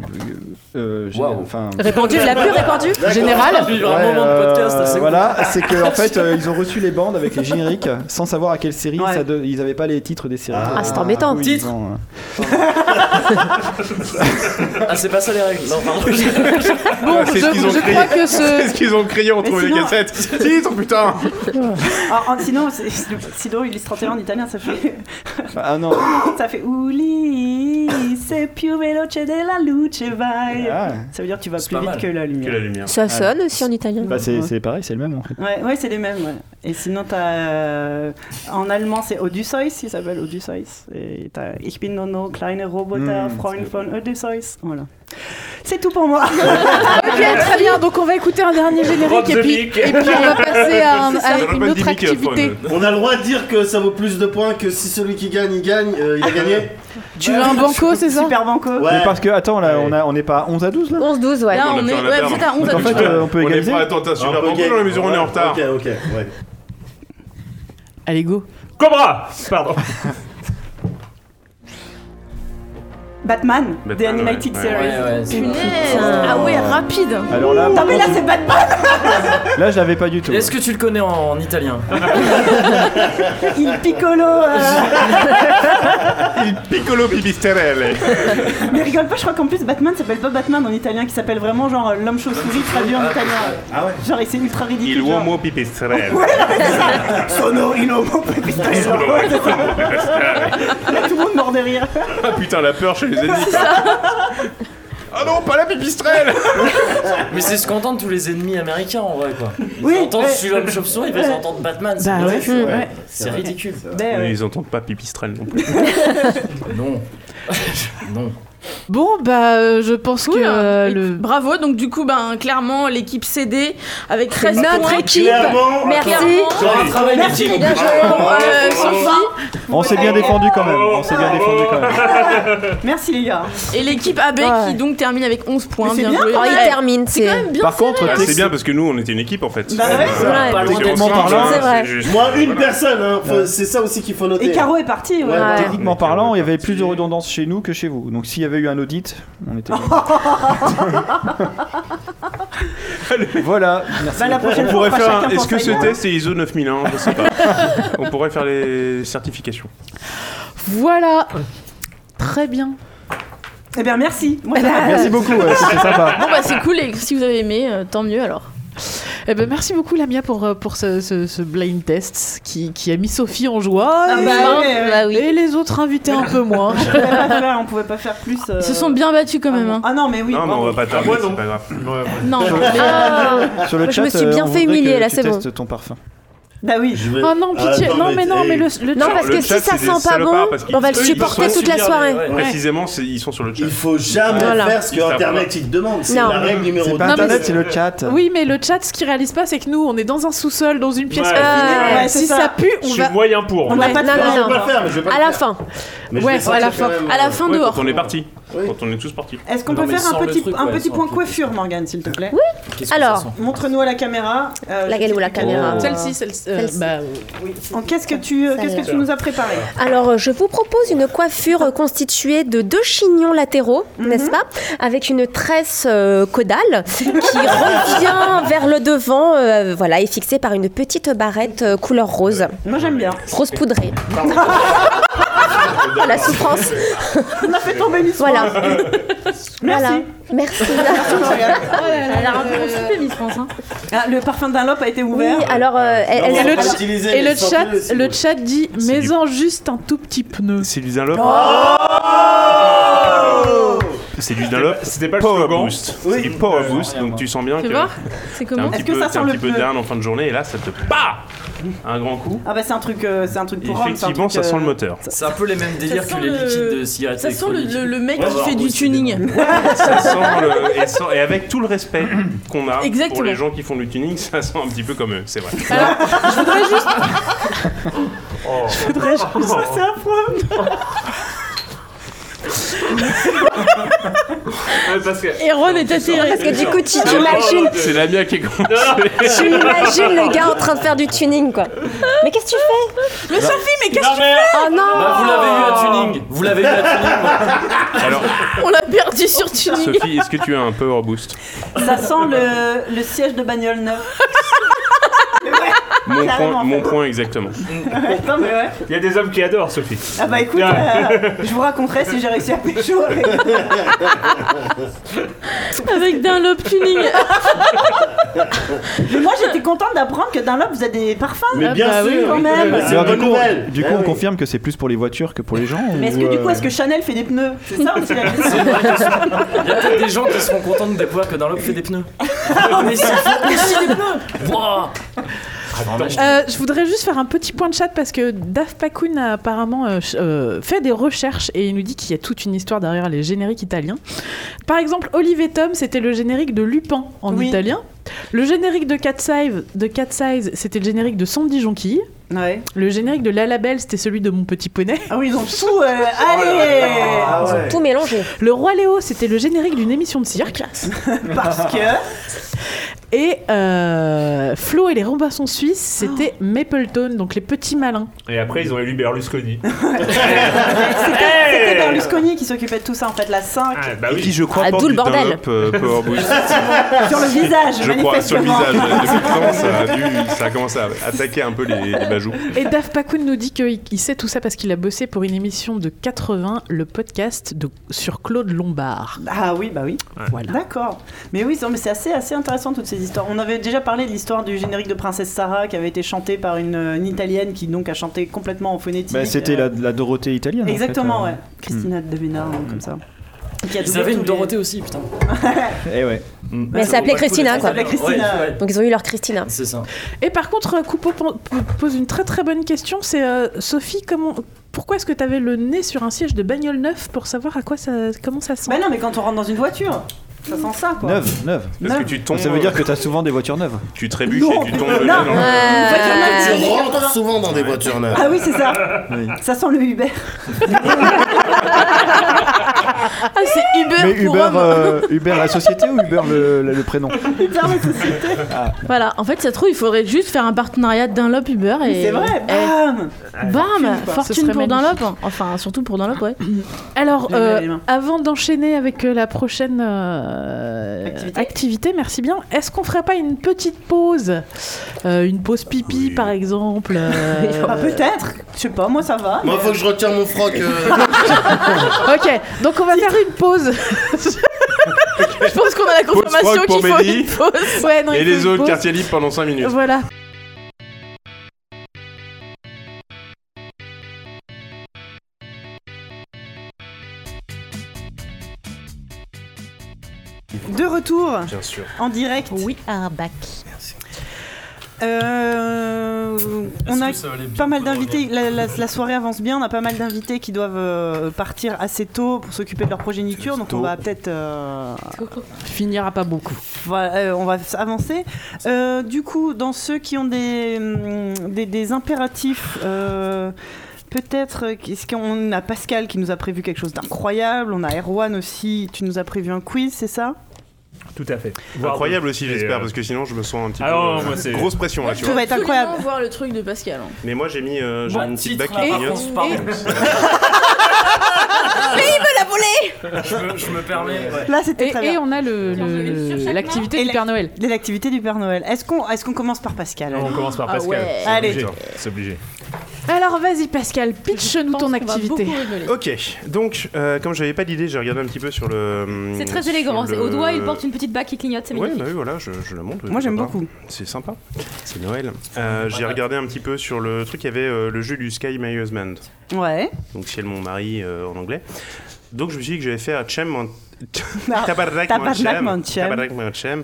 Speaker 5: euh, euh, géné- enfin,
Speaker 13: Répandue, la plus répandue
Speaker 5: D'accord.
Speaker 13: Générale
Speaker 5: Ouais,
Speaker 13: Vivre un moment de
Speaker 5: euh,
Speaker 13: podcast, c'est cool.
Speaker 5: Voilà, c'est que en fait, euh, ils ont reçu les bandes avec les génériques sans savoir à quelle série ça de- ils n'avaient pas les titres des séries.
Speaker 13: Ah, c'est embêtant.
Speaker 5: Oui,
Speaker 13: Titre.
Speaker 5: ils ont, euh,
Speaker 15: Ah, c'est pas ça les règles. Non, pardon.
Speaker 2: Bon,
Speaker 9: c'est ce
Speaker 2: je-
Speaker 9: qu'ils ont
Speaker 2: je
Speaker 9: crié.
Speaker 2: crois que ce-
Speaker 9: C'est ce qu'ils ont crié, on
Speaker 1: Mais
Speaker 9: trouve les
Speaker 1: sinon-
Speaker 9: cassettes. Titre, putain
Speaker 1: Ah, ah, sinon, c'est- sinon, Ulysse 31 en italien, ça fait.
Speaker 5: Ah non.
Speaker 1: Ça fait Ulisse più veloce della luce vai.
Speaker 5: Ah.
Speaker 1: Ça veut dire tu vas
Speaker 5: C'est
Speaker 1: plus
Speaker 5: pas
Speaker 1: vite
Speaker 5: mal.
Speaker 1: que la lumière.
Speaker 5: Que la lumière.
Speaker 13: Ça
Speaker 5: Ah.
Speaker 13: sonne aussi en italien.
Speaker 5: bah, c'est c'est pareil, c'est le même en fait.
Speaker 1: Ouais, ouais, c'est les mêmes. ouais. Et sinon, t'as, euh, en allemand, c'est Odysseus, il s'appelle Odysseus. Et t'as Ich bin nur noch kleine Roboter,
Speaker 2: Mm,
Speaker 1: Freund von Odysseus. Voilà. C'est tout pour moi.
Speaker 2: Ok, très bien. Donc on va écouter un dernier générique et puis, et puis on va passer à, un- à une autre activité.
Speaker 16: On a le droit de dire que ça vaut plus de points que si celui qui gagne, il gagne, euh, il a gagné.
Speaker 2: Ah. Tu veux un banco, c'est ça
Speaker 1: Super banco.
Speaker 5: Mais parce que, attends, là, on, a, on est pas à 11 à 12 là
Speaker 13: 11-12, ouais.
Speaker 5: Là, on est- ouais, vous êtes à 11 à 12. Donc, en fait, euh, on peut égaliser
Speaker 9: On est pas attends, t'as super
Speaker 5: On peut
Speaker 9: bon coup
Speaker 5: gagner.
Speaker 9: dans la mesure où on est en retard.
Speaker 16: Ok, ok, ouais.
Speaker 2: Allez, go.
Speaker 4: Cobra Pardon.
Speaker 1: Batman, The
Speaker 4: Batman,
Speaker 1: Animated
Speaker 4: ouais.
Speaker 1: Series.
Speaker 4: Ouais, ouais, c'est
Speaker 6: Punaise.
Speaker 1: Putain.
Speaker 6: Ah ouais, rapide.
Speaker 5: Alors là,
Speaker 1: Non,
Speaker 5: par
Speaker 1: mais là,
Speaker 5: contre,
Speaker 1: c'est Batman
Speaker 5: là, je l'avais pas du tout.
Speaker 15: Est-ce que tu le connais en, en italien
Speaker 9: Ah,
Speaker 1: Il piccolo euh.
Speaker 9: Piccolo Pipistrelle.
Speaker 1: Mais rigole pas, je crois qu'en plus Batman s'appelle pas Batman en italien, qui s'appelle vraiment genre euh, l'homme chauve-souris traduit en italien.
Speaker 9: Ah ouais
Speaker 1: Genre, et c'est ultra ridicule.
Speaker 9: Il
Speaker 1: genre.
Speaker 9: uomo Pipistrelle.
Speaker 1: Sono in homo pipistrello.
Speaker 9: Sono in homo pipistrello.
Speaker 1: Là, tout le monde mort de rire.
Speaker 9: Ah putain, la peur chez les ennemis. Ah non, pas la pipistrelle
Speaker 15: Mais c'est ce qu'entendent tous les ennemis américains en vrai quoi. Ils
Speaker 1: Oui,
Speaker 15: entendent
Speaker 1: ouais.
Speaker 15: celui-là le chauve-souris, ils veulent
Speaker 1: Ouais.
Speaker 15: entendre Batman.
Speaker 1: Eh. Bah
Speaker 15: c'est
Speaker 1: ouais,
Speaker 15: ridicule.
Speaker 1: mm, ouais.
Speaker 15: C'est ridicule.
Speaker 1: Ben, ouais.
Speaker 9: Ils entendent pas pipistrelle non plus.
Speaker 15: Non. non.
Speaker 2: Bon, bah, euh, je pense que euh, le.
Speaker 6: Bravo, donc du coup, ben, clairement, l'équipe CD avec 13
Speaker 2: Notre
Speaker 6: points.
Speaker 2: équipe. Clairement,
Speaker 6: Merci.
Speaker 2: attends,
Speaker 15: Sur un travail
Speaker 6: Merci,
Speaker 15: d'équipe.
Speaker 6: bien joué.
Speaker 15: Bravo,
Speaker 6: Euh,
Speaker 15: bravo.
Speaker 6: Sophie.
Speaker 5: On s'est bien défendu quand même. On s'est bien défendu quand même.
Speaker 1: Merci les gars.
Speaker 6: Et l'équipe AB qui donc termine avec 11 points.
Speaker 1: Mais c'est
Speaker 6: Bien,
Speaker 1: bien,
Speaker 6: joué.
Speaker 1: quand
Speaker 6: Ouais.
Speaker 1: il termine,
Speaker 6: C'est quand même bien.
Speaker 5: Par contre,
Speaker 9: Ah,
Speaker 5: texte-
Speaker 9: c'est bien parce que nous, on était une équipe en fait. Euh,
Speaker 1: Bah ouais, c'est vrai.
Speaker 9: Pas loin
Speaker 5: Techniquement
Speaker 9: d'être
Speaker 5: parlant,
Speaker 9: ensemble,
Speaker 5: c'est vrai.
Speaker 9: juste-
Speaker 16: Moi, une
Speaker 9: Voilà.
Speaker 16: personne, hein, faut- c'est ça aussi qu'il faut noter.
Speaker 1: Et Caro est parti, ouais.
Speaker 16: Ouais,
Speaker 13: bah,
Speaker 16: ouais.
Speaker 5: Techniquement parlant, il y avait plus de redondance chez nous que chez vous. Donc s'il y avait eu un audit, on était.
Speaker 16: Ah
Speaker 5: voilà. Merci.
Speaker 1: Bah, la prochaine
Speaker 9: On pourrait
Speaker 1: fois, on fera
Speaker 9: faire un...
Speaker 1: chacun
Speaker 9: Est-ce que
Speaker 1: pour
Speaker 9: ce
Speaker 1: sa gueule.
Speaker 9: test est ISO 9001 Je sais pas. On pourrait faire les certifications.
Speaker 2: Voilà. Très bien. ben,
Speaker 1: Eh bien, merci. Moi,
Speaker 5: Merci beaucoup, ouais, c'était sympa.
Speaker 6: Bon, bah, c'est cool. Et si vous avez aimé, euh, tant mieux alors.
Speaker 2: Eh ben, merci beaucoup, Lamia, pour, euh, pour ce, ce- ce blind test qui, qui a mis Sophie en joie.
Speaker 1: Ah
Speaker 2: et,
Speaker 1: bah oui,
Speaker 2: et
Speaker 1: bah
Speaker 2: les autres invités un peu
Speaker 1: on
Speaker 2: moins.
Speaker 1: pouvait pas faire- on pouvait pas faire plus. euh.
Speaker 6: Ils se sont bien battus quand même. hein.
Speaker 1: Ah non, mais oui.
Speaker 9: Non, mais on va pas tarder,
Speaker 4: moi,
Speaker 9: c'est
Speaker 4: non.
Speaker 9: pas
Speaker 16: Ah,
Speaker 9: grave.
Speaker 6: Non.
Speaker 5: Sur
Speaker 6: mais-
Speaker 5: le, sur le
Speaker 6: Moi, je
Speaker 5: chat,
Speaker 6: me suis
Speaker 5: euh,
Speaker 6: bien
Speaker 5: on
Speaker 6: fait
Speaker 5: voudrait
Speaker 6: humilier,
Speaker 5: que
Speaker 6: là,
Speaker 5: tu
Speaker 6: c'est bon.
Speaker 5: testes ton parfum.
Speaker 1: Bah oui.
Speaker 16: Je vais-
Speaker 2: Oh non, pitié.
Speaker 16: Ah,
Speaker 2: non, mais non,
Speaker 16: et-
Speaker 2: mais le, le
Speaker 13: Non,
Speaker 2: chat-
Speaker 13: parce
Speaker 9: Le
Speaker 13: que
Speaker 9: chat,
Speaker 13: si ça
Speaker 9: c'est
Speaker 13: sent
Speaker 9: des
Speaker 13: pas
Speaker 9: salopards
Speaker 13: bon,
Speaker 9: parce qu'ils-
Speaker 13: on va le
Speaker 9: eux, ils
Speaker 13: supporter
Speaker 9: sont
Speaker 13: toute la
Speaker 9: super-
Speaker 13: soirée.
Speaker 15: ouais.
Speaker 9: Précisément, c'est- ils sont sur le chat.
Speaker 16: Il faut jamais
Speaker 13: Voilà.
Speaker 16: faire ce que
Speaker 9: Ils
Speaker 16: Internet
Speaker 9: savent
Speaker 16: il te demande. C'est
Speaker 2: Non.
Speaker 16: la règle numéro
Speaker 5: C'est
Speaker 16: deux.
Speaker 5: pas internet, c'est le chat.
Speaker 2: Oui, mais le chat, ce qu'ils réalisent pas, c'est que nous, on est dans un sous-sol, dans une pièce
Speaker 4: Ouais.
Speaker 2: confinée.
Speaker 1: Ouais, c'est
Speaker 2: si ça,
Speaker 1: ça.
Speaker 2: pue, on
Speaker 4: Je suis
Speaker 2: va.
Speaker 4: moyen pour.
Speaker 1: On n'a
Speaker 13: Ouais,
Speaker 1: pas de
Speaker 13: non, non,
Speaker 16: Je
Speaker 1: faire.
Speaker 16: vais pas le faire, mais je vais pas
Speaker 13: À
Speaker 16: le
Speaker 13: la
Speaker 16: faire.
Speaker 13: fin.
Speaker 16: Mais je vais
Speaker 2: Ouais, à la
Speaker 16: sortir quand
Speaker 2: fin.
Speaker 16: même,
Speaker 6: À
Speaker 16: euh,
Speaker 6: la fin
Speaker 9: Ouais,
Speaker 6: dehors.
Speaker 9: quand on est parti.
Speaker 16: Oui.
Speaker 9: Quand on est tous partis.
Speaker 1: Est-ce qu'on
Speaker 15: Non,
Speaker 1: peut
Speaker 15: mais
Speaker 1: faire
Speaker 15: sans
Speaker 1: un
Speaker 15: le
Speaker 1: petit,
Speaker 15: truc,
Speaker 1: un
Speaker 15: ouais,
Speaker 1: petit
Speaker 15: sans
Speaker 1: point
Speaker 15: le
Speaker 1: coiffure, Morgane, s'il te plaît
Speaker 15: Qu'est-ce que
Speaker 13: Alors.
Speaker 15: ça sent
Speaker 1: Montre-nous à la caméra. euh,
Speaker 13: Laquelle ou la caméra
Speaker 15: Oh.
Speaker 2: Celle-ci, celle-ci. euh,
Speaker 13: Celle-ci.
Speaker 2: bah,
Speaker 1: en- Qu'est-ce que tu, euh,
Speaker 13: Ça
Speaker 1: qu'est-ce
Speaker 13: a
Speaker 1: que tu nous as préparé
Speaker 13: Alors, euh, je vous propose une coiffure euh, constituée de deux chignons latéraux,
Speaker 10: Mhm.
Speaker 13: n'est-ce pas Avec une tresse euh, caudale qui revient vers le devant, euh, voilà, et fixée par une petite barrette euh, couleur rose,
Speaker 1: Moi, j'aime bien.
Speaker 13: rose poudrée. Oh, la souffrance
Speaker 1: On a fait tomber l'histoire.
Speaker 13: Voilà. Voilà.
Speaker 1: Merci. Oh
Speaker 13: Merci.
Speaker 6: Elle a un peu constipée, Miss France. hein.
Speaker 1: Ah, le parfum d'un lop a été
Speaker 13: Oui,
Speaker 1: ouvert.
Speaker 13: alors, euh, elle,
Speaker 16: Non,
Speaker 13: elle-
Speaker 2: Et
Speaker 16: mais
Speaker 2: le,
Speaker 16: faut
Speaker 2: ch-
Speaker 16: l'utiliser,
Speaker 2: et
Speaker 16: mais
Speaker 2: le
Speaker 16: sortez-le,
Speaker 2: chat,
Speaker 16: c'est
Speaker 2: le
Speaker 16: bon.
Speaker 2: chat dit mais en juste un tout petit pneu.
Speaker 9: C'est du Dunlop. C'est du Dunlop.
Speaker 4: C'était pas le
Speaker 9: Power
Speaker 4: slogan.
Speaker 9: Boost. C'est du Power Boost, donc tu sens bien
Speaker 6: Tu
Speaker 9: que.
Speaker 6: vois C'est
Speaker 9: T'as
Speaker 6: comment
Speaker 9: un petit
Speaker 1: Est-ce que
Speaker 9: peu,
Speaker 1: ça
Speaker 9: t'as
Speaker 1: sent
Speaker 9: un
Speaker 1: le
Speaker 9: petit peu de
Speaker 1: pneu
Speaker 9: down en fin de journée et là ça te bah un grand coup.
Speaker 1: Ah bah c'est un truc, euh, c'est un truc euh,
Speaker 9: Et
Speaker 1: pour homme.
Speaker 9: effectivement ça sent le moteur.
Speaker 15: C'est un peu les mêmes délires
Speaker 6: sent
Speaker 15: que les
Speaker 6: le-
Speaker 15: liquides de cigarettes
Speaker 6: Ça sent le,
Speaker 15: électroniques.
Speaker 6: le- le mec
Speaker 15: Ouais,
Speaker 6: qui
Speaker 15: alors,
Speaker 6: fait du
Speaker 15: aussi,
Speaker 6: tuning.
Speaker 9: ça sent le- et, sans- et avec tout le respect qu'on a
Speaker 6: Exactement.
Speaker 9: pour les gens qui font du tuning, ça sent un petit peu comme eux, c'est vrai.
Speaker 1: Je voudrais juste ça, c'est affreux.
Speaker 4: Ah, mais parce que.
Speaker 2: Héron est atterré.
Speaker 13: Parce que du coup, tu
Speaker 4: Non,
Speaker 9: Ah,
Speaker 13: t'imagines-
Speaker 4: non, non,
Speaker 15: C'est la mienne qui est grande.
Speaker 13: Tu imagines le gars en train de faire du tuning, quoi. Mais qu'est-ce que tu fais
Speaker 15: Mais Sophie,
Speaker 13: mais qu'est-ce que tu fais Oh non
Speaker 15: Bah, vous l'avez eu à
Speaker 13: Oh.
Speaker 15: tuning. Vous l'avez eu à tuning.
Speaker 9: Alors,
Speaker 10: On l'a perdu sur Tuning.
Speaker 9: Sophie, est-ce que tu as un power boost
Speaker 1: Ça sent le, le siège de bagnole neuf.
Speaker 9: Mon
Speaker 1: Carrément,
Speaker 9: point, mon point exactement.
Speaker 1: non, mais ouais.
Speaker 4: Il y a des hommes qui adorent, Sophie.
Speaker 1: Ah bah écoute, euh, je vous raconterai si j'ai réussi à pécho avec.
Speaker 10: Avec Dunlop Tuning.
Speaker 1: Mais moi j'étais contente d'apprendre que Dunlop faisait des parfums.
Speaker 16: Mais bien
Speaker 1: Ah bah
Speaker 16: sûr,
Speaker 1: oui, quand
Speaker 16: oui.
Speaker 1: même.
Speaker 16: Mais c'est
Speaker 5: Alors,
Speaker 16: une
Speaker 5: du
Speaker 16: bonne
Speaker 5: coup,
Speaker 16: nouvelle.
Speaker 5: du coup,
Speaker 1: Bah
Speaker 16: Ah
Speaker 5: on
Speaker 16: oui.
Speaker 5: confirme que c'est plus pour les voitures que pour les gens.
Speaker 1: Mais est-ce
Speaker 5: ou,
Speaker 1: que du
Speaker 5: euh,
Speaker 1: coup, est-ce que Chanel fait des pneus C'est ça aussi la question.
Speaker 15: Il y a peut-être des gens qui seront contents de découvrir que dans l'homme fait des pneus.
Speaker 1: Ah,
Speaker 15: mais si, mais si, des pneus Wouah
Speaker 2: Euh, je voudrais juste faire un petit point de chat parce que Daf Pakun a apparemment euh, ch- euh, fait des recherches et il nous dit qu'il y a toute une histoire derrière les génériques italiens. Par exemple, Olive et Tom, c'était le générique de Lupin en
Speaker 1: Oui.
Speaker 2: italien. Le générique de Cat Size, de Cat Size c'était le générique de Sandy Jonquille. Le générique de La Labelle, c'était celui de Mon Petit Poney.
Speaker 1: Ah oui, ils ont tout. euh, allez
Speaker 2: Oh Ah
Speaker 1: Ils ont
Speaker 2: ouais.
Speaker 1: tout
Speaker 13: mélangé.
Speaker 2: Le Roi Léo, c'était le générique d'une émission de cirque.
Speaker 1: Parce que.
Speaker 2: Et euh, Flo et les Robinson Suisses, c'était Mapleton, donc les petits malins.
Speaker 4: Et après, ils ont élu Berlusconi.
Speaker 1: C'était Berlusconi qui s'occupait de tout ça en fait, la 5.
Speaker 4: bah oui.
Speaker 9: Qui, je crois,
Speaker 1: Ah,
Speaker 9: porte
Speaker 1: d'où le
Speaker 9: du
Speaker 1: bordel.
Speaker 9: Dunlop, euh, power boost.
Speaker 1: Sur le visage,
Speaker 9: Je crois, sur le
Speaker 1: manifestement.
Speaker 9: visage. ouais. Depuis le temps, ça a, dû- ça a commencé à attaquer un peu les, les bajoux.
Speaker 2: Et Daf Pakun nous dit qu'il il sait tout ça parce qu'il a bossé pour une émission de 80, le podcast de- sur Claude Lombard.
Speaker 1: Ah oui, bah oui.
Speaker 2: Voilà.
Speaker 1: D'accord. Mais oui, non, mais c'est assez, assez intéressant toutes ces histoires. On avait déjà parlé de l'histoire du générique de Princesse Sarah qui avait été chanté par une, euh, une italienne qui donc a chanté complètement en phonétique.
Speaker 5: bah, C'était
Speaker 1: Euh,
Speaker 5: la, la Dorothée italienne. en fait,
Speaker 1: Exactement,
Speaker 5: euh.
Speaker 1: ouais. Christina de Bénard, comme ça. Qui a
Speaker 15: Ils
Speaker 1: doublé
Speaker 15: avaient une
Speaker 1: tous les-
Speaker 15: Dorothée aussi, putain.
Speaker 5: Eh ouais.
Speaker 2: Mm.
Speaker 13: Mais elle s'appelait Christina, quoi.
Speaker 15: Ouais, ouais.
Speaker 13: Donc ils ont eu leur Christina.
Speaker 15: C'est ça.
Speaker 2: Et par contre, euh, Coupeau pon- pose une très très bonne question, c'est euh, Sophie, comment, pourquoi est-ce que tu avais le nez sur un siège de bagnole neuf pour savoir à quoi ça, comment ça sent
Speaker 1: Bah non, mais quand on rentre dans une voiture, ça sent ça quoi.
Speaker 5: Neuve, neuve.
Speaker 1: Parce que Neuve. tu tombes,
Speaker 5: Bah, Ça veut
Speaker 1: euh,
Speaker 5: dire que t'as souvent des voitures neuves.
Speaker 9: Tu trébuches et tu tombes le
Speaker 1: non.
Speaker 9: nez dans le-
Speaker 1: Une voiture neuve,
Speaker 16: Euh, Tu
Speaker 1: c'est-
Speaker 16: rentres souvent dans des voitures neuves.
Speaker 1: Ah oui, c'est ça. Ça sent le Uber.
Speaker 10: Ah, c'est Uber
Speaker 5: Mais
Speaker 10: pour
Speaker 5: Uber,
Speaker 10: hommes.
Speaker 5: euh, Uber la société ou Uber le, le- le prénom Ah.
Speaker 10: Voilà, en fait, ça se trouve, il faudrait juste faire un partenariat Dunlop Uber et.
Speaker 1: Mais c'est vrai, bam
Speaker 9: Ah,
Speaker 10: et- Bam
Speaker 2: Fortune, quoi. Ce
Speaker 10: Fortune
Speaker 2: serait
Speaker 10: pour
Speaker 2: magnifique.
Speaker 10: Dunlop Enfin, surtout pour Dunlop, ouais.
Speaker 2: Alors,
Speaker 10: J'ai mal
Speaker 2: euh,
Speaker 10: les mains.
Speaker 2: avant d'enchaîner avec euh, la prochaine euh, activité. merci bien. Est-ce qu'on ferait pas une petite pause Euh, Une pause pipi, par exemple euh,
Speaker 1: Bah, peut-être. Je sais pas, moi ça va.
Speaker 16: Moi,
Speaker 1: mais-
Speaker 16: faut que je retire mon froc. euh.
Speaker 2: ok, donc on va faire une pause. Je pense qu'on a la
Speaker 9: Pause
Speaker 2: confirmation
Speaker 9: rock pour
Speaker 2: qu'il faut
Speaker 9: Mehdi.
Speaker 2: une pause. Ouais, non,
Speaker 9: Et
Speaker 2: il faut
Speaker 9: les
Speaker 2: une
Speaker 9: autres,
Speaker 2: pause.
Speaker 9: quartier libre pendant 5 minutes.
Speaker 2: Voilà.
Speaker 1: De retour
Speaker 9: Bien sûr.
Speaker 1: en direct.
Speaker 2: We are back.
Speaker 1: Euh, on a
Speaker 15: que ça allait bien
Speaker 1: pas mal d'invités. La, la- la soirée avance bien. On a pas mal d'invités qui doivent euh, partir assez tôt pour s'occuper de leur progéniture. Donc on va peut-être euh,
Speaker 2: Finira pas beaucoup.
Speaker 1: Voilà, euh, on va s- avancer. Euh, du coup, dans ceux qui ont des, mm, des, des impératifs, euh, peut-être, euh, qu'est-ce qu'on a Pascal qui nous a prévu quelque chose d'incroyable, on a Erwan aussi, tu nous as prévu un quiz, c'est ça
Speaker 4: Tout à fait.
Speaker 9: Incroyable aussi,
Speaker 4: Et,
Speaker 9: j'espère,
Speaker 4: euh,
Speaker 9: parce que sinon je me sens un petit
Speaker 4: Ah non,
Speaker 9: peu. euh,
Speaker 4: moi, c'est-
Speaker 9: grosse pression là, tu vois.
Speaker 1: être incroyable.
Speaker 10: Absolument voir le truc de Pascal. hein.
Speaker 9: Mais moi j'ai mis euh, j'ai
Speaker 15: Bon
Speaker 9: une petite
Speaker 15: titre,
Speaker 9: bague
Speaker 15: là,
Speaker 9: qui
Speaker 15: par
Speaker 9: clignote.
Speaker 15: contre, pardon.
Speaker 10: Mais il veut la voler
Speaker 15: Je me- je me permets. ouais.
Speaker 1: Là, c'était
Speaker 2: Et,
Speaker 1: très bien.
Speaker 2: et on a le-
Speaker 1: Attends,
Speaker 2: le- l'activité
Speaker 1: Et
Speaker 2: du
Speaker 1: la-
Speaker 2: Père Noël.
Speaker 1: les activités du Père Noël. Est-ce qu'on est qu'on commence par Pascal
Speaker 4: On
Speaker 1: allez
Speaker 4: commence par
Speaker 2: Ah
Speaker 4: Pascal.
Speaker 2: ouais.
Speaker 4: C'est
Speaker 1: Allez.
Speaker 4: obligé. C'est obligé.
Speaker 2: Alors vas-y Pascal, pitch-nous ton
Speaker 10: qu'on va
Speaker 2: activité.
Speaker 10: beaucoup rigoler.
Speaker 9: Ok, donc euh, comme j'avais pas d'idée, j'ai regardé un petit peu sur le. hum,
Speaker 6: C'est très
Speaker 9: Hmm, sur
Speaker 6: élégant.
Speaker 9: le-
Speaker 6: Au doigt, il porte une petite bague qui clignote. C'est
Speaker 9: Ouais,
Speaker 6: magnifique.
Speaker 9: bah oui, voilà, je, je la montre.
Speaker 1: Moi, j'aime
Speaker 9: pas.
Speaker 1: beaucoup.
Speaker 9: C'est sympa. C'est Noël. Euh, j'ai regardé un petit peu sur le truc, il y avait euh, le jeu du Sky Myers Band.
Speaker 1: Ouais.
Speaker 9: Donc ciel mon mari euh, en anglais. Donc je me suis dit que j'allais faire Chem mon...
Speaker 1: Non,
Speaker 9: Tabarnak Manchem.
Speaker 1: Tabarnak Manchem.
Speaker 9: Tabarnak Manchem,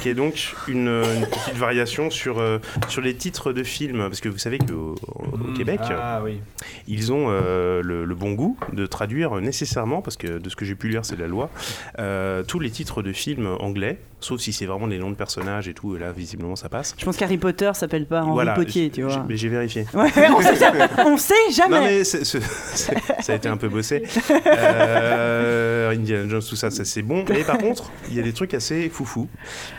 Speaker 9: qui est donc une, euh, une petite variation sur, euh, sur les titres de films. Parce que vous savez qu'au au Québec,
Speaker 5: oui.
Speaker 9: ils ont euh, le, le bon goût de traduire nécessairement, parce que de ce que j'ai pu lire, c'est de la loi, euh, tous les titres de films anglais, sauf si c'est vraiment des noms de personnages et tout, et là, visiblement, ça passe.
Speaker 1: Je pense qu'Harry Potter s'appelle pas Henri
Speaker 9: Voilà,
Speaker 1: Potier,
Speaker 9: j'ai-
Speaker 1: tu
Speaker 9: j'ai-
Speaker 1: vois.
Speaker 9: Mais j'ai vérifié.
Speaker 1: Ah. Ouais, on sait jamais. On sait jamais.
Speaker 9: Non mais c'est- c'est- c'est- ça a été un peu bossé. Euh, Indiana Jones, tout ça, ça c'est bon. Mais par contre, il y a des trucs assez foufou.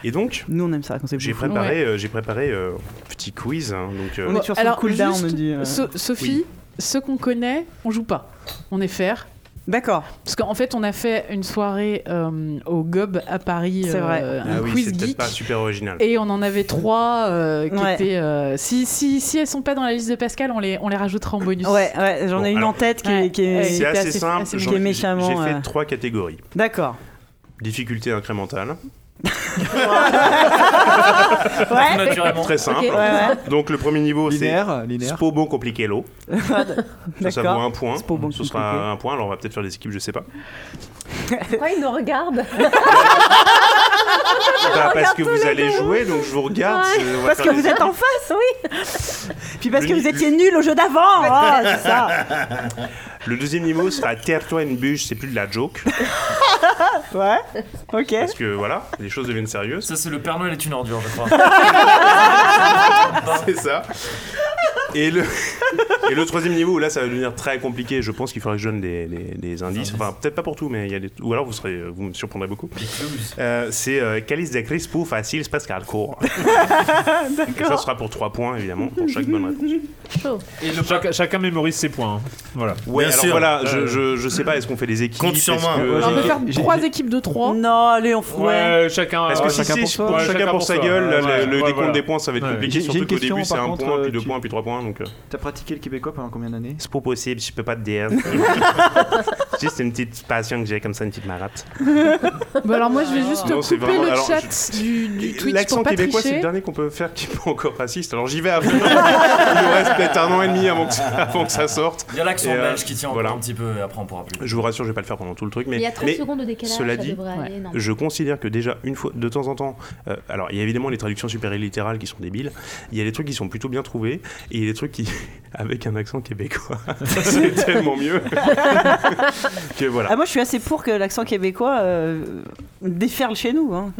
Speaker 9: Et donc.
Speaker 1: Nous, on aime ça quand c'est
Speaker 9: J'ai
Speaker 1: foufou.
Speaker 9: préparé,
Speaker 1: Ouais.
Speaker 9: euh, j'ai préparé euh, un petit quiz. hein, donc, euh,
Speaker 1: On est toujours sur le cooldown,
Speaker 2: juste,
Speaker 1: on dit, euh.
Speaker 2: So- Sophie, ceux qu'on connaît, on joue pas. On est fair.
Speaker 1: D'accord.
Speaker 2: Parce qu'en fait, on a fait une soirée euh, au Gob à Paris.
Speaker 1: C'est
Speaker 2: euh,
Speaker 1: vrai.
Speaker 2: un
Speaker 9: Ah oui,
Speaker 2: quiz
Speaker 9: c'est peut-être
Speaker 2: geek.
Speaker 9: pas super original.
Speaker 2: Et on en avait trois euh, qui
Speaker 1: Ouais.
Speaker 2: étaient. euh, si, si, si elles sont pas dans la liste de Pascal, on les, on les rajoutera en bonus.
Speaker 1: Ouais, ouais, j'en ai une
Speaker 9: alors,
Speaker 1: en tête qui est, qui est-
Speaker 9: C'est assez simple.
Speaker 1: qui est
Speaker 9: j'en- j'ai-
Speaker 1: méchamment.
Speaker 9: J'ai fait
Speaker 1: euh,
Speaker 9: trois catégories.
Speaker 1: D'accord.
Speaker 9: Difficulté incrémentale.
Speaker 1: Ouais.
Speaker 9: Très simple.
Speaker 1: Ok. Ouais, ouais.
Speaker 9: Donc le premier niveau c'est
Speaker 5: Linéaire, linéaire.
Speaker 9: Spobo compliqué l'eau. ça, ça
Speaker 1: D'accord.
Speaker 9: vaut un point. Ce sera un point. Alors on va peut-être faire des équipes, je sais pas.
Speaker 13: Pourquoi il nous regarde
Speaker 9: Bah, parce que vous allez jouer, donc je vous regarde.
Speaker 13: Ouais.
Speaker 9: c'est- on va
Speaker 1: Parce que
Speaker 9: faire
Speaker 1: vous
Speaker 9: des-
Speaker 1: êtes en face, oui. Puis parce que
Speaker 9: Le-
Speaker 1: vous étiez nul au jeu d'avant. Ah, c'est ça.
Speaker 9: Le deuxième niveau sera Terre-toi une bûche, c'est plus de la joke.
Speaker 1: ouais, ok.
Speaker 9: Parce que voilà, les choses deviennent sérieuses. Ça, c'est le Père Noël est une ordure, je crois. c'est ça. Et le... et le troisième niveau, là, ça va devenir très compliqué. Je pense qu'il faudrait que je donne des, des- des indices. Enfin, peut-être pas pour tout, mais il y a des... Ou alors, vous, serez... vous me surprendrez beaucoup. Euh, c'est euh, Calice de Crispo facile Pascal Court. Et ça
Speaker 13: D'accord.
Speaker 9: sera pour 3 points, évidemment, pour chaque bonne réponse.
Speaker 4: Et le- Chac- chacun mémorise ses points. hein. Voilà. Euh,
Speaker 9: Ouais, alors voilà, je, je, je sais pas, est-ce qu'on fait des équipes
Speaker 4: Compte sur
Speaker 9: est-ce
Speaker 4: moi.
Speaker 9: que-
Speaker 4: Ouais,
Speaker 2: On peut faire
Speaker 9: J'ai-
Speaker 2: trois équipes de trois.
Speaker 1: Non, allez, on fout.
Speaker 4: Ouais, chacun.
Speaker 9: Parce que
Speaker 4: ouais,
Speaker 9: si c'est chacun,
Speaker 4: soi. Ouais,
Speaker 9: chacun pour sa
Speaker 4: soi.
Speaker 9: gueule, là, le,
Speaker 4: Ouais, ouais,
Speaker 9: le décompte
Speaker 4: voilà.
Speaker 9: des points, ça va être
Speaker 4: Ouais.
Speaker 9: compliqué.
Speaker 5: J'ai- j'ai
Speaker 9: Surtout
Speaker 5: une
Speaker 9: qu'au
Speaker 5: question,
Speaker 9: début, c'est
Speaker 5: par
Speaker 9: un
Speaker 5: contre,
Speaker 9: point,
Speaker 5: euh,
Speaker 9: puis deux
Speaker 5: tu-
Speaker 9: points, puis trois points. Donc, euh,
Speaker 5: T'as pratiqué le québécois pendant combien d'années
Speaker 9: c'est pas possible, je peux pas te dire. Juste une petite passion que j'ai comme ça, une petite marate.
Speaker 2: Bah alors moi je vais juste
Speaker 9: Non, c'est
Speaker 2: couper
Speaker 9: vraiment-
Speaker 2: le
Speaker 9: alors,
Speaker 2: chat
Speaker 9: je-
Speaker 2: du, du Twitch
Speaker 9: L'accent
Speaker 2: pour pas
Speaker 9: québécois, c'est
Speaker 2: tricher.
Speaker 9: le dernier qu'on peut faire qui est pas encore raciste. Alors j'y vais après. Il nous reste peut-être un an et demi avant que ça, avant que ça sorte.
Speaker 15: Il y a l'accent
Speaker 9: Et, euh,
Speaker 15: belge qui tient encore un petit peu et après on pourra plus.
Speaker 9: Je vous rassure, je vais pas le faire pendant tout le truc, mais
Speaker 15: Il y a 30
Speaker 9: mais
Speaker 15: secondes de décalage,
Speaker 9: Cela
Speaker 15: ça
Speaker 9: dit,
Speaker 15: devrait aller, non.
Speaker 9: je considère que déjà une fois, de temps en temps, euh, alors il y a évidemment les traductions super littérales qui sont débiles. Il y a des trucs qui sont plutôt bien trouvés et il y a des trucs qui, avec un accent québécois, c'est tellement mieux. que voilà.
Speaker 1: Ah, moi, je suis assez pour que l'accent québécois euh, déferle chez nous. hein.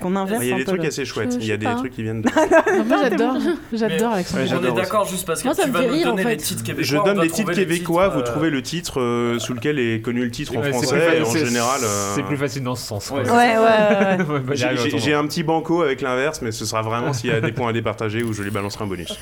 Speaker 1: Qu'on inverse.
Speaker 9: Mm. il y a
Speaker 1: un
Speaker 9: des
Speaker 1: peu
Speaker 9: trucs
Speaker 1: le- Ah,
Speaker 9: assez chouettes.
Speaker 1: Je- je
Speaker 9: Il y a
Speaker 1: sais
Speaker 9: des
Speaker 1: pas.
Speaker 9: trucs qui viennent de.
Speaker 2: Non, Ah, moi j'adore, j'adore l'accent
Speaker 9: Ouais,
Speaker 15: on est
Speaker 9: j'adore
Speaker 15: d'accord juste parce que
Speaker 2: Moi, ça
Speaker 15: tu
Speaker 2: me
Speaker 15: vas
Speaker 2: fait
Speaker 15: nous
Speaker 2: rire, en
Speaker 15: donner
Speaker 2: fait.
Speaker 15: les titres québécois.
Speaker 9: Je
Speaker 15: on
Speaker 9: donne
Speaker 15: doit
Speaker 9: des titres
Speaker 15: trouver les
Speaker 9: québécois,
Speaker 15: titres,
Speaker 9: vous
Speaker 15: euh,
Speaker 9: trouvez le titre euh, sous lequel est connu le titre en
Speaker 4: Ouais, c'est
Speaker 9: français et
Speaker 4: plus
Speaker 9: en
Speaker 4: facile,
Speaker 9: général.
Speaker 4: c'est-
Speaker 9: euh,
Speaker 4: c'est plus facile dans ce sens,
Speaker 1: Ouais, ouais, ouais, ouais.
Speaker 4: Ouais, bah,
Speaker 9: J'ai-
Speaker 4: j'arrive à
Speaker 9: j'ai-
Speaker 4: ton
Speaker 9: J'ai un petit banco avec l'inverse, mais ce sera vraiment s'il y a des points à départager ou je lui balancerai un bonus.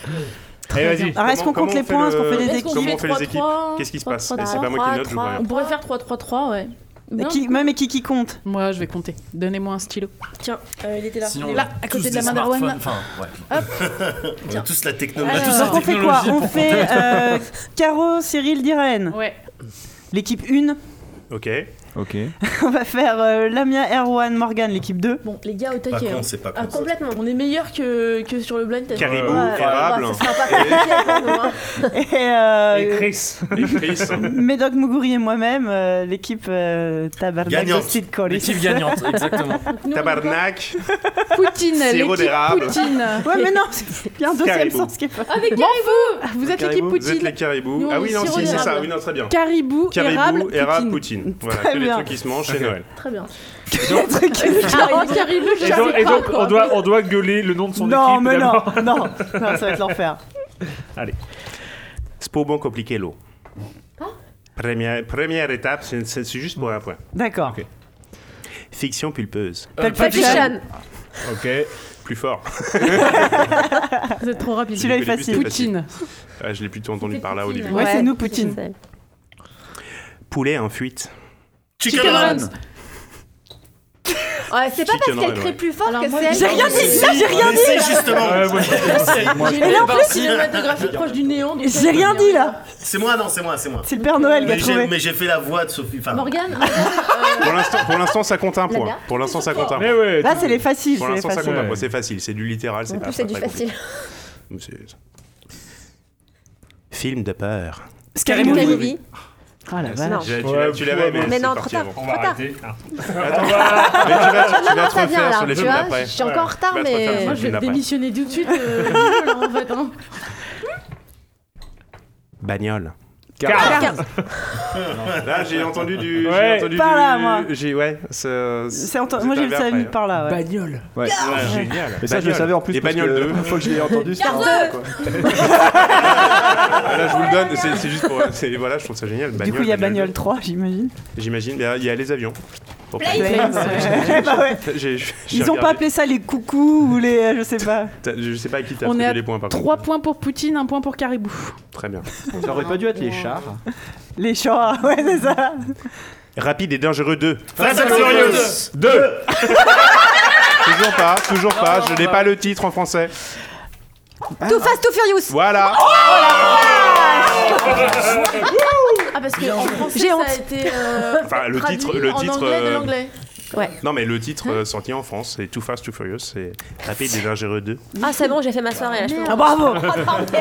Speaker 1: Très bien. Alors, est-ce qu'on
Speaker 9: Comment-
Speaker 1: compte les
Speaker 9: comment
Speaker 1: points,
Speaker 9: on
Speaker 1: est-ce qu'on
Speaker 9: fait
Speaker 1: fait des
Speaker 9: le-
Speaker 1: équipes
Speaker 9: Comment on fait les
Speaker 10: 3-3,
Speaker 9: équipes Qu'est-ce qui se passe Et
Speaker 10: 3-3,
Speaker 9: C'est pas moi qui note, je vous
Speaker 10: 3-3.
Speaker 9: préviens.
Speaker 10: On pourrait faire 3-3-3, ouais.
Speaker 1: Mais
Speaker 10: Non,
Speaker 1: qui- Même et qui qui compte
Speaker 2: Moi je vais compter. Donnez-moi un stylo.
Speaker 10: Tiens, Euh, il était
Speaker 2: là.
Speaker 15: Sinon, on
Speaker 5: euh,
Speaker 2: là,
Speaker 15: a
Speaker 2: à
Speaker 15: tous
Speaker 2: côté de
Speaker 15: des
Speaker 2: la main d'Erwan. là.
Speaker 15: smartphones, Enfin, ouais.
Speaker 14: On a tous la
Speaker 2: Bah,
Speaker 14: technologie.
Speaker 15: Alors,
Speaker 14: Tous la
Speaker 1: Euh, on fait quoi
Speaker 14: technologie
Speaker 1: On
Speaker 14: pour-
Speaker 1: fait euh, Caro, Cyril, Diren.
Speaker 2: Ouais.
Speaker 1: L'équipe 1.
Speaker 9: Ok.
Speaker 5: Ok.
Speaker 1: on va faire euh, Lamia, Erwan, Morgan, l'équipe 2.
Speaker 10: Bon, les gars, au
Speaker 5: Pas
Speaker 10: taquet.
Speaker 5: con,
Speaker 10: hein.
Speaker 5: c'est pas
Speaker 10: Ah,
Speaker 5: con, ça.
Speaker 10: complètement. On est meilleurs que, que sur le blind test.
Speaker 5: Caribou,
Speaker 10: Ouais,
Speaker 5: érable.
Speaker 10: ouais, ça sera pas compliqué pour moi.
Speaker 1: Et, euh,
Speaker 4: Chris.
Speaker 9: Et Chris. hein.
Speaker 1: Médoc Mougouri et moi-même, euh, l'équipe euh, Tabarnak de
Speaker 9: Gagnante.
Speaker 1: Sid Collis.
Speaker 9: L'équipe gagnante, exactement. Tabarnak.
Speaker 2: Poutine,
Speaker 9: Sirop
Speaker 2: l'équipe
Speaker 9: d'érable.
Speaker 2: Poutine.
Speaker 1: Ouais, mais non, c'est- il y a un deuxième
Speaker 9: Caribou.
Speaker 1: sens qui est pas.
Speaker 2: Avec Ah, vous Vous êtes l'équipe
Speaker 9: Caribou, Vous êtes
Speaker 2: Poutine.
Speaker 9: les caribous.
Speaker 2: Nous, on
Speaker 9: ah oui,
Speaker 2: est
Speaker 9: non,
Speaker 2: sirop
Speaker 9: si, c'est ça.
Speaker 2: d'érable.
Speaker 9: Oui, non, très bien.
Speaker 2: Caribou,
Speaker 9: Caribou,
Speaker 2: érable,
Speaker 9: érable, poutine.
Speaker 2: poutine.
Speaker 9: Voilà,
Speaker 2: Très
Speaker 9: que les
Speaker 2: bien.
Speaker 9: trucs qui se mangent chez Noël.
Speaker 10: Très bien.
Speaker 2: Caribou, caribou,
Speaker 4: Et donc, et donc, on, doit, on doit gueuler le nom de son
Speaker 1: Non,
Speaker 4: équipe.
Speaker 1: mais non,
Speaker 4: d'abord.
Speaker 1: non, non, ça va être l'enfer.
Speaker 9: Allez. Spoban compliqué l'eau.
Speaker 1: Hein?
Speaker 9: Première, première étape, c'est c'est- c'est juste pour un point.
Speaker 1: D'accord.
Speaker 9: Fiction pulpeuse.
Speaker 1: Pulp Pulp Fiction. Fiction.
Speaker 9: Ok, plus fort.
Speaker 2: Vous êtes trop rapide.
Speaker 9: Celui-là est facile.
Speaker 2: Poutine.
Speaker 9: Ah, je l'ai plutôt entendu par là au début.
Speaker 2: Ouais, c'est nous, Poutine.
Speaker 9: Poulet en fuite.
Speaker 14: Chicken Chicken
Speaker 10: runs. Ouais, Ah, c'est pas
Speaker 9: Chicken
Speaker 10: parce
Speaker 9: Run,
Speaker 10: qu'elle crie
Speaker 9: ouais.
Speaker 10: plus fort que
Speaker 9: moi,
Speaker 10: c'est elle.
Speaker 9: j'ai rien dit, là, j'ai rien Mais dit. si, justement. Ouais, moi, j'ai- Moi, j'ai-
Speaker 10: Et là, en plus,
Speaker 14: J'ai-
Speaker 10: cinématographique proche du néant. donc ça
Speaker 1: J'ai
Speaker 10: veut
Speaker 1: rien
Speaker 10: dire-
Speaker 1: dit là.
Speaker 14: C'est moi, non, c'est moi, c'est moi.
Speaker 1: C'est le Père Noël qui a
Speaker 14: Mais j'ai-
Speaker 1: trouvé.
Speaker 14: Mais j'ai fait la voix de Sophie. Enfin,
Speaker 10: Morgane,
Speaker 2: Ah,
Speaker 9: Pour l'instant- Pour l'instant, ça compte un
Speaker 14: Blabla.
Speaker 9: point. Pour l'instant, ça compte un
Speaker 4: Mais
Speaker 9: point.
Speaker 4: ouais,
Speaker 1: Là, c'est les faciles.
Speaker 9: Pour
Speaker 1: c'est les
Speaker 9: l'instant, ça
Speaker 1: faciles.
Speaker 9: compte un point. C'est facile, c'est du littéral, c'est
Speaker 1: En
Speaker 9: pas
Speaker 1: plus, c'est
Speaker 9: pas
Speaker 1: du
Speaker 9: très
Speaker 1: facile.
Speaker 9: compliqué. C'est- Film de peur.
Speaker 1: Scary
Speaker 9: Movie.
Speaker 2: Ah la
Speaker 9: Merci.
Speaker 2: vache.
Speaker 9: Tu l'as- tu l'as- tu l'avais, mais c'est parti avant.
Speaker 4: On va arrêter. Ah.
Speaker 9: Attends, mais tu vas, tu
Speaker 10: Non,
Speaker 9: vas
Speaker 10: non,
Speaker 9: te
Speaker 10: ça vient
Speaker 9: refaire
Speaker 10: là.
Speaker 9: sur les
Speaker 10: Tu
Speaker 9: films
Speaker 10: vois,
Speaker 9: d'après.
Speaker 10: je suis encore en
Speaker 9: Ouais.
Speaker 10: retard,
Speaker 9: Tu vas te refaire sur
Speaker 10: mais.
Speaker 9: les
Speaker 10: Moi, je
Speaker 9: films
Speaker 10: vais
Speaker 9: d'après.
Speaker 10: démissionner tout de suite. euh, là, en fait, hein.
Speaker 9: Bagnole. Car-
Speaker 1: Car-
Speaker 9: Là, j'ai entendu du. j'ai
Speaker 1: Ouais.
Speaker 9: entendu
Speaker 1: Par
Speaker 9: du-
Speaker 1: là, moi.
Speaker 9: J'ai, ouais, c'est.
Speaker 1: C'est ento- Moi, j'ai le sami par là. Ouais.
Speaker 9: Bagnole.
Speaker 5: Ouais.
Speaker 9: génial.
Speaker 5: Et ça, je le savais en plus.
Speaker 9: Les
Speaker 5: parce
Speaker 9: bagnoles
Speaker 5: que
Speaker 9: 2.
Speaker 5: La fois que je l'ai entendu, c'était.
Speaker 1: Car-
Speaker 9: Ah, là, je vous le donne. C'est, c'est juste pour. c'est- voilà, je trouve ça génial.
Speaker 1: Du
Speaker 9: Bagnole,
Speaker 1: coup, il y a
Speaker 9: bagnole
Speaker 1: bagnole 3, j'imagine.
Speaker 9: deux. J'imagine. Il y a- il y a les avions. Pour-
Speaker 1: Planes. Planes, ouais. Bah ouais.
Speaker 9: J'ai- j'ai- j'ai
Speaker 1: Ils ont pas
Speaker 9: regardé.
Speaker 1: appelé ça les coucous ou les. euh, Je sais pas.
Speaker 9: T'as- Je sais pas à qui t'as
Speaker 2: On est
Speaker 9: attribué
Speaker 2: à
Speaker 9: les points par contre.
Speaker 2: 3 points pour Poutine, 1 point pour Caribou.
Speaker 9: Très bien.
Speaker 5: Ça aurait pas dû être les chars.
Speaker 1: Les chats, ouais, c'est ça.
Speaker 9: Rapide et dangereux 2.
Speaker 1: Fast and Furious
Speaker 9: 2. toujours pas, toujours pas. Je n'ai pas le titre en français.
Speaker 13: Too fast, too furious.
Speaker 9: Voilà.
Speaker 1: Oh
Speaker 10: Ah, parce que en français,
Speaker 13: J'ai
Speaker 10: ça
Speaker 13: honte.
Speaker 10: a été. euh,
Speaker 9: Enfin, le
Speaker 10: traduit
Speaker 9: titre- le
Speaker 10: en
Speaker 9: titre,
Speaker 10: anglais de
Speaker 9: euh,
Speaker 10: l'anglais.
Speaker 13: Ouais.
Speaker 9: Non, mais le titre euh, sorti en France, c'est Too Fast, Too Furious, c'est Rapide et dangereux 2.
Speaker 13: Ah, c'est bon, j'ai fait ma soirée. Là, je peux Oh,
Speaker 1: Ah, bravo.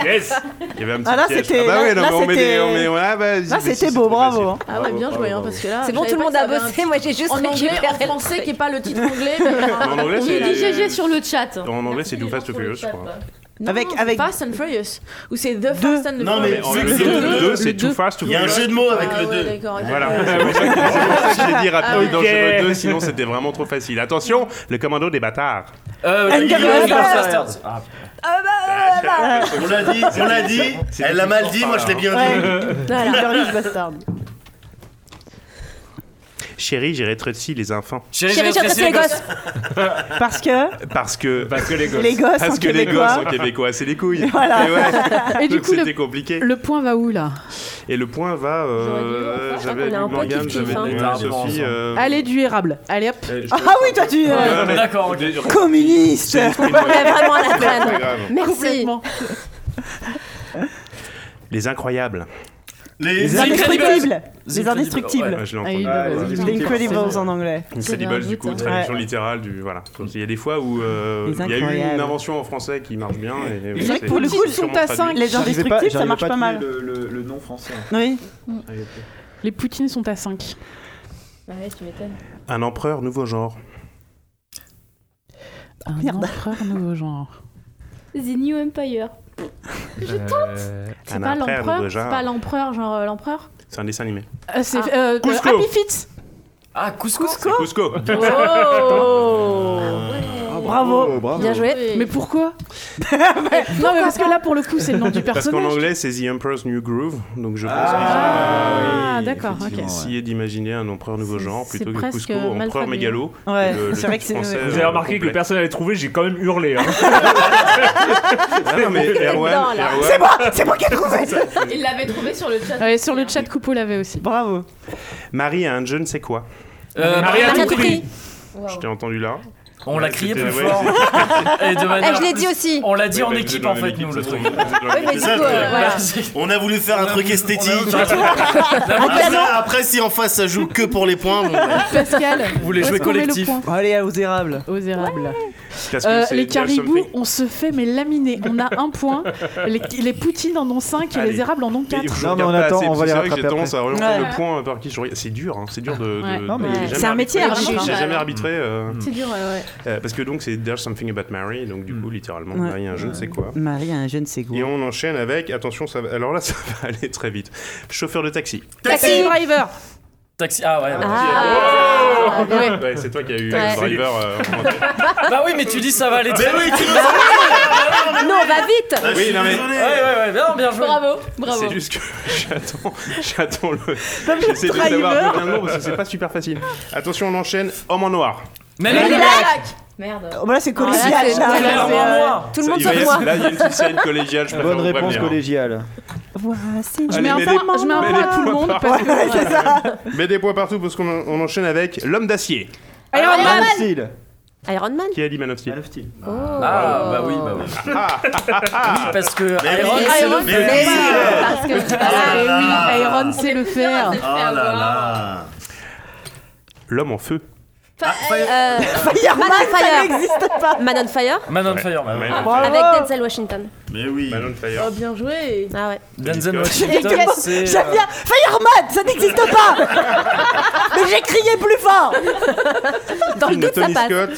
Speaker 9: Yes. Il y avait un petit
Speaker 1: Ah, là,
Speaker 9: piège.
Speaker 1: c'était-
Speaker 9: Ah bah ouais, non,
Speaker 1: là, là,
Speaker 9: mais on met
Speaker 1: c'était-
Speaker 9: des- on met- voilà, bah,
Speaker 1: Là,
Speaker 9: mais si,
Speaker 1: c'était
Speaker 9: c'est
Speaker 1: beau,
Speaker 9: trop facile.
Speaker 1: bravo.
Speaker 10: Ah ouais, bien joué, hein, parce que là.
Speaker 13: C'est bon,
Speaker 10: je
Speaker 13: tout le
Speaker 10: savais
Speaker 13: monde
Speaker 10: pas
Speaker 13: a
Speaker 10: que ça avait
Speaker 13: bossé,
Speaker 10: un
Speaker 13: moi, j'ai juste
Speaker 10: En anglais,
Speaker 13: récupéré
Speaker 10: en
Speaker 13: le
Speaker 10: français,
Speaker 13: truc.
Speaker 10: qui est pas le titre anglais. mais-
Speaker 9: En anglais,
Speaker 10: J'ai
Speaker 9: c'est-
Speaker 10: dit GG sur le chat.
Speaker 9: En anglais, c'est Too Fast, Too Furious, je crois.
Speaker 10: Non,
Speaker 1: Avec-
Speaker 10: c'est
Speaker 1: avec-
Speaker 10: Fast and Furious ou c'est The Fast and the
Speaker 16: Non, mais
Speaker 10: Furious.
Speaker 9: En-
Speaker 16: c'est
Speaker 9: le
Speaker 16: que
Speaker 9: deux-
Speaker 16: le
Speaker 9: le
Speaker 16: deux,
Speaker 9: deux, c'est
Speaker 16: le
Speaker 9: Too
Speaker 16: deux.
Speaker 9: Fast, Too
Speaker 16: Il y a un
Speaker 9: Furious.
Speaker 16: jeu de mots avec
Speaker 10: Ah
Speaker 16: le 2.
Speaker 10: ouais, d'accord. ok.
Speaker 9: Voilà, c'est pour ça que- c'est pour ça que j'ai dit rapide et
Speaker 10: Ah
Speaker 9: dangereux 2, sinon c'était vraiment trop facile. Attention, le commando des bâtards.
Speaker 12: Euh,
Speaker 1: Angry
Speaker 12: Angry Birds.
Speaker 1: Birds.
Speaker 12: Ah, putain.
Speaker 16: On l'a dit, on l'a dit.
Speaker 9: C'est
Speaker 16: Elle l'a mal
Speaker 9: fort
Speaker 16: dit,
Speaker 9: par
Speaker 16: moi
Speaker 9: là,
Speaker 16: je l'ai bien
Speaker 1: Ouais.
Speaker 16: dit.
Speaker 1: Voilà. Glorious Bastard.
Speaker 9: Chérie, j'ai rétréci les enfants.
Speaker 12: Chérie,
Speaker 13: Chérie, j'ai
Speaker 12: rétréci
Speaker 13: les gosses.
Speaker 1: Parce que.
Speaker 9: Parce que.
Speaker 12: Parce que les gosses.
Speaker 1: Les gosses en
Speaker 9: Parce que les
Speaker 1: québécois.
Speaker 9: gosses en québécois, c'est les couilles.
Speaker 1: Voilà.
Speaker 9: Et, ouais.
Speaker 2: Et du
Speaker 9: Donc
Speaker 2: coup, le-
Speaker 9: c'était compliqué.
Speaker 2: Le point va où là
Speaker 9: Et le point va. euh,
Speaker 13: J'aurais dû le faire.
Speaker 9: J'avais
Speaker 13: On a un
Speaker 9: du
Speaker 13: peu
Speaker 9: Morgane,
Speaker 13: kiff-kiff,
Speaker 9: j'avais
Speaker 13: hein.
Speaker 12: Ah,
Speaker 9: du Sophie. euh,
Speaker 2: Allez, du érable. Allez hop.
Speaker 12: Euh, je-
Speaker 1: Ah oui, toi, tu. euh,
Speaker 9: Ouais, ouais, ouais.
Speaker 12: D'accord, ok.
Speaker 1: Communiste
Speaker 13: Mais vraiment à la
Speaker 9: C'est pas
Speaker 13: traîne.
Speaker 9: grave.
Speaker 13: Merci.
Speaker 9: Les incroyables.
Speaker 16: Les
Speaker 1: Les indestructibles Les indestructibles
Speaker 9: Ouais, je l'ai
Speaker 2: Ah, il
Speaker 9: entendu.
Speaker 2: est
Speaker 1: Les
Speaker 2: bon.
Speaker 1: Incredibles en anglais.
Speaker 9: bah, C'est des du coup, traduction littérale du voilà. Il y a des fois où euh,
Speaker 1: Les
Speaker 9: il y a eu une
Speaker 1: incroyables.
Speaker 9: invention en français qui marche bien et
Speaker 1: C'est vrai
Speaker 9: c'est-
Speaker 1: que pour le coup,
Speaker 9: c'est
Speaker 1: ils
Speaker 2: sont
Speaker 9: sûrement
Speaker 2: à
Speaker 9: traduit.
Speaker 2: cinq.
Speaker 1: Les
Speaker 5: J'arrivais
Speaker 1: indestructibles, ça
Speaker 5: j'arrivais
Speaker 1: marche
Speaker 5: à
Speaker 1: pas
Speaker 5: trouver
Speaker 1: mal.
Speaker 5: Le, le- le nom français.
Speaker 1: Oui.
Speaker 2: Mm. Les Poutines sont à 5.
Speaker 6: Bah ouais, tu m'étonnes.
Speaker 9: Un empereur nouveau genre.
Speaker 2: Un
Speaker 1: Ah, Merde.
Speaker 2: empereur nouveau genre.
Speaker 6: The New Empire. C'est
Speaker 9: Euh, Un
Speaker 6: pas
Speaker 9: empereur
Speaker 6: l'empereur
Speaker 9: nouveau
Speaker 6: C'est pas
Speaker 9: genre.
Speaker 6: l'empereur, genre euh, l'empereur
Speaker 9: C'est un dessin animé.
Speaker 2: Euh, c'est
Speaker 10: Ah.
Speaker 2: euh,
Speaker 9: Cusco.
Speaker 2: euh, Happy Feet.
Speaker 12: Ah, Cusco.
Speaker 9: C'est Cusco. Euh,
Speaker 2: Oh
Speaker 1: Ah, Bravo
Speaker 5: Oh, bravo.
Speaker 13: Eh. Bien joué.
Speaker 2: Mais pourquoi Eh, Non, mais parce que là, pour le coup, c'est le nom du
Speaker 9: Parce qu'en
Speaker 2: personnage.
Speaker 9: anglais, c'est The Emperor's New Groove, donc je pense
Speaker 2: Ah,
Speaker 9: qu'ils
Speaker 2: d'accord, ok.
Speaker 9: ont essayé d'imaginer un empereur nouveau genre
Speaker 6: c'est
Speaker 9: plutôt que
Speaker 6: presque
Speaker 9: Cusco,
Speaker 6: mal
Speaker 9: empereur
Speaker 6: traduit.
Speaker 9: mégalo.
Speaker 1: Ouais,
Speaker 9: Le- le
Speaker 1: c'est vrai
Speaker 9: titre
Speaker 1: que
Speaker 9: français,
Speaker 1: c'est. ouais.
Speaker 4: Vous avez remarqué
Speaker 9: Euh, complet.
Speaker 4: que personne n'avait trouvé, j'ai quand même hurlé. hein.
Speaker 9: Ah non, mais Erwan,
Speaker 13: dedans, là.
Speaker 9: Erwan,
Speaker 1: C'est moi C'est moi qui ai trouvé
Speaker 6: Il l'avait trouvé sur le chat.
Speaker 2: Ouais, sur le chat, Coupeau l'avait aussi.
Speaker 1: Bravo
Speaker 9: Marie a un je ne sais quoi.
Speaker 12: Euh,
Speaker 4: Maria
Speaker 12: Maria
Speaker 13: Maria
Speaker 12: Toupri.
Speaker 13: Toupri.
Speaker 9: Je t'ai entendu là.
Speaker 12: On l'a crié
Speaker 9: C'était-
Speaker 12: plus
Speaker 9: ouais,
Speaker 12: fort. Et de
Speaker 13: Eh,
Speaker 12: manière-
Speaker 13: je l'ai dit aussi.
Speaker 12: On l'a dit en
Speaker 9: Ouais, bah,
Speaker 12: équipe
Speaker 9: dans
Speaker 12: en fait,
Speaker 9: l'équipe,
Speaker 12: nous, le
Speaker 9: c'est
Speaker 12: truc.
Speaker 9: dans l'équipe.
Speaker 13: Oui, mais du
Speaker 16: C'est ça,
Speaker 13: coup, euh, voilà.
Speaker 16: On a voulu faire un truc esthétique.
Speaker 13: Ah, non.
Speaker 16: Après, après, si en face ça joue que pour les points, bon, bah,
Speaker 2: Pascal,
Speaker 12: Vous voulez
Speaker 2: où est-ce
Speaker 12: jouer
Speaker 2: qu'on met le
Speaker 12: collectif.
Speaker 2: point
Speaker 12: Allez, aux érables.
Speaker 2: aux érables.
Speaker 9: parce que
Speaker 2: Euh,
Speaker 9: c'est-
Speaker 2: les
Speaker 9: there's something.
Speaker 2: caribous, on se fait mais laminer. On a un point. Les, les poutines en ont 5 et
Speaker 9: Allez.
Speaker 2: les érables en ont
Speaker 9: Mais
Speaker 2: 4.
Speaker 9: je
Speaker 5: Non,
Speaker 9: regarde
Speaker 5: mais on
Speaker 9: pas
Speaker 5: attend,
Speaker 9: assez,
Speaker 5: on
Speaker 9: parce
Speaker 5: va
Speaker 9: que
Speaker 5: les
Speaker 9: C'est vrai que j'ai
Speaker 5: rattraper
Speaker 9: tendance à orienter
Speaker 1: Ouais.
Speaker 9: le point par qui je regarde. C'est dur, hein, c'est dur de. de-
Speaker 2: Ouais.
Speaker 9: de-
Speaker 5: Non, mais-
Speaker 9: j'ai
Speaker 5: C'est
Speaker 9: jamais arbitré-
Speaker 1: un
Speaker 9: hein.
Speaker 1: métier,
Speaker 9: j'ai
Speaker 1: arbitre.
Speaker 9: jamais arbitré. euh,
Speaker 6: C'est dur, ouais, ouais.
Speaker 9: euh, parce que donc c'est There's Something About Mary, donc du coup littéralement
Speaker 1: Ouais.
Speaker 9: Marie, un je ne sais quoi.
Speaker 1: Marie a un je ne sais quoi.
Speaker 9: Et on enchaîne avec, attention, ça va- alors là ça va aller très vite. Chauffeur de taxi.
Speaker 2: Taxi driver.
Speaker 12: Taxi. Ah ouais. ouais.
Speaker 13: Ah, ouais.
Speaker 9: Ouais, c'est toi qui as eu
Speaker 13: Ouais.
Speaker 9: le driver. euh, en premier.
Speaker 12: Bah oui, mais tu dis ça va aller très
Speaker 16: Mais oui, tu nous
Speaker 13: Non, on va vite.
Speaker 16: as
Speaker 9: Oui, non, mais-
Speaker 12: Ouais, ouais, ouais. Non, bien joué.
Speaker 6: Bravo, bravo.
Speaker 9: c'est juste que j'attends, j'attends le.
Speaker 1: Pas plus
Speaker 9: J'essaie de
Speaker 1: driver.
Speaker 9: savoir combien de mots parce que c'est pas super facile. Attention, on enchaîne. Homme en noir.
Speaker 12: Mais
Speaker 6: Les
Speaker 12: les
Speaker 6: Black.
Speaker 12: gars,
Speaker 6: Merde.
Speaker 1: Oh, bah là, c'est collégial,
Speaker 13: Ah, là, c'est-
Speaker 1: là.
Speaker 13: ouais,
Speaker 12: les
Speaker 1: Là,
Speaker 12: larmes en
Speaker 1: c'est, euh,
Speaker 12: noir.
Speaker 13: Tout le
Speaker 9: Ça,
Speaker 13: monde
Speaker 9: il va y a-
Speaker 13: sauf moi.
Speaker 9: Là, il y a une petite scène collégiale. Je préfère
Speaker 5: Bonne
Speaker 9: vous
Speaker 5: réponse
Speaker 9: prévenir.
Speaker 5: collégiale.
Speaker 1: Voici.
Speaker 2: Je mets un
Speaker 9: mais
Speaker 2: point,
Speaker 9: les-
Speaker 2: je mets un
Speaker 9: mais
Speaker 2: point
Speaker 9: les
Speaker 2: à tout le
Speaker 9: points
Speaker 2: monde.
Speaker 9: par-
Speaker 2: parce que-
Speaker 9: Mets des points partout parce qu'on en- on enchaîne avec l'homme d'acier.
Speaker 10: Ah,
Speaker 13: Iron Ah, Man.
Speaker 5: Man of Steel.
Speaker 13: Iron Man.
Speaker 9: Qui a dit Man of Steel
Speaker 12: Ah bah oui, bah oui.
Speaker 9: Ah.
Speaker 12: Oui, parce que Iron,
Speaker 16: oui,
Speaker 12: c'est le
Speaker 16: Iron
Speaker 12: bleu.
Speaker 16: Man.
Speaker 6: Parce que tu vas
Speaker 16: Ah
Speaker 2: Eh
Speaker 16: là
Speaker 2: oui,
Speaker 16: là.
Speaker 2: Iron sait le faire.
Speaker 16: Oh là là.
Speaker 9: L'homme en feu.
Speaker 10: Ah,
Speaker 13: Euh, Man on Fire. Man on Fire.
Speaker 12: Man on Fire, bah
Speaker 9: Man
Speaker 12: oui.
Speaker 9: on
Speaker 1: Bravo.
Speaker 13: Avec Denzel Washington.
Speaker 16: Mais oui.
Speaker 9: Man on
Speaker 10: Oh,
Speaker 9: Fire.
Speaker 10: bien joué.
Speaker 13: Ah ouais.
Speaker 12: Denzel
Speaker 1: J'aime
Speaker 12: Washington,
Speaker 1: bien, euh,
Speaker 12: c'est.
Speaker 10: euh,
Speaker 1: j'aime bien. Fireman, ça n'existe pas Mais j'ai crié plus fort
Speaker 13: Dans le
Speaker 9: Film de
Speaker 13: doute, ça
Speaker 9: Tony
Speaker 13: passe.
Speaker 9: Scott.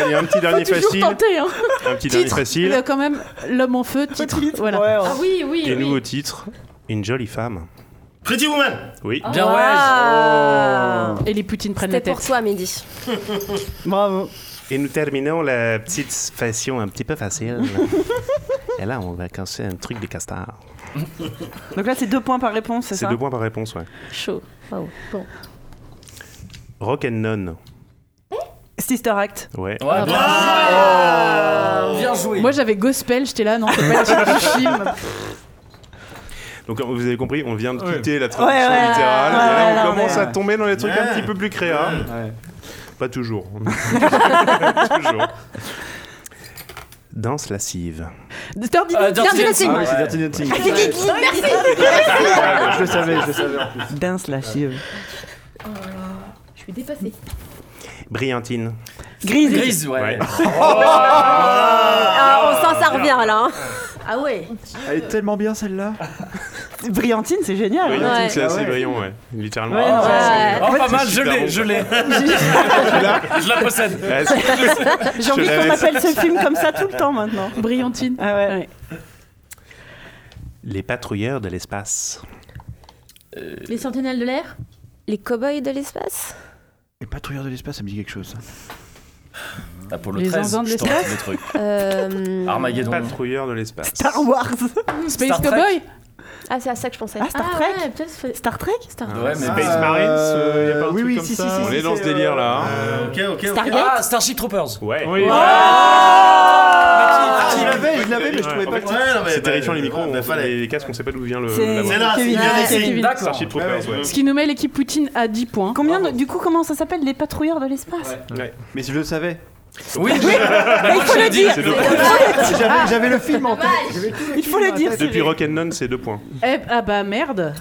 Speaker 9: Allez, un petit dernier facile.
Speaker 2: Tenter, hein.
Speaker 9: Un petit dernier
Speaker 2: Titre.
Speaker 9: facile.
Speaker 2: Euh, quand même, l'homme en feu, titre.
Speaker 1: Petite,
Speaker 9: hein.
Speaker 2: Voilà.
Speaker 1: ouais, ouais.
Speaker 6: Ah oui, oui,
Speaker 9: Et
Speaker 6: oui.
Speaker 9: nouveau titre. Une jolie femme.
Speaker 16: Pretty Woman
Speaker 9: Oui.
Speaker 10: Ah.
Speaker 16: Bien
Speaker 13: Waouh.
Speaker 16: ouais.
Speaker 2: Et les Poutines prennent la
Speaker 13: C'était
Speaker 2: tête.
Speaker 13: pour toi, Mehdi.
Speaker 1: Bravo.
Speaker 9: Et nous terminons la petite fashion un petit peu facile. Et là, on va casser un truc des castards.
Speaker 1: Donc là, c'est deux points par réponse, c'est
Speaker 9: C'est
Speaker 1: ça
Speaker 9: deux points par réponse, ouais.
Speaker 1: Chaud. Bon.
Speaker 9: Rock and None.
Speaker 1: Sister Act.
Speaker 9: Ouais.
Speaker 2: Ah, bien
Speaker 9: Oh.
Speaker 2: joué. Moi j'avais Gospel, j'étais là, non, c'est pas le titre du film.
Speaker 9: Donc vous avez compris, on vient de
Speaker 2: Ouais.
Speaker 9: quitter la traduction
Speaker 2: Ouais, ouais,
Speaker 9: littérale.
Speaker 2: ouais,
Speaker 9: et là,
Speaker 2: ouais,
Speaker 9: on
Speaker 2: non,
Speaker 9: commence à
Speaker 2: mais, ouais.
Speaker 9: tomber dans les trucs un
Speaker 2: Ouais.
Speaker 9: petit peu plus créa. Pas toujours. toujours. Danse lascive.
Speaker 2: Dirty
Speaker 9: Euh,
Speaker 2: Dancing.
Speaker 9: Dirty Dancing. Ah oui, c'est Dirty Dancing.
Speaker 2: Ah, c'est Kiki, merci.
Speaker 9: je le savais, je le savais en
Speaker 1: plus. Dance lascive.
Speaker 3: Oh
Speaker 6: Je suis dépassée.
Speaker 9: Brillantine.
Speaker 1: Grise.
Speaker 15: Grise, ouais.
Speaker 6: Oh.
Speaker 9: Oh.
Speaker 13: Ah, on sent ça revient là. hein.
Speaker 6: Ah ouais
Speaker 1: Elle est tellement bien celle-là. Brillantine, c'est génial.
Speaker 9: Brillantine, c'est
Speaker 10: Ah
Speaker 9: assez brillant, ouais. Littéralement.
Speaker 1: Ouais,
Speaker 9: Ah,
Speaker 1: ouais.
Speaker 9: c'est-
Speaker 1: Oh, pas
Speaker 9: c'est
Speaker 1: mal, je
Speaker 9: super
Speaker 1: l'ai,
Speaker 9: bon.
Speaker 1: je l'ai.
Speaker 9: Tu l'as
Speaker 15: Je la possède.
Speaker 9: Ouais, c'est-
Speaker 1: J'ai envie
Speaker 9: Je
Speaker 1: qu'on
Speaker 9: l'avais.
Speaker 1: appelle ce film comme ça tout le temps maintenant.
Speaker 2: Brillantine.
Speaker 1: Ah ouais.
Speaker 9: Les patrouilleurs de l'espace. Euh,
Speaker 6: Les sentinelles de l'air
Speaker 13: Les cow-boys de l'espace
Speaker 5: Les patrouilleurs de l'espace, ça me dit quelque chose.
Speaker 9: Ah,
Speaker 15: Apollo
Speaker 13: Les
Speaker 15: 13,
Speaker 13: zinzins de
Speaker 15: je tente
Speaker 13: l'espace
Speaker 15: le truc.
Speaker 13: Euh,
Speaker 15: Armageddon.
Speaker 9: Patrouilleurs de l'espace.
Speaker 1: Star Wars.
Speaker 13: Space
Speaker 15: Star Trek. Cowboy
Speaker 13: Ah, c'est à ça que je pensais.
Speaker 1: Ah, Star Trek Star Trek
Speaker 6: Star
Speaker 15: Ouais, mais
Speaker 9: Space Marines, euh, y a pas un
Speaker 5: oui,
Speaker 9: truc
Speaker 5: oui,
Speaker 9: comme
Speaker 5: si,
Speaker 9: ça.
Speaker 5: si, si,
Speaker 9: On
Speaker 5: si,
Speaker 9: est dans
Speaker 5: c'est,
Speaker 9: ce délire là.
Speaker 16: Ok, ok, ok.
Speaker 15: Stargate Ah, Starship Troopers.
Speaker 9: Ouais.
Speaker 16: Ah,
Speaker 5: je l'avais, je l'avais, mais je
Speaker 9: Ouais,
Speaker 5: trouvais
Speaker 9: en
Speaker 5: pas
Speaker 9: fait,
Speaker 5: le
Speaker 16: Ouais, non, mais-
Speaker 9: C'est terrifiant les
Speaker 16: bah,
Speaker 9: micros,
Speaker 16: bah,
Speaker 9: on fait
Speaker 16: fallait.
Speaker 9: les casques, on sait pas d'où vient le.
Speaker 1: C'est-
Speaker 9: la voix.
Speaker 1: c'est là, c'est Kevin. Kevin.
Speaker 2: c'est Kevin.
Speaker 15: D'accord.
Speaker 9: Starship Troopers, ouais.
Speaker 2: Ah Ce qui nous met l'équipe Poutine à 10 points.
Speaker 1: Combien de- du coup comment ça s'appelle les patrouilleurs de l'espace
Speaker 9: Ouais.
Speaker 5: Mais je le savais.
Speaker 15: Oui,
Speaker 9: bah,
Speaker 1: Mais il faut le dire.
Speaker 9: C'est deux points.
Speaker 5: J'avais- J'avais le film en tête.
Speaker 1: Il faut le dire.
Speaker 9: Depuis Rock and None, c'est deux points.
Speaker 2: Eh, ah bah merde.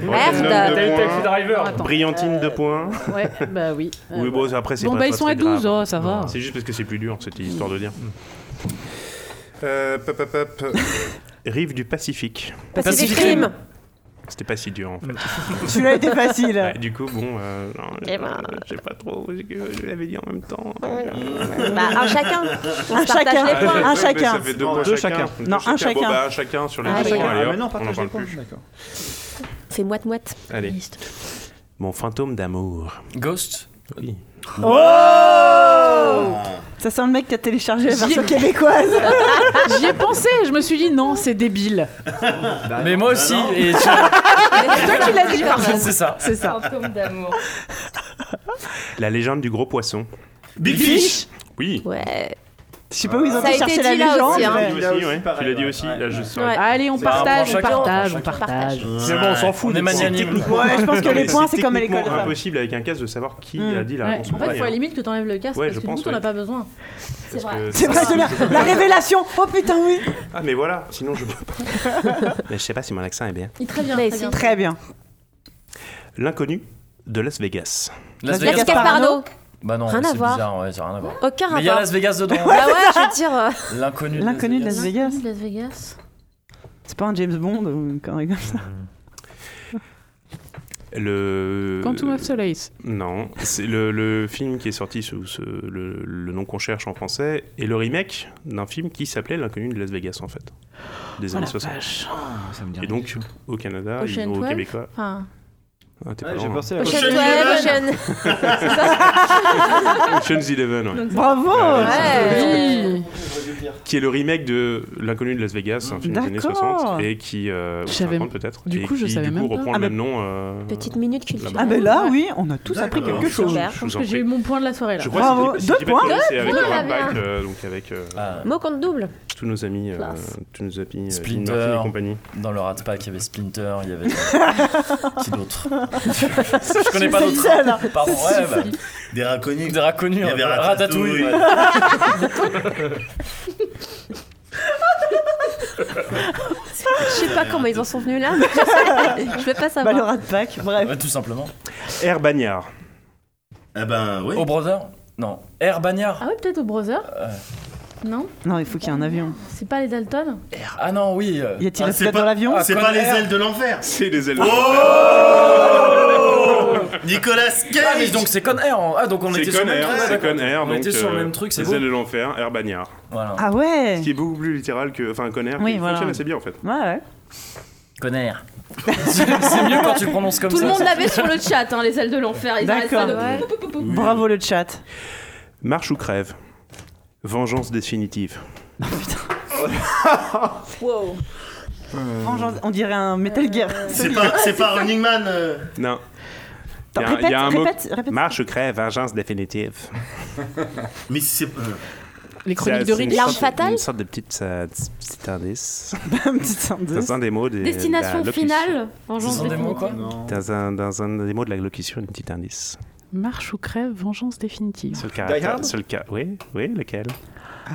Speaker 9: Merde.
Speaker 15: Taxi
Speaker 2: Non,
Speaker 15: Driver.
Speaker 2: attends.
Speaker 9: Brillantine, deux points.
Speaker 2: Ouais, bah oui.
Speaker 9: Oui, bon, après, c'est
Speaker 2: Bon,
Speaker 9: pas-
Speaker 2: bah,
Speaker 9: pas
Speaker 2: ils sont
Speaker 9: très
Speaker 2: à 12,
Speaker 9: grave.
Speaker 2: oh, ça va.
Speaker 9: C'est juste parce que c'est plus dur, cette histoire de dire.
Speaker 7: Euh, pop, pop, pop.
Speaker 9: Rive du Pacifique.
Speaker 13: Pacific Pacific Rim. Rim.
Speaker 9: C'était pas si dur en fait.
Speaker 1: Celui-là était facile.
Speaker 9: Ouais, du coup, bon, euh, non,
Speaker 13: Eh ben.
Speaker 9: euh, j'ai pas trop, j'ai- je l'avais dit en même temps. Euh,
Speaker 13: Bah,
Speaker 1: Ah,
Speaker 13: un chacun. On
Speaker 1: Un
Speaker 13: se partage
Speaker 1: chacun.
Speaker 13: les points.
Speaker 1: Un
Speaker 9: Ouais, mais
Speaker 1: chacun.
Speaker 9: Ça fait deux,
Speaker 5: Non,
Speaker 9: points
Speaker 5: deux
Speaker 9: chacun.
Speaker 5: chacun.
Speaker 9: Deux
Speaker 1: Non, un
Speaker 9: Bon,
Speaker 1: chacun.
Speaker 9: bah, un chacun sur les
Speaker 13: Ah,
Speaker 9: deux
Speaker 13: chacun.
Speaker 9: points, allez,
Speaker 5: Ah,
Speaker 9: hop,
Speaker 5: mais non,
Speaker 9: on en
Speaker 5: partage
Speaker 9: parle
Speaker 5: les points.
Speaker 9: plus.
Speaker 5: D'accord.
Speaker 13: Fais moite-moite.
Speaker 9: Allez. Mon fantôme d'amour.
Speaker 15: Ghost.
Speaker 9: Oui.
Speaker 1: Oh Ça sent le mec qui a téléchargé la version québécoise.
Speaker 2: J'y ai pensé, je me suis dit non, c'est débile.
Speaker 9: Bah
Speaker 15: Mais moi aussi. et tu-
Speaker 2: C'est toi qui l'as dit, par contre.
Speaker 15: C'est ça.
Speaker 2: C'est ça.
Speaker 6: Fantôme d'amour.
Speaker 9: La légende du gros poisson.
Speaker 16: Big Fish
Speaker 9: Oui.
Speaker 13: Ouais.
Speaker 1: Je sais pas où ils ont
Speaker 13: Ça a
Speaker 1: été
Speaker 13: été
Speaker 1: chercher la
Speaker 13: dit là
Speaker 1: légende.
Speaker 13: aussi, hein.
Speaker 1: mais-
Speaker 9: Tu l'as
Speaker 16: Là
Speaker 9: dit
Speaker 16: aussi,
Speaker 9: aussi, ouais. Tu l'as dit aussi. Là, je saurais.
Speaker 2: Allez, on
Speaker 15: C'est pas un
Speaker 2: partage,
Speaker 15: point
Speaker 2: on
Speaker 15: chacun.
Speaker 2: partage,
Speaker 15: On
Speaker 2: on
Speaker 15: partage.
Speaker 2: partage.
Speaker 9: C'est bon, on s'en fout.
Speaker 15: On est
Speaker 9: des points.
Speaker 15: magnanime.
Speaker 9: Techniquement-
Speaker 1: Ouais, je pense que
Speaker 9: Non, mais
Speaker 1: les points, c'est comme à
Speaker 9: techniquement
Speaker 1: l'école. de femmes.
Speaker 9: impossible avec un casque de savoir qui
Speaker 10: Mm.
Speaker 1: Hmm.
Speaker 9: a dit la
Speaker 1: Ouais.
Speaker 9: réponse.
Speaker 6: En fait, il faut à la limite que t'enlèves le casque
Speaker 9: Ouais,
Speaker 6: parce
Speaker 9: je
Speaker 6: que
Speaker 9: pense,
Speaker 6: nous, t'en
Speaker 9: ouais.
Speaker 6: as pas besoin. C'est vrai.
Speaker 1: C'est vrai, c'est la, la révélation. Oh putain, oui.
Speaker 9: Ah, mais voilà, sinon je peux pas. mais je sais pas si mon accent est bien.
Speaker 6: Il très bien.
Speaker 13: Mais
Speaker 6: très
Speaker 13: si.
Speaker 6: bien.
Speaker 1: Très bien.
Speaker 9: L'inconnu de Las Vegas.
Speaker 15: Las
Speaker 1: Vegas,
Speaker 15: Vegas.
Speaker 13: Vegas Pardo.
Speaker 15: Bah non, c'est
Speaker 13: Rien à voir.
Speaker 15: bizarre, ouais, ça a rien à voir.
Speaker 13: Aucun
Speaker 15: Mais il y a
Speaker 13: rapport.
Speaker 15: Las Vegas dedans.
Speaker 1: Ah
Speaker 13: Bah ouais, je veux dire. euh,
Speaker 15: L'inconnu. de Las
Speaker 1: L'inconnu de
Speaker 15: Vegas.
Speaker 1: Las Vegas.
Speaker 6: Las Vegas.
Speaker 1: C'est pas un James Bond ou une connerie comme ça.
Speaker 9: Le.
Speaker 2: Quantum of Solace.
Speaker 9: Non, c'est le, le film qui est sorti sous ce- le, le nom qu'on cherche en français et le remake d'un film qui s'appelait L'inconnu de Las Vegas en fait, des
Speaker 2: Oh
Speaker 9: années
Speaker 2: la
Speaker 9: 60.
Speaker 2: vache.
Speaker 15: Ah,
Speaker 5: Ça me dit
Speaker 9: Et donc au Canada, ils
Speaker 6: Ocean
Speaker 9: ont Ah, au
Speaker 6: 12.
Speaker 9: Québécois.
Speaker 6: Enfin,
Speaker 9: Ah, t'es
Speaker 5: Ouais,
Speaker 9: pas
Speaker 5: j'ai
Speaker 9: loin,
Speaker 5: pensé à
Speaker 13: Ocean
Speaker 16: Ocean
Speaker 13: Eleven.
Speaker 9: hein. Ocean's Eleven, ouais. Ah,
Speaker 1: Bravo.
Speaker 13: Ouais.
Speaker 9: qui est le remake de L'inconnu de Las Vegas, un film des années
Speaker 1: D'accord.
Speaker 9: 60 et qui euh, ou
Speaker 2: Je savais
Speaker 9: 50 peut-être.
Speaker 2: Du
Speaker 9: et
Speaker 2: coup, je
Speaker 9: qui,
Speaker 2: savais
Speaker 9: du
Speaker 2: même
Speaker 9: coup,
Speaker 2: pas.
Speaker 9: reprend
Speaker 1: Ah,
Speaker 9: le même nom. euh,
Speaker 13: Petite minute culture.
Speaker 9: Là-bas.
Speaker 1: Ah, mais là, oui, on a tous appris
Speaker 16: D'accord.
Speaker 1: quelque chose.
Speaker 13: Super.
Speaker 9: Je vous en
Speaker 6: que j'ai eu
Speaker 9: prie.
Speaker 6: mon point de la soirée là.
Speaker 9: Je crois
Speaker 1: Bravo.
Speaker 9: que si
Speaker 1: Deux
Speaker 9: j'ai pas de
Speaker 1: points.
Speaker 9: conneries, c'est avec
Speaker 13: Deux
Speaker 9: Laurent
Speaker 13: points.
Speaker 9: Pike, euh, donc avec euh,
Speaker 15: Ah,
Speaker 13: Mot compte double.
Speaker 9: tous nos amis, euh,
Speaker 13: Classe.
Speaker 9: tous nos amis, euh,
Speaker 15: Splinter.
Speaker 9: Dean Martin et compagnie.
Speaker 15: Dans le Rat Pack, il y avait Splinter, il y avait. qui d'autre Je connais pas d'autres. Pardon, ouais, bah,
Speaker 16: Des raconnus.
Speaker 15: Des raconnus.
Speaker 16: Il y avait
Speaker 15: euh,
Speaker 16: Ratatouille.
Speaker 15: ouais.
Speaker 13: Je sais pas comment ils en sont venus
Speaker 1: Ah,
Speaker 13: là, mais je, vais pas
Speaker 1: Bah, le
Speaker 13: savoir.
Speaker 1: Rat Pack, bref.
Speaker 15: Ouais, tout simplement.
Speaker 9: Air Bagnard.
Speaker 16: Eh ben oui.
Speaker 15: Au Brother Non. Air Bagnard
Speaker 6: Ah ouais, peut-être au Brother
Speaker 15: Euh,
Speaker 6: Non
Speaker 1: Non, il faut qu'il y ait un avion.
Speaker 6: C'est pas les Dalton
Speaker 15: Air- Ah non, oui. euh,
Speaker 1: Y a-t-il
Speaker 16: Ah,
Speaker 1: la
Speaker 16: c'est
Speaker 1: flotte
Speaker 16: pas-
Speaker 1: dans l'avion
Speaker 15: Ah,
Speaker 16: C'est
Speaker 15: Con
Speaker 16: pas les
Speaker 15: Air.
Speaker 16: ailes de l'enfer. Oh
Speaker 9: C'est les ailes.
Speaker 16: Nicolas
Speaker 15: Ah, mais
Speaker 16: Cage
Speaker 15: donc c'est Con Air. en- Ah, donc on
Speaker 9: C'est
Speaker 15: était sur le
Speaker 9: Con
Speaker 15: même
Speaker 9: Air,
Speaker 15: truc.
Speaker 9: c'est
Speaker 15: d'accord.
Speaker 9: Con Air,
Speaker 15: On
Speaker 9: donc,
Speaker 15: était sur le
Speaker 9: euh,
Speaker 15: même truc, c'est
Speaker 9: Les
Speaker 15: beau.
Speaker 9: ailes de l'enfer, Air Bagnard.
Speaker 15: Voilà.
Speaker 1: Ah ouais
Speaker 9: Ce qui est beaucoup plus littéral que. Enfin, Con Air,
Speaker 1: Oui,
Speaker 9: qui
Speaker 1: voilà.
Speaker 9: fonctionne assez bien en fait.
Speaker 1: Ouais, ouais.
Speaker 12: Connard. C'est mieux quand tu le prononces comme
Speaker 6: Tout
Speaker 12: ça.
Speaker 6: le monde l'avait sur le chat, hein, les ailes de l'enfer. Ils ont la
Speaker 1: D'accord.
Speaker 6: salle de-
Speaker 1: Bravo le chat.
Speaker 9: Marche ou crève. Vengeance définitive.
Speaker 6: Wow.
Speaker 1: Vengeance- On dirait un
Speaker 9: Euh,
Speaker 1: Metal Gear.
Speaker 16: C'est pas, c'est pas Running Man. euh.
Speaker 9: Non.
Speaker 1: Attends,
Speaker 9: Il y a- il y a un
Speaker 1: répète,
Speaker 9: mot-
Speaker 1: répète, répète.
Speaker 9: Marche ou crève, vengeance définitive.
Speaker 16: Mais c'est. euh,
Speaker 9: C'est-
Speaker 2: Les chroniques de
Speaker 9: c'est une
Speaker 2: Rick.
Speaker 9: sorte- Une sorte de petite, euh, petit indice.
Speaker 1: un petit indice.
Speaker 9: Dans un des bah, mots de,
Speaker 6: Destination
Speaker 9: de la
Speaker 6: finale. Vengeance
Speaker 12: Ce sont des mots, quoi.
Speaker 6: définitive.
Speaker 9: locution. Dans un, dans un des mots de la locution, une petite indice.
Speaker 2: Marche ou crève, vengeance définitive.
Speaker 9: Sur le caractère.
Speaker 16: Hard
Speaker 9: Sur le car... Oui, oui, lequel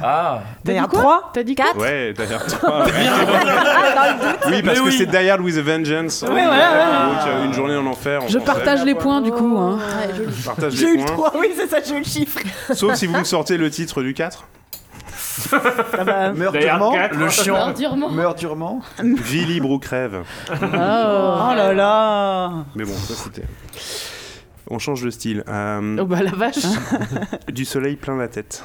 Speaker 12: Ah.
Speaker 2: T'as dit
Speaker 1: D'ailleurs,
Speaker 2: quoi
Speaker 1: 3
Speaker 2: T'as dit 4
Speaker 9: Ouais, d'ailleurs, toi. oui, parce que
Speaker 12: oui.
Speaker 9: c'est Die Hard with a Vengeance.
Speaker 1: Ouais, voilà, ouais.
Speaker 9: Donc, euh, une journée en enfer. en
Speaker 2: Je
Speaker 9: français.
Speaker 2: partage les points du coup. hein.
Speaker 9: Je partage
Speaker 1: J'ai
Speaker 9: les
Speaker 1: eu le
Speaker 9: points.
Speaker 1: 3, oui, c'est ça, j'ai eu le chiffre.
Speaker 9: Sauf si vous me sortez le titre du 4.
Speaker 1: Ah bah,
Speaker 5: Meurs
Speaker 4: D'ailleurs,
Speaker 5: durement.
Speaker 4: quatre.
Speaker 12: Le
Speaker 6: Alors,
Speaker 12: chiant.
Speaker 6: durement.
Speaker 5: Meurs durement.
Speaker 9: Vie libre ou crève.
Speaker 2: Oh.
Speaker 1: Oh là là
Speaker 9: Mais bon, ça c'était. On change de style. Euh,
Speaker 2: Oh bah la vache.
Speaker 9: Du soleil plein la tête.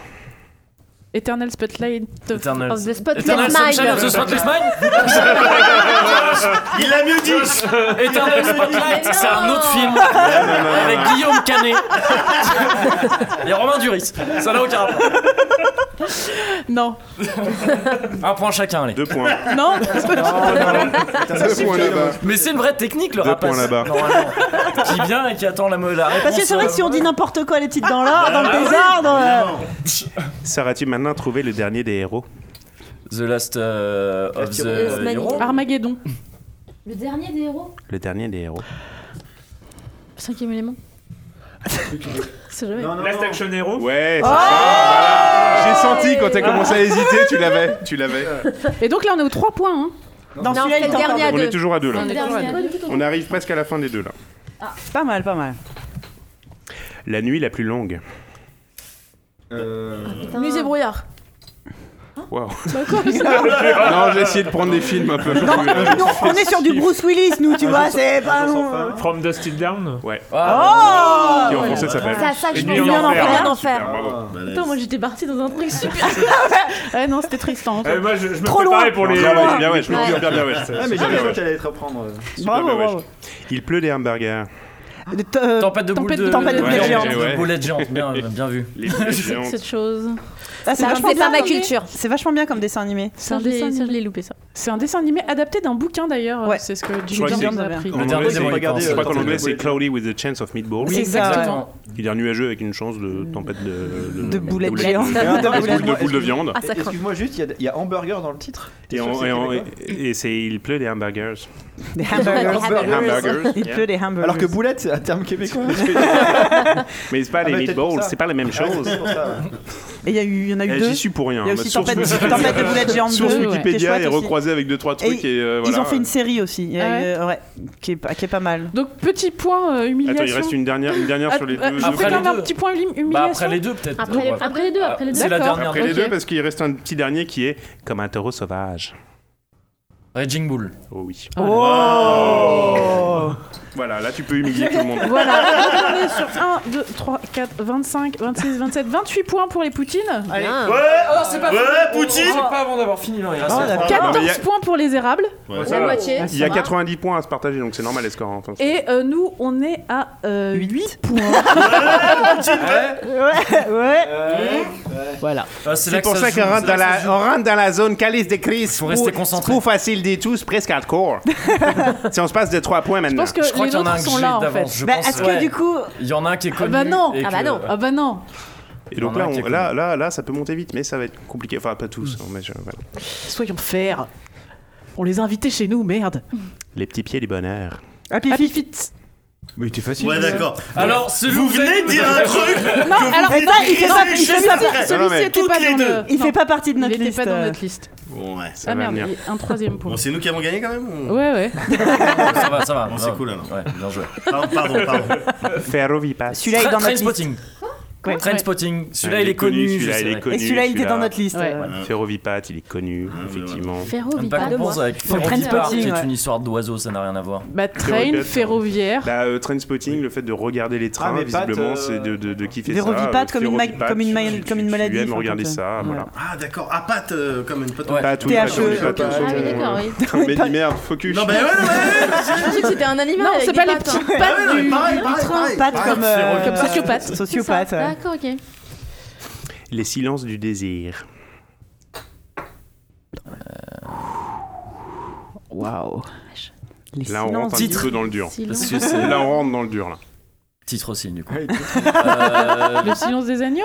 Speaker 2: Eternal Spotlight of,
Speaker 12: Eternal-
Speaker 2: of the Spotlight.
Speaker 12: Eternal Sunshine of the Spotless Mind
Speaker 16: Il l'a mieux dit
Speaker 12: Eternal Spotlight, c'est un autre film avec Guillaume Canet et Romain Duris. Ça n'a aucun rapport.
Speaker 2: Non,
Speaker 12: Un point chacun, allez.
Speaker 9: Deux points.
Speaker 2: non.
Speaker 9: Deux points là-bas.
Speaker 12: Mais c'est une vraie technique, le
Speaker 9: Deux
Speaker 12: rapace.
Speaker 9: points là-bas.
Speaker 12: normalement. Qui vient et qui attend la, la
Speaker 9: Ah,
Speaker 12: réponse.
Speaker 1: Parce que c'est vrai que si on dit n'importe quoi, les petites dans
Speaker 16: Ah,
Speaker 1: l'art,
Speaker 16: bah
Speaker 1: dans le désordre. euh,
Speaker 9: Sauras-tu maintenant trouver le dernier des héros
Speaker 12: The Last euh, of the
Speaker 6: Last Man.
Speaker 9: euh,
Speaker 12: Hero.
Speaker 2: Armageddon.
Speaker 6: Le dernier des héros.
Speaker 9: Le dernier des héros.
Speaker 6: Cinquième élément. C'est jamais.
Speaker 4: Last Action Hero
Speaker 9: Ouais, c'est ça. J'ai senti quand t'as commencé à hésiter, tu l'avais. Tu l'avais.
Speaker 2: Et donc là on est aux 3 points. hein.
Speaker 1: Dans celui-là, il
Speaker 6: c'est le
Speaker 1: est encore-
Speaker 6: dernier à
Speaker 9: On est
Speaker 6: deux.
Speaker 9: toujours à deux là.
Speaker 6: Le dernier.
Speaker 9: On arrive presque à la fin des deux là.
Speaker 1: Pas mal, pas mal.
Speaker 9: Ah, La nuit la plus longue. Euh,
Speaker 6: Musée brouillard.
Speaker 9: Waouh. non, j'ai essayé de prendre des films un peu. euh,
Speaker 1: Non, on est sur du Bruce Willis, nous,
Speaker 9: Ah,
Speaker 1: tu vois, c'est pas...
Speaker 4: From the Still Down
Speaker 9: Ouais.
Speaker 1: Oh
Speaker 9: Qui en français s'appelle.
Speaker 13: C'est à ça que je
Speaker 4: Une nuit
Speaker 13: pensais.
Speaker 4: en enfer.
Speaker 13: Rien d'en faire.
Speaker 9: Bravo.
Speaker 6: Attends, moi j'étais partie dans un truc super.
Speaker 2: Ah non, c'était Tristan. en fait.
Speaker 4: Eh, Moi, je, je me
Speaker 1: Trop
Speaker 4: préparais
Speaker 1: loin.
Speaker 4: pour les.
Speaker 9: Bien ouais, bien ouais, je me
Speaker 6: Ouais.
Speaker 9: dis bien bien ouais.
Speaker 5: Ah, mais
Speaker 9: Super
Speaker 5: j'avais
Speaker 9: bien
Speaker 5: cru
Speaker 9: ouais.
Speaker 5: que t'allais te reprendre. euh,
Speaker 1: Bravo,
Speaker 9: Super bien
Speaker 1: bravo.
Speaker 9: Ah, bah, ouais. Il pleut des hamburgers.
Speaker 1: De t- euh,
Speaker 12: Tempête de boules
Speaker 2: Tempête-
Speaker 12: de
Speaker 1: tempête de
Speaker 12: de
Speaker 1: boules
Speaker 12: de-
Speaker 1: géantes.
Speaker 12: de- de-
Speaker 9: Ouais.
Speaker 12: boulettes géantes. Bien, bien vu.
Speaker 9: Les boulettes géantes.
Speaker 6: Cette chose.
Speaker 1: ah,
Speaker 6: Bah,
Speaker 1: c'est
Speaker 13: C'est
Speaker 1: vachement
Speaker 13: pas
Speaker 1: bien.
Speaker 13: ma culture.
Speaker 1: C'est vachement bien comme dessin animé.
Speaker 2: C'est un
Speaker 6: je l'ai-
Speaker 2: dessin
Speaker 6: ça, je
Speaker 2: animé.
Speaker 6: l'ai loupé ça.
Speaker 2: C'est un dessin animé adapté d'un bouquin d'ailleurs.
Speaker 1: Ouais.
Speaker 2: C'est ce que
Speaker 9: crois
Speaker 2: Jim
Speaker 9: que
Speaker 2: Jones
Speaker 1: c'est-
Speaker 2: a appris.
Speaker 9: En
Speaker 12: Le dernier
Speaker 9: anglais,
Speaker 12: des
Speaker 9: c'est-
Speaker 12: mots,
Speaker 5: regardez,
Speaker 12: je
Speaker 9: Je
Speaker 12: pense.
Speaker 9: crois qu'en
Speaker 5: Attendez,
Speaker 9: anglais
Speaker 5: la
Speaker 9: c'est
Speaker 5: boulette.
Speaker 9: euh, cloudy with a chance of meatballs.
Speaker 1: Oui. C'est ça,
Speaker 12: Exactement.
Speaker 9: Il y a nuageux avec une chance de tempête de,
Speaker 1: De boulettes géantes.
Speaker 9: De boulettes- de boules de viande.
Speaker 6: Ah, ça craint.
Speaker 5: Excuse-moi juste, il y a- il y, a hamburger dans le titre. T'es
Speaker 9: Et,
Speaker 5: sûr que
Speaker 9: en-
Speaker 5: c'est
Speaker 9: et, en-
Speaker 5: québécois
Speaker 9: et- et c'est il pleut des hamburgers.
Speaker 1: Des hamburgers.
Speaker 5: Hamburgers.
Speaker 9: Hamburgers.
Speaker 1: Il pleut des hamburgers.
Speaker 5: Alors que boulette, c'est un terme québécois.
Speaker 9: Mais c'est pas
Speaker 5: Ah,
Speaker 9: les
Speaker 5: mais peut-être pour
Speaker 9: meatballs,
Speaker 5: ça. Ah,
Speaker 9: c'est pas la
Speaker 16: Ah,
Speaker 9: même chose.
Speaker 5: C'est pour ça.
Speaker 1: Et il y, a eu- il y en a eu
Speaker 9: Eh,
Speaker 1: deux.
Speaker 9: J'y suis pour rien.
Speaker 1: Il y a
Speaker 9: Ma
Speaker 1: aussi
Speaker 9: source-
Speaker 1: Tempête, Tempête de boulettes géantes 2.
Speaker 9: Source
Speaker 1: ouais, qui est
Speaker 9: Wikipédia
Speaker 1: chouette
Speaker 9: est
Speaker 1: aussi.
Speaker 9: recroisée avec deux trois trucs et, euh,
Speaker 1: Ils
Speaker 9: voilà.
Speaker 1: ont fait une série aussi, Il y a
Speaker 2: Ah
Speaker 1: eu,
Speaker 2: ouais
Speaker 1: euh, ouais, qui, est, pas- qui est pas mal.
Speaker 2: Donc petit point euh, humiliation.
Speaker 9: Attends, il reste une dernière, une dernière sur les
Speaker 2: Ah,
Speaker 9: deux.
Speaker 2: je
Speaker 9: deux
Speaker 12: Après
Speaker 2: fais quand
Speaker 12: les
Speaker 2: même un
Speaker 12: deux.
Speaker 2: petit point hum- humiliation.
Speaker 12: Bah après les deux peut-être.
Speaker 6: Après les-
Speaker 12: Ouais. Ah,
Speaker 6: après les deux, après les deux.
Speaker 12: C'est la
Speaker 2: D'accord.
Speaker 12: dernière.
Speaker 9: Après les
Speaker 6: Ok.
Speaker 9: deux, parce qu'il reste un petit dernier qui est comme un taureau sauvage.
Speaker 12: Raging Bull.
Speaker 9: Oh oui.
Speaker 1: Oh
Speaker 9: Voilà, là tu peux humilier tout le monde.
Speaker 2: Voilà, on est sur 1, 2, 3, 4, 25, 26, 27, 28 points pour les Poutines,
Speaker 13: Bien.
Speaker 12: Oh non, c'est pas.
Speaker 16: Ouais,
Speaker 12: On-
Speaker 16: Poutine
Speaker 12: on- C'est pas avant d'avoir fini, non, il reste.
Speaker 1: Oh, la-
Speaker 12: un-
Speaker 9: Non, mais il y
Speaker 2: 14
Speaker 9: a-
Speaker 2: points pour les érables,
Speaker 9: Ouais, ça
Speaker 6: La
Speaker 9: va.
Speaker 6: moitié.
Speaker 9: Il y a
Speaker 6: ça va.
Speaker 9: 90 points à se partager, donc c'est normal les scores. hein, Enfin, c'est-
Speaker 2: et euh, nous on est à 8 points.
Speaker 12: Ouais.
Speaker 1: Ouais, ouais.
Speaker 2: Voilà.
Speaker 12: Ah, là que se joue, c'est là que ça se joue.
Speaker 9: rentre dans la zone calice des crises.
Speaker 12: Faut rester concentré.
Speaker 9: Coup facile des tous, presque hardcore. si on se passe de 3 points
Speaker 2: Je
Speaker 9: maintenant.
Speaker 2: pense que
Speaker 12: Je crois
Speaker 2: les
Speaker 12: qu'il y en a
Speaker 2: autres
Speaker 12: un que
Speaker 2: sont
Speaker 12: j'ai
Speaker 2: là en
Speaker 12: d'avance.
Speaker 2: fait.
Speaker 12: je
Speaker 1: Bah,
Speaker 12: pense,
Speaker 1: est-ce
Speaker 12: ouais.
Speaker 1: que du coup,
Speaker 12: Il y en a un qui est connu.
Speaker 2: bah non.
Speaker 12: et
Speaker 13: Ah bah
Speaker 12: que-
Speaker 13: non.
Speaker 2: Ah bah non,
Speaker 9: Et donc
Speaker 12: Il y en a
Speaker 9: là,
Speaker 12: un qui
Speaker 9: on-
Speaker 12: est
Speaker 9: là, là, là, ça peut monter vite, mais ça va être compliqué. Enfin, pas tous.
Speaker 1: Hmm.
Speaker 9: hein, mais je- voilà.
Speaker 2: soyons fers. On les a invités chez nous, merde.
Speaker 9: Les petits pieds du bonheur.
Speaker 1: Happy
Speaker 2: Happy
Speaker 1: Feet.
Speaker 2: Feet.
Speaker 5: Mais t'es facile.
Speaker 14: hein.
Speaker 16: Ouais, d'accord.
Speaker 12: Alors, c'est
Speaker 16: Vous venez dire un truc
Speaker 2: Non, alors
Speaker 1: faites pas- il fait
Speaker 2: non,
Speaker 14: Ah,
Speaker 1: pas-
Speaker 2: mais
Speaker 1: il fait
Speaker 2: celui-ci-
Speaker 1: pas-
Speaker 9: Non, non, mais
Speaker 2: celui-ci était
Speaker 16: toutes
Speaker 2: pas
Speaker 16: les
Speaker 2: dans
Speaker 16: deux.
Speaker 2: le.
Speaker 1: Il
Speaker 2: non,
Speaker 1: fait pas partie de
Speaker 2: il
Speaker 1: notre
Speaker 2: était
Speaker 1: liste.
Speaker 2: pas dans
Speaker 1: euh.
Speaker 2: notre liste.
Speaker 16: Ouais.
Speaker 9: Ça va
Speaker 2: Ah merde,
Speaker 9: venir.
Speaker 2: il y a un troisième point.
Speaker 16: Bon, c'est nous qui avons gagné quand même ou-
Speaker 2: Ouais, ouais.
Speaker 12: Ça va, ça va.
Speaker 16: Bon,
Speaker 12: ça
Speaker 16: c'est
Speaker 12: va.
Speaker 16: cool, alors.
Speaker 12: Ouais, bien joué.
Speaker 16: Pardon, pardon. pardon.
Speaker 9: Ferrovipas.
Speaker 1: Celui-là est dans notre liste.
Speaker 12: Trainspotting.
Speaker 1: Ouais.
Speaker 15: Trainspotting, Ah, celui-là il est connu. je
Speaker 9: celui-là
Speaker 15: sais,
Speaker 9: Ah, il est
Speaker 15: ouais.
Speaker 9: connu. celui-là.
Speaker 1: ouais.
Speaker 9: Ferrovipat, il est connu, effectivement.
Speaker 15: Même pas qu'on pense avec Ferrovipat,
Speaker 2: Trainspotting,
Speaker 15: qui est
Speaker 2: ouais.
Speaker 15: une histoire d'oiseau, ça n'a rien à voir.
Speaker 2: Bah, train, ferroviaire.
Speaker 9: Bah, euh, Trainspotting, le fait de regarder les trains,
Speaker 15: Ah, mais Pat,
Speaker 9: visiblement,
Speaker 15: euh,
Speaker 9: c'est de, de, de kiffer
Speaker 1: des
Speaker 9: ça.
Speaker 1: revipates
Speaker 9: Euh,
Speaker 1: comme une ma-
Speaker 9: Ferrovipat,
Speaker 1: comme une
Speaker 9: tu-
Speaker 1: ma-
Speaker 9: tu-
Speaker 1: comme une
Speaker 9: tu
Speaker 1: maladie,
Speaker 9: aimes
Speaker 1: enfin,
Speaker 9: regarder
Speaker 1: quand même.
Speaker 9: ça, voilà.
Speaker 14: Ah d'accord, ah pâte euh, comme une pâte.
Speaker 9: Pat, oui, Pat, oui,
Speaker 14: THE.
Speaker 9: Pat,
Speaker 14: Ah,
Speaker 9: oui,
Speaker 14: oui,
Speaker 15: euh,
Speaker 9: Pat,
Speaker 14: d'accord,
Speaker 9: oui.
Speaker 14: oui.
Speaker 9: Putain, Benny, merde, focus.
Speaker 14: Non, mais ouais, ouais, ouais, ouais.
Speaker 10: Je pensais que c'était un animal.
Speaker 14: Non,
Speaker 10: avec
Speaker 14: c'est
Speaker 10: des
Speaker 14: pas les
Speaker 10: pattes,
Speaker 14: petites
Speaker 10: hein.
Speaker 14: pattes Ah ouais, du- pareil, du pareil, train. pareil.
Speaker 1: Pattes
Speaker 14: Ah,
Speaker 1: comme,
Speaker 14: c'est
Speaker 1: euh,
Speaker 14: comme sociopathe.
Speaker 1: Sociopathe.
Speaker 10: C'est ça,
Speaker 1: ouais.
Speaker 10: D'accord, ok.
Speaker 9: Les silences du désir.
Speaker 1: Waouh.
Speaker 9: Là, on rentre un petit
Speaker 15: Titre.
Speaker 9: peu dans le dur.
Speaker 15: Silence.
Speaker 9: Parce que c'est- Là, on rentre dans le dur, là.
Speaker 15: Titre aussi, du coup.
Speaker 9: Euh,
Speaker 2: Le silence des agneaux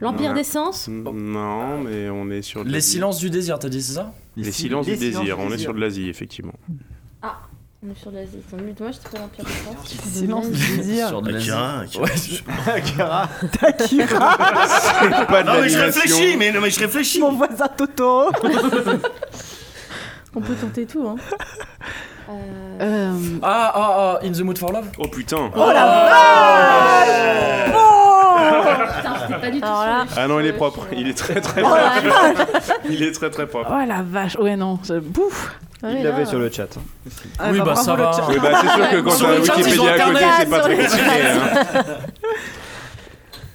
Speaker 10: L'Empire
Speaker 9: Ouais.
Speaker 10: des sens
Speaker 9: Non, mais on est sur... de
Speaker 15: Les
Speaker 9: l'Asie.
Speaker 15: silences du désir, t'as dit, c'est ça
Speaker 9: Les silences du désir, on est sur de l'Asie, effectivement.
Speaker 10: Ah, on est sur l'Asie. Moi, je pas l'Empire des sens.
Speaker 1: Silence du désir.
Speaker 9: Ah,
Speaker 15: Sur de l'Asie.
Speaker 14: Akira, Akira.
Speaker 15: Ouais, je-
Speaker 14: Akira.
Speaker 9: pas de
Speaker 14: non mais je
Speaker 9: l'animation.
Speaker 14: réfléchis, mais non mais je réfléchis.
Speaker 1: Mon voisin Toto.
Speaker 15: Euh,
Speaker 18: On peut tenter tout, hein.
Speaker 1: Euh,
Speaker 15: Ah, ah, ah, In the Mood for Love
Speaker 9: Oh putain
Speaker 15: Oh la
Speaker 9: vache
Speaker 1: Oh.
Speaker 10: C'était pas du tout
Speaker 2: Alors là-
Speaker 10: sur
Speaker 9: Ah non, il est propre, il est très très
Speaker 2: Oh la
Speaker 9: propre. Il est très très propre.
Speaker 2: Oh la vache, ouais non, ça- bouf
Speaker 10: Ouais, là.
Speaker 9: le chat.
Speaker 2: Ah, Oui, bah, bah, ça bravo, va. le chat.
Speaker 9: Oui, bah, c'est sûr que quand
Speaker 2: Sur
Speaker 9: t'as
Speaker 2: le chat, ils ont
Speaker 9: Wikipédia à côté,
Speaker 2: Internet,
Speaker 9: c'est pas
Speaker 2: sur
Speaker 9: très
Speaker 2: le
Speaker 9: compliqué. hein.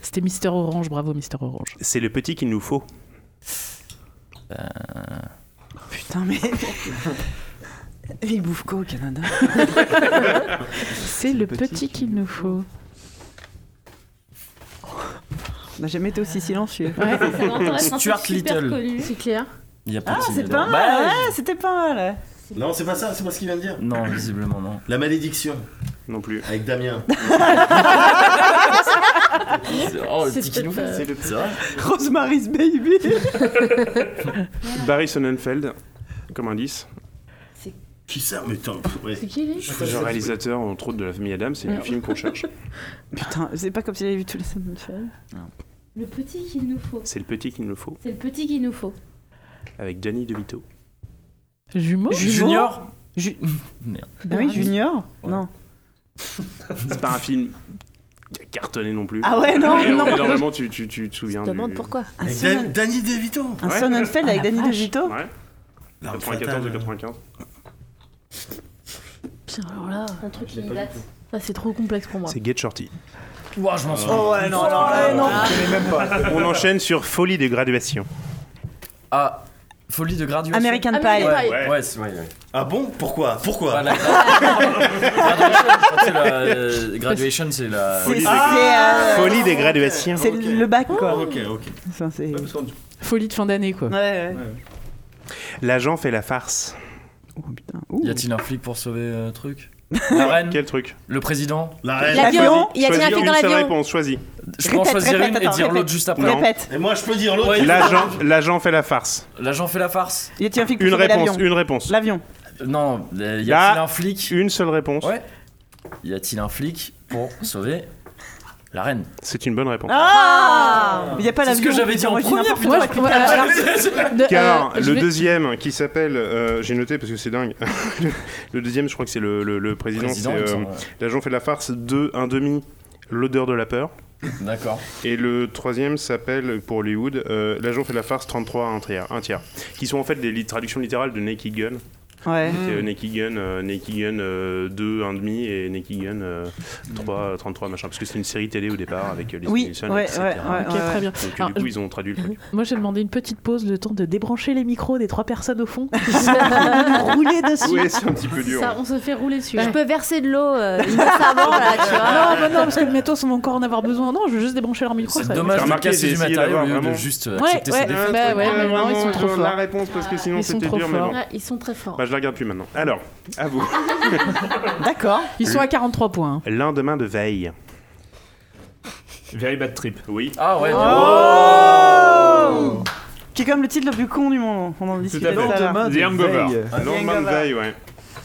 Speaker 2: C'était Mister Orange, bravo Mister Orange.
Speaker 9: C'est le petit qu'il nous faut. Euh,
Speaker 1: Putain, mais. Il bouffe quoi au Canada
Speaker 2: C'est le petit qu'il nous faut.
Speaker 1: On n'a jamais été aussi silencieux.
Speaker 10: Ouais, ça m'intéresse, c'est un truc
Speaker 15: Stuart
Speaker 10: super
Speaker 15: Little.
Speaker 10: connu. C'est clair.
Speaker 15: Il y a pas
Speaker 1: Ah,
Speaker 15: de signe
Speaker 1: c'est
Speaker 15: de-
Speaker 1: pas
Speaker 15: Bah,
Speaker 1: mal. Ouais, c'était pas mal.
Speaker 14: Non, c'est pas ça, c'est pas ce qu'il vient de dire.
Speaker 15: Non, visiblement non.
Speaker 14: La malédiction.
Speaker 9: Non plus.
Speaker 14: Avec Damien.
Speaker 15: Oh, le
Speaker 1: C'est
Speaker 15: petit qui nous
Speaker 1: peut-être,
Speaker 15: fait.
Speaker 1: euh,
Speaker 15: C'est le petit.
Speaker 1: Rosemary's Baby.
Speaker 9: Barry Sonnenfeld, comme indice.
Speaker 14: Qui ça Mais attends, ouais.
Speaker 10: C'est qui, lui
Speaker 9: C'est le réalisateur, entre autres, de La famille Adam, c'est le
Speaker 10: Ouais.
Speaker 9: film qu'on cherche.
Speaker 1: Putain, c'est pas comme s'il avait vu tous les scènes de film.
Speaker 10: Le petit qu'il nous faut.
Speaker 9: C'est le petit qu'il nous faut,
Speaker 10: C'est le petit qu'il nous faut.
Speaker 9: avec Gianni DeVito.
Speaker 2: Jumeau
Speaker 15: Junior
Speaker 1: Ju-
Speaker 15: Merde.
Speaker 1: Bah oui, Junior Non.
Speaker 9: C'est pas un film qui a cartonné non plus.
Speaker 1: Ah ouais, non,
Speaker 9: Et
Speaker 1: non.
Speaker 9: Normalement, tu, tu, tu te souviens.
Speaker 1: Je te demande pourquoi. Un
Speaker 14: Avec
Speaker 1: Son-
Speaker 14: Dan- Danny DeVito.
Speaker 1: Un
Speaker 9: Ouais.
Speaker 1: Sonnenfeld avec
Speaker 9: Ah, la
Speaker 1: Danny
Speaker 9: vache.
Speaker 1: DeVito
Speaker 9: Ouais. 94 ou 95.
Speaker 10: Putain, alors là. Un truc qui date. Ah, c'est trop complexe pour moi.
Speaker 9: C'est Get Shorty.
Speaker 15: Ouah, je m'en souviens.
Speaker 1: Oh ouais, non, non, ouais, non.
Speaker 9: On enchaîne sur Folie de graduation.
Speaker 15: Ah, folie de graduation.
Speaker 1: American Pie. American Pie.
Speaker 15: Ouais, ouais, c'est ouais, ouais.
Speaker 14: Ah bon Pourquoi Pourquoi
Speaker 15: Voilà. Graduation, c'est la- euh, graduation, c'est la.
Speaker 1: C'est- c'est, euh,
Speaker 9: Folie des graduations.
Speaker 1: C'est le bac, quoi.
Speaker 14: Ok, ok.
Speaker 1: Enfin, c'est...
Speaker 2: Folie de fin d'année quoi.
Speaker 1: Ouais, ouais.
Speaker 9: L'agent fait la farce.
Speaker 1: Oh,
Speaker 15: Y a-t-il un flic pour sauver euh, truc La reine
Speaker 9: Quel truc
Speaker 15: Le président
Speaker 14: La reine.
Speaker 9: L'avion.
Speaker 14: Y a-t-il un
Speaker 9: Choisis
Speaker 14: flic dans
Speaker 9: une seule
Speaker 14: l'avion
Speaker 9: réponse, choisis.
Speaker 15: Je peux en
Speaker 14: Répète,
Speaker 15: choisir
Speaker 14: répète,
Speaker 15: une et
Speaker 14: attends,
Speaker 15: dire
Speaker 14: répète.
Speaker 15: l'autre juste après. hein.
Speaker 9: Non.
Speaker 1: Répète.
Speaker 14: Et moi je peux dire l'autre.
Speaker 15: Ouais.
Speaker 9: L'agent, l'agent fait la farce.
Speaker 15: L'agent fait la farce
Speaker 1: Y a-t-il un flic pour
Speaker 9: Une
Speaker 1: sauver
Speaker 9: réponse,
Speaker 1: l'avion
Speaker 9: une réponse.
Speaker 1: L'avion.
Speaker 15: Non, euh, y
Speaker 9: Là,
Speaker 15: a-t-il un flic
Speaker 9: Une seule réponse.
Speaker 15: Ouais. Y a-t-il un flic pour sauver la reine
Speaker 9: C'est une bonne réponse.
Speaker 1: Ah Il y a pas
Speaker 15: C'est
Speaker 1: l'avion.
Speaker 15: ce que j'avais dit en
Speaker 1: Moi, je dis
Speaker 15: premier,
Speaker 1: n'importe
Speaker 15: putain.
Speaker 1: quoi,
Speaker 2: Ouais, alors- de-
Speaker 9: Car
Speaker 2: euh, je
Speaker 9: le
Speaker 2: vais-
Speaker 9: deuxième qui s'appelle, euh, j'ai noté parce que c'est dingue, le, le deuxième je crois que c'est le, le- le président,
Speaker 15: Président,
Speaker 9: c'est,
Speaker 15: il me
Speaker 9: euh,
Speaker 15: semble, ouais.
Speaker 9: l'agent fait la farce 2, 1 demi, l'odeur de la peur.
Speaker 15: D'accord.
Speaker 9: Et le troisième s'appelle pour Hollywood, euh, l'agent fait la farce 33, 1 tiers, un tiers. Qui sont en fait des li- traductions littérales de Naked Gun.
Speaker 1: Ouais.
Speaker 9: C'est euh, Naked Gun, euh, Naked Gun euh, 2, 1 demi et Naked Gun euh, 3, 33 machin. Parce que c'est une série télé au départ avec euh, Leslie
Speaker 1: Oui,
Speaker 9: Nielsen,
Speaker 1: ouais,
Speaker 9: etc.
Speaker 1: ouais, ouais,
Speaker 2: Ok,
Speaker 1: ouais,
Speaker 2: très bien.
Speaker 9: Donc euh,
Speaker 2: Alors,
Speaker 9: du coup
Speaker 2: je-
Speaker 9: ils ont traduit le truc.
Speaker 2: Moi j'ai demandé une petite pause, le temps de débrancher les micros des trois personnes au fond. Rouler dessus.
Speaker 9: Ouais, c'est un petit peu dur.
Speaker 10: Ça, on se fait rouler dessus.
Speaker 2: Ouais.
Speaker 10: Je
Speaker 6: Je
Speaker 10: peux-
Speaker 6: peux verser de l'eau euh, innocemment, là, tu vois.
Speaker 2: Non, bah non, parce que mettons, on va encore en avoir besoin. Non, je veux juste débrancher leur micro.
Speaker 15: C'est
Speaker 2: ça va
Speaker 15: dommage
Speaker 9: J'ai
Speaker 15: de
Speaker 9: remarqué,
Speaker 15: casser
Speaker 9: j'ai
Speaker 15: du
Speaker 9: essayé
Speaker 15: matériel au
Speaker 9: d'avoir
Speaker 15: lieu de
Speaker 9: vraiment-
Speaker 15: juste
Speaker 2: Ouais,
Speaker 15: accepter
Speaker 2: ouais,
Speaker 15: ses
Speaker 2: bah
Speaker 15: défaites.
Speaker 2: ouais, mais non, ils sont
Speaker 9: Vraiment,
Speaker 2: trop
Speaker 9: je-
Speaker 2: forts.
Speaker 9: La réponse parce que
Speaker 1: Ah,
Speaker 9: sinon
Speaker 2: Ils sont
Speaker 9: c'était
Speaker 2: trop
Speaker 9: dur mais
Speaker 2: forts.
Speaker 9: bon.
Speaker 6: Ah,
Speaker 10: Ouais, ils sont très forts.
Speaker 9: Bah, je la regarde plus maintenant. Alors, à vous.
Speaker 1: D'accord.
Speaker 2: Ils sont à 43 points. hein.
Speaker 9: Lendemain de veille.
Speaker 19: Very bad trip.
Speaker 9: Oui.
Speaker 15: Ah ouais,
Speaker 2: Oh
Speaker 1: Oh Qui est comme le titre le plus con du monde. On en discutait tout à l'heure.
Speaker 9: The Hangover.
Speaker 20: veille.
Speaker 2: Ah,
Speaker 9: Lendemain de veille, ouais.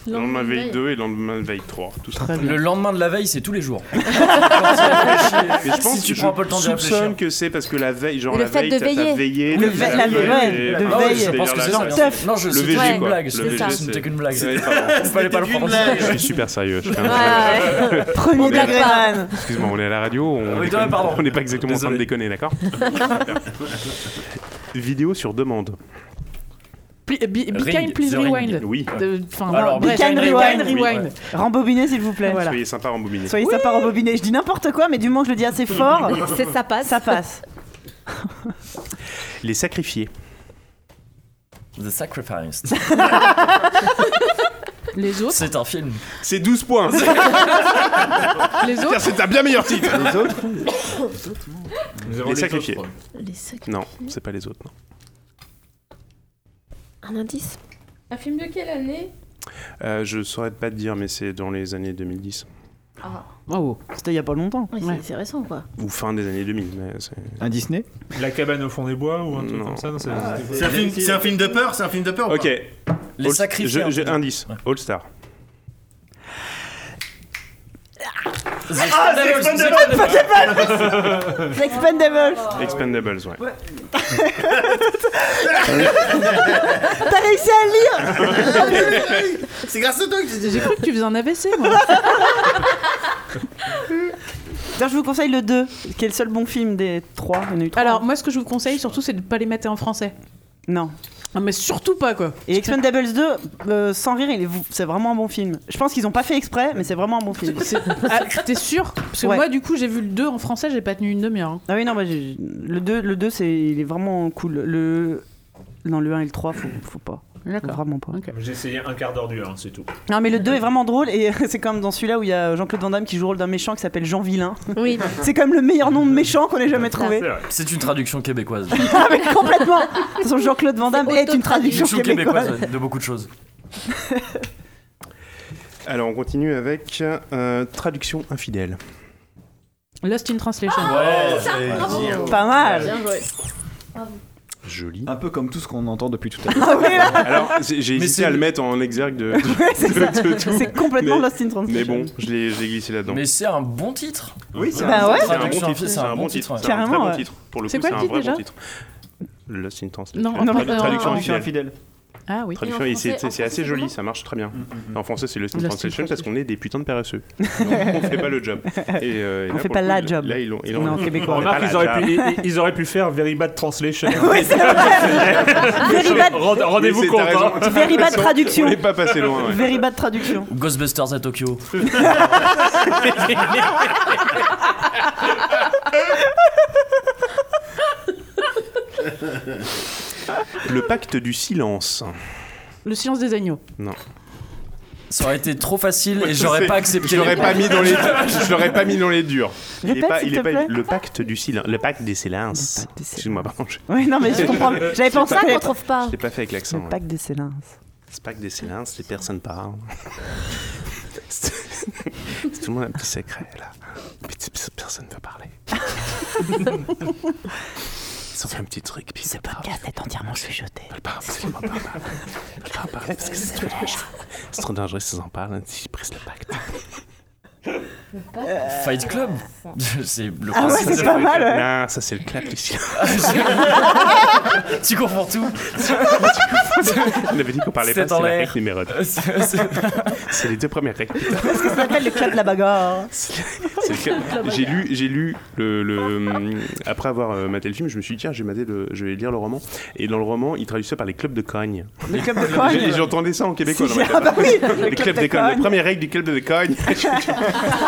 Speaker 9: Le lendemain de veille 2 et le lendemain de veille 3. Tout ça.
Speaker 12: Le lendemain de la veille, c'est tous les jours.
Speaker 9: Mais je pense
Speaker 12: Si tu
Speaker 9: que
Speaker 12: prends un peu le temps
Speaker 9: je
Speaker 12: d'y réfléchir. hein.
Speaker 9: soupçonne que c'est parce que la veille, genre
Speaker 12: Et le
Speaker 9: la
Speaker 12: fait
Speaker 9: veille,
Speaker 12: de
Speaker 9: t'as t'as
Speaker 12: veiller.
Speaker 9: veillé,
Speaker 12: Le
Speaker 9: t'as
Speaker 12: ve-
Speaker 9: fait
Speaker 12: la veille,
Speaker 9: et-
Speaker 12: ouais.
Speaker 9: et-
Speaker 12: Ah ouais, je
Speaker 9: et-
Speaker 12: pense que c'est ça,
Speaker 9: et-
Speaker 12: bien sûr. Non, je-
Speaker 9: le
Speaker 12: c'était
Speaker 9: VG,
Speaker 12: une
Speaker 9: quoi.
Speaker 12: blague,
Speaker 9: Le
Speaker 12: c'était
Speaker 9: VG,
Speaker 12: ça.
Speaker 9: c'est-
Speaker 12: C'était qu'une blague.
Speaker 9: Ouais, pardon.
Speaker 12: Il fallait pas le prendre.
Speaker 9: Je suis super sérieux. je fais un-
Speaker 12: Ouais, ouais. Premier
Speaker 9: On est à-
Speaker 12: degré, Anne.
Speaker 9: Excuse-moi, on est à la radio, on
Speaker 12: oui,
Speaker 9: déconne-
Speaker 12: ouais, pardon.
Speaker 9: on n'est pas exactement en train de
Speaker 12: Désolé.
Speaker 9: déconner, d'accord Vidéo sur demande.
Speaker 2: Pl- Be, be
Speaker 9: Ring,
Speaker 2: kind, please
Speaker 9: The Ring.
Speaker 2: rewind.
Speaker 9: Oui.
Speaker 2: De- enfin,
Speaker 9: Alors,
Speaker 2: be
Speaker 9: bref.
Speaker 2: kind,
Speaker 9: Be kind,
Speaker 2: rewind.
Speaker 9: rewind.
Speaker 2: rewind.
Speaker 1: Rembobinez, s'il vous plaît.
Speaker 9: Soyez sympa, Rembobiner.
Speaker 1: Soyez sympa, rembobinez. Je dis n'importe quoi, mais du moment que je le dis assez fort,
Speaker 9: C'est- ça
Speaker 1: passe. Ça passe.
Speaker 9: Les sacrifiés.
Speaker 12: The Sacrifice.
Speaker 2: Les autres
Speaker 12: C'est un film.
Speaker 9: C'est 12 points.
Speaker 2: Les autres
Speaker 9: C'est un bien meilleur titre.
Speaker 12: Les autres
Speaker 9: Les,
Speaker 12: les
Speaker 9: sacrifiés.
Speaker 12: autres.
Speaker 6: Les sacrifiés.
Speaker 9: Non, c'est pas les autres. non.
Speaker 13: Un indice
Speaker 6: Un film de quelle année
Speaker 9: Euh, je saurais pas te dire, mais c'est dans les années 2010.
Speaker 6: Ah,
Speaker 1: Waouh, c'était il y a pas longtemps.
Speaker 6: oui, c'est- c'est récent quoi.
Speaker 9: Ou fin des années 2000. Mais c'est-
Speaker 5: Un Disney
Speaker 4: La cabane au fond des bois ou un truc
Speaker 9: Non.
Speaker 4: comme ça non, c'est-
Speaker 9: Ah,
Speaker 4: c'est-
Speaker 16: C'est un, film- c'est un film de peur C'est un film de peur ou
Speaker 9: Ok.
Speaker 16: pas
Speaker 9: All-
Speaker 16: sacrifiés,
Speaker 9: je- J'ai
Speaker 16: en fait.
Speaker 9: indice. All Star.
Speaker 16: Ah, c'est
Speaker 1: Expendables. Expendables.
Speaker 9: Expendables, ouais.
Speaker 1: T'as réussi à le lire
Speaker 16: C'est grâce à toi que
Speaker 2: J'ai cru que tu faisais un AVC, moi.
Speaker 1: D'ailleurs, je vous conseille le 2, qui est le seul bon film des 3.
Speaker 2: Alors, moi, ce que je vous conseille surtout, c'est de ne pas les mater en français.
Speaker 1: Non.
Speaker 2: Ah, mais surtout pas, quoi.
Speaker 1: Et Expendables 2, euh, sans rire, il est- c'est vraiment un bon film. Je pense qu'ils ont pas fait exprès, mais c'est vraiment un bon film.
Speaker 2: Ah, T'es sûr Parce que
Speaker 1: Ouais.
Speaker 2: moi, du coup, j'ai vu le 2 en français, j'ai pas tenu une demi-heure. hein.
Speaker 1: Ah oui, non, bah, j'ai- le 2, le 2 c'est, il est vraiment cool. Le... Non, le 1 et le 3, faut, faut pas.
Speaker 2: D'accord.
Speaker 1: Vraiment pas.
Speaker 4: J'ai essayé un quart d'heure du 1, c'est tout.
Speaker 1: Non, mais le 2 est vraiment drôle et c'est comme dans celui-là où il y a Jean-Claude Van Damme qui joue le rôle d'un méchant qui s'appelle Jean Vilain.
Speaker 6: Oui.
Speaker 1: c'est comme le meilleur nom de méchant qu'on ait jamais trouvé.
Speaker 12: C'est une traduction québécoise.
Speaker 1: Ah, mais complètement De toute façon, Jean-Claude Van Damme est, une traduction québécoise.
Speaker 12: ouais, de beaucoup de choses.
Speaker 9: Alors, on continue avec euh, traduction infidèle.
Speaker 2: Lost in Translation.
Speaker 6: Ah,
Speaker 12: Ouais,
Speaker 1: Pas mal. Bien
Speaker 6: joué.
Speaker 9: Joli.
Speaker 5: Un peu comme tout ce qu'on entend depuis tout à
Speaker 2: Ah
Speaker 1: l'heure.
Speaker 9: Alors, c'est- j'ai
Speaker 12: Mais
Speaker 9: hésité
Speaker 12: c'est-
Speaker 9: à le mettre en exergue de,
Speaker 1: c'est
Speaker 9: de-
Speaker 1: ça.
Speaker 9: de tout.
Speaker 1: C'est complètement
Speaker 9: mais,
Speaker 1: Lost in Translation.
Speaker 9: Mais bon, je l'ai je l'ai glissé là-dedans.
Speaker 12: Mais c'est un bon titre.
Speaker 9: Oui,
Speaker 12: c'est
Speaker 1: Bah un- ouais.
Speaker 9: c'est un,
Speaker 12: Traduction
Speaker 9: bon titre.
Speaker 12: infidèle,
Speaker 9: euh, C'est un bon titre.
Speaker 12: ouais.
Speaker 9: C'est un très
Speaker 1: Carrément,
Speaker 9: bon
Speaker 1: ouais.
Speaker 9: titre. Pour le coup,
Speaker 1: C'est
Speaker 9: c'est
Speaker 1: quoi
Speaker 9: un
Speaker 1: le titre
Speaker 9: vrai bon
Speaker 1: déjà
Speaker 9: titre. Lost in Translation.
Speaker 2: Non, non,
Speaker 9: Tradu-
Speaker 2: non,
Speaker 9: traduction
Speaker 2: non, non.
Speaker 9: infidèle.
Speaker 2: Ah oui.
Speaker 9: Traduction, et c'est- c'est c'est assez joli, ça marche très bien. En français, c'est Lost in
Speaker 1: Lost in
Speaker 9: Translation parce qu'on est des putains de paresseux. Donc, on fait pas le job. Et, euh, et
Speaker 1: On
Speaker 9: là,
Speaker 1: fait
Speaker 9: pour
Speaker 1: pas
Speaker 9: le
Speaker 1: la
Speaker 9: coup,
Speaker 1: job.
Speaker 9: Là, ils l'ont. ils l'ont-
Speaker 1: Non,
Speaker 9: on fait
Speaker 1: québécois.
Speaker 9: pas
Speaker 4: Remarque,
Speaker 9: la
Speaker 4: ils auraient, pu,
Speaker 9: job.
Speaker 4: ils, ils auraient pu faire Very Bad Translation.
Speaker 1: Oui, c'est vrai. Very bad-
Speaker 4: Rende- Rendez-vous
Speaker 9: Oui, c'est-
Speaker 4: compte.
Speaker 9: t'as raison.
Speaker 4: hein.
Speaker 1: Very bad traduction.
Speaker 9: On n'est pas passé loin. ouais.
Speaker 1: Very bad traduction.
Speaker 12: Ghostbusters à Tokyo.
Speaker 9: Le pacte du silence.
Speaker 2: Le silence des agneaux.
Speaker 9: Non.
Speaker 12: Ça aurait été trop facile et
Speaker 9: Je
Speaker 12: j'aurais
Speaker 9: sais,
Speaker 12: pas accepté.
Speaker 9: Je l'aurais
Speaker 12: les-
Speaker 9: pas mis dans les. Je l'aurais pas mis dans les durs. Il est
Speaker 1: Répète,
Speaker 9: pas-
Speaker 1: s'il
Speaker 9: il
Speaker 1: te
Speaker 9: est pas-
Speaker 1: plaît.
Speaker 9: Le pacte du silence. Le pacte des silences. Excuse-moi, pardon. je-
Speaker 1: Oui, non, mais je comprends. J'avais pensé
Speaker 9: C'est
Speaker 1: que-
Speaker 9: ça qu'on trouve pas. Je l'ai pas fait avec l'accent,
Speaker 1: Le pack de Célins.
Speaker 9: Ce pacte des silences, les personnes parlent. C'est c'est tout le monde un petit secret là. Puis, tu- Personne ne veut parler. Ils ont fait un petit truc. Puis ce podcast
Speaker 1: est entièrement chuchoté.
Speaker 9: Ils veulent pas, absolument pas. parler. Ils veulent pas en parler parce que c'est trop dangereux. C'est trop dangereux s'ils en parlent. Ils brisent le pacte.
Speaker 12: Euh, Fight Club. c'est le
Speaker 1: Ah ouais,
Speaker 12: principe
Speaker 1: c'est
Speaker 12: de-
Speaker 1: pas mal, ouais.
Speaker 9: Non, ça c'est le clap du silence.
Speaker 12: tu comprends tout.
Speaker 9: On avait dit qu'on parlait
Speaker 12: C'est
Speaker 9: pas,
Speaker 12: en
Speaker 9: c'est la
Speaker 12: l'air.
Speaker 9: règle numéro deux.
Speaker 12: C'est- c'est-
Speaker 9: C'est les deux premières règles.
Speaker 1: Qu'est-ce que ça s'appelle le club de la bagarre
Speaker 9: C'est le cas. J'ai lu, j'ai lu le, le- après avoir euh, maté le film, je me suis dit tiens, je vais mater le- je vais lire le roman. Et dans le roman, il traduit ça par les clubs de cogne.
Speaker 1: Les clubs de cogne.
Speaker 9: Et J'entendais ça en québécois.
Speaker 1: C'est
Speaker 9: dans ma
Speaker 1: génial.
Speaker 9: tête.
Speaker 1: Ah bah oui, les
Speaker 9: les
Speaker 1: clubs
Speaker 9: clubs
Speaker 1: de
Speaker 9: de cogne.
Speaker 1: cogne.
Speaker 9: Les premières règles du club de cogne.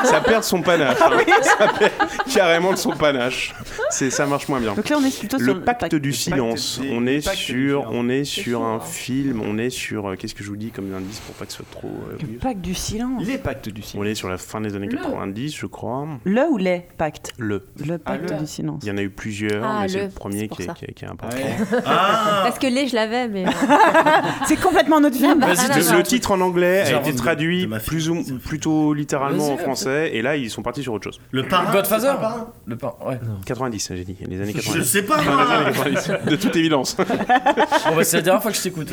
Speaker 9: ça perd son panache.
Speaker 1: Ah
Speaker 9: hein. Ça perd carrément de son panache. C'est ça marche moins bien.
Speaker 1: Donc là, on est plutôt
Speaker 9: le
Speaker 1: sur
Speaker 9: pacte, du silence. on est sur, on est sur
Speaker 1: hein.
Speaker 9: un film. On est sur, euh, qu'est-ce que je vous dis comme indice pour pas que ce soit trop. euh,
Speaker 1: Le pacte du silence.
Speaker 5: Les pactes du silence.
Speaker 9: on est sur la fin des années
Speaker 1: Le.
Speaker 9: 90, je crois.
Speaker 1: Le ou les pactes
Speaker 9: Le.
Speaker 1: Le pacte
Speaker 9: le.
Speaker 1: du silence.
Speaker 9: Il y en a eu plusieurs,
Speaker 1: Ah,
Speaker 9: mais c'est
Speaker 1: le,
Speaker 9: le premier qui
Speaker 1: ça.
Speaker 9: est, qui, est, qui est important.
Speaker 15: Ah,
Speaker 21: Parce que les, je l'avais, mais.
Speaker 13: euh.
Speaker 1: C'est complètement notre
Speaker 13: Ah Bah,
Speaker 1: film.
Speaker 21: Vas-y,
Speaker 9: Le- le, titre en anglais a
Speaker 15: J'invente
Speaker 9: été
Speaker 15: de-
Speaker 9: traduit plus ou, plutôt littéralement
Speaker 12: Vas-y,
Speaker 9: en français, et là ils sont partis sur autre chose.
Speaker 15: Le parrain,
Speaker 12: Godfather.
Speaker 15: c'est pas le parrain
Speaker 12: Le parrain, ouais.
Speaker 9: 90, j'ai dit, les années
Speaker 15: Je
Speaker 9: 90.
Speaker 15: sais pas,
Speaker 9: Enfin, les
Speaker 15: moi.
Speaker 9: années 90, De toute évidence.
Speaker 12: Bon, bah, c'est la dernière fois que je t'écoute.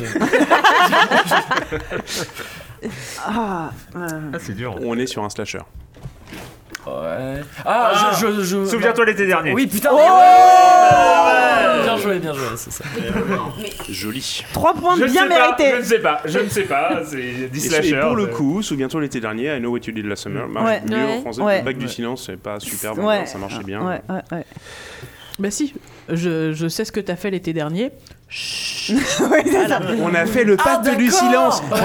Speaker 1: Ah,
Speaker 9: c'est dur. On est sur un slasher.
Speaker 12: Ouais. Ah,
Speaker 4: Ah.
Speaker 12: je, je, je-
Speaker 4: Souviens-toi l'été dernier.
Speaker 12: Oui, putain.
Speaker 4: Oh
Speaker 12: mais ouais, ouais.
Speaker 4: Ouais.
Speaker 12: bien joué, bien joué, c'est ça.
Speaker 9: Joli.
Speaker 1: Trois points
Speaker 4: Je ne
Speaker 1: bien
Speaker 4: sais pas,
Speaker 1: mérités.
Speaker 4: je ne sais pas, je ne sais pas, c'est
Speaker 9: Et
Speaker 4: des
Speaker 9: c'est-
Speaker 4: slashers,
Speaker 9: Et pour le
Speaker 4: c'est-
Speaker 9: coup, souviens-toi l'été dernier, I Know What You Did Last Summer, marche
Speaker 1: Ouais.
Speaker 9: mieux
Speaker 1: Ouais.
Speaker 9: en français.
Speaker 1: Ouais.
Speaker 9: Le bac du
Speaker 1: Ouais.
Speaker 9: silence, c'est pas super, mais
Speaker 1: Ouais.
Speaker 9: ça marchait bien.
Speaker 1: Ouais, ouais, ouais.
Speaker 2: Bah si, je, je sais ce que t'as fait l'été dernier. Chut. Voilà.
Speaker 9: On a fait le
Speaker 2: Ah,
Speaker 9: pacte du
Speaker 2: d'accord.
Speaker 9: silence. On a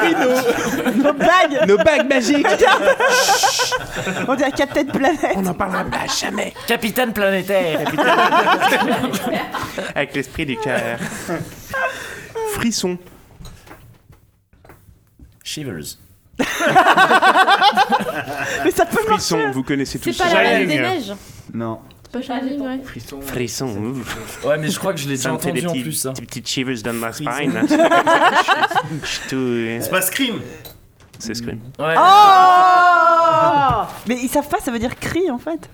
Speaker 9: pris, on a pris nos...
Speaker 1: bagues.
Speaker 9: Nos bagues magiques.
Speaker 1: On dirait Captain Planète.
Speaker 9: On n'en parlera pas jamais.
Speaker 12: Capitaine planétaire.
Speaker 9: Avec l'esprit du cœur. Frisson.
Speaker 12: Shivers.
Speaker 1: Mais ça peut
Speaker 9: Frisson, vous connaissez tous.
Speaker 6: C'est pas la reine des neiges.
Speaker 5: Non.
Speaker 6: C'est pas Shining, ouais.
Speaker 12: Frisson.
Speaker 9: Frisson.
Speaker 12: Ouais, mais je crois que je l'ai déjà
Speaker 9: Ça me fait
Speaker 12: entendu
Speaker 9: des
Speaker 12: en
Speaker 9: petits-
Speaker 12: plus. hein. Ça.
Speaker 9: Des petites shivers dans ma
Speaker 12: Frisson.
Speaker 9: spine. hein. Je suis tout-
Speaker 15: C'est pas Scream
Speaker 9: C'est Scream.
Speaker 12: Ouais.
Speaker 1: Oh Mais ils savent pas, ça veut dire cri en fait.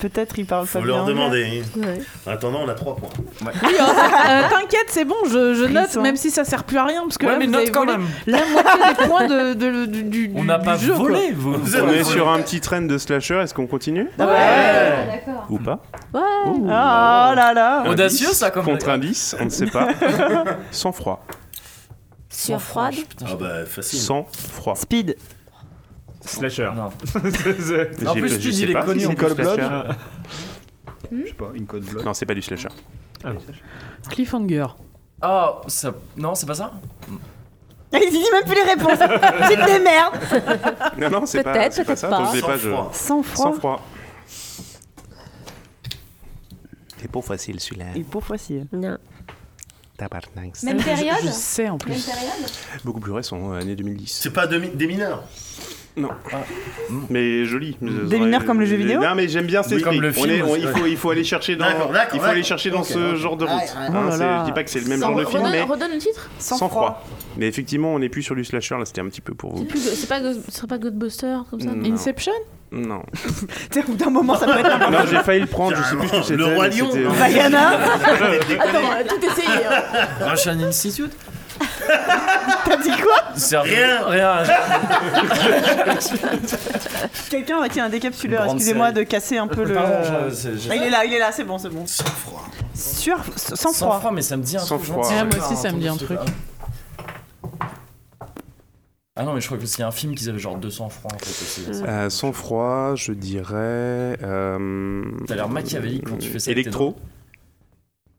Speaker 1: Peut-être ils parlent
Speaker 15: Faut
Speaker 1: pas
Speaker 15: leur
Speaker 1: bien anglais.
Speaker 15: demander.
Speaker 1: Ouais.
Speaker 15: En attendant, on a 3 points.
Speaker 2: Oui, alors, euh, T'inquiète, c'est bon, je, je note,
Speaker 1: Frisson.
Speaker 2: même si ça sert plus à rien, parce que
Speaker 1: Ouais,
Speaker 2: là,
Speaker 1: mais
Speaker 2: vous
Speaker 1: note
Speaker 2: avez
Speaker 1: quand
Speaker 2: volé
Speaker 1: même.
Speaker 2: la moitié des points de, de- du, du-
Speaker 12: On n'a
Speaker 2: du
Speaker 12: pas
Speaker 2: jeu, quoi.
Speaker 12: volé, vous.
Speaker 9: Vous On est sur un petit train de slasher, est-ce qu'on continue
Speaker 12: Ouais.
Speaker 1: D'accord.
Speaker 9: Ou pas
Speaker 1: Ouais. oh là là.
Speaker 12: Ah, Audacieux,
Speaker 9: Indice,
Speaker 12: ça, comme-
Speaker 9: Contre indice, on ne sait pas. Sans froid.
Speaker 21: Sur froide.
Speaker 15: Ah bah facile.
Speaker 9: Sans froid.
Speaker 1: Speed.
Speaker 4: Slasher.
Speaker 12: Non.
Speaker 9: J'ai-
Speaker 12: En plus,
Speaker 9: je
Speaker 12: Speed,
Speaker 9: sais
Speaker 12: il est
Speaker 9: pas
Speaker 12: connu
Speaker 9: si
Speaker 12: en
Speaker 9: c'est
Speaker 12: Cold
Speaker 9: du
Speaker 12: Blood.
Speaker 9: slasher.
Speaker 5: Je sais pas, une code blood.
Speaker 9: Non, c'est pas du slasher. Ah
Speaker 2: Cliffhanger.
Speaker 1: Oh
Speaker 12: Ah, ça... non, c'est pas ça
Speaker 1: Ils disent Ah, même plus les réponses. C'est des merdes.
Speaker 9: Non, non, c'est pas,
Speaker 1: Peut-être,
Speaker 9: c'est pas
Speaker 1: peut-être
Speaker 9: ça.
Speaker 1: pas.
Speaker 9: attends, je l'ai pas, je-
Speaker 1: Sans froid. Sans
Speaker 9: Sans
Speaker 1: froid.
Speaker 9: froid. C'est pas facile celui-là.
Speaker 1: Et pour facile. Non.
Speaker 9: Tabarnak.
Speaker 6: Même période
Speaker 2: Je sais en plus.
Speaker 6: Même
Speaker 1: oh.
Speaker 6: période
Speaker 9: Beaucoup plus récent, euh, année 2010.
Speaker 15: C'est pas demi- des mineurs
Speaker 9: Non.
Speaker 16: Ah.
Speaker 9: Mais joli.
Speaker 1: Des mineurs comme le jeu vidéo
Speaker 9: Non, mais j'aime bien ces
Speaker 15: Oui, comme le film,
Speaker 9: il,
Speaker 15: ouais.
Speaker 9: faut, il faut aller chercher dans,
Speaker 15: D'accord, d'accord,
Speaker 9: il faut aller
Speaker 15: d'accord.
Speaker 9: chercher dans
Speaker 15: Ok,
Speaker 9: ce
Speaker 15: ok.
Speaker 9: genre de route.
Speaker 15: Ah, ah,
Speaker 9: Hein,
Speaker 15: oh là
Speaker 9: c'est-
Speaker 15: là.
Speaker 9: je dis pas que c'est le même
Speaker 6: Sans-
Speaker 9: genre de film,
Speaker 6: redonne,
Speaker 9: mais
Speaker 6: redonne le titre
Speaker 9: sans, froid. Mais effectivement, on n'est plus sur du slasher, là c'était un petit peu pour vous.
Speaker 6: C'est plus- C'est pas, Ghost- ce serait pas Ghostbuster comme ça
Speaker 9: Non. Inception Non.
Speaker 1: Au bout d'un moment, ça peut être un
Speaker 9: Non, j'ai failli le prendre, je sais plus ce que c'était.
Speaker 15: Le Roi
Speaker 9: mais
Speaker 15: Lion.
Speaker 9: c'était- euh,
Speaker 1: Bah,
Speaker 6: Attends, euh, tout essayé. hein.
Speaker 12: Russian Institute
Speaker 1: T'as dit quoi
Speaker 12: C'est
Speaker 15: Rien.
Speaker 12: Rien.
Speaker 1: Quelqu'un aurait un décapsuleur,
Speaker 12: Une grande
Speaker 1: excusez-moi de
Speaker 12: série.
Speaker 1: casser un peu le.
Speaker 12: Pardon, je- c'est- je-
Speaker 1: Ah, il est là, il est là, c'est bon, c'est bon. Sans
Speaker 15: froid.
Speaker 1: Sur... Sans
Speaker 12: Sans
Speaker 1: froid.
Speaker 12: froid, mais ça me dit un
Speaker 9: Sans
Speaker 12: truc.
Speaker 9: froid.
Speaker 12: j'en sais
Speaker 9: Ah,
Speaker 2: moi
Speaker 12: pas,
Speaker 2: aussi, ça me dit un
Speaker 12: truc.
Speaker 2: truc.
Speaker 12: Ah non, mais je crois que c'est un film qu'ils avaient genre 200 francs. En fait, aussi.
Speaker 9: Euh, sans froid, je dirais. Euh...
Speaker 12: T'as l'air machiavélique quand tu fais ça avec tes
Speaker 9: Électro.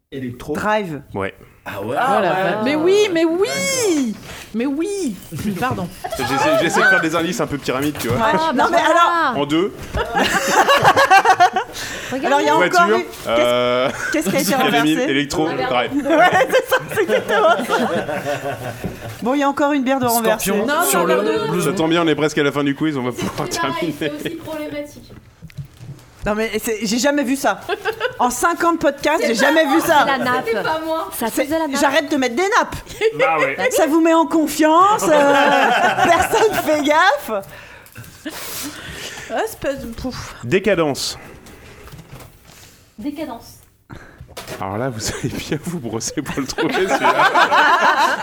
Speaker 5: Électro.
Speaker 1: Drive.
Speaker 9: Ouais.
Speaker 12: Ah ouais
Speaker 2: Oh la vache. Mais oui, mais oui Mais oui Pardon.
Speaker 9: J'essaie j'essaie de faire des indices un peu pyramide, tu vois.
Speaker 1: Ah, non, mais alors.
Speaker 9: En deux.
Speaker 1: Alors, il y a
Speaker 9: voiture.
Speaker 1: encore eu.
Speaker 9: euh,
Speaker 1: qu'est-ce qui a été
Speaker 9: Académie,
Speaker 1: renversé
Speaker 9: Électro. Drive.
Speaker 1: Ouais, c'est ça, c'est exactement ça. Bon, il y a encore une bière de renversée.
Speaker 12: Scorpion sur le
Speaker 9: Ça
Speaker 12: blouson.
Speaker 9: tombe bien, on est presque à la fin du quiz, on va pouvoir
Speaker 6: C'est pareil, c'est aussi
Speaker 9: terminer.
Speaker 6: problématique.
Speaker 1: Non, mais c'est- j'ai jamais vu ça. En 50 podcasts, Ah, j'ai jamais vu ça.
Speaker 21: La nappe.
Speaker 6: C'était pas moi.
Speaker 21: Ça
Speaker 1: C'est-
Speaker 21: faisait la nappe.
Speaker 1: J'arrête de mettre des nappes.
Speaker 4: Bah ouais.
Speaker 1: Ça vous met en confiance. euh, personne fait gaffe.
Speaker 2: Ah, c'est pas... Pouf.
Speaker 9: Décadence.
Speaker 6: Décadence.
Speaker 9: Alors là, vous allez bien vous brosser pour le trouver, celui-là.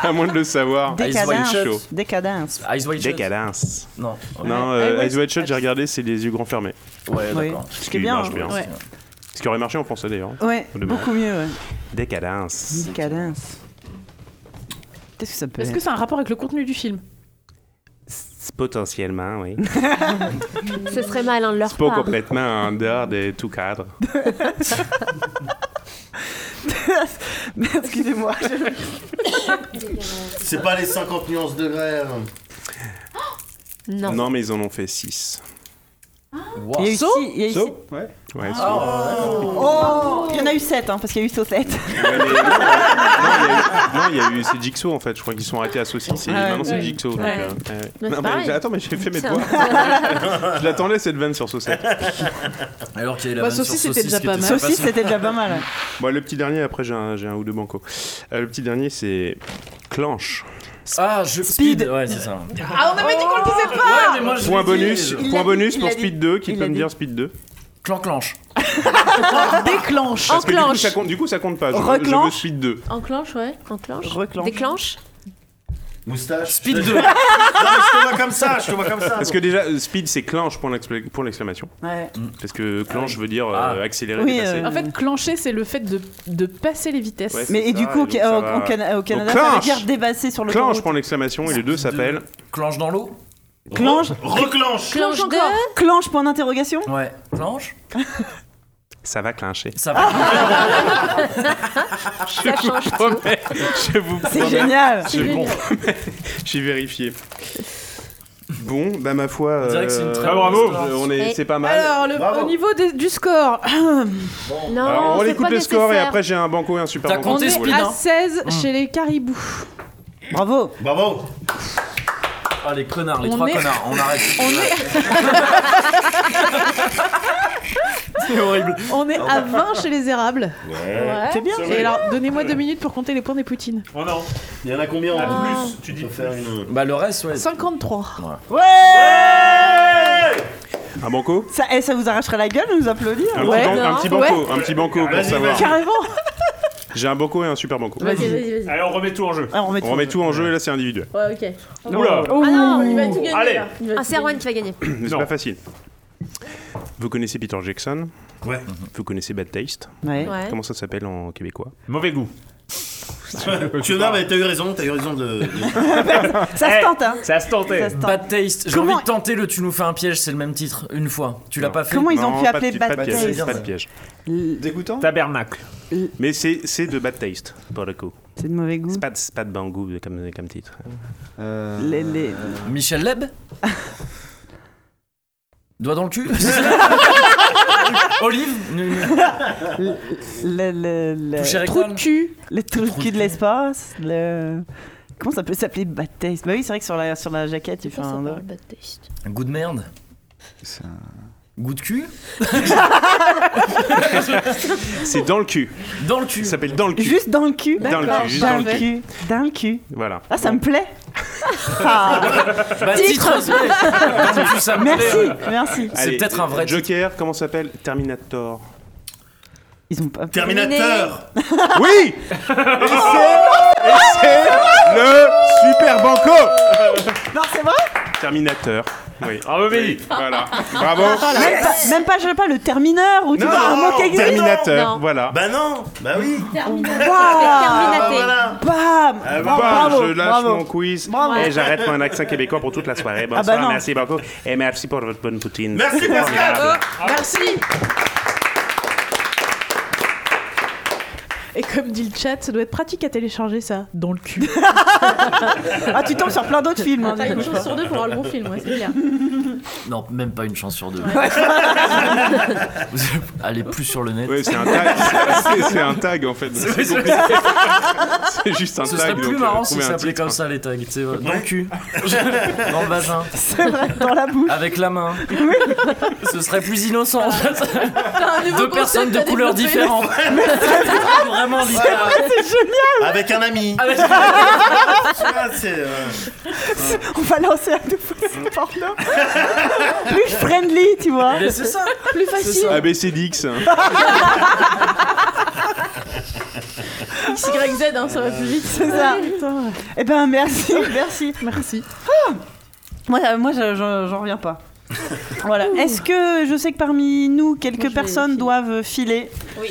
Speaker 9: à moins de le savoir.
Speaker 1: Décadence.
Speaker 9: C'est chaud.
Speaker 1: Décadence.
Speaker 12: Ice White Shut.
Speaker 9: Décadence.
Speaker 12: Non.
Speaker 9: Non, euh, Eyes Wide Shut, j'ai regardé, c'est les yeux grands fermés.
Speaker 12: Ouais,
Speaker 1: Oui.
Speaker 12: d'accord.
Speaker 1: Ce
Speaker 9: Ce
Speaker 1: qui est
Speaker 9: qui
Speaker 1: bien,
Speaker 9: marche
Speaker 1: hein.
Speaker 9: bien.
Speaker 1: Ouais.
Speaker 9: Ce qui aurait marché en français d'ailleurs.
Speaker 1: Ouais,
Speaker 9: Demain.
Speaker 1: beaucoup mieux. ouais.
Speaker 9: Décadence.
Speaker 1: Décadence. Qu'est-ce que ça peut
Speaker 2: Est-ce
Speaker 1: être
Speaker 2: que c'est un rapport avec le contenu du film
Speaker 9: Potentiellement, oui.
Speaker 13: Ce serait malin de leur
Speaker 9: C'est pas
Speaker 13: part.
Speaker 9: complètement en dehors de tout cadre.
Speaker 1: Mais Excusez-moi. je-
Speaker 15: C'est pas les 50 nuances de grève.
Speaker 9: Non, mais ils en ont fait 6.
Speaker 12: Wow.
Speaker 1: Il y a eu
Speaker 2: So
Speaker 1: six- Oh, il y a eu six-
Speaker 5: Ouais.
Speaker 1: Ah.
Speaker 9: Ouais, ils sont-
Speaker 1: Oh, il y en a eu 7, hein, parce qu'il y a eu saucette.
Speaker 9: Ouais, mais non, non, il y a eu- non, il y a eu, c'est Jigsaw en fait. Je crois qu'ils sont arrêtés à saucisse. et
Speaker 1: Ah ouais.
Speaker 9: maintenant c'est
Speaker 1: Ouais.
Speaker 9: Jigsaw. donc,
Speaker 1: Ouais.
Speaker 9: euh, ouais.
Speaker 1: Mais
Speaker 9: Non,
Speaker 1: c'est
Speaker 9: mais
Speaker 1: pareil.
Speaker 9: j'ai- attends, mais j'ai fait mes
Speaker 1: C'est
Speaker 9: doigts. je l'attendais cette vanne sur Saucette.
Speaker 12: Alors qu'il y a la
Speaker 2: Bah,
Speaker 12: vanne
Speaker 2: saucisse,
Speaker 12: sur
Speaker 2: c'était déjà
Speaker 12: qui
Speaker 2: pas
Speaker 12: était
Speaker 2: mal.
Speaker 12: sympa,
Speaker 1: Saucisse,
Speaker 12: ça.
Speaker 1: c'était déjà pas mal.
Speaker 9: Bon, le petit dernier. Après, j'ai un, j'ai un ou deux banco. Euh, le petit dernier, c'est clenche.
Speaker 12: Ah, je... Speed Ouais, c'est ça.
Speaker 3: Ah, on avait dit qu'on le disait
Speaker 12: Ouais,
Speaker 3: pas
Speaker 12: mais moi, je l'ai
Speaker 9: Point
Speaker 12: dit.
Speaker 9: bonus,
Speaker 1: Il
Speaker 9: point
Speaker 1: l'a
Speaker 9: bonus
Speaker 1: dit, il
Speaker 9: pour
Speaker 1: l'a dit.
Speaker 9: Speed 2 qui
Speaker 1: Il
Speaker 9: peut
Speaker 1: l'a
Speaker 9: me
Speaker 1: dit.
Speaker 9: dire Speed 2.
Speaker 12: Clan-clanche.
Speaker 1: Déclenche.
Speaker 9: Parce que du coup, ça compte, du coup, ça compte pas. Je, veux- je veux
Speaker 1: Reclenche.
Speaker 9: Speed 2.
Speaker 6: Enclenche, ouais.
Speaker 13: Enclenche.
Speaker 1: Reclenche.
Speaker 13: Déclenche.
Speaker 16: Moustache.
Speaker 15: Speed
Speaker 16: Je-
Speaker 15: 2.
Speaker 16: Non, mais je te vois comme ça, je te vois comme ça.
Speaker 9: Parce que déjà, euh, speed c'est clenche pour l'excla- pour l'exclamation.
Speaker 1: Ouais.
Speaker 9: Parce que clenche veut dire euh, accélérer,
Speaker 2: Oui,
Speaker 9: dépasser.
Speaker 2: euh, en fait, clencher, c'est le fait de, de passer les vitesses.
Speaker 9: Ouais,
Speaker 1: Mais
Speaker 9: c'est
Speaker 1: et du
Speaker 9: ça,
Speaker 1: coup, au,
Speaker 9: et donc ça
Speaker 1: au-
Speaker 9: va.
Speaker 1: au Cana- au Canada,
Speaker 9: Donc,
Speaker 1: ça veut
Speaker 9: clenche.
Speaker 1: dire débasser sur le
Speaker 9: Clenche pour l'exclamation et les deux s'appellent.
Speaker 15: Clenche dans l'eau
Speaker 1: Clenche.
Speaker 15: Reclenche
Speaker 1: Clenche de Clenche point d'interrogation
Speaker 15: Ouais. Clenche
Speaker 9: Ça va clencher.
Speaker 15: Ça va.
Speaker 9: Je vous promets. Je vous
Speaker 1: C'est
Speaker 9: promets.
Speaker 1: génial. C'est
Speaker 9: Je vous
Speaker 1: génial.
Speaker 9: promets. J'ai vérifié. Bon, bah ma foi.
Speaker 15: On dirait que c'est une
Speaker 9: euh,
Speaker 15: très
Speaker 9: ah,
Speaker 15: bonne
Speaker 9: bravo.
Speaker 15: histoire.
Speaker 9: je- on est,
Speaker 15: Et-
Speaker 9: c'est pas mal.
Speaker 2: Alors, le- au niveau des- du score,
Speaker 13: Non,
Speaker 9: Alors, on
Speaker 2: c'est
Speaker 9: écoute
Speaker 2: pas
Speaker 9: le score et
Speaker 2: nécessaire.
Speaker 9: après j'ai un banco et un super
Speaker 15: T'as hein.
Speaker 9: banco.
Speaker 2: on
Speaker 9: si vous
Speaker 2: est
Speaker 9: voulez.
Speaker 2: à
Speaker 15: Mmh.
Speaker 2: 16
Speaker 9: Mm.
Speaker 2: chez les caribous.
Speaker 1: Bravo.
Speaker 16: Bravo.
Speaker 15: Ah, les connards, les
Speaker 2: On
Speaker 15: trois
Speaker 2: est-
Speaker 15: connards, on arrête.
Speaker 2: On est,
Speaker 15: C'est horrible.
Speaker 2: on est à 20 chez les érables.
Speaker 16: Ouais.
Speaker 2: C'est bien. Et alors, donnez-moi deux minutes pour compter les points des poutines.
Speaker 15: Oh non.
Speaker 16: Il y en a combien en
Speaker 2: Ah.
Speaker 16: plus Tu dis faire une.
Speaker 15: Bah, le reste, ouais.
Speaker 2: 53.
Speaker 1: Ouais,
Speaker 9: Un banco
Speaker 1: ça, eh, ça vous arracherait la gueule de nous applaudir
Speaker 9: un, petit ban- un petit banco, un petit banco pour
Speaker 1: Vas-y,
Speaker 9: savoir.
Speaker 1: vas-y. Carrément.
Speaker 9: J'ai un banco et un super banco.
Speaker 4: Vas-y.
Speaker 6: vas-y,
Speaker 4: Allez, on remet tout en jeu.
Speaker 1: on remet,
Speaker 9: On remet tout en jeu et là c'est individuel.
Speaker 6: Ouais, ok.
Speaker 1: Oh.
Speaker 9: Oula.
Speaker 6: Ah non, il va tout gagner.
Speaker 9: Allez.
Speaker 6: là. Il va
Speaker 21: Ah,
Speaker 6: tout
Speaker 21: c'est Erwan qui va gagner.
Speaker 9: Mais c'est pas facile. Vous connaissez Peter Jackson Ouais. Vous connaissez Bad Taste
Speaker 1: Ouais.
Speaker 21: Ouais.
Speaker 9: Comment ça s'appelle en québécois Mauvais goût.
Speaker 16: Tu non, mais t'as eu raison, t'as eu raison de.
Speaker 1: Ça se tente, hein
Speaker 4: Ça se tentait.
Speaker 15: Bad Taste, j'ai
Speaker 1: Comment-
Speaker 15: envie de tenter le Tu nous fais un piège, c'est le même titre, une fois. Tu l'as pas fait
Speaker 1: Comment ils ont pu appeler Bad
Speaker 9: Pas de piège.
Speaker 1: Taste
Speaker 9: Pas de piège.
Speaker 5: Dégoûtant
Speaker 4: Tabernacle.
Speaker 9: Mais c'est c'est de Bad Taste, pour le coup.
Speaker 1: C'est de mauvais goût.
Speaker 9: C'est pas de, c'est pas de bon goût comme, comme titre.
Speaker 1: Les- les-
Speaker 15: Michel Leb Doigt dans le cul Olive
Speaker 1: le, le, le-
Speaker 15: Toucher rectal.
Speaker 1: trou de cul, le trou de cul de l'espace, le... Comment ça peut s'appeler bad taste Bah oui, c'est vrai que sur la, sur la jaquette, il fait un...
Speaker 15: Un goût de merde Goût de cul
Speaker 9: C'est dans le cul.
Speaker 15: Dans le cul.
Speaker 9: Ça s'appelle dans le cul.
Speaker 1: Juste dans le cul
Speaker 9: Dans le cul, juste dans le cul.
Speaker 1: Dans le cul.
Speaker 9: Voilà.
Speaker 1: Ah, ça me plaît Ah.
Speaker 15: Bah, titre
Speaker 4: Ah,
Speaker 15: Tu sais, ça me
Speaker 1: Merci,
Speaker 15: plaît, ouais.
Speaker 1: merci.
Speaker 15: C'est
Speaker 9: Allez,
Speaker 15: peut-être un vrai
Speaker 9: Joker, comment s'appelle Terminator.
Speaker 1: Ils ont pas.
Speaker 16: Terminateur
Speaker 9: Oui Et c'est- et c'est le super banco
Speaker 1: Non, c'est vrai
Speaker 9: Terminator. Oui.
Speaker 4: Bravo, Mélie.
Speaker 9: Voilà. Bravo.
Speaker 1: même, pas, même pas, je sais pas, le Terminateur ou tu vois, un mot qui existe.
Speaker 9: Terminateur, voilà.
Speaker 16: Bah non Bah oui
Speaker 1: Waouh.
Speaker 16: Ah, bah voilà.
Speaker 1: Bam
Speaker 9: Ah,
Speaker 1: Bravo,
Speaker 9: bah,
Speaker 1: bravo,
Speaker 9: je lâche
Speaker 1: bravo.
Speaker 9: mon quiz
Speaker 1: Bravo. Ah, bah
Speaker 9: et j'arrête mon accent québécois pour toute la soirée. Bonsoir,
Speaker 1: non.
Speaker 9: merci beaucoup et merci pour votre bonne poutine.
Speaker 16: Merci,
Speaker 9: C'est
Speaker 16: Pascal. Oh,
Speaker 9: formidable.
Speaker 2: Merci. Et comme dit le chat, ça doit être pratique à télécharger ça dans le cul.
Speaker 1: Ah, tu tombes sur plein d'autres films. hein,
Speaker 6: T'as une
Speaker 1: dis donc.
Speaker 6: chance sur deux pour avoir le bon film, ouais, c'est clair.
Speaker 15: Non, même pas une chance sur deux. Vous allez plus sur le net.
Speaker 9: Ouais, c'est un tag. C'est- C'est un tag en fait. C'est compliqué. C'est juste un
Speaker 15: Ce
Speaker 9: tag.
Speaker 15: serait plus
Speaker 9: donc, euh,
Speaker 15: marrant si
Speaker 9: trouver
Speaker 15: ça
Speaker 9: un
Speaker 15: s'appelait
Speaker 9: titre.
Speaker 15: comme ça les tags. tu sais, ouais. Dans le cul, dans le vagin,
Speaker 1: C'est vrai, dans la bouche.
Speaker 15: avec la main. Ce serait plus innocent en fait. Deux personnes de couleurs différentes. Vraiment littéral.
Speaker 1: C'est génial
Speaker 16: Avec un ami
Speaker 15: Avec-
Speaker 16: Tu vois, c'est, euh,
Speaker 1: On va lancer un nouveau porno. Plus friendly, tu vois.
Speaker 15: Mais Eh ben, c'est ça.
Speaker 2: Plus
Speaker 15: C'est
Speaker 2: facile.
Speaker 15: ça.
Speaker 9: ABCDX.
Speaker 1: Ah,
Speaker 6: XYZ, hein, ça va plus vite.
Speaker 1: C'est ça. Eh ben, merci, merci. Ah.
Speaker 2: Merci.
Speaker 1: Moi, euh, moi je- je- j'en reviens pas. Voilà. Est-ce que je sais que parmi nous, quelques personnes doivent filer
Speaker 21: Oui.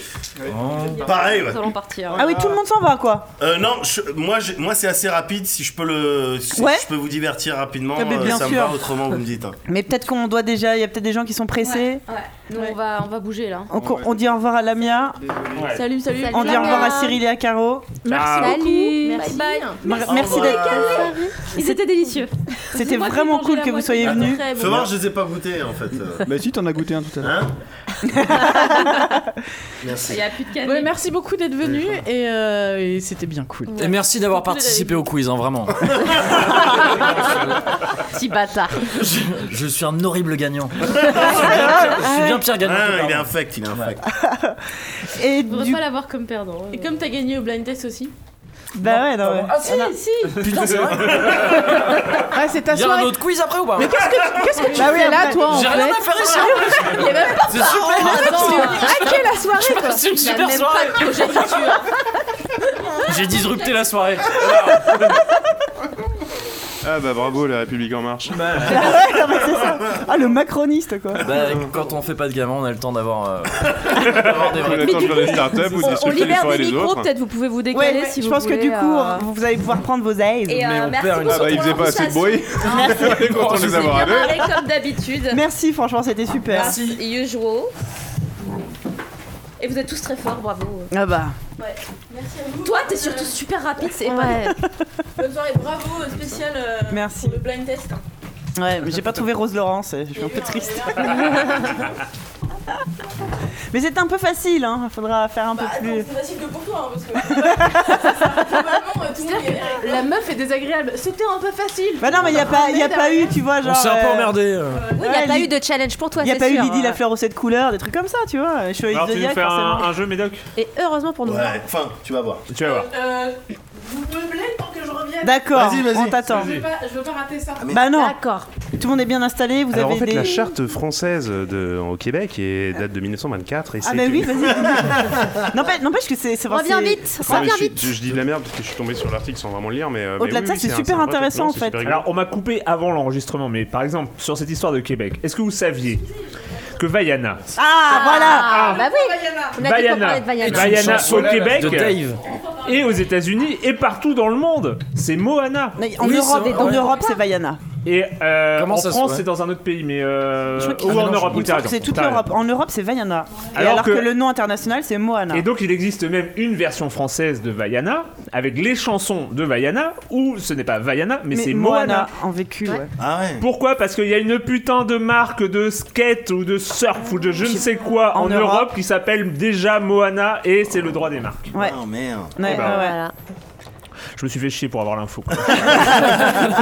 Speaker 16: Pareil, ouais.
Speaker 21: Nous allons partir.
Speaker 1: Ah oui, tout le monde s'en va, quoi.
Speaker 16: Euh, non, je- moi, je- moi c'est assez rapide. Si je peux le, si
Speaker 1: Ouais.
Speaker 16: je peux vous divertir rapidement,
Speaker 1: Ah, mais
Speaker 16: euh,
Speaker 1: bien
Speaker 16: ça
Speaker 1: sûr.
Speaker 16: me va. Autrement, vous me dites. hein.
Speaker 1: Mais peut-être qu'on doit déjà. Il y a peut-être des gens qui sont pressés.
Speaker 6: Ouais, nous on va, on va bouger là.
Speaker 1: On, co- on dit au revoir à Lamia.
Speaker 6: Salut, salut.
Speaker 1: On dit au revoir à
Speaker 6: Lamia.
Speaker 1: Cyril et à Caro.
Speaker 6: Merci
Speaker 9: Ciao.
Speaker 6: beaucoup. Merci. Bye
Speaker 1: Mar-
Speaker 6: bye.
Speaker 1: Ah. Merci d'être
Speaker 6: Ils étaient délicieux.
Speaker 1: C'était
Speaker 6: Moi, j'ai
Speaker 1: vraiment
Speaker 6: mangé
Speaker 1: cool
Speaker 6: la
Speaker 1: que vous
Speaker 6: moitié.
Speaker 1: soyez venus.
Speaker 6: Très bon.
Speaker 16: Fais voir, je les ai pas goûtés en fait. euh.
Speaker 5: Bah si, t'en as goûté un tout à l'heure.
Speaker 16: Hein
Speaker 5: Hein
Speaker 16: Merci.
Speaker 6: Il y a plus de canne.
Speaker 2: Ouais, merci beaucoup d'être venu et, euh, et c'était bien cool.
Speaker 15: Et merci d'avoir participé au quiz, hein, vraiment.
Speaker 6: Petit bâtard.
Speaker 15: Je, je suis un horrible gagnant. Je suis bien- je suis bien pire gagnant.
Speaker 16: Ah,
Speaker 15: que
Speaker 16: il est
Speaker 15: perdant.
Speaker 16: infect, il est infect.
Speaker 1: Et
Speaker 6: Faudrait
Speaker 1: du.
Speaker 6: pas l'avoir comme perdant. Et comme t'as gagné au blind test aussi.
Speaker 1: Bah ouais, non, ouais.
Speaker 15: Ah si,
Speaker 6: Si,
Speaker 15: putain, c'est vrai.
Speaker 2: Ah, c'est ta
Speaker 15: Il y a un
Speaker 2: soirée.
Speaker 15: autre quiz après ou pas
Speaker 2: Qu'est-ce que tu, qu'est-ce que tu
Speaker 1: Bah oui,
Speaker 2: fais là,
Speaker 1: après.
Speaker 2: toi, en
Speaker 15: J'ai rien
Speaker 2: fait
Speaker 15: à faire ici en plus.
Speaker 6: il y a même pas
Speaker 15: C'est super.
Speaker 2: Hacker la soirée
Speaker 15: Je passe une
Speaker 6: Il a
Speaker 15: super
Speaker 6: même
Speaker 15: soirée.
Speaker 6: pas de projet futur.
Speaker 15: J'ai disrupté la soirée.
Speaker 9: Ah bah bravo la République en marche.
Speaker 1: ouais, non, mais c'est ça. Ah, le macroniste, quoi.
Speaker 15: Bah, quand on fait pas de gamin, on a le temps d'avoir. euh, d'avoir des
Speaker 9: On a le
Speaker 15: vrais
Speaker 9: temps de faire des startups ou des
Speaker 15: On-
Speaker 3: On
Speaker 9: structures qui
Speaker 3: libère
Speaker 9: sont
Speaker 3: des
Speaker 9: les
Speaker 3: micros,
Speaker 9: autres.
Speaker 3: peut-être vous pouvez vous décaler
Speaker 1: Ouais,
Speaker 3: si
Speaker 1: je
Speaker 3: vous
Speaker 1: pense que
Speaker 3: voulez,
Speaker 1: du coup,
Speaker 3: euh,
Speaker 1: vous allez pouvoir prendre vos aides.
Speaker 3: Et, euh, Mais on merci perd une- beaucoup
Speaker 9: Ah bah, ils
Speaker 3: pour Ah,
Speaker 9: faisaient pas assez de bruit.
Speaker 1: Merci.
Speaker 9: On est content de les avoir à deux.
Speaker 3: Parler comme d'habitude.
Speaker 1: Merci, franchement, c'était super.
Speaker 3: Merci. Usual. Et vous êtes tous très forts, bravo.
Speaker 1: Ah bah.
Speaker 6: Ouais. Merci à vous.
Speaker 3: Toi, t'es surtout super rapide, c'est pas mal.
Speaker 6: Bonne soirée, bravo, euh, spécial euh,
Speaker 1: Merci.
Speaker 6: pour le blind test.
Speaker 1: Ouais, mais j'ai pas trouvé Rose Laurence, je suis un peu triste. mais c'était un peu facile, hein. Faudra faire un
Speaker 6: Bah,
Speaker 1: peu
Speaker 6: attends,
Speaker 1: plus.
Speaker 6: c'est facile que pour toi, hein, parce que. Globalement, euh, tout le monde
Speaker 1: C'est-à-dire
Speaker 6: galère.
Speaker 1: que
Speaker 6: La meuf est désagréable. C'était un peu facile.
Speaker 1: Bah non, mais y a pas, y a pas eu, tu vois, genre.
Speaker 15: On s'est un peu
Speaker 1: euh,
Speaker 15: emmerdé. euh.
Speaker 21: Oui, il n'y a
Speaker 1: Ouais,
Speaker 21: pas
Speaker 1: Lyd-
Speaker 21: eu de challenge pour toi,
Speaker 1: Y a
Speaker 21: c'est
Speaker 1: pas eu
Speaker 21: sûr,
Speaker 1: Lydie
Speaker 21: hein.
Speaker 1: la fleur aux sept couleurs, des trucs comme ça, tu vois. Je suis
Speaker 4: Alors, tu veux
Speaker 1: Zodiac,
Speaker 4: faire un,
Speaker 1: forcément.
Speaker 4: un jeu, Médoc
Speaker 21: Et heureusement pour nous.
Speaker 16: Ouais, enfin, tu vas voir.
Speaker 4: Tu vas voir.
Speaker 6: Euh, vous meublez tant que je revienne.
Speaker 1: D'accord, Vas-y, vas-y. on t'attend.
Speaker 6: Je veux pas, je veux pas rater
Speaker 14: Ah,
Speaker 6: ça.
Speaker 1: Bah non. Tout le monde est bien installé, vous
Speaker 9: Alors
Speaker 1: avez
Speaker 9: en fait,
Speaker 1: des.
Speaker 9: la charte française de, au Québec est, date de 1924 et
Speaker 1: Ah
Speaker 9: c'est
Speaker 1: bah
Speaker 9: une-
Speaker 1: oui, vas-y. N'empêche- N'empêche que c'est. c'est-
Speaker 21: Reviens
Speaker 1: c'est-
Speaker 21: vite,
Speaker 9: Non, mais je, suis- je- je dis de la merde parce que je suis tombé sur l'article sans vraiment le lire, mais euh, mais oui, oui, un- un vrai truc. Non, c'est super rigolo.
Speaker 4: Alors, on m'a coupé avant l'enregistrement, mais par exemple, sur cette histoire de Québec, est-ce que vous saviez que Vaiana,
Speaker 1: Ah,
Speaker 21: voilà Bah oui On a dit qu'on
Speaker 4: Vaiana,
Speaker 21: parlait de Vaiana.
Speaker 4: Eh ben, Vaiana au Québec
Speaker 15: de Dave.
Speaker 4: et aux États-Unis et partout dans le monde, c'est Moana.
Speaker 1: Mais en Oui, Europe- c'est- en ouais. Europe, c'est Vaiana.
Speaker 4: Et euh,
Speaker 1: Comment
Speaker 4: en
Speaker 1: ça se-
Speaker 4: France,
Speaker 1: ouais.
Speaker 4: c'est dans un autre pays, mais euh,
Speaker 1: Je crois qu'il-
Speaker 4: ou en
Speaker 1: Ah,
Speaker 4: Europe.
Speaker 1: il me
Speaker 4: oui, t'as
Speaker 1: semble que
Speaker 4: raison,
Speaker 1: c'est toute
Speaker 4: t'as raison.
Speaker 1: l'europe. En Europe, c'est Vaiana. Et
Speaker 4: Alors
Speaker 1: alors, que...
Speaker 4: que
Speaker 1: le nom international, c'est Moana.
Speaker 4: Et donc il existe même une version française de Vaiana avec les chansons de Vaiana où ce n'est pas Vaiana mais,
Speaker 1: Mais
Speaker 4: c'est
Speaker 1: Moana
Speaker 4: Moana.
Speaker 1: en vécu. Ah Ouais.
Speaker 4: Ah Pourquoi Parce qu'il y a une putain de marque de skate ou de surf ou de je ne sais quoi en,
Speaker 1: En
Speaker 4: Europe,
Speaker 1: Europe.
Speaker 4: qui s'appelle déjà Moana et c'est le droit des marques.
Speaker 1: Ouais.
Speaker 16: Oh merde.
Speaker 1: Ouais,
Speaker 4: Eh ben,
Speaker 1: ouais.
Speaker 4: Je me suis fait chier pour avoir l'info. quoi.
Speaker 1: Ah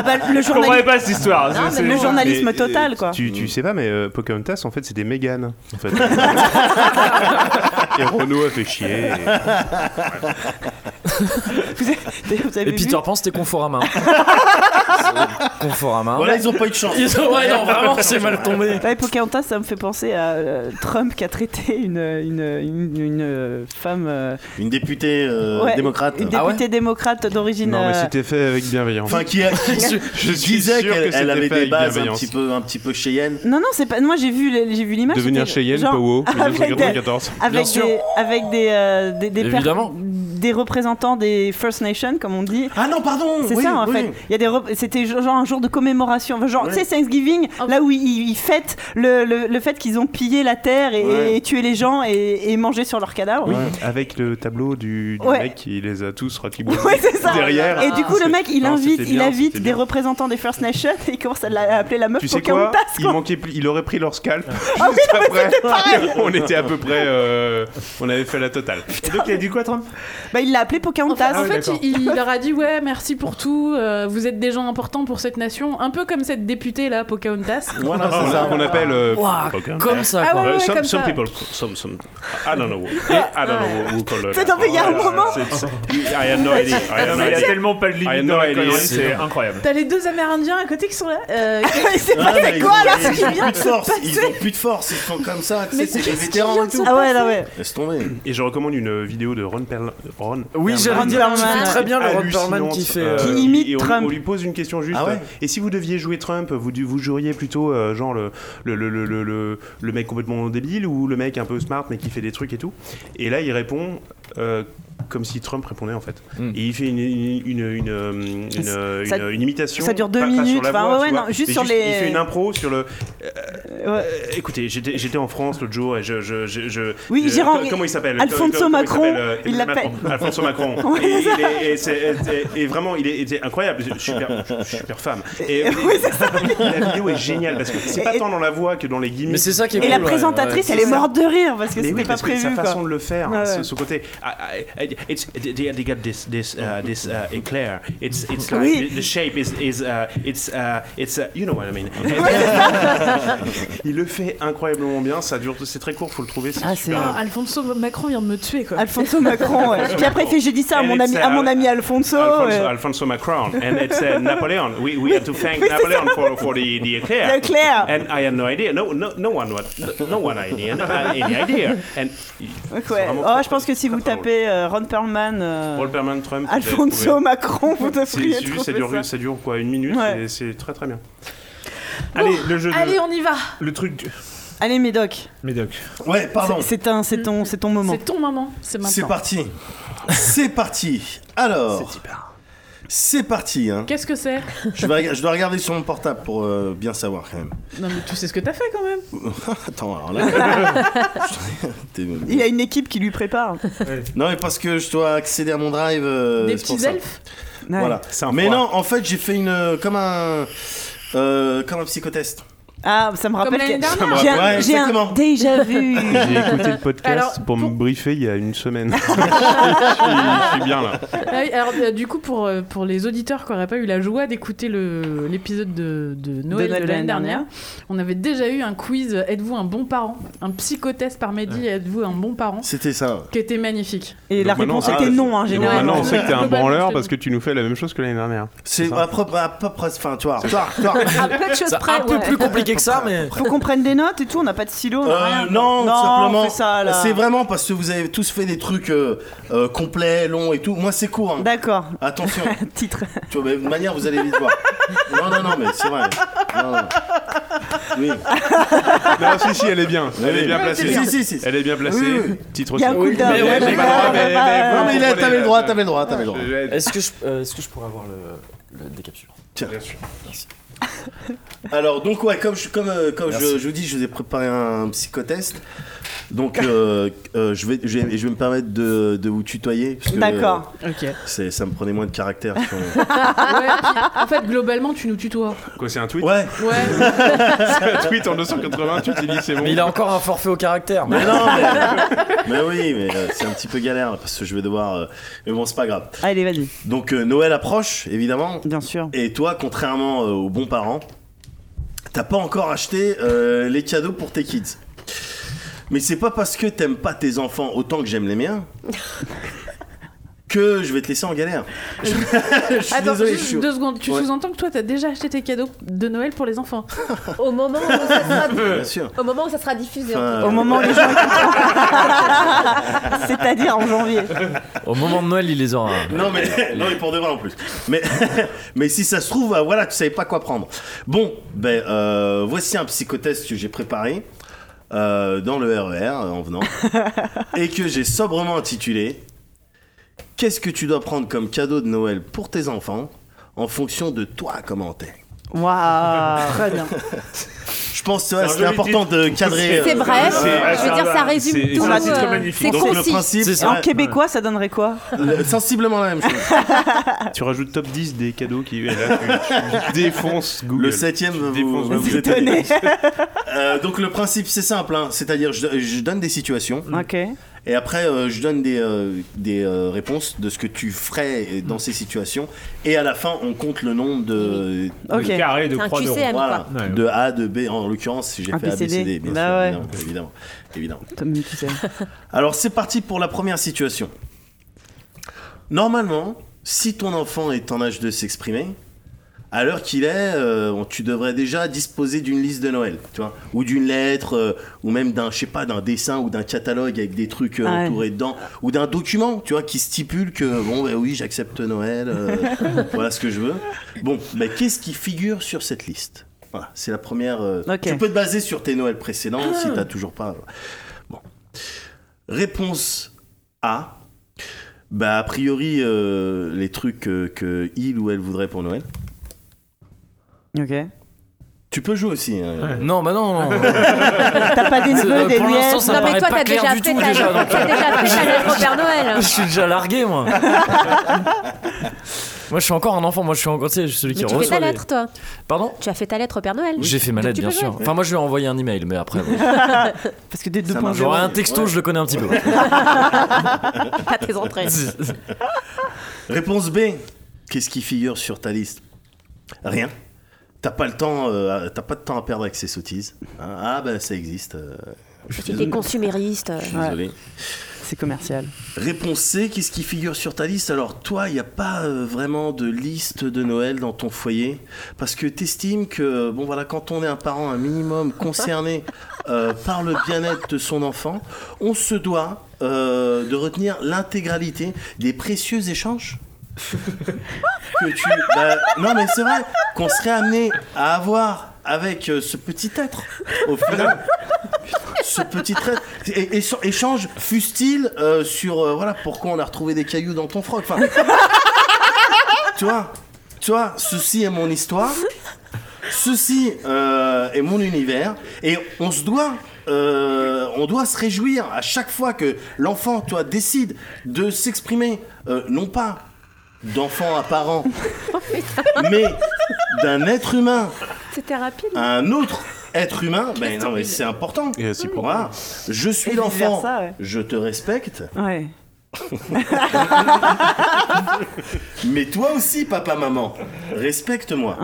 Speaker 1: bah, le
Speaker 4: Je comprenais
Speaker 1: journaliste.
Speaker 4: pas cette histoire.
Speaker 1: Non,
Speaker 4: C'est-
Speaker 1: mais
Speaker 4: c'est-
Speaker 1: le journalisme
Speaker 9: Mais, euh,
Speaker 1: total, quoi.
Speaker 9: Tu, tu sais pas, mais euh, Pocahontas, en fait, c'est des méganes. En fait. et Renault a fait chier. et-
Speaker 15: Et Peter Pan, c'était Conforama. Conforama.
Speaker 16: Voilà, ils ont pas eu de chance.
Speaker 15: Ils ont- ouais, non, vraiment, c'est mal tombé.
Speaker 1: Ouais, Bah, Pocahontas, ça me fait penser à euh, Trump qui a traité une, une, une, une, euh, femme. euh,
Speaker 16: Une députée euh,
Speaker 1: ouais,
Speaker 16: démocrate.
Speaker 1: Une députée démocrate d'origine.
Speaker 9: Ah Non, mais
Speaker 1: euh,
Speaker 9: c'était fait avec bienveillance.
Speaker 16: Enfin, qui, a, qui
Speaker 9: Je- je suis
Speaker 16: disait
Speaker 9: sûr que
Speaker 16: qu'elle
Speaker 9: c'était
Speaker 16: elle avait
Speaker 9: fait
Speaker 16: des
Speaker 9: avec
Speaker 16: bases un
Speaker 9: bienveillance.
Speaker 16: petit peu, un petit peu Cheyenne.
Speaker 1: Non, non, c'est pas. Moi, j'ai vu, les- j'ai vu l'image.
Speaker 9: Devenir
Speaker 1: c'était
Speaker 9: Cheyenne,
Speaker 1: genre
Speaker 9: Powwow,
Speaker 1: avec
Speaker 9: 1994.
Speaker 1: des- Avec
Speaker 9: Bien sûr.
Speaker 1: des, avec des, euh, des, des, per-
Speaker 9: Évidemment.
Speaker 1: des représentants des First Nations, comme on dit.
Speaker 16: Ah non, pardon.
Speaker 1: C'est
Speaker 16: oui,
Speaker 1: ça, en
Speaker 16: oui.
Speaker 1: fait. Il y a des. rep- C'était genre un jour de commémoration, Enfin, genre
Speaker 16: Ouais.
Speaker 1: tu sais Thanksgiving, là où ils, ils fêtent le, le, le fait qu'ils ont pillé la terre et,
Speaker 9: Ouais.
Speaker 1: et tué les gens et, et mangé sur leurs cadavres.
Speaker 9: Ouais, Avec le tableau du, du
Speaker 1: Ouais.
Speaker 9: mec qui les a tous raclibotés
Speaker 1: Ouais, c'est ça.
Speaker 9: derrière.
Speaker 1: Et du coup, le mec, il
Speaker 9: Non,
Speaker 1: invite,
Speaker 9: c'était
Speaker 1: il
Speaker 9: bien,
Speaker 1: invite
Speaker 9: c'était
Speaker 1: des
Speaker 9: bien.
Speaker 1: représentants des First Nations et il commence à la- à appeler la meuf
Speaker 9: Tu sais quoi
Speaker 1: Pocahontas.
Speaker 9: il, manquait plus- il aurait pris leur scalp.
Speaker 1: Ah oui, non, mais c'était pareil.
Speaker 9: on était à peu près. euh, on avait fait la totale.
Speaker 4: Donc il a dit quoi, Trump
Speaker 1: Bah, il l'a appelé Pocahontas.
Speaker 2: en
Speaker 9: Ah
Speaker 2: fait, il, il leur a dit ouais, merci pour tout. euh, vous êtes des gens importants pour cette nation, un peu comme cette députée là, Pocahontas.
Speaker 9: Voilà, c'est ça qu'on appelle. euh,
Speaker 2: Ouah,
Speaker 9: Pocahontas.
Speaker 2: comme ça, Ah quoi. ouais, ouais,
Speaker 9: Euh, some,
Speaker 2: comme
Speaker 9: some
Speaker 2: ça.
Speaker 9: people. Some, some. I don't know. eh, I don't know who call it.
Speaker 1: C'est- non, mais il y a un moment.
Speaker 9: C'est- c'est- I have no idea. I have no
Speaker 4: Il y a
Speaker 9: idea.
Speaker 4: tellement pas de
Speaker 9: I have
Speaker 4: limite
Speaker 9: no
Speaker 4: dans la
Speaker 9: idea.
Speaker 4: connerie, c'est incroyable.
Speaker 2: T'as les deux Amérindiens à côté qui sont là. euh, qui-
Speaker 1: C'est
Speaker 16: Ah, mais
Speaker 1: c'est quoi
Speaker 16: ils-
Speaker 1: là
Speaker 16: ils
Speaker 1: ce qui
Speaker 16: ont
Speaker 1: vient
Speaker 16: plus de
Speaker 1: de
Speaker 16: force,
Speaker 1: se
Speaker 16: ils
Speaker 1: passer
Speaker 16: ont plus de force, ils sont comme ça, tu sais,
Speaker 1: Mais
Speaker 16: c'est des
Speaker 1: qu'est-ce qui
Speaker 16: vétérans
Speaker 1: vient
Speaker 16: et
Speaker 1: de
Speaker 16: tout.
Speaker 1: se Ah ouais, là, ouais.
Speaker 16: Laisse tomber.
Speaker 9: Et je recommande une vidéo de Ron Perl- Ron
Speaker 15: Oui, j'allais dire,
Speaker 9: Perlman.
Speaker 15: tu fais très bien le Ron
Speaker 9: Hallucinante.
Speaker 15: Perlman qui fait,
Speaker 9: Euh,
Speaker 15: Qui
Speaker 9: et-
Speaker 15: imite
Speaker 9: et on,
Speaker 15: Trump.
Speaker 9: On lui pose une question juste.
Speaker 15: Ah ouais
Speaker 9: euh, et si vous deviez jouer Trump, vous, du- vous joueriez plutôt euh, genre le, le, le, le, le- le- le mec complètement débile ou le mec un peu smart mais qui fait des trucs et tout Et là, il répond. euh, comme si Trump répondait en fait. Et il fait une, une, une, une, euh, une, euh,
Speaker 1: Hmm. Ça-
Speaker 9: une- une imitation.
Speaker 1: ça dure deux
Speaker 9: pas- pas sur
Speaker 1: minutes,
Speaker 9: la
Speaker 1: enfin,
Speaker 9: voix,
Speaker 1: ouais,
Speaker 9: tu
Speaker 1: ouais,
Speaker 9: vois,
Speaker 1: non, juste
Speaker 9: mais
Speaker 1: sur les-
Speaker 9: Il fait une impro sur le. euh, écoutez, j'étais j'étais en France l'autre jour et je. je, je, je-
Speaker 1: Oui,
Speaker 9: je-
Speaker 1: Gérard-
Speaker 9: Euh, Comment il s'appelle
Speaker 1: Alfonso
Speaker 9: Comment- comment il
Speaker 1: Macron,
Speaker 9: s'appelle, euh,
Speaker 1: il l'appelle.
Speaker 9: Macron. Alfonso Macron.
Speaker 1: Ouais,
Speaker 9: Et il
Speaker 1: c'est ça.
Speaker 9: est- et c'est- et- et vraiment, il est- était incroyable. Super, super femme. Et la vidéo est géniale parce que c'est pas tant dans la voix que dans les gimmicks.
Speaker 15: Mais c'est ça qui est
Speaker 1: Et la présentatrice, elle est morte de rire parce que
Speaker 9: Mais
Speaker 1: c'était
Speaker 9: oui,
Speaker 1: pas
Speaker 9: parce que
Speaker 1: prévu.
Speaker 9: Sa
Speaker 1: quoi.
Speaker 9: façon de le faire, hein,
Speaker 1: Ouais,
Speaker 9: ce,
Speaker 1: ouais.
Speaker 9: ce côté. ah, I- I- it's- they, they got this this uh, this uh, éclair. It's it's like
Speaker 1: Oui.
Speaker 9: the, the shape is is uh, it's uh, it's uh, you know what I mean. il le fait incroyablement bien. Ça dure, c'est très court, faut le trouver.
Speaker 1: Ah,
Speaker 9: super.
Speaker 2: Ah, Alfonso Macron vient de me tuer quoi.
Speaker 1: Alfonso Macron, ouais. Puis après, il fait j'ai dit ça à
Speaker 9: Elle
Speaker 1: mon ami,
Speaker 9: excelle.
Speaker 1: à mon ami Alfonso.
Speaker 9: Alfonso,
Speaker 1: ouais.
Speaker 9: Alfonso Macron, and it's uh, Napoleon. We, we have to thank
Speaker 1: Oui, c'est
Speaker 9: Napoleon for, for the, the eclair.
Speaker 1: The eclair.
Speaker 9: And I had no idea. No, no, no one, what, no one idea, no, any idea. And
Speaker 1: Donc, ouais. Oh, je pense que si vous tapez euh, Ron Perlman. euh,
Speaker 9: Rolperman, Trump. vous avez
Speaker 1: Alfonso
Speaker 9: trouvé.
Speaker 1: Macron, vous
Speaker 9: C'est-
Speaker 1: devriez
Speaker 9: c'est juste, ça
Speaker 1: trouver
Speaker 9: dure,
Speaker 1: ça.
Speaker 9: ça dure quoi Une minute
Speaker 1: Ouais.
Speaker 9: et C'est très très bien. allez, le jeu de-
Speaker 22: Allez, on y va.
Speaker 9: Le truc. du-
Speaker 1: Oh Allez, Médoc.
Speaker 9: Médoc.
Speaker 14: Ouais, pardon.
Speaker 1: C'est c'est un- c'est ton, c'est ton moment.
Speaker 2: C'est ton moment, c'est maintenant.
Speaker 14: C'est parti. C'est parti. Alors. C'est parti. hein.
Speaker 2: Qu'est-ce que c'est
Speaker 14: Je, vais rega- je dois regarder sur mon portable pour euh, bien savoir quand même.
Speaker 2: Non, mais tu sais ce que t'as fait quand même.
Speaker 14: Attends, alors là. T'es-
Speaker 1: Il y a une équipe qui lui prépare.
Speaker 14: Non, mais parce que je dois accéder à mon drive. euh,
Speaker 1: Des
Speaker 14: c'est pour
Speaker 1: petits
Speaker 14: ça.
Speaker 1: elfes Ouais.
Speaker 14: Voilà. Mais non, en fait, j'ai fait une. euh, Comme un. euh, comme un psychotest.
Speaker 1: Ah, ça me rappelle
Speaker 14: l'année
Speaker 1: que-
Speaker 14: dernière.
Speaker 1: j'ai
Speaker 14: Ouais,
Speaker 1: un, j'ai un
Speaker 14: exactement.
Speaker 1: déjà vu.
Speaker 9: J'ai écouté le podcast
Speaker 2: Alors,
Speaker 9: pour me briefer il y a une semaine. je, suis, je suis bien là.
Speaker 2: Ah oui, alors euh, du coup pour, euh, pour les auditeurs qui n'auraient pas eu la joie d'écouter le- l'épisode de, de Noël de,
Speaker 1: Noël
Speaker 2: l'année dernière, on avait déjà eu un quiz euh, êtes-vous un bon parent un psychotest par Mehdi êtes-vous un bon parent
Speaker 14: C'était ça.
Speaker 2: qui était magnifique
Speaker 1: Et
Speaker 9: Donc maintenant,
Speaker 14: ah,
Speaker 9: on sait-
Speaker 1: hein,
Speaker 9: donc
Speaker 2: généralement.
Speaker 9: Maintenant, on sait que t'es un
Speaker 2: Globalement,
Speaker 9: branleur
Speaker 2: c'est
Speaker 9: parce que tu nous fais la même chose que l'année dernière.
Speaker 14: C'est à peu à peu près. Enfin, tu vois. tu vois, tu vois.
Speaker 1: près, ouais.
Speaker 15: que ça, mais.
Speaker 1: Faut qu'on prenne des notes et tout, on n'a pas de stylo. on a
Speaker 14: Euh,
Speaker 1: rien.
Speaker 14: non, tout
Speaker 1: on
Speaker 14: simplement. bah,
Speaker 1: fait ça, là.
Speaker 14: C'est vraiment parce que vous avez tous fait des trucs euh, euh, complets, longs et tout. Moi, c'est court. hein.
Speaker 1: D'accord.
Speaker 14: Attention.
Speaker 1: Titre.
Speaker 14: Tu vois, mais de manière, vous allez vite voir. Non, non, non, mais c'est vrai. Non, non. Oui.
Speaker 9: Non, si, si, elle est bien. Elle
Speaker 14: Oui.
Speaker 9: est bien
Speaker 14: Ouais,
Speaker 9: placée.
Speaker 14: c'est bien. Si, si,
Speaker 9: Elle est bien placée.
Speaker 14: Oui, oui,
Speaker 9: Titre
Speaker 14: Il y a un
Speaker 9: aussi.
Speaker 14: coup d'un-
Speaker 9: Mais ouais,
Speaker 14: ouais,
Speaker 9: j'ai
Speaker 14: mais-
Speaker 9: pas le droit, mais- mais
Speaker 14: Non, mais il a-
Speaker 9: comprenez,
Speaker 14: t'avais le droit,
Speaker 9: euh,
Speaker 14: t'avais le droit, t'avais le droit.
Speaker 9: je-
Speaker 15: Est-ce que, je, euh, est-ce que je pourrais avoir le, le décapsulé
Speaker 14: Tiens.
Speaker 9: Bien sûr.
Speaker 14: Alors donc ouais comme je comme euh, comme je,
Speaker 15: Merci.
Speaker 14: je vous dis je vous ai préparé un psychotest donc euh, euh, je vais je vais, je vais me permettre de, de vous tutoyer parce que,
Speaker 2: D'accord.
Speaker 14: euh,
Speaker 2: Ok.
Speaker 14: c'est ça me prenait moins de caractère si on-
Speaker 2: Ouais, puis, en fait globalement tu nous tutoies
Speaker 9: Quoi, c'est un tweet
Speaker 14: Ouais.
Speaker 2: ouais
Speaker 9: c'est un tweet en 280, tu dis c'est bon.
Speaker 15: Mais il a encore un forfait au caractère.
Speaker 14: Mais non, mais, mais oui, mais euh, c'est un petit peu galère parce que je vais devoir. euh, Mais bon, c'est pas grave.
Speaker 1: Allez, vas-y.
Speaker 14: Donc euh, Noël approche, évidemment.
Speaker 1: Bien sûr.
Speaker 14: Et toi, contrairement euh, aux bons parents, t'as pas encore acheté euh, les cadeaux pour tes kids. Mais c'est pas parce que t'aimes pas tes enfants autant que j'aime les miens que je vais te laisser en galère. Je, je suis
Speaker 2: Attends,
Speaker 14: désolé,
Speaker 2: juste
Speaker 14: je suis-
Speaker 2: deux secondes, tu
Speaker 14: Ouais.
Speaker 2: sous-entends que toi t'as déjà acheté tes cadeaux de Noël pour les enfants
Speaker 13: Au moment où ça sera,
Speaker 14: Bien sûr.
Speaker 13: au moment où ça sera diffusé. en
Speaker 14: Enfin,
Speaker 13: tout
Speaker 9: Euh,
Speaker 13: cas.
Speaker 1: C'est-à-dire en janvier.
Speaker 15: Au moment de Noël, il les aura.
Speaker 14: Non mais non mais pour de vrai en plus. Mais mais si ça se trouve euh, voilà tu savais pas quoi prendre. Bon ben euh, voici un psychotest que j'ai préparé euh, dans le RER euh, en venant et que j'ai sobrement intitulé Qu'est-ce que tu dois prendre comme cadeau de Noël pour tes enfants en fonction de toi comment t'es.
Speaker 1: Waouh. Très bien.
Speaker 14: Je pense que ouais,
Speaker 1: C'est un
Speaker 14: c'est
Speaker 1: joli
Speaker 14: important de cadrer.
Speaker 1: C'est
Speaker 14: euh,
Speaker 1: bref,
Speaker 14: euh,
Speaker 1: je veux
Speaker 14: voilà.
Speaker 1: dire, ça
Speaker 13: résume
Speaker 14: C'est-
Speaker 13: tout,
Speaker 14: c'est un
Speaker 13: euh,
Speaker 14: titre magnifique.
Speaker 13: c'est
Speaker 14: Donc, le
Speaker 13: concis.
Speaker 14: principe,
Speaker 1: Et
Speaker 14: c'est-
Speaker 1: en
Speaker 14: ouais.
Speaker 1: québécois, ça donnerait quoi
Speaker 14: Le- Sensiblement la même chose.
Speaker 15: Ah.
Speaker 9: Tu rajoutes top 10 des cadeaux qui. Et là, tu, tu défonces Google.
Speaker 14: Le septième va vous,
Speaker 9: défonces
Speaker 14: va vous
Speaker 9: Google.
Speaker 14: étonner. Euh, donc le principe c'est simple, hein. c'est-à-dire je, je donne des situations.
Speaker 1: Ok.
Speaker 14: Et après euh, je donne des, euh, des euh, réponses de ce que tu ferais euh, dans ces situations. Et à la fin on compte le nombre de,
Speaker 1: Ok. De carrés, de
Speaker 14: de
Speaker 1: C'est un croix, de QCM, ronds.
Speaker 14: Voilà.
Speaker 1: quoi. Ouais.
Speaker 14: De A, de B. En l'occurrence j'ai
Speaker 1: Un
Speaker 14: fait A, B, C,
Speaker 1: PCD,
Speaker 14: D. Bien
Speaker 1: bah
Speaker 14: sûr,
Speaker 1: ouais.
Speaker 14: évidemment, évidemment.
Speaker 1: Tommy, tu sais.
Speaker 14: Alors c'est parti pour la première situation. Normalement, si ton enfant est en âge de s'exprimer, à l'heure qu'il est, euh, tu devrais déjà disposer d'une liste de Noël, tu vois, ou d'une lettre, euh, ou même d'un, je sais pas, d'un dessin ou d'un catalogue avec des trucs euh,
Speaker 1: Ah Ouais.
Speaker 14: entourés dedans, ou d'un document, tu vois, qui stipule que bon, ben oui, j'accepte Noël, euh, voilà ce que je veux. Bon, mais qu'est-ce qui figure sur cette liste Voilà, c'est la première. euh,
Speaker 1: Ok.
Speaker 14: Tu peux te baser sur tes Noëls précédents
Speaker 1: Ah.
Speaker 14: si t'as toujours pas. euh, Réponse A. Bah, a priori, euh, les trucs euh, que il ou elle voudrait pour Noël.
Speaker 1: Ok.
Speaker 14: Tu peux jouer aussi. hein.
Speaker 15: Non, bah non. non.
Speaker 1: T'as pas des
Speaker 15: C'est- euh,
Speaker 1: neveux, des
Speaker 15: Pour l'instant,
Speaker 1: nièces
Speaker 15: ça me paraît pas clair du tout déjà. donc, euh, Je suis déjà largué, moi. moi, je suis encore un enfant. Moi, je suis encore, tu sais, je suis celui
Speaker 13: Mais
Speaker 15: qui
Speaker 13: tu fais
Speaker 15: reçoit.
Speaker 13: ta
Speaker 15: les-
Speaker 13: lettre, toi.
Speaker 15: Pardon
Speaker 13: Tu as fait ta lettre au Père Noël.
Speaker 15: J'ai fait ma
Speaker 13: Donc
Speaker 15: lettre,
Speaker 13: tu
Speaker 15: bien
Speaker 13: peux
Speaker 15: sûr.
Speaker 13: jouer.
Speaker 15: Enfin, moi, je lui ai envoyé un email, mais après. bon.
Speaker 1: Parce que des deux
Speaker 15: Ça
Speaker 1: points
Speaker 15: marche. J'aurais un texto, je le connais un petit peu.
Speaker 13: Pas tes entrées.
Speaker 14: Réponse B. Qu'est-ce qui figure sur ta liste Rien. T'as pas le temps, euh, à- t'as pas de temps à perdre avec ces sottises. Hein. Ah bah ça existe. euh, je suis
Speaker 23: Il est
Speaker 14: désolé.
Speaker 23: consumériste. euh.
Speaker 14: Je suis désolé.
Speaker 1: C'est commercial.
Speaker 14: Réponse C, qu'est-ce qui figure sur ta liste Alors toi, il n'y a pas euh, vraiment de liste de Noël dans ton foyer, parce que t'estimes que, bon voilà, quand on est un parent un minimum concerné euh, par le bien-être de son enfant, on se doit euh, de retenir l'intégralité des précieux échanges que tu. bah, non, mais c'est vrai qu'on serait amené à avoir avec euh, ce petit être au final. Ce petit être et, et- échange fût-il euh, sur euh, voilà pourquoi on a retrouvé des cailloux dans ton froc. Enfin, tu vois, tu vois, ceci est mon histoire, ceci euh, est mon univers, et on se doit. euh, on doit se réjouir à chaque fois que l'enfant, toi, décide de s'exprimer, euh, non pas d'enfant à parent, mais Ah, d'un être humain
Speaker 13: C'était rapide.
Speaker 14: à un autre être humain. Ben non, mais c'est important. Voilà. Je suis l'enfant,
Speaker 1: vice-versa, ouais.
Speaker 14: je te respecte,
Speaker 1: Ouais.
Speaker 14: mais toi aussi, papa, maman, respecte-moi.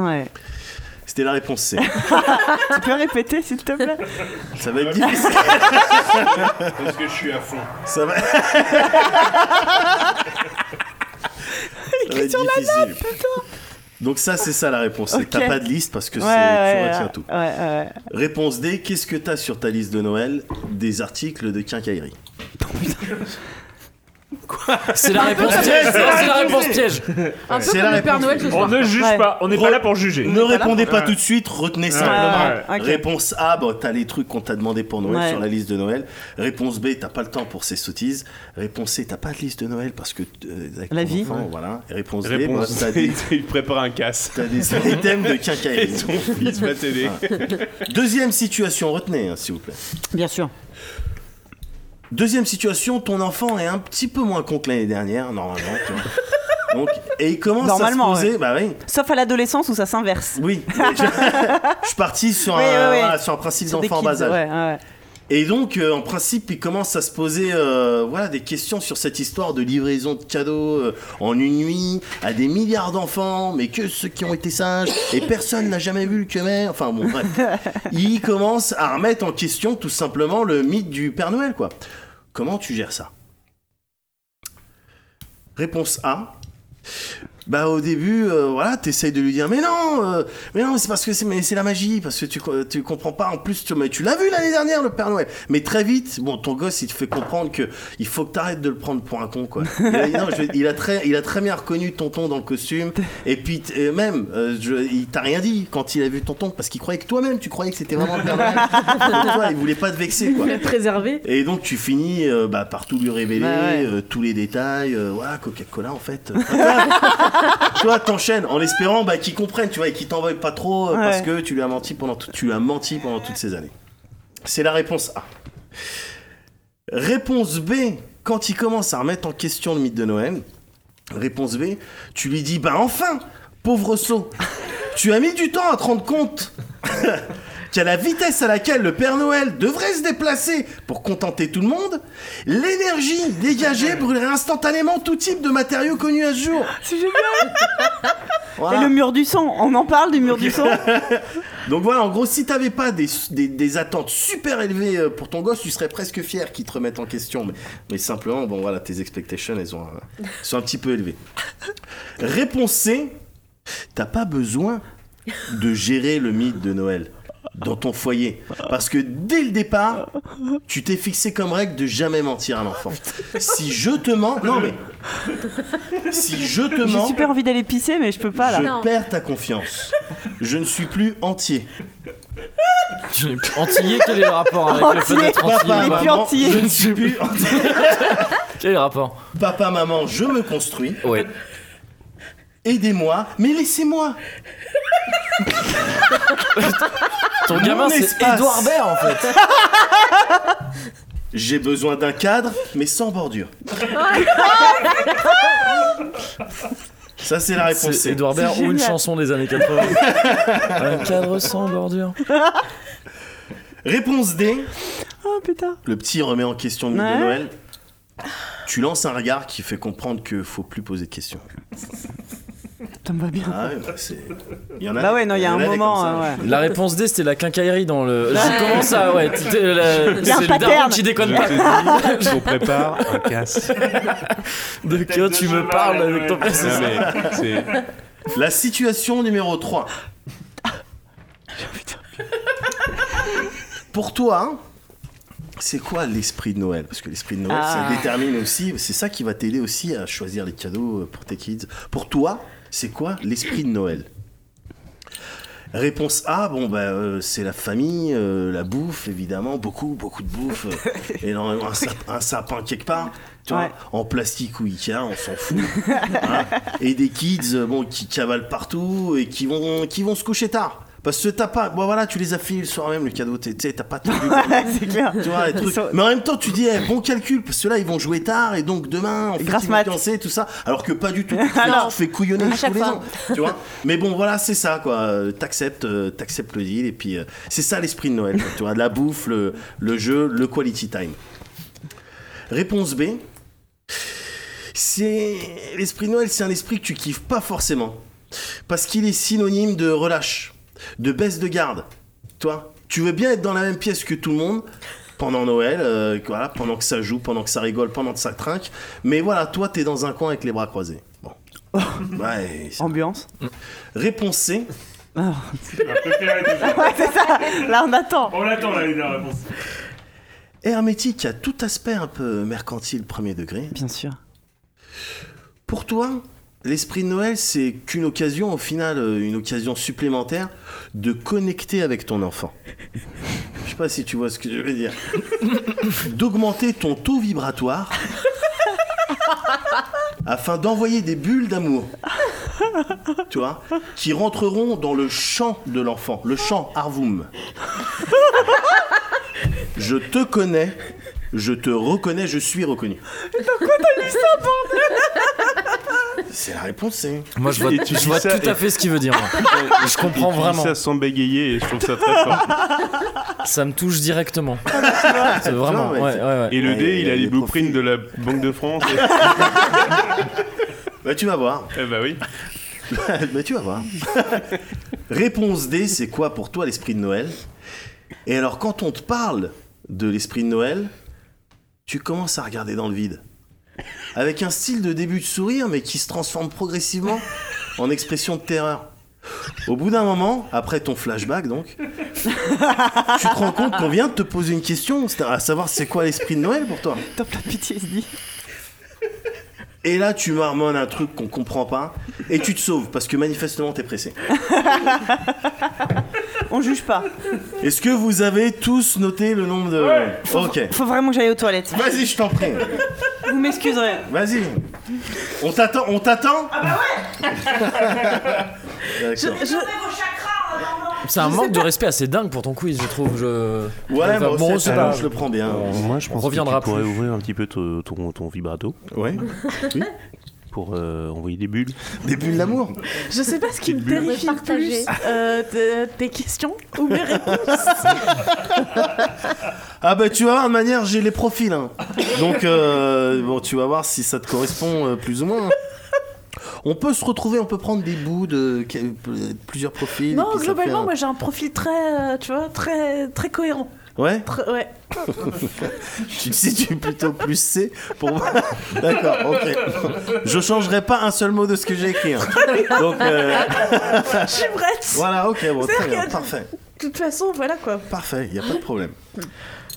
Speaker 14: C'était la réponse C.
Speaker 1: tu peux répéter, s'il te plaît
Speaker 14: Ça va être difficile.
Speaker 7: Parce que je suis à fond.
Speaker 14: Ça va. Ça va être difficile. Donc ça, c'est ça la réponse. C'est
Speaker 1: Ok.
Speaker 14: que T'as pas de liste parce que
Speaker 1: Ouais,
Speaker 14: c'est-
Speaker 1: ouais,
Speaker 14: tu retiens
Speaker 1: ouais.
Speaker 14: tout.
Speaker 1: Ouais,
Speaker 14: Réponse D, qu'est-ce que t'as sur ta liste de Noël Des articles de quincaillerie.
Speaker 15: C'est la réponse piège. Non, c'est la réponse piège.
Speaker 14: Un peu C'est comme la le Père réponse Noël piège. ce soir. On ne juge Ouais. pas, on n'est pas là pour juger. Ne répondez pas tout de suite, retenez simplement.
Speaker 15: ouais, ouais. Ok.
Speaker 14: Réponse A, bah, t'as les trucs qu'on t'a demandé pour Noël
Speaker 15: Ouais.
Speaker 14: sur la liste de Noël. Réponse B, t'as pas le temps pour ces sottises. Réponse C, t'as pas de liste de Noël parce que. euh, avec
Speaker 1: La
Speaker 14: ton
Speaker 1: vie.
Speaker 14: enfant, voilà. Et réponse,
Speaker 9: Réponse
Speaker 14: D, bah, t'as
Speaker 9: D,
Speaker 14: des. Il prépare un casse. T'as des items de quincaillerie.
Speaker 9: Et ton fils va t'aider.
Speaker 14: Ah. Deuxième situation, retenez, hein, s'il vous plaît.
Speaker 1: Bien sûr.
Speaker 14: Deuxième situation, ton enfant est un petit peu moins con que l'année dernière, normalement. tu vois. Donc, et il commence
Speaker 1: Normalement,
Speaker 14: à se poser,
Speaker 1: ouais.
Speaker 14: bah oui.
Speaker 1: Sauf à l'adolescence où ça s'inverse.
Speaker 14: Oui. Je suis parti sur,
Speaker 1: Oui,
Speaker 14: un,
Speaker 1: oui, oui.
Speaker 14: voilà, sur un principe
Speaker 1: Sur des
Speaker 14: d'enfant en bas
Speaker 1: kids,
Speaker 14: âge.
Speaker 1: ouais, ouais.
Speaker 14: Et donc, euh, en principe, il commence à se poser euh, voilà, des questions sur cette histoire de livraison de cadeaux euh, en une nuit à des milliards d'enfants, mais que ceux qui ont été sages, et personne n'a jamais vu le que mais. Enfin bon, bref. Il commence à remettre en question tout simplement le mythe du Père Noël, quoi. Comment tu gères ça Réponse A. Bah au début, euh, voilà, t'essayes de lui dire mais non, euh, mais non, c'est parce que c'est mais c'est la magie, parce que tu co- tu comprends pas. En plus, tu, mais tu l'as vu l'année dernière le Père Noël. Mais très vite, bon, ton gosse, il te fait comprendre que il faut que t'arrêtes de le prendre pour un con quoi. Il a, non, je- il a très, il a très bien reconnu Tonton dans le costume. Et puis t- et même, euh, je- il t'a rien dit quand il a vu Tonton parce qu'il croyait que toi-même, tu croyais que c'était vraiment le Père Noël. Donc, toi, il voulait pas te vexer quoi.
Speaker 2: Le préserver.
Speaker 14: Et donc tu finis euh, bah, par tout lui révéler,
Speaker 2: Bah ouais.
Speaker 14: euh, tous les détails, euh, voilà, Coca-Cola en fait. Euh, tu vois, t'enchaînes en espérant bah, qu'il comprenne, tu vois, et qu'il t'en veuille pas trop euh,
Speaker 15: Ouais.
Speaker 14: parce que tu lui as menti pendant tout- tu lui as menti pendant toutes ces années. C'est la réponse A. Réponse B, quand il commence à remettre en question le mythe de Noël, réponse B, tu lui dis bah enfin, pauvre sot, tu as mis du temps à te rendre compte qu'à la vitesse à laquelle le Père Noël devrait se déplacer pour contenter tout le monde, l'énergie dégagée brûlerait instantanément tout type de matériaux connus à ce jour.
Speaker 1: C'est génial Et le mur du son, on en parle du mur du son
Speaker 14: Donc voilà, en gros, si t'avais pas des, des- des attentes super élevées euh, pour ton gosse, tu serais presque fier qu'ils te remettent en question. Mais, mais simplement, bon voilà, tes expectations, elles ont, euh, sont un petit peu élevées. Réponse C, t'as pas besoin de gérer le mythe de Noël dans ton foyer. Parce que dès le départ, tu t'es fixé comme règle de jamais mentir à l'enfant. Si je te mens... Non mais, si je te
Speaker 1: J'ai
Speaker 14: mens...
Speaker 1: super envie d'aller pisser, mais je peux pas là.
Speaker 14: Je perds ta confiance. Je ne suis plus entier.
Speaker 15: Antillais, quel est le rapport avec le
Speaker 14: Entier.
Speaker 15: fenêtre
Speaker 14: Papa,
Speaker 15: antillais
Speaker 14: maman, Je ne suis plus
Speaker 15: Quel est le rapport
Speaker 14: Papa, maman, je me construis.
Speaker 15: Ouais.
Speaker 14: Aidez-moi, mais laissez-moi.
Speaker 15: Ton
Speaker 14: Mon
Speaker 15: gamin, c'est
Speaker 14: espace.
Speaker 15: Edouard Baird en fait.
Speaker 14: J'ai besoin d'un cadre, mais sans bordure. Ça, c'est la réponse.
Speaker 15: C'est Edouard Baird ou une chanson des années 80. Un cadre sans bordure.
Speaker 14: Réponse D.
Speaker 1: Oh putain.
Speaker 14: Le petit remet en question le mythe
Speaker 1: Ouais.
Speaker 14: de Noël. Tu lances un regard qui fait comprendre que faut plus poser de questions.
Speaker 1: Ça me va bien.
Speaker 14: Ah ouais, bah, c'est. Il y en a.
Speaker 1: Bah ouais, non, il y a
Speaker 14: en
Speaker 1: un
Speaker 14: des
Speaker 1: moment,
Speaker 14: comme ça.
Speaker 1: euh, ouais.
Speaker 15: La réponse D, c'était la quincaillerie dans le.
Speaker 1: Ouais.
Speaker 15: Euh, Je commence à. Ouais, t- t- la-
Speaker 1: Il y a un
Speaker 15: c'est le
Speaker 1: pattern.
Speaker 15: daron qui déconne
Speaker 1: Je
Speaker 15: pas.
Speaker 1: te dis,
Speaker 15: Je
Speaker 1: on prépare
Speaker 15: un casse. De quoi tu me parles avec ton
Speaker 14: Non, mais c'est- La situation numéro 3. Pour toi, hein, c'est quoi l'esprit de Noël Parce que l'esprit de Noël,
Speaker 16: Ah.
Speaker 14: ça détermine aussi, c'est ça qui va t'aider aussi à choisir les cadeaux pour tes kids. Pour toi, c'est quoi l'esprit de Noël Réponse A, bon bah, euh, c'est la famille, euh, la bouffe évidemment, beaucoup, beaucoup de bouffe, euh, énormément, un, sap- un sapin quelque part, tu vois, en plastique ou Ikea, on s'en fout. Voilà. Et des kids, euh, bon, qui cavalent partout et qui vont, qui vont se coucher tard. Parce que t'as pas, bon voilà, tu les as finis le soir même le cadeau, t'es- tu sais, t'as pas tout vu.
Speaker 1: c'est clair.
Speaker 14: Tu vois, les
Speaker 1: Ils
Speaker 14: trucs.
Speaker 1: sont-
Speaker 14: Mais en même temps, tu dis, eh, bon calcul, parce que là, ils vont jouer tard et donc demain, on fait
Speaker 1: Grasse
Speaker 14: ils vont danser, tout ça. Alors que pas du tout. Tu
Speaker 1: Alors.
Speaker 14: te fais couillonner
Speaker 1: À
Speaker 14: tous
Speaker 1: chaque
Speaker 14: les
Speaker 1: fois.
Speaker 14: ans. Tu vois Mais bon, voilà, c'est ça, quoi. Euh, T'acceptes, euh, t'acceptes le deal et puis euh, c'est ça l'esprit de Noël. quoi. tu vois, la bouffe, le, le jeu, le quality time. Réponse B. C'est l'esprit de Noël, c'est un esprit que tu kiffes pas forcément, parce qu'il est synonyme de relâche, de baisse de garde. Toi, tu veux bien être dans la même pièce que tout le monde pendant Noël, euh, voilà, pendant que ça joue, pendant que ça rigole, pendant que ça trinque, mais voilà, toi, t'es dans un coin avec les bras croisés. Bon. Ouais,
Speaker 1: Ambiance.
Speaker 14: Réponse C.
Speaker 1: Ouais, c'est ça. Là, on attend.
Speaker 4: On attend la la réponse.
Speaker 14: Hermétique à tout aspect un peu mercantile premier degré.
Speaker 1: Bien sûr.
Speaker 14: Pour toi, l'esprit de Noël, c'est qu'une occasion, au final, euh, une occasion supplémentaire de connecter avec ton enfant. Je sais pas si tu vois ce que je veux dire. D'augmenter ton taux vibratoire afin d'envoyer des bulles d'amour. Tu vois Qui rentreront dans le chant de l'enfant, le chant Arvoum. Je te connais, je te reconnais, je suis reconnu.
Speaker 16: Pourquoi t'as lu ça, bordel
Speaker 14: C'est la réponse, c'est.
Speaker 15: Moi, je vois,
Speaker 9: Et tu
Speaker 15: je
Speaker 9: dis
Speaker 15: vois
Speaker 9: ça
Speaker 15: tout à
Speaker 9: et-
Speaker 15: fait ce qu'il veut dire. moi.
Speaker 9: Et-
Speaker 15: je comprends
Speaker 9: et tu dis
Speaker 15: vraiment.
Speaker 9: ça sans bégayer et je trouve ça très fort.
Speaker 15: Ça me touche directement. C'est vraiment.
Speaker 9: Tu
Speaker 15: Ouais,
Speaker 9: vois,
Speaker 15: ouais, ouais.
Speaker 9: Et le dé, il a les blueprints de la Banque de France.
Speaker 14: bah tu vas voir.
Speaker 9: Eh bah oui.
Speaker 14: bah tu vas voir. Réponse D, c'est quoi pour toi l'esprit de Noël Et alors quand on te parle de l'esprit de Noël, tu commences à regarder dans le vide. Avec un style de début de sourire, mais qui se transforme progressivement en expression de terreur. Au bout d'un moment, après ton flashback donc, tu te rends compte qu'on vient de te poser une question, c'est- à savoir c'est quoi l'esprit de Noël pour toi
Speaker 1: T'as plein de PTSD.
Speaker 14: Et là, tu marmonnes un truc qu'on comprend pas, et tu te sauves, parce que manifestement, t'es pressé.
Speaker 1: On juge pas.
Speaker 14: Est-ce que vous avez tous noté le nombre de...
Speaker 1: Faut,
Speaker 14: Ok.
Speaker 1: faut vraiment que j'aille aux toilettes.
Speaker 14: Vas-y, je t'en prie.
Speaker 1: Vous m'excuserez.
Speaker 14: Vas-y. On t'attend, on t'attend
Speaker 6: Bah,
Speaker 14: D'accord.
Speaker 6: hein.
Speaker 15: C'est un manque de respect assez dingue pour ton quiz, je trouve. Je...
Speaker 14: Ouais, moi
Speaker 15: Enfin,
Speaker 14: aussi,
Speaker 15: bon, c'est pas
Speaker 14: alors,
Speaker 15: grave.
Speaker 14: Ah, je le prends bien.
Speaker 9: Euh,
Speaker 15: On-
Speaker 14: Euh, Moi, je
Speaker 15: on
Speaker 14: pense que
Speaker 15: reviendra
Speaker 14: tu pourrais
Speaker 15: plus.
Speaker 9: ouvrir un petit peu ton, ton, vibrato.
Speaker 14: Ouais.
Speaker 9: Pour euh, envoyer des bulles.
Speaker 14: Des bulles d'amour
Speaker 2: Je sais pas ce qui me
Speaker 9: Petite bulle.
Speaker 2: terrifie le plus,
Speaker 9: Partager.
Speaker 2: euh, t- tes questions ou mes réponses.
Speaker 14: Ah bah tu vas voir, de manière, j'ai les profils. hein. Donc, euh, bon, tu vas voir si ça te correspond euh, plus ou moins. hein. On peut se retrouver, on peut prendre des bouts de de plusieurs profils. et
Speaker 2: Non,
Speaker 14: puis ça fait
Speaker 2: globalement,
Speaker 14: un-
Speaker 2: moi j'ai un profil très, euh, tu vois, très, très cohérent.
Speaker 14: Ouais
Speaker 2: Très- ouais.
Speaker 14: tu situes plutôt plus C pour moi. D'accord, ok. Je changerai pas un seul mot de ce que j'ai écrit. hein. Donc, euh,
Speaker 2: Je suis prête.
Speaker 14: Voilà, ok, bon, très
Speaker 2: C'est-à-dire
Speaker 14: bien,
Speaker 2: que-
Speaker 14: parfait.
Speaker 2: De toute façon, voilà quoi.
Speaker 14: Parfait, il n'y a pas de Oh problème.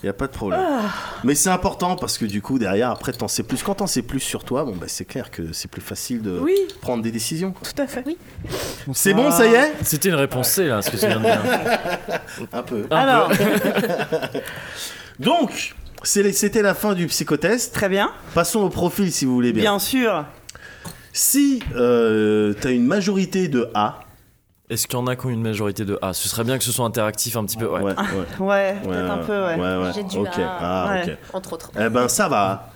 Speaker 14: Il n'y a pas de problème.
Speaker 2: Ah.
Speaker 14: Mais c'est important parce que du coup, derrière, après, t'en sais plus. Quand t'en sais plus sur toi, bon, bah, c'est clair que c'est plus facile de
Speaker 2: Oui.
Speaker 14: prendre des décisions.
Speaker 2: Tout à fait. Oui.
Speaker 14: C'est bon, ça y est
Speaker 15: C'était une réponse C, là, ce que tu viens de dire.
Speaker 14: Un peu.
Speaker 15: Alors.
Speaker 14: Donc, c'est les- c'était la fin du psychotest.
Speaker 1: Très bien.
Speaker 14: Passons au profil si vous voulez bien.
Speaker 1: Bien sûr.
Speaker 14: Si euh, t'as une majorité de A.
Speaker 15: Est-ce qu'il y en a qui ont une majorité de A Ce serait bien que ce soit interactif un petit peu. Ouais, ouais,
Speaker 1: Ah, Ouais, peut-être un peu, ouais.
Speaker 14: ouais.
Speaker 1: J'ai du
Speaker 14: ok.
Speaker 1: A.
Speaker 14: Ah,
Speaker 1: Ouais.
Speaker 14: ok.
Speaker 21: Entre autres.
Speaker 14: Eh ben, ça va.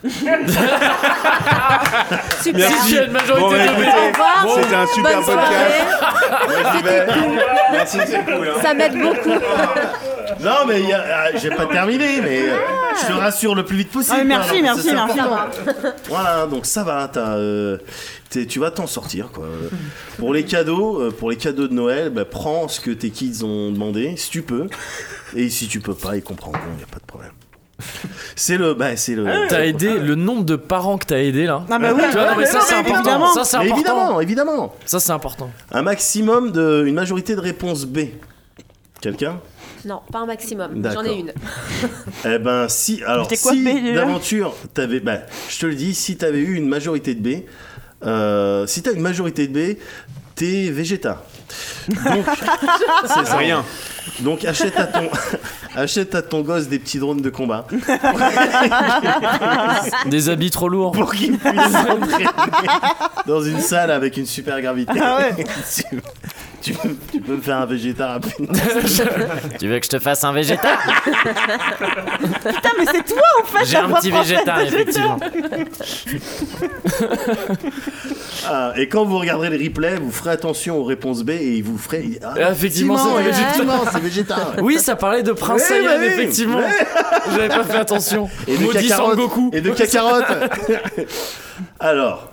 Speaker 21: Super.
Speaker 14: Merci.
Speaker 21: S'il y a une majorité
Speaker 14: Bon,
Speaker 21: de
Speaker 14: bah,
Speaker 21: gens.
Speaker 14: écoutez,
Speaker 21: Au revoir.
Speaker 14: bon, c'était un super
Speaker 21: Bonne soirée.
Speaker 14: Moi, j'y vais.
Speaker 21: C'était cool.
Speaker 14: Merci, c'est cool, hein.
Speaker 21: Ça m'aide beaucoup.
Speaker 14: Non, mais il y a- ah, j'ai pas terminé, mais euh, je te rassure le plus vite possible.
Speaker 1: Ah, mais merci,
Speaker 14: hein, parce que
Speaker 1: merci,
Speaker 14: c'est
Speaker 1: merci.
Speaker 14: important. Voilà, donc ça va, t'as, euh, t'es- tu vas t'en sortir quoi. Euh, Pour les cadeaux, euh, pour les cadeaux de Noël, bah, prends ce que tes kids ont demandé, si tu peux, et si tu peux pas, ils comprendront, y a pas de problème. C'est le, bah, c'est le.
Speaker 15: T'as aidé le nombre de parents que t'as aidé là.
Speaker 14: Ah, bah oui.
Speaker 15: Tu vois, non, mais
Speaker 14: Mais
Speaker 15: ça
Speaker 14: non,
Speaker 15: c'est
Speaker 14: mais
Speaker 15: important.
Speaker 14: évidemment.
Speaker 15: Ça c'est
Speaker 14: Mais
Speaker 15: important.
Speaker 14: évidemment, évidemment.
Speaker 15: Ça c'est important.
Speaker 14: Un maximum de, une majorité de réponses B. Quelqu'un
Speaker 13: Non, pas un maximum.
Speaker 14: D'accord.
Speaker 13: J'en ai une.
Speaker 14: Eh ben si, alors
Speaker 13: t'ai
Speaker 14: si
Speaker 13: coiffé, déjà.
Speaker 14: d'aventure, t'avais, ben, je te le dis, si t'avais eu une majorité de B, euh, si t'as une majorité de B, t'es végéta. Donc, c'est ça.
Speaker 9: Rien.
Speaker 14: Donc achète à ton, achète à ton gosse des petits drones de combat.
Speaker 15: Des habits trop lourds.
Speaker 14: Pour qu'il puisse s'entraîner dans une salle avec une super gravité.
Speaker 15: Ah ouais.
Speaker 14: tu, tu peux- tu peux me faire un végéta rapidement.
Speaker 15: tu veux que je te fasse un végétal
Speaker 1: Putain, mais c'est toi en fait
Speaker 15: J'ai un
Speaker 1: la
Speaker 15: petit
Speaker 1: prophète
Speaker 15: végétal,
Speaker 1: de Jésus.
Speaker 14: Ah, et quand vous regarderez le replay, vous ferez attention aux réponses B et ils vous ferez. Ah,
Speaker 15: Effectivement, c'est végétal.
Speaker 14: effectivement, c'est végétal.
Speaker 15: Oui, ça parlait de Prince
Speaker 14: Oui,
Speaker 15: Saiyan,
Speaker 14: bah oui,
Speaker 15: effectivement.
Speaker 14: oui.
Speaker 15: J'avais pas fait attention.
Speaker 14: Et de
Speaker 15: Maudit
Speaker 14: cacarottes.
Speaker 15: Sangoku.
Speaker 14: Et de cacarottes. Alors,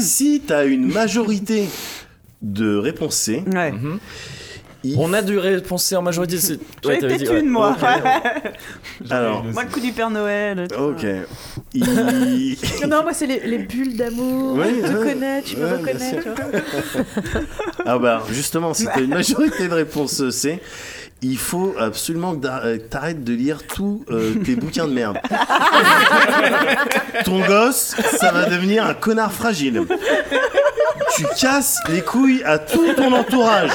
Speaker 14: si t'as une majorité de réponses C,
Speaker 15: Mhm. On a dû réponser en majorité. c'est-
Speaker 1: J'en
Speaker 15: Ouais,
Speaker 1: ai
Speaker 15: t'avais dit,
Speaker 1: peut-être
Speaker 15: ouais.
Speaker 1: une, moi.
Speaker 15: Ok.
Speaker 14: alors.
Speaker 1: Moi, le coup du Père Noël.
Speaker 14: Ok. Il-
Speaker 2: non, moi, c'est les, les bulles d'amour.
Speaker 14: Oui,
Speaker 2: je te
Speaker 14: ouais.
Speaker 2: connais, tu me
Speaker 14: Ouais, bien
Speaker 2: reconnais.
Speaker 14: sûr.
Speaker 2: tu vois.
Speaker 14: Ah bah justement, si t'as une majorité de réponses C, il faut absolument que d'a- euh, t'arrêtes de lire tous euh, tes bouquins de merde. Ton gosse, ça va devenir un connard fragile. Tu casses les couilles à tout ton entourage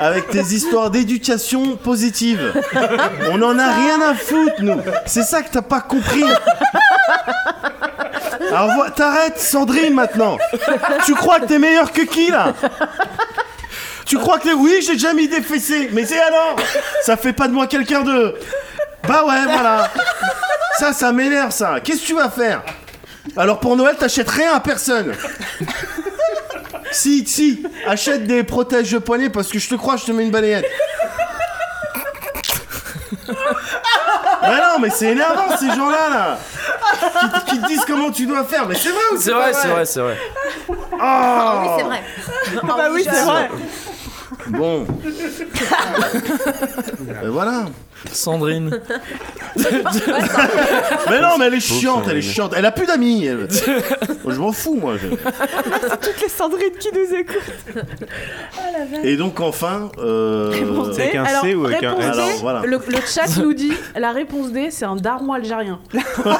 Speaker 14: avec tes histoires d'éducation positive. On en a rien à foutre, nous. C'est ça que t'as pas compris. Alors vo- t'arrêtes Sandrine maintenant Tu crois que t'es meilleur que qui là Tu crois que t'es... Oui j'ai déjà mis des fessées Mais c'est alors Ça fait pas de moi quelqu'un de... Bah ouais voilà Ça ça m'énerve ça Qu'est-ce que tu vas faire Alors pour Noël t'achètes rien à personne Si si Achète des protèges poignets parce que je te crois je te mets une balayette Bah non mais c'est énervant ces gens-là là qui, te- qui te disent comment tu dois faire Mais c'est vrai ou
Speaker 15: C'est
Speaker 14: pas
Speaker 15: vrai, c'est vrai, c'est vrai.
Speaker 14: Oh
Speaker 21: Ah oui, c'est vrai.
Speaker 1: Bah oui, c'est vrai.
Speaker 14: Bon, ben voilà.
Speaker 15: Sandrine.
Speaker 14: mais non, mais elle est chiante, elle est chiante. Elle a plus d'amis. elle. Moi, Oh, je m'en fous, moi.
Speaker 1: C'est toutes les Sandrines qui nous écoutent.
Speaker 2: Ah, la vache.
Speaker 14: Et donc, enfin. euh,
Speaker 2: Réponse D. Alors, réponse D,
Speaker 14: Alors, voilà.
Speaker 2: le, le chat nous dit la réponse D, c'est un daron algérien.
Speaker 14: Oh,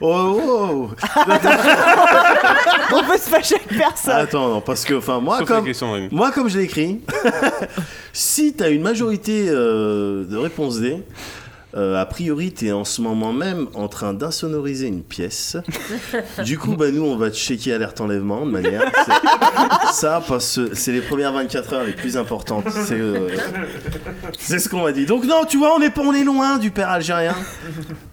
Speaker 14: oh, oh.
Speaker 1: On peut se fâcher avec personne.
Speaker 14: Attends, non, parce que, enfin, moi,
Speaker 9: Sauf la
Speaker 14: comme,
Speaker 9: question, Rémi.
Speaker 14: moi, comme je l'ai écrit, si t'as une majorité euh, de réponse D, euh, a priori, t'es en ce moment même en train d'insonoriser une pièce. Du coup, bah, nous, on va checker alerte enlèvement de manière. c'est- Ça, parce que c'est les premières 24 heures les plus importantes. C'est euh, c'est ce qu'on m'a dit. Donc, non, tu vois, on est, pas- on est loin du père algérien.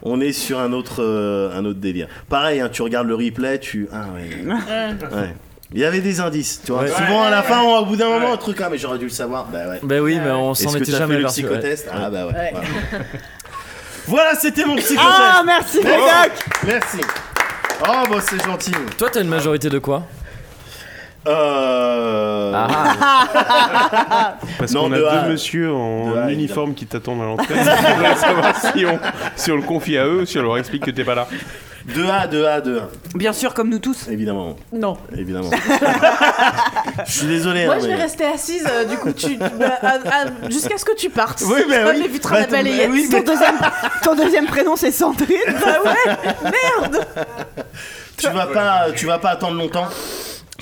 Speaker 14: On est sur un autre, euh, un autre délire. Pareil, hein, tu regardes le replay, tu. Ah ouais. Ouais. Il y avait des indices, tu vois.
Speaker 15: Ouais.
Speaker 14: Souvent à la
Speaker 15: Ouais.
Speaker 14: fin, on- au bout d'un moment, un truc, ah mais j'aurais dû le savoir. Bah ouais.
Speaker 15: Bah oui, mais on s'en
Speaker 14: Est-ce que
Speaker 15: était
Speaker 14: t'as
Speaker 15: jamais
Speaker 14: fait le
Speaker 15: aperçu, ouais.
Speaker 14: psychotest Ah bah ouais.
Speaker 15: Ouais.
Speaker 14: voilà. Voilà, c'était mon psychotest.
Speaker 15: Ah, merci,
Speaker 14: Bravo.
Speaker 15: Médoc.
Speaker 14: Merci. Oh, bah c'est gentil.
Speaker 15: Toi, t'as une majorité de quoi
Speaker 14: Euh.
Speaker 9: Ah.
Speaker 15: Ah.
Speaker 9: Parce
Speaker 14: Non,
Speaker 9: qu'on a
Speaker 14: de
Speaker 9: deux
Speaker 14: A.
Speaker 9: messieurs
Speaker 14: De A,
Speaker 9: en uniforme qui t'attendent à l'entrée.
Speaker 14: évidemment.
Speaker 9: On va savoir si on, si on le confie à eux ou si on leur explique que t'es pas là.
Speaker 14: 2A, 2A, 2A.
Speaker 1: Bien sûr, comme nous tous.
Speaker 14: Évidemment.
Speaker 2: Non.
Speaker 14: Évidemment. Je suis désolé.
Speaker 2: Moi,
Speaker 14: hein,
Speaker 2: je vais
Speaker 14: mais-
Speaker 2: rester assise, euh, du coup, tu, bah, à- à- jusqu'à ce que tu partes.
Speaker 14: Oui, mais
Speaker 2: Ça
Speaker 14: oui.
Speaker 2: m'évitera
Speaker 14: Bah,
Speaker 2: la
Speaker 14: ton-
Speaker 2: balayette.
Speaker 14: oui,
Speaker 2: Ton
Speaker 14: mais-
Speaker 2: deuxième-
Speaker 1: Ton deuxième prénom, c'est Sandrine.
Speaker 2: Bah ouais, merde.
Speaker 14: Tu vas pas, tu vas pas attendre longtemps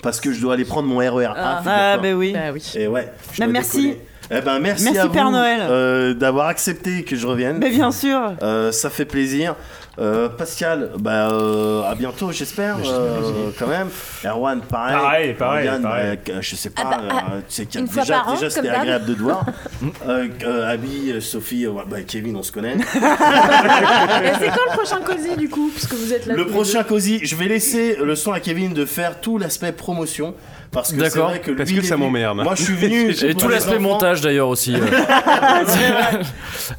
Speaker 14: parce que je dois aller prendre mon RER.
Speaker 1: Ah. Ah,
Speaker 14: ben
Speaker 15: Bah
Speaker 1: oui.
Speaker 14: Et ouais. je
Speaker 1: Bah,
Speaker 14: dois
Speaker 1: merci.
Speaker 14: décoller. Eh ben merci,
Speaker 1: Merci,
Speaker 14: à vous,
Speaker 1: Père Noël.
Speaker 14: euh, d'avoir accepté que je revienne.
Speaker 1: Mais bien sûr.
Speaker 14: Euh, ça fait plaisir. Euh, Pascal, bah euh, à bientôt j'espère euh, quand même. Erwan, pareil.
Speaker 4: Pareil, pareil,
Speaker 14: Morgane,
Speaker 4: pareil.
Speaker 14: bah, euh, je sais pas.
Speaker 4: Ah bah, ah,
Speaker 14: euh, tu sais,
Speaker 4: une fois
Speaker 14: déjà,
Speaker 4: par an,
Speaker 14: déjà, c'était
Speaker 4: comme d'hab.
Speaker 14: agréable de te voir. euh, euh, Abby, euh, Sophie, euh, ouais, bah, Kevin, on se connaît.
Speaker 2: Et c'est quand le prochain cosy, du coup, puisque vous êtes là
Speaker 14: Le
Speaker 2: tous les
Speaker 14: prochain cosy, je vais laisser le son à Kevin de faire tout l'aspect promotion parce que c'est
Speaker 15: D'accord.
Speaker 14: vrai que lui,
Speaker 15: Parce que
Speaker 14: il
Speaker 15: ça
Speaker 14: est venu-
Speaker 15: m'emmerde.
Speaker 14: Moi, je suis venu.
Speaker 15: Et tout l'aspect montage d'ailleurs aussi. euh.
Speaker 14: Ah,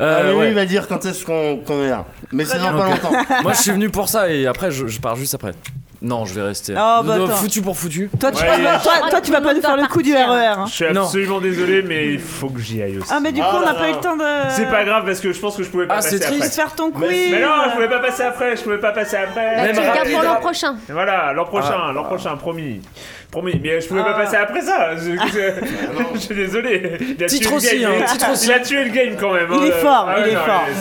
Speaker 15: Euh,
Speaker 14: mais
Speaker 15: ouais.
Speaker 14: lui, il va dire quand est-ce qu'on qu'on est là. Mais c'est dans pas
Speaker 15: Ok.
Speaker 1: Oh,
Speaker 14: longtemps.
Speaker 15: Moi, je suis venu pour ça et après, je, je pars juste après. Non, je vais rester.
Speaker 1: Oh, bah,
Speaker 15: Non,
Speaker 1: attends.
Speaker 15: foutu pour foutu.
Speaker 1: Toi, tu,
Speaker 15: Ouais,
Speaker 1: vas,
Speaker 15: il y
Speaker 1: pas-
Speaker 15: a-
Speaker 1: toi, toi, tu vas pas nous faire le coup du RER. hein.
Speaker 4: Je suis absolument désolé, mais il faut que j'y aille aussi.
Speaker 1: Ah, mais du coup, on n'a pas eu le temps de.
Speaker 4: C'est pas grave parce que je pense que je pouvais pas
Speaker 1: Ah,
Speaker 4: passer
Speaker 1: c'est triste.
Speaker 4: après.
Speaker 1: De faire ton
Speaker 4: Mais-
Speaker 1: quiz.
Speaker 4: Mais non, je pouvais pas passer après, je pouvais pas passer après.
Speaker 13: Bah, tu le gardes pour l'an prochain.
Speaker 4: Voilà, l'an prochain,
Speaker 13: Ah.
Speaker 4: l'an prochain, promis. Promis, mais je pouvais
Speaker 13: Ah.
Speaker 4: pas passer après ça. Je,
Speaker 1: Ah.
Speaker 4: je- je suis désolé. Il a
Speaker 15: Titre
Speaker 4: tué le
Speaker 15: aussi,
Speaker 4: game.
Speaker 15: hein,
Speaker 4: Il a-
Speaker 15: titre aussi.
Speaker 4: Il a tué le game quand même.
Speaker 1: Il est fort, il est
Speaker 4: non,
Speaker 1: fort. Ah,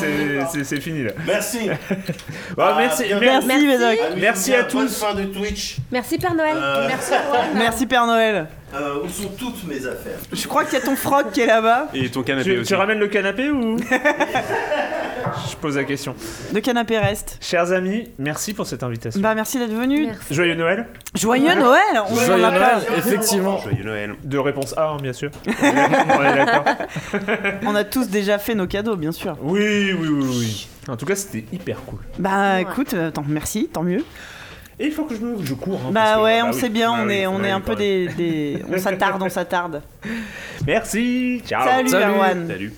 Speaker 4: c'est- c'est- C'est fini là.
Speaker 14: Merci.
Speaker 4: Bon, merci,
Speaker 14: bien.
Speaker 4: merci,
Speaker 14: Merci.
Speaker 4: Médoc.
Speaker 14: Amusez-vous
Speaker 4: Merci
Speaker 14: bien.
Speaker 4: à
Speaker 14: Bonne
Speaker 4: tous.
Speaker 14: fin de Twitch.
Speaker 13: Merci Père Noël.
Speaker 14: Euh,
Speaker 13: Merci. Merci.
Speaker 1: Père Noël.
Speaker 14: Euh, où sont toutes mes affaires
Speaker 1: Je crois qu'il y a ton froc qui est là-bas.
Speaker 4: Et ton
Speaker 1: canapé
Speaker 4: tu,
Speaker 1: aussi.
Speaker 4: Tu ramènes le canapé ou Je pose la question.
Speaker 1: Le canapé reste.
Speaker 4: Chers amis, merci pour cette invitation.
Speaker 1: Bah, merci d'être venu.
Speaker 4: Joyeux Noël.
Speaker 1: Joyeux Noël, on Joyeux s'en Noël, rappelle. effectivement.
Speaker 4: Joyeux Noël. De réponse A, hein, bien sûr. on est d'accord.
Speaker 1: On a tous déjà fait nos cadeaux, bien sûr.
Speaker 4: Oui, oui, oui, oui. En tout cas, c'était hyper cool.
Speaker 1: Bah écoute, euh, tant, merci, tant mieux.
Speaker 4: Et il faut que je me je cours. hein, parce
Speaker 1: bah
Speaker 4: que-
Speaker 1: ouais, on
Speaker 4: oui.
Speaker 1: sait bien,
Speaker 4: Bah
Speaker 1: on
Speaker 4: oui,
Speaker 1: est,
Speaker 4: faut
Speaker 1: on
Speaker 4: aller
Speaker 1: est un peu
Speaker 4: parler.
Speaker 1: des, des- on s'attarde, on s'attarde.
Speaker 4: Merci. Ciao.
Speaker 1: Salut,
Speaker 15: Salut.
Speaker 1: Erwan.
Speaker 15: Salut.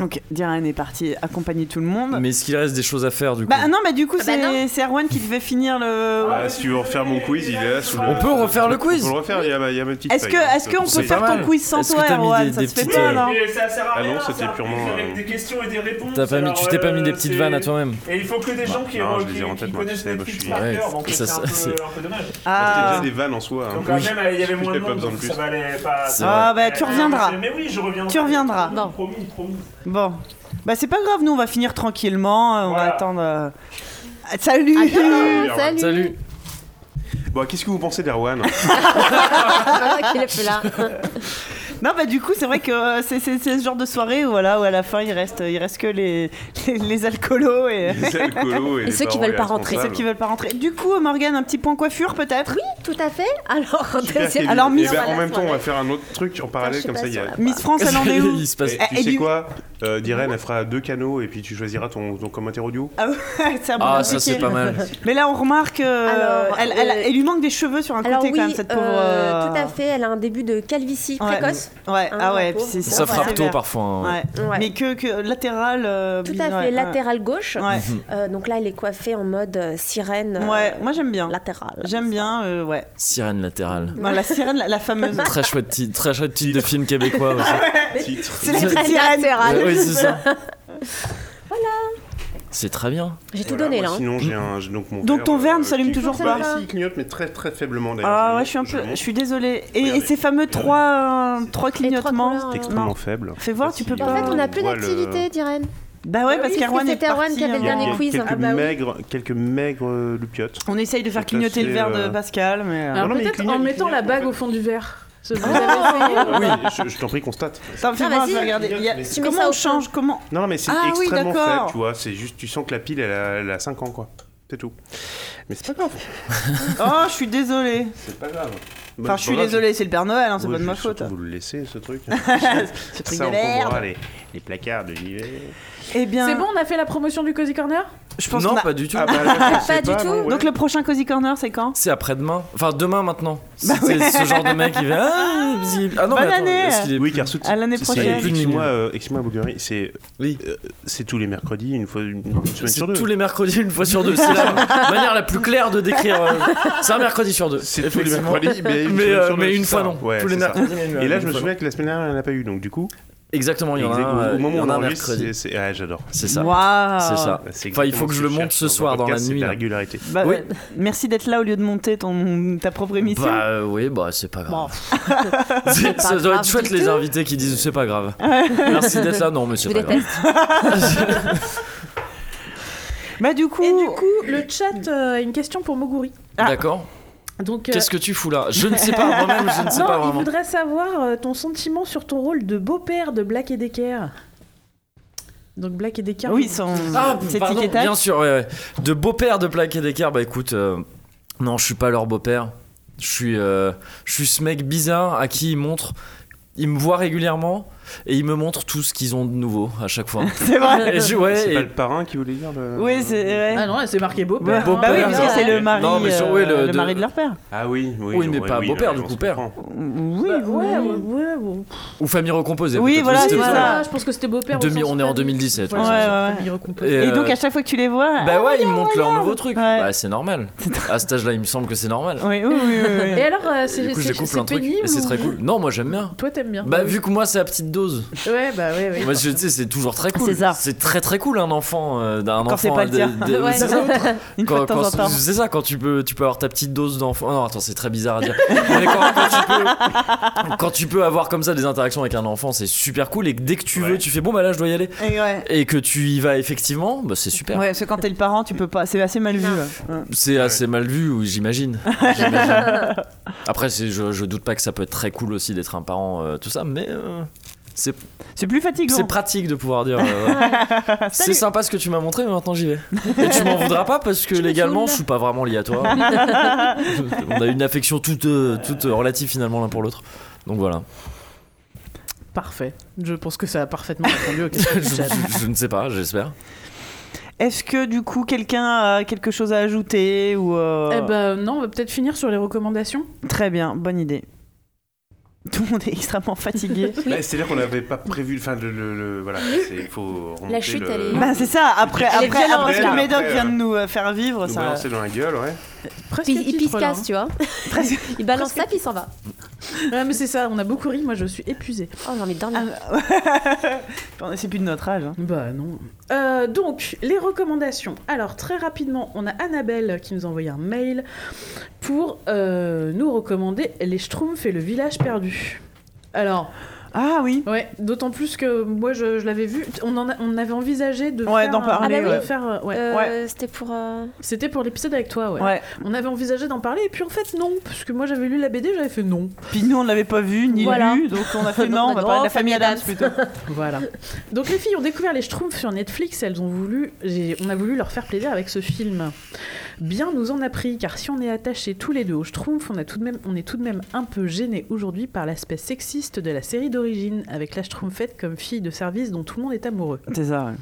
Speaker 1: Donc Diran est parti accompagner tout le monde.
Speaker 15: Mais est-ce qu'il reste des choses à faire du coup
Speaker 1: Bah non, mais du coup c'est c'est Erwan qui devait finir le.
Speaker 9: Ah, si tu veux refaire mon quiz, il est là sous le-
Speaker 15: On peut refaire le quiz
Speaker 9: On peut le refaire, il y a ma, il y a ma petite
Speaker 1: Est-ce que,
Speaker 9: feuille, hein.
Speaker 1: est-ce qu'on peut
Speaker 9: C'est
Speaker 1: faire
Speaker 9: pas
Speaker 1: ton
Speaker 9: mal.
Speaker 1: quiz sans toi, Erwan Ça se fait
Speaker 15: euh,
Speaker 1: pas, non
Speaker 4: Mais ça sert à
Speaker 9: Ah
Speaker 4: rien.
Speaker 9: non, c'était
Speaker 4: ça.
Speaker 9: purement,
Speaker 4: C'est Avec
Speaker 9: euh,
Speaker 4: des questions et des réponses.
Speaker 15: T'as pas mis-
Speaker 4: alors,
Speaker 15: tu t'es pas
Speaker 4: euh,
Speaker 15: mis des petites
Speaker 4: c'est-
Speaker 15: vannes à toi-même. Bah,
Speaker 4: Et il faut que des gens qui
Speaker 9: Non, je
Speaker 4: qui-
Speaker 9: les ai en tête,
Speaker 4: qui
Speaker 9: moi, tu
Speaker 4: connaissent
Speaker 9: sais, moi, je
Speaker 4: Netflix
Speaker 9: suis.
Speaker 4: par
Speaker 15: Ouais,
Speaker 4: cœur, donc
Speaker 15: ça,
Speaker 4: c'est un
Speaker 15: ça,
Speaker 4: peu-
Speaker 15: c'est-
Speaker 4: un peu dommage.
Speaker 1: Ah.
Speaker 9: C'était déjà des vannes en soi. hein.
Speaker 4: Donc quand même, il y avait moins
Speaker 9: J'avais
Speaker 4: de monde,
Speaker 9: pas besoin de
Speaker 4: donc
Speaker 9: plus.
Speaker 4: ça valait pas-
Speaker 9: C'est
Speaker 1: Ah
Speaker 4: vrai.
Speaker 1: bah tu reviendras.
Speaker 4: euh, Mais oui, je reviendrai.
Speaker 1: Tu reviendras.
Speaker 4: Promis, Promis, promis.
Speaker 1: Bon, bah c'est pas grave, nous on va finir tranquillement, euh, on va attendre. euh, ah, Salut.
Speaker 9: Salut.
Speaker 15: Salut.
Speaker 9: Bon, qu'est-ce que vous pensez d'Erwan
Speaker 1: Euh,
Speaker 13: qu'il est plus là.
Speaker 1: Non bah du coup c'est vrai que euh, c'est c'est- c'est ce genre de soirée où, voilà, où à la fin il reste, il reste que les, les, les alcoolos et,
Speaker 9: Les alcoolos et Et les ceux qui parents veulent pas rentrer.
Speaker 1: Ceux qui veulent pas rentrer. Du coup euh, Morgane un petit point coiffure peut-être
Speaker 13: Oui tout à fait. Alors
Speaker 9: Super, Kevin.
Speaker 1: Alors
Speaker 9: Eh
Speaker 1: Miss,
Speaker 9: ben, en même temps, on va faire un autre truc en parallèle
Speaker 13: je
Speaker 9: comme
Speaker 13: sais
Speaker 9: ça.
Speaker 13: pas
Speaker 9: il y a-
Speaker 13: si on Miss
Speaker 1: France, elle en est où
Speaker 9: Eh,
Speaker 1: Eh, eh,
Speaker 9: Tu sais
Speaker 1: du-
Speaker 9: quoi Euh, Diren, elle fera deux canaux et puis tu choisiras ton, ton commentaire audio.
Speaker 1: Ah ouais, c'est un peu
Speaker 9: Ah, ça,
Speaker 1: compliqué.
Speaker 9: c'est pas mal.
Speaker 1: Mais là on remarque, euh,
Speaker 13: Alors,
Speaker 1: elle, elle-
Speaker 13: euh,
Speaker 1: elle lui manque des cheveux sur un
Speaker 13: Alors
Speaker 1: côté
Speaker 13: oui,
Speaker 1: quand même cette pauvre.
Speaker 13: euh,
Speaker 1: euh,
Speaker 13: tout à fait. Elle a un début de calvitie
Speaker 1: Ouais.
Speaker 13: précoce.
Speaker 1: Ouais,
Speaker 13: Hein,
Speaker 1: ah
Speaker 13: la
Speaker 1: ouais,
Speaker 13: pauvre.
Speaker 1: c'est
Speaker 15: Ça frappe tôt
Speaker 1: sévère.
Speaker 15: parfois, hein.
Speaker 1: Ouais. Mais que, que latéral. euh,
Speaker 13: Tout
Speaker 1: bien,
Speaker 13: à
Speaker 1: ouais,
Speaker 13: fait,
Speaker 1: ouais.
Speaker 13: latéral gauche.
Speaker 1: Ouais.
Speaker 15: Mhm.
Speaker 13: Euh, donc là, elle est coiffée en mode euh, sirène. euh,
Speaker 1: Ouais, moi j'aime bien.
Speaker 13: Latéral.
Speaker 1: J'aime bien, euh, ouais.
Speaker 15: Sirène latérale.
Speaker 1: Bon, la sirène, la, la fameuse. Ah
Speaker 15: Très chouette titre, très chouette titre de film québécois. aussi.
Speaker 1: C'est la petite sirène.
Speaker 15: Ouais, ouais, c'est ça.
Speaker 13: Voilà.
Speaker 15: C'est très bien.
Speaker 13: J'ai tout
Speaker 9: Voilà,
Speaker 13: donné
Speaker 9: moi,
Speaker 13: là. hein.
Speaker 9: Sinon, j'ai un, j'ai donc mon.
Speaker 1: Donc ton verre ne
Speaker 9: euh,
Speaker 1: s'allume
Speaker 9: qui-
Speaker 1: toujours
Speaker 9: Bah,
Speaker 1: pas.
Speaker 9: si, il clignote, mais très très faiblement d'ailleurs.
Speaker 1: Ah ouais, je suis un peu. Je suis désolée. Et, et ces fameux trois, euh, trois clignotements.
Speaker 9: C'est extrêmement faible.
Speaker 1: Fais voir, tu peux
Speaker 13: hein. En
Speaker 1: pas.
Speaker 13: fait, on n'a plus
Speaker 9: Voit le-
Speaker 1: euh,
Speaker 13: d'activité, d'Irène.
Speaker 1: Bah ouais, parce
Speaker 13: oui,
Speaker 1: qu'Erwan est
Speaker 13: c'était Erwan
Speaker 1: parti.
Speaker 13: qui avait le
Speaker 1: euh,
Speaker 9: Il y a- il y a
Speaker 13: quiz.
Speaker 9: Quelques
Speaker 13: Ah bah oui.
Speaker 9: maigres, quelques maigres euh, loupiottes.
Speaker 1: On essaye de faire
Speaker 9: C'est
Speaker 1: clignoter le
Speaker 9: assez,
Speaker 1: verre de
Speaker 9: euh,
Speaker 1: Pascal, mais.
Speaker 14: Ah,
Speaker 1: euh,
Speaker 2: Alors peut-être en mettant la bague au fond du verre. Ce que vous
Speaker 14: Ah.
Speaker 2: avez essayé.
Speaker 9: Oui, je, je t'en prie, constate.
Speaker 1: Attends, fais
Speaker 2: Ah,
Speaker 1: voir,
Speaker 2: vas-y.
Speaker 1: je vais regarder. Il y a-
Speaker 2: Mais tu mets
Speaker 1: Comment
Speaker 2: ça
Speaker 1: on
Speaker 2: au
Speaker 1: change Comment
Speaker 9: Non, non, mais c'est
Speaker 1: Ah oui,
Speaker 9: extrêmement
Speaker 1: d'accord.
Speaker 9: faible, tu vois. C'est juste, tu sens que la pile, elle a, elle a 5 ans, quoi. C'est tout. Mais c'est pas grave.
Speaker 1: Oh, je suis désolée.
Speaker 9: C'est pas grave.
Speaker 1: Enfin, je suis désolée, c'est le Père Noël, hein, c'est pas de ma faute.
Speaker 9: Vous le laissez, ce truc.
Speaker 1: Ce truc
Speaker 9: Ça,
Speaker 1: de
Speaker 9: on
Speaker 1: merde.
Speaker 9: comprendra les, les placards de l'hiver.
Speaker 1: Eh bien.
Speaker 2: C'est bon, on a fait la promotion du Cozy Corner
Speaker 1: Je pense
Speaker 15: Non,
Speaker 1: qu'on a-
Speaker 15: pas du tout. Ah bah, là, je sais Pas du pas, tout. non, ouais.
Speaker 1: Donc le prochain Cozy Corner, c'est quand
Speaker 15: C'est après-demain. Enfin, demain maintenant.
Speaker 1: Bah
Speaker 15: c'est
Speaker 1: ouais.
Speaker 15: ce genre de mec qui va. Ah, vas-y. Ah non,
Speaker 1: Bonne
Speaker 15: mais attends,
Speaker 1: année.
Speaker 15: est-ce qu'il est
Speaker 9: Oui,
Speaker 15: plus-
Speaker 9: car sous-
Speaker 1: À l'année
Speaker 9: c'est-
Speaker 1: prochaine.
Speaker 9: c'est- Excuse-moi, euh, excuse-moi, Bulgarie, c'est euh, c'est tous les mercredis, une fois une, une semaine
Speaker 15: C'est
Speaker 9: sur deux.
Speaker 15: tous les mercredis, une fois sur deux. C'est la manière la plus claire de décrire. euh, C'est un mercredi sur deux.
Speaker 9: C'est tous les
Speaker 15: effectivement.
Speaker 9: mercredis, mais une,
Speaker 15: Mais,
Speaker 9: semaine
Speaker 15: euh,
Speaker 9: sur deux,
Speaker 15: mais une
Speaker 9: c'est
Speaker 15: fois
Speaker 9: ça.
Speaker 15: non.
Speaker 9: Ouais,
Speaker 15: tous les
Speaker 9: c'est ça.
Speaker 15: mercredis. mais une-
Speaker 9: Et là,
Speaker 15: une
Speaker 9: je me
Speaker 15: fois
Speaker 9: souviens
Speaker 15: non.
Speaker 9: que la semaine dernière, il n'y en a pas eu, donc du coup.
Speaker 15: Exactement, il y en a
Speaker 9: exact-
Speaker 15: un, euh,
Speaker 9: Au moment
Speaker 15: il y
Speaker 9: où
Speaker 15: en
Speaker 9: on
Speaker 15: a un
Speaker 9: enregistre,
Speaker 15: mercredi.
Speaker 9: c'est- c'est- ouais, j'adore.
Speaker 15: C'est ça.
Speaker 1: Waouh.
Speaker 15: C'est ça.
Speaker 9: Bah, C'est
Speaker 15: Enfin, il faut
Speaker 9: exactement
Speaker 15: que je
Speaker 9: ce
Speaker 15: le
Speaker 9: je
Speaker 15: monte
Speaker 9: cherche
Speaker 15: ce
Speaker 9: dans un
Speaker 15: soir dans la
Speaker 9: podcast, c'est
Speaker 15: nuit.
Speaker 9: de la
Speaker 15: là.
Speaker 9: régularité.
Speaker 1: Bah,
Speaker 15: Oui.
Speaker 1: euh, merci d'être là au lieu de monter ton, ta propre émission.
Speaker 15: Bah euh, oui, bah c'est pas grave.
Speaker 1: C'est
Speaker 15: C'est-
Speaker 1: pas
Speaker 15: ça doit
Speaker 1: grave
Speaker 15: être chouette
Speaker 1: du
Speaker 15: les
Speaker 1: tout.
Speaker 15: invités qui disent c'est pas grave. Merci d'être là, non mais c'est
Speaker 1: Je
Speaker 15: pas
Speaker 1: vous
Speaker 15: grave.
Speaker 1: Bah du coup.
Speaker 2: Et du coup, Ah, le chat euh, a une question pour Moguri.
Speaker 1: Ah.
Speaker 15: D'accord.
Speaker 2: Donc. euh,
Speaker 15: Qu'est-ce que tu fous là Je ne sais pas moi-même, je ne sais
Speaker 2: Non,
Speaker 15: pas
Speaker 2: il
Speaker 15: vraiment.
Speaker 2: voudrait savoir euh, ton sentiment sur ton rôle de beau-père de Black et Decker. Donc Black et Decker.
Speaker 1: Oui, son.
Speaker 15: Ah,
Speaker 1: c'est
Speaker 15: pardon,
Speaker 1: Tic et Tac.
Speaker 15: bien sûr, ouais, ouais. De beau-père de plaqué d'écart, bah écoute, euh, non, je suis pas leur beau-père. Je suis, euh, je suis ce mec bizarre à qui ils montrent, ils me voient régulièrement, et ils me montrent tout ce qu'ils ont de nouveau à chaque fois.
Speaker 1: C'est vrai.
Speaker 15: Et je- ouais,
Speaker 9: C'est
Speaker 15: et-
Speaker 9: pas le parrain qui voulait dire le.
Speaker 1: Oui, c'est vrai.
Speaker 2: Ah non, elle s'est marquée beau
Speaker 15: Ouais, beau-père.
Speaker 1: Bah oui, parce que c'est le mari,
Speaker 15: Non, mais sur- ouais,
Speaker 1: euh,
Speaker 15: le-
Speaker 1: le
Speaker 15: de-
Speaker 1: mari de leur père.
Speaker 9: Ah oui, oui.
Speaker 15: Oui, mais
Speaker 9: oui,
Speaker 15: pas
Speaker 9: oui, non,
Speaker 15: beau-père, du
Speaker 9: mais on
Speaker 15: coup,
Speaker 9: se
Speaker 15: père.
Speaker 1: Oui,
Speaker 2: Bah,
Speaker 10: ouais, ouais, ouais.
Speaker 15: Ou famille recomposée.
Speaker 1: Oui,
Speaker 15: peut-être
Speaker 1: voilà,
Speaker 15: aussi,
Speaker 1: c'est
Speaker 15: c'était
Speaker 1: ça.
Speaker 10: Je pense que c'était beau-père.
Speaker 15: Demi- on est en 2017.
Speaker 1: Ouais, ouais, ouais. Et,
Speaker 15: Et,
Speaker 1: donc
Speaker 15: euh,
Speaker 1: à chaque fois que tu les vois.
Speaker 15: Bah
Speaker 1: ah,
Speaker 15: ouais, ils me
Speaker 1: regarde,
Speaker 15: montrent leur
Speaker 1: regarde.
Speaker 15: nouveau truc. Bah c'est normal. À cet âge-là, il me semble que c'est normal.
Speaker 1: Oui, oui, oui, oui, oui.
Speaker 10: Et alors, euh,
Speaker 15: Et
Speaker 10: c'est
Speaker 15: du coup, je
Speaker 10: c'est-
Speaker 15: découvre
Speaker 10: c'est
Speaker 15: plein de trucs.
Speaker 10: pénible
Speaker 15: Et c'est très
Speaker 10: ou-
Speaker 15: cool. Non, moi j'aime bien.
Speaker 10: Toi, t'aimes bien.
Speaker 15: Bah vu que moi c'est à petite dose.
Speaker 10: Ouais, bah ouais, ouais.
Speaker 15: Moi je tu sais, c'est toujours très cool.
Speaker 10: Ah, C'est ça.
Speaker 15: C'est très très cool un enfant euh, d'un enfant.
Speaker 10: Quand c'est pas le
Speaker 15: de-
Speaker 10: tien.
Speaker 15: de-
Speaker 10: Ouais.
Speaker 15: c'est ça.
Speaker 10: Une fois
Speaker 15: Quand-
Speaker 10: de temps
Speaker 15: quand-
Speaker 10: en temps.
Speaker 15: C'est ça quand tu peux tu peux avoir ta petite dose d'enfant. Oh, Non attends c'est très bizarre à dire. Mais quand, quand tu peux quand tu peux avoir comme ça des interactions avec un enfant c'est super cool et que dès que tu veux tu fais bon bah là je dois y aller
Speaker 1: Et Eh ouais.
Speaker 15: et que tu y vas effectivement bah c'est super.
Speaker 1: Ouais, parce que quand t'es le parent, tu peux pas. C'est assez mal vu. hein. ouais.
Speaker 15: C'est assez mal vu, oui, j'imagine. Après, c'est- je, je doute pas que ça peut être très cool aussi d'être un parent, euh, tout ça, mais euh, c'est.
Speaker 1: C'est plus fatigant.
Speaker 15: C'est pratique de pouvoir dire. euh, c'est sympa ce que tu m'as montré, mais maintenant j'y vais. Et tu m'en voudras pas parce que légalement, je suis pas vraiment lié à toi. On a une affection toute, euh, toute euh, relative finalement l'un pour l'autre. Donc voilà.
Speaker 2: Parfait. Je pense que ça a parfaitement répondu aux questions.
Speaker 15: je, je- je ne sais pas, j'espère.
Speaker 1: Est-ce que du coup quelqu'un a quelque chose à ajouter ou euh,
Speaker 2: Eh ben non, on va peut-être finir sur les recommandations.
Speaker 1: Très bien, bonne idée. Tout le monde est extrêmement fatigué.
Speaker 9: Bah, C'est-à-dire qu'on n'avait pas prévu. Enfin, le, le, le- voilà, il faut remonter.
Speaker 1: chute,
Speaker 9: le-
Speaker 1: Bah, c'est ça, après,
Speaker 9: Elle est
Speaker 1: après,
Speaker 9: violente,
Speaker 1: après ce
Speaker 9: là.
Speaker 1: que Médoc
Speaker 9: Après,
Speaker 1: vient de
Speaker 9: euh,
Speaker 1: nous euh, faire vivre,
Speaker 9: Nous
Speaker 1: ça.
Speaker 9: balancer dans la gueule, ouais.
Speaker 2: Presque
Speaker 6: Puis, il- puis il se
Speaker 2: titre, là,
Speaker 6: casse,
Speaker 2: hein.
Speaker 6: tu vois. il balance ça, puis il s'en va.
Speaker 2: Ouais, mais c'est ça, on a beaucoup ri, moi je suis épuisée. Ah,
Speaker 6: Oh, j'ai envie de dormir.
Speaker 1: C'est plus de notre âge. hein.
Speaker 2: Bah non. donc, les recommandations. Alors, très rapidement, on a Annabelle qui nous a envoyé un mail pour euh, nous recommander Les Schtroumpfs et le village perdu. Alors.
Speaker 1: Ah oui
Speaker 2: Ouais, d'autant plus que moi je, je l'avais vu, on, en a- on avait envisagé de
Speaker 1: Ouais,
Speaker 2: faire.
Speaker 1: d'en
Speaker 2: un-
Speaker 1: parler,
Speaker 2: Ah bah oui,
Speaker 1: ouais.
Speaker 2: de faire, euh, ouais.
Speaker 1: Euh,
Speaker 6: C'était pour.
Speaker 2: C'était pour l'épisode avec toi, ouais.
Speaker 1: Ouais.
Speaker 2: On avait envisagé d'en parler, et puis en fait, non, parce que moi j'avais lu la BD, j'avais fait non.
Speaker 1: Puis nous, on l'avait pas vu ni
Speaker 2: Voilà.
Speaker 1: lu, donc on a fait
Speaker 2: Donc,
Speaker 1: non,
Speaker 2: on
Speaker 1: on
Speaker 2: a
Speaker 1: va
Speaker 2: dit,
Speaker 1: parler
Speaker 2: oh,
Speaker 1: de la famille
Speaker 2: famille
Speaker 1: Adams plutôt.
Speaker 2: voilà. Donc les filles ont découvert les Schtroumpfs sur Netflix, elles ont voulu, j'ai- on a voulu leur faire plaisir avec ce film. Bien nous en a pris, car si on est attachés tous les deux aux Schtroumpfs, on, a tout de même, on est tout de même un peu gênés aujourd'hui par l'aspect sexiste de la série d'origine, avec la Schtroumpfette comme fille de service dont tout le monde est amoureux.
Speaker 1: C'est ça, ouais.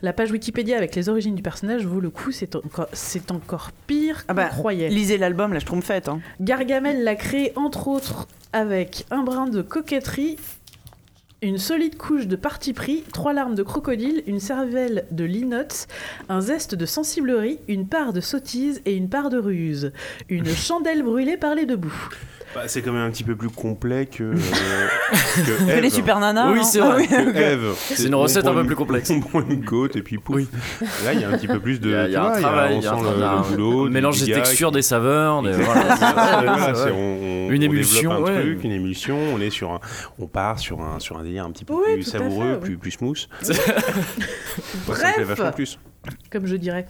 Speaker 2: La page Wikipédia avec les origines du personnage vaut le coup, c'est encore, c'est encore pire
Speaker 1: Ah
Speaker 2: qu'on
Speaker 1: bah,
Speaker 2: croyait.
Speaker 1: lisez l'album, la Schtroumpfette. Hein.
Speaker 2: Gargamel l'a créé entre autres avec un brin de coquetterie, une solide couche de parti pris, trois larmes de crocodile, une cervelle de linotte, un zeste de sensiblerie, une part de sottise et une part de ruse. Une chandelle brûlée par les deux bouts.
Speaker 9: Bah, c'est quand même un petit peu plus complet que. euh, que
Speaker 2: Que
Speaker 9: Ève.
Speaker 2: les super nanas, Oui, hein.
Speaker 15: Ah
Speaker 2: c'est vrai.
Speaker 9: Que Ève.
Speaker 15: C'est une recette
Speaker 9: On
Speaker 15: un peu
Speaker 9: prend
Speaker 15: plus complexe.
Speaker 9: On prend une côte et puis pouf. Là, il y a un petit peu plus de.
Speaker 15: Il y a, il y a
Speaker 9: tu
Speaker 15: un
Speaker 9: vois,
Speaker 15: travail,
Speaker 9: on
Speaker 15: il y a un
Speaker 9: sent
Speaker 15: travail,
Speaker 9: le-
Speaker 15: un-
Speaker 9: le boulot,
Speaker 15: un
Speaker 9: du
Speaker 15: mélange des
Speaker 9: gars
Speaker 15: textures,
Speaker 9: qui-
Speaker 15: des saveurs, des-
Speaker 9: Exactement,
Speaker 15: voilà.
Speaker 9: c'est ça, voilà,
Speaker 15: Ouais.
Speaker 9: c'est- on- on-
Speaker 15: Une
Speaker 9: on
Speaker 15: émulsion,
Speaker 9: développe un
Speaker 15: ouais.
Speaker 9: truc, une émulsion. On est sur un, on part sur un sur un délire un petit peu
Speaker 2: Oui,
Speaker 9: plus
Speaker 2: tout à fait,
Speaker 9: savoureux,
Speaker 2: oui.
Speaker 9: plus plus smooth. Moi, ça me plaît
Speaker 2: Bref.
Speaker 9: vachement plus.
Speaker 2: comme je dirais.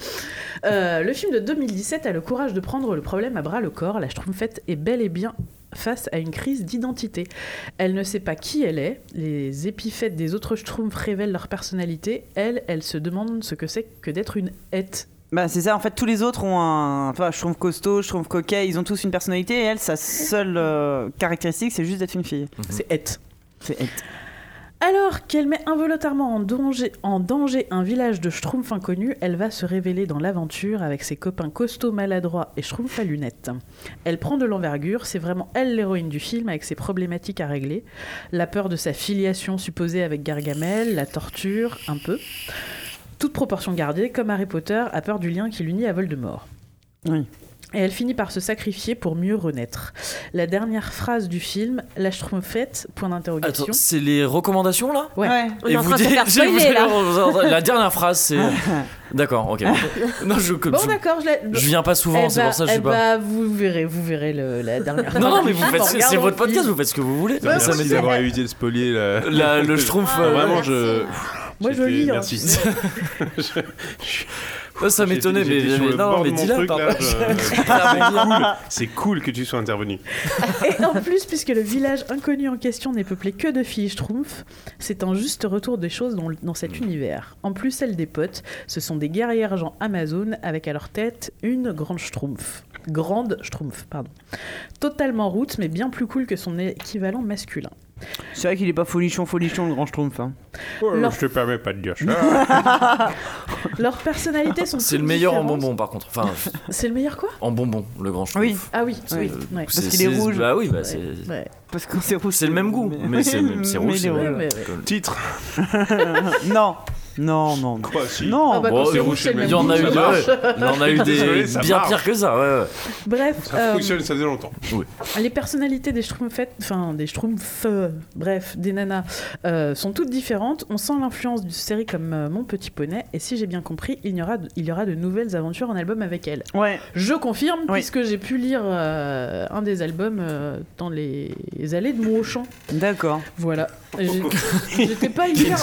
Speaker 2: Euh, le film de 2017 a le courage de prendre le problème à bras le corps. La Schtroumpfette est bel et bien face à une crise d'identité. Elle ne sait pas qui elle est. Les épithètes des autres Schtroumpfs révèlent leur personnalité. Elle, elle se demande ce que c'est que d'être une hête.
Speaker 1: Bah, c'est ça, en fait, tous les autres ont un. Tu vois, je trouve costaud, je trouve coquet, ils ont tous une personnalité et elle, sa seule euh, caractéristique, c'est juste d'être une fille.
Speaker 9: Mhm.
Speaker 2: C'est hête.
Speaker 1: C'est hête.
Speaker 2: Alors qu'elle met involontairement en danger, en danger un village de Schtroumpfs inconnus, elle va se révéler dans l'aventure avec ses copains costauds maladroits et Schtroumpfs à lunettes. Elle prend de l'envergure, c'est vraiment elle l'héroïne du film avec ses problématiques à régler, la peur de sa filiation supposée avec Gargamel, la torture, un peu. Toute proportion gardée, comme Harry Potter a peur du lien qui l'unit à Voldemort.
Speaker 1: Oui.
Speaker 2: Et elle finit par se sacrifier pour mieux renaître. La dernière phrase du film, la Schtroumpfette, point d'interrogation.
Speaker 15: Attends, c'est les recommandations là
Speaker 2: Ouais. Ouais. On est en
Speaker 15: vous
Speaker 2: train de se
Speaker 15: dites-
Speaker 2: faire
Speaker 15: vous
Speaker 2: spoiler,
Speaker 15: allez-
Speaker 2: là.
Speaker 15: vous entendez- La dernière phrase c'est. euh, D'accord, ok. Non, je.
Speaker 2: Bon,
Speaker 15: je-
Speaker 2: d'accord, je, l'ai-
Speaker 15: je viens pas souvent,
Speaker 2: Eh
Speaker 15: c'est
Speaker 2: bah-
Speaker 15: pour ça que je
Speaker 2: eh
Speaker 15: sais pas.
Speaker 2: bah, vous verrez, vous verrez le- la dernière.
Speaker 15: Non, non, mais vous
Speaker 2: fois.
Speaker 15: faites,
Speaker 2: En
Speaker 15: c'est- c'est
Speaker 2: regardant
Speaker 15: votre
Speaker 2: le film.
Speaker 15: podcast, vous faites ce que vous voulez.
Speaker 2: Bah,
Speaker 15: Mais ça
Speaker 9: Merci
Speaker 15: m'étonne.
Speaker 9: d'avoir évité de spoiler la, Ah,
Speaker 15: La- le schtroumpf, euh,
Speaker 9: Vraiment, je.
Speaker 2: Moi, je
Speaker 9: j'étais-
Speaker 2: lis, hein.
Speaker 9: Merci. Je-
Speaker 15: Ouais, ça m'étonnait, mais,
Speaker 9: J'étais sur
Speaker 15: mais
Speaker 9: le
Speaker 15: non,
Speaker 9: bord
Speaker 15: mais
Speaker 9: de mon
Speaker 15: dis-la,
Speaker 9: truc,
Speaker 15: par
Speaker 9: là,
Speaker 15: contre.
Speaker 9: je- C'est cool. C'est cool que tu sois intervenu.
Speaker 2: Et en plus, puisque le village inconnu en question n'est peuplé que de filles schtroumpfs, c'est un juste retour des choses dans, dans
Speaker 15: Mm.
Speaker 2: cet univers. En plus, celle des potes, ce sont des guerrières gens Amazon avec à leur tête une grande schtroumpf. Grande schtroumpf, pardon. Totalement route, mais bien plus cool que son équivalent masculin.
Speaker 24: C'est vrai qu'il est pas folichon, folichon, le grand schtroumpf. Hein.
Speaker 2: Non.
Speaker 9: Oh, Je te permets pas de dire ça.
Speaker 2: Leurs personnalités sont.
Speaker 15: C'est le
Speaker 2: toutes
Speaker 15: meilleur en
Speaker 2: différentes.
Speaker 15: bonbon par contre. Enfin,
Speaker 2: C'est le meilleur quoi
Speaker 15: en bonbon, le grand schtroumpf.
Speaker 2: Oui. Ah oui,
Speaker 15: C'est- euh,
Speaker 2: oui.
Speaker 15: c'est-
Speaker 2: Ouais.
Speaker 24: Parce qu'il est
Speaker 15: c'est-
Speaker 24: rouge.
Speaker 15: Bah oui, bah c'est.
Speaker 24: Parce que c'est rouge.
Speaker 15: C'est le même goût, mais c'est c'est rouge. c'est vrai. Comme-
Speaker 24: Titre. non. Non, non.
Speaker 9: Quoi, si
Speaker 24: Non.
Speaker 2: Ah bah, quand
Speaker 15: Bon,
Speaker 2: c'est rouge, c'est le
Speaker 15: il
Speaker 2: même
Speaker 15: y en a
Speaker 2: goût,
Speaker 15: eu
Speaker 2: ça
Speaker 15: des,
Speaker 2: marche.
Speaker 15: il y en a eu des
Speaker 9: Désolé, ça
Speaker 15: bien
Speaker 9: marche.
Speaker 15: pire que ça. Ouais, ouais.
Speaker 2: Bref.
Speaker 9: Ça
Speaker 2: euh,
Speaker 9: fonctionne, ça faisait longtemps.
Speaker 2: Les personnalités des schtroumpfettes, enfin des schtroumpfs, euh, bref, des nanas, euh, sont toutes différentes. On sent l'influence d'une série comme euh, Mon Petit Poney, et si j'ai bien compris, il y, aura de, il y aura de nouvelles aventures en album avec elle.
Speaker 1: Ouais.
Speaker 2: Je confirme, puisque j'ai pu lire euh, un des albums euh, dans les allées de mon Auchan.
Speaker 24: D'accord.
Speaker 2: Voilà. J'ai- J'étais pas hyper...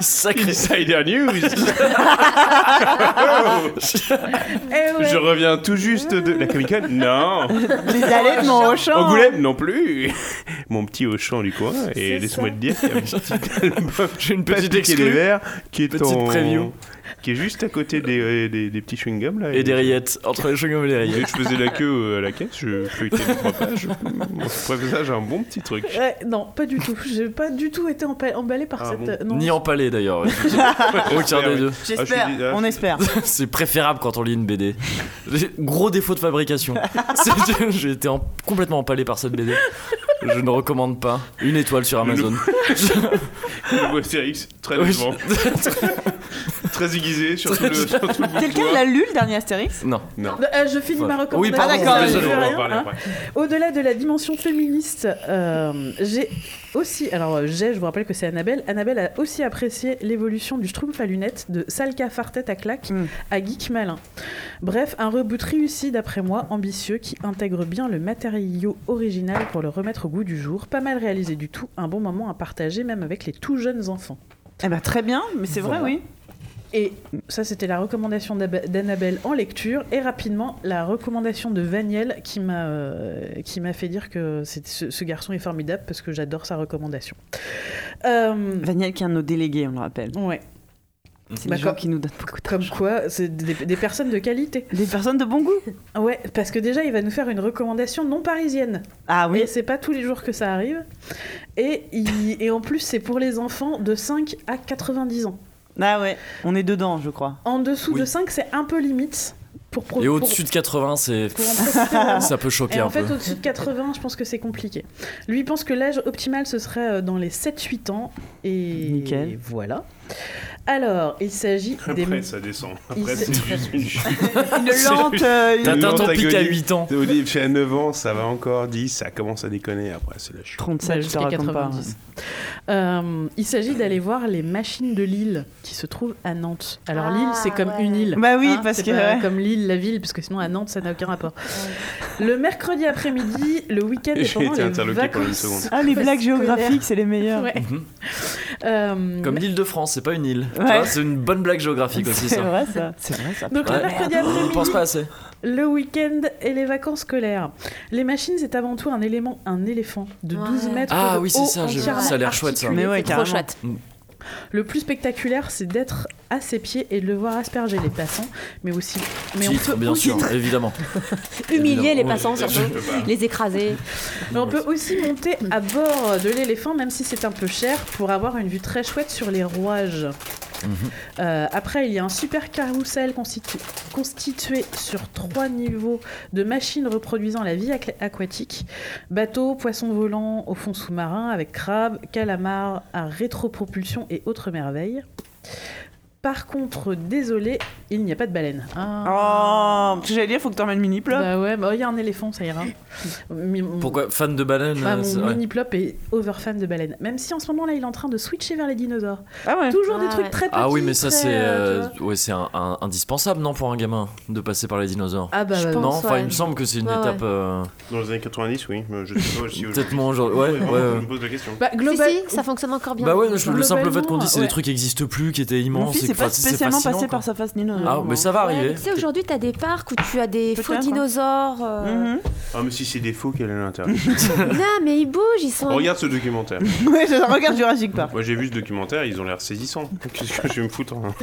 Speaker 15: Sacré
Speaker 9: Cider News
Speaker 2: Eh ouais.
Speaker 9: Je reviens tout juste de la Comic Con Non
Speaker 1: Les allées de mon Auchan.
Speaker 9: Angoulême non plus Mon petit Auchan du coin, et laisse-moi te dire qu'il y a un petit album, j'ai une
Speaker 15: petite exclue.
Speaker 9: verts qui est
Speaker 15: Petite
Speaker 9: en-
Speaker 15: preview.
Speaker 9: qui est juste à côté des, euh, des, des petits chewing-gums là.
Speaker 15: Et des rillettes, entre les chewing-gums et les
Speaker 9: Et
Speaker 15: rillettes.
Speaker 9: je faisais la queue euh, à la caisse, je feuilletais les trois pages. Bon, Après ça, j'ai un bon petit truc.
Speaker 2: Ouais, non, pas du tout. J'ai pas du tout été empa- emballée par
Speaker 9: Ah
Speaker 2: cette. euh,
Speaker 9: bon.
Speaker 2: non.
Speaker 15: Ni empalé d'ailleurs. Aucun des
Speaker 2: Ah,
Speaker 15: deux.
Speaker 24: J'espère, on espère.
Speaker 15: C'est préférable quand on lit une BD. J'ai- Gros défaut de fabrication. C'est- J'ai été en- complètement empalé par cette BD. Je ne recommande pas. Une étoile sur Amazon.
Speaker 9: Le nouveau Astérix, très
Speaker 15: Oui.
Speaker 9: décevant. très aiguisé, surtout le. surtout le
Speaker 1: Quelqu'un l'a lu le dernier Astérix
Speaker 15: Non.
Speaker 9: Non.
Speaker 2: Euh, je finis ma recommandation.
Speaker 15: Oui, pardon,
Speaker 2: Ah,
Speaker 15: d'accord,
Speaker 2: ça
Speaker 15: désolé,
Speaker 2: ne
Speaker 15: on va
Speaker 2: fait
Speaker 15: en parler
Speaker 2: rien,
Speaker 15: après.
Speaker 2: hein. Au-delà de la dimension féministe, euh, j'ai aussi. Alors, euh, j'ai, je vous rappelle que c'est Annabelle. Annabelle a aussi apprécié l'évolution du Schtroumpf à lunettes de Salka Fartet à claque
Speaker 1: Hmm.
Speaker 2: à Geek Malin. Bref, un reboot réussi, d'après moi, ambitieux, qui intègre bien le matériau original pour le remettre au goût du jour. Pas mal réalisé du tout, un bon moment à partager, même avec les tout jeunes enfants.
Speaker 1: Eh ben très bien, mais c'est vrai,
Speaker 2: Voilà.
Speaker 1: oui.
Speaker 2: Et ça, c'était la recommandation d'Ab- d'Annabelle en lecture. Et rapidement, la recommandation de Vaniel qui m'a euh, qui m'a fait dire que c'est- ce, ce garçon est formidable parce que j'adore sa recommandation. Euh,
Speaker 1: Vaniel qui est un de nos délégués, on le rappelle.
Speaker 2: Ouais.
Speaker 1: C'est
Speaker 2: Bah,
Speaker 1: des gens
Speaker 2: comme-
Speaker 1: qui nous donnent beaucoup
Speaker 2: Comme quoi, c'est des, des personnes de qualité.
Speaker 1: Des personnes de bon goût.
Speaker 2: Ouais, parce que déjà, il va nous faire une recommandation non parisienne.
Speaker 1: Ah oui.
Speaker 2: Et c'est pas tous les jours que ça arrive. Et, il- et en plus, c'est pour les enfants de 5 à 90 ans.
Speaker 1: Ah ouais, on est dedans, je crois.
Speaker 15: Ah,
Speaker 2: En dessous
Speaker 1: Oui.
Speaker 2: de 5, c'est un peu limite. Pour pro-
Speaker 15: Et
Speaker 2: pour-
Speaker 15: au-dessus de 80, c'est.
Speaker 2: pour en profiter vraiment.
Speaker 15: Ça peut choquer
Speaker 2: Et
Speaker 15: un
Speaker 2: en fait,
Speaker 15: peu.
Speaker 2: au-dessus de 80, je pense que c'est compliqué. Lui pense que l'âge optimal, ce serait euh, dans les 7-8 ans. Et
Speaker 9: Nickel.
Speaker 2: voilà. Alors, il s'agit des...
Speaker 9: Après, ça descend.
Speaker 2: Il
Speaker 9: Après,
Speaker 2: s'est-
Speaker 9: c'est juste une chute.
Speaker 2: Une lente, euh, une-
Speaker 15: T'atteins ton pic à huit ans.
Speaker 9: Au début, à 9 ans, ça va encore, 10, ça commence à déconner. Après, c'est la chute.
Speaker 1: 37,
Speaker 2: Bah, je te jusqu'à raconte pas. 90. Euh, il s'agit d'aller voir les machines de Lille qui se trouvent à Nantes. Alors
Speaker 1: Ah,
Speaker 2: Lille, c'est comme
Speaker 1: ouais.
Speaker 2: une île. Hein,
Speaker 1: Bah oui, parce
Speaker 2: c'est
Speaker 1: que,
Speaker 2: pas
Speaker 1: ouais.
Speaker 2: comme Lille, la ville, parce que sinon à Nantes, ça n'a aucun rapport. Le mercredi après-midi, le week-end
Speaker 9: J'ai
Speaker 2: est pendant
Speaker 9: été
Speaker 2: les
Speaker 9: interloqué
Speaker 2: vacances.
Speaker 9: pendant une seconde.
Speaker 1: Ah, les blagues
Speaker 2: scolaires.
Speaker 1: géographiques, c'est les meilleures.
Speaker 2: Ouais.
Speaker 15: Mhm.
Speaker 2: Euh,
Speaker 15: Comme l'île de France, c'est pas une île. Tu
Speaker 2: Ouais.
Speaker 15: vois, C'est une bonne blague géographique aussi, ça.
Speaker 2: C'est vrai, ça.
Speaker 1: C'est vrai, ça.
Speaker 2: Donc le
Speaker 15: Ouais.
Speaker 2: mercredi
Speaker 15: On
Speaker 2: après-midi,
Speaker 15: pense pas assez.
Speaker 2: le week-end et les vacances scolaires. Les machines, c'est avant tout un élément, un éléphant de 12 mètres
Speaker 15: Ah
Speaker 2: de
Speaker 15: oui, c'est
Speaker 2: haut
Speaker 15: ça, j'ai vu.
Speaker 2: entièrement
Speaker 15: Ça a l'air chouette, ça.
Speaker 2: articulé.
Speaker 15: Mais ouais,
Speaker 2: C'est trop
Speaker 15: carrément.
Speaker 2: chouette.
Speaker 15: Mm.
Speaker 2: Le plus spectaculaire, c'est d'être à ses pieds et de le voir asperger les passants, mais aussi, mais on
Speaker 15: Titre,
Speaker 2: peut
Speaker 15: bien
Speaker 2: aussi-
Speaker 15: sûr, évidemment.
Speaker 6: Humilier les
Speaker 15: Évidemment.
Speaker 6: passants
Speaker 15: Ouais,
Speaker 6: surtout,
Speaker 15: je peux pas.
Speaker 6: les écraser.
Speaker 2: Mais on peut aussi monter à bord de l'éléphant, même si c'est un peu cher, pour avoir une vue très chouette sur les rouages. Euh, après, il y a un super carrousel constitu- constitué sur trois niveaux de machines reproduisant la vie aqu- aquatique bateaux, poissons volants au fond sous-marin avec crabes, calamars à rétropropulsion et autres merveilles. Par contre, désolé, il n'y a pas de baleine. Ah.
Speaker 1: Oh, parce que j'allais dire, faut que t'emmènes mini plop.
Speaker 2: Bah ouais, bah il y a un éléphant, ça ira. Mi- mon-
Speaker 15: Pourquoi Fan de baleine
Speaker 2: Bah,
Speaker 15: euh, c'est-
Speaker 2: mon
Speaker 15: ouais.
Speaker 2: mini-plop est overfan de baleines. Même si en ce moment là, il est en train de switcher vers les dinosaures. Toujours des trucs très petits.
Speaker 15: Ah oui, mais ça
Speaker 2: très,
Speaker 15: c'est
Speaker 2: euh,
Speaker 15: euh, ouais, c'est un, un- indispensable non pour un gamin de passer par les dinosaures.
Speaker 2: Ah bah, Je bah,
Speaker 15: non,
Speaker 2: pense,
Speaker 15: enfin
Speaker 2: ouais.
Speaker 15: il me semble que c'est une
Speaker 2: Ouais, ouais.
Speaker 15: étape euh,
Speaker 9: Dans les années 90, oui, mais je sais pas si
Speaker 15: peut-être moins aujourd'hui. Ouais, ouais,
Speaker 9: Vraiment,
Speaker 15: ouais.
Speaker 9: Je me pose la question.
Speaker 2: Bah,
Speaker 6: global... si, si, ça fonctionne encore bien.
Speaker 15: Bah ouais, je- le simple fait qu'on dise c'est
Speaker 6: ouais.
Speaker 15: des trucs qui existent plus, qui étaient
Speaker 1: Mon
Speaker 15: immenses.
Speaker 1: fils
Speaker 15: et
Speaker 1: n'est
Speaker 15: que-
Speaker 1: pas
Speaker 15: enfin, c'est- c'est
Speaker 1: spécialement
Speaker 15: fascinant,
Speaker 1: passé
Speaker 15: quoi.
Speaker 1: par sa face Nino.
Speaker 15: Ah mais ça va
Speaker 6: Ouais,
Speaker 15: arriver.
Speaker 6: mais tu sais, aujourd'hui, t'as des parcs où tu as des
Speaker 1: Peut-être,
Speaker 6: faux
Speaker 1: hein. Mhm.
Speaker 6: dinosaures. euh,
Speaker 9: Ah, mais si c'est des faux, quel est l'intérêt
Speaker 6: Non, mais ils bougent, ils sont.
Speaker 9: Regarde ce documentaire.
Speaker 1: Ouais, je regarde Jurassic Park.
Speaker 9: Moi, j'ai vu ce documentaire, ils ont l'air saisissants. Qu'est-ce que je vais me foutre hein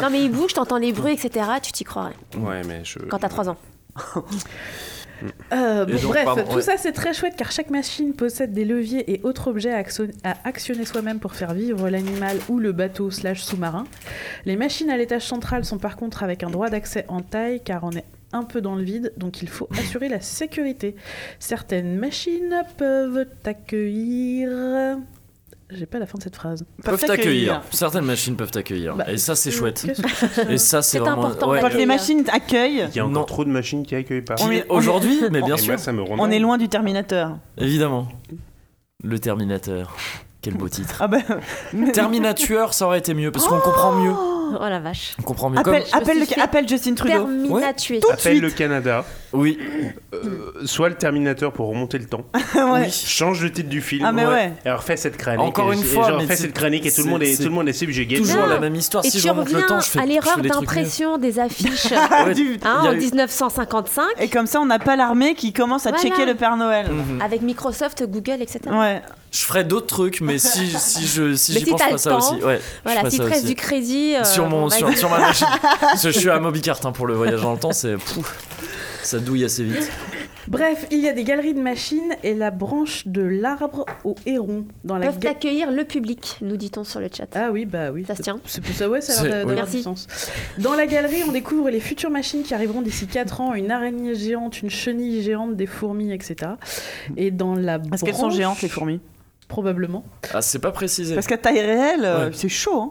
Speaker 6: Non, mais ils bougent, t'entends les bruits, etc. Tu t'y croirais.
Speaker 9: Ouais, mais je.
Speaker 6: Quand t'as 3 ans.
Speaker 9: Mm.
Speaker 2: Euh,
Speaker 15: Et
Speaker 2: bon,
Speaker 15: donc,
Speaker 2: bref,
Speaker 15: pardon,
Speaker 2: tout
Speaker 15: ouais.
Speaker 2: ça c'est très chouette car chaque machine possède des leviers et autres objets à, axo- à actionner soi-même pour faire vivre l'animal ou le bateau slash sous-marin. Les machines à l'étage central sont par contre avec un droit d'accès en taille car on est un peu dans le vide, donc il faut assurer la sécurité. Certaines machines peuvent accueillir... J'ai pas la fin de cette phrase.
Speaker 15: peuvent t'accueillir. Certaines machines peuvent t'accueillir.
Speaker 2: Bah,
Speaker 15: et ça, c'est
Speaker 2: euh,
Speaker 15: chouette.
Speaker 2: qu'est-ce que c'est
Speaker 15: Et ça, c'est vraiment. ouais.
Speaker 1: Quand les machines accueillent,
Speaker 9: Il y a encore trop de machines qui accueillent pas.
Speaker 1: On est- on est-
Speaker 15: Aujourd'hui, mais bien
Speaker 9: Et
Speaker 15: sûr.
Speaker 9: moi, ça me rend
Speaker 1: on est loin du Terminator.
Speaker 15: Évidemment. Le Terminateur. Quel beau titre.
Speaker 1: Ah bah,
Speaker 15: Terminateur, ça aurait été mieux parce qu'on comprend mieux.
Speaker 13: Oh la vache.
Speaker 15: On comprend mieux.
Speaker 1: Appelle,
Speaker 15: Comme-
Speaker 1: appelle, le- appelle Justin Trudeau.
Speaker 13: Terminatué.
Speaker 1: Tout de
Speaker 9: Appelle
Speaker 1: suite.
Speaker 9: le Canada. Euh,
Speaker 15: Oui.
Speaker 9: soit le Terminator pour remonter le temps.
Speaker 1: Ouais.
Speaker 9: Change le titre du film.
Speaker 15: Ah, mais ouais.
Speaker 9: Et refais cette chronique.
Speaker 15: Encore
Speaker 9: Et-
Speaker 15: une
Speaker 9: et
Speaker 15: fois,
Speaker 9: je
Speaker 15: mais
Speaker 9: refais
Speaker 15: c'est-
Speaker 9: cette chronique et tout le
Speaker 15: c'est-
Speaker 9: monde est,
Speaker 15: c'est
Speaker 9: tout le monde est subjugué.
Speaker 15: toujours la même histoire.
Speaker 13: Et
Speaker 15: si
Speaker 13: tu
Speaker 15: je remonte le
Speaker 13: reviens
Speaker 15: temps, je fais,
Speaker 13: à
Speaker 15: je
Speaker 13: l'erreur
Speaker 15: fais des trucs mieux.
Speaker 13: d'impression des affiches
Speaker 15: Ouais, du-
Speaker 13: hein,
Speaker 15: il y a
Speaker 13: en
Speaker 15: eu-
Speaker 13: 1955.
Speaker 1: Ah, Et comme ça, on n'a pas l'armée qui commence à
Speaker 13: Voilà.
Speaker 1: checker le Père Noël.
Speaker 15: Mm.
Speaker 13: Avec Microsoft, Google, etc.
Speaker 15: Mhm. Je ferais d'autres trucs, mais si, si je si
Speaker 13: Mais
Speaker 15: j'y
Speaker 13: si
Speaker 15: pense,
Speaker 13: t'as
Speaker 15: je
Speaker 13: le
Speaker 15: ferais ça
Speaker 13: temps,
Speaker 15: aussi. Ouais,
Speaker 13: Voilà,
Speaker 15: si
Speaker 13: s'il te reste du crédit. euh,
Speaker 15: sur, mon,
Speaker 13: vas-y.
Speaker 15: sur, sur ma machine. Parce que je suis à Mobicart hein, pour le voyage dans le temps, c'est. pouf, Ça douille assez vite.
Speaker 2: Bref, il y a des galeries de machines et la branche de l'arbre au héron dans la
Speaker 13: Peuvent
Speaker 2: ga-
Speaker 13: accueillir le public, nous dit-on sur le chat.
Speaker 2: Ah oui, bah oui.
Speaker 13: Ça se tient.
Speaker 2: C'est pour ça, ouais, ça a
Speaker 13: C'est-
Speaker 2: l'air d'a-
Speaker 13: oui.
Speaker 2: d'avoir du
Speaker 13: Merci.
Speaker 2: sens. Dans la galerie, on découvre les futures machines qui arriveront d'ici 4 ans une araignée géante, une chenille géante, des fourmis, etc. Et dans la
Speaker 1: Est-ce qu'elles sont
Speaker 2: branche-
Speaker 1: géantes, les fourmis
Speaker 2: Probablement.
Speaker 15: Ah, c'est pas précisé.
Speaker 1: Parce qu'à taille réelle, euh,
Speaker 15: Ouais.
Speaker 1: c'est chaud. Hein.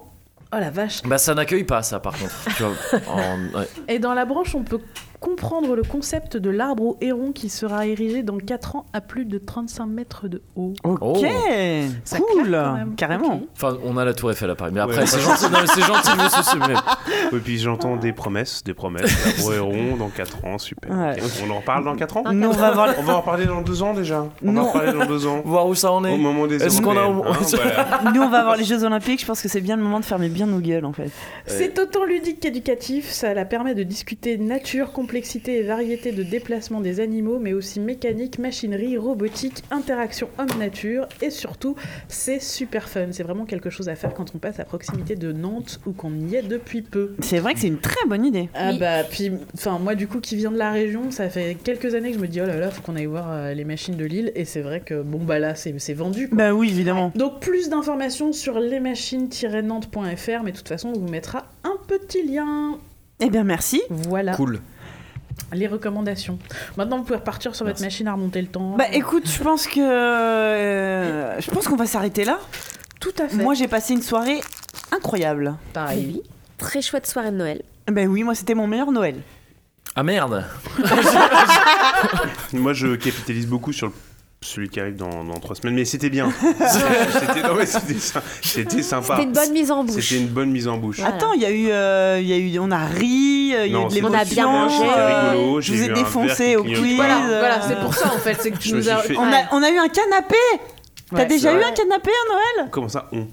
Speaker 2: Oh la vache.
Speaker 15: Bah, ça n'accueille pas, ça, par contre. Tu vois, en- ouais.
Speaker 2: Et dans la branche, on peut comprendre le concept de l'arbre au héron qui sera érigé dans 4 ans à plus de 35 mètres de haut.
Speaker 15: Oh.
Speaker 1: cool,
Speaker 2: même.
Speaker 1: carrément.
Speaker 15: Enfin, on a la Tour Eiffel à Paris, mais après,
Speaker 9: Ouais.
Speaker 15: c'est gentil. Non, mais c'est gentil, de se soumettre.
Speaker 9: Et puis j'entends des promesses, des promesses. L'arbre est rond dans 4 ans, super.
Speaker 15: Ouais.
Speaker 9: Ok, On en reparle dans 4 ans
Speaker 15: Nous, on va voir-
Speaker 9: On va en parler dans 2 ans déjà. On va en
Speaker 15: Non.
Speaker 9: parler dans 2 ans.
Speaker 15: Voir où ça en est. Euh,
Speaker 9: Au moment des
Speaker 15: Est-ce qu'on a au-
Speaker 9: européennes, hein, voilà.
Speaker 1: Nous, on va avoir les Jeux Olympiques. Je pense que c'est bien le moment de fermer bien nos gueules, en fait.
Speaker 2: C'est autant ludique qu'éducatif, ça la permet de discuter nature, complexité et variété de déplacement des animaux, mais aussi mécanique, machinerie, robotique, interaction homme-nature, et surtout, c'est super fun. C'est vraiment quelque chose à faire quand on passe à proximité de Nantes ou qu'on y est depuis peu.
Speaker 1: C'est vrai que c'est une très bonne idée.
Speaker 2: Ah bah puis enfin moi du coup qui viens de la région ça fait quelques années que je me dis oh là là faut qu'on aille voir euh, les machines de Lille et c'est vrai que bon bah là c'est c'est vendu quoi.
Speaker 1: Bah oui, évidemment.
Speaker 2: donc plus d'informations sur lesmachines-nantes.fr mais de toute façon on vous mettra un petit lien
Speaker 1: Eh bien, merci.
Speaker 2: Voilà. les recommandations maintenant vous pouvez repartir sur votre machine à remonter le temps
Speaker 1: Bah écoute, je pense que euh, je pense qu'on va s'arrêter là.
Speaker 2: Tout à fait.
Speaker 1: Moi, j'ai passé une soirée incroyable.
Speaker 13: Pareil. Très chouette soirée de Noël.
Speaker 1: Ben oui, moi, c'était mon meilleur Noël.
Speaker 15: Ah merde
Speaker 9: Moi, je capitalise beaucoup sur le- celui qui arrive dans, dans 3 semaines, mais c'était bien. c'était non, mais c'était sy- c'était sympa.
Speaker 1: C'était une bonne mise en bouche.
Speaker 9: C'était une bonne mise en bouche.
Speaker 1: Attends, il y a eu, euh, il y a eu, on a ri, euh, il y a
Speaker 9: Non,
Speaker 1: eu de
Speaker 9: c'était
Speaker 1: l'émotion.
Speaker 9: super, c'était
Speaker 1: euh,
Speaker 9: rigolo,
Speaker 1: Je
Speaker 9: j'ai
Speaker 1: vous
Speaker 9: eu
Speaker 1: ai
Speaker 9: un
Speaker 1: défoncé
Speaker 9: verre
Speaker 1: au
Speaker 9: qui
Speaker 1: quiz.
Speaker 9: clignotait. Voilà,
Speaker 2: voilà, c'est pour ça, en fait, c'est que tu Je me nous as- suis fait-
Speaker 1: On a, on a eu un canapé. T'as
Speaker 9: Ouais,
Speaker 1: déjà
Speaker 9: c'est
Speaker 1: eu
Speaker 9: vrai.
Speaker 1: un canapé à Noël
Speaker 9: Comment ça, on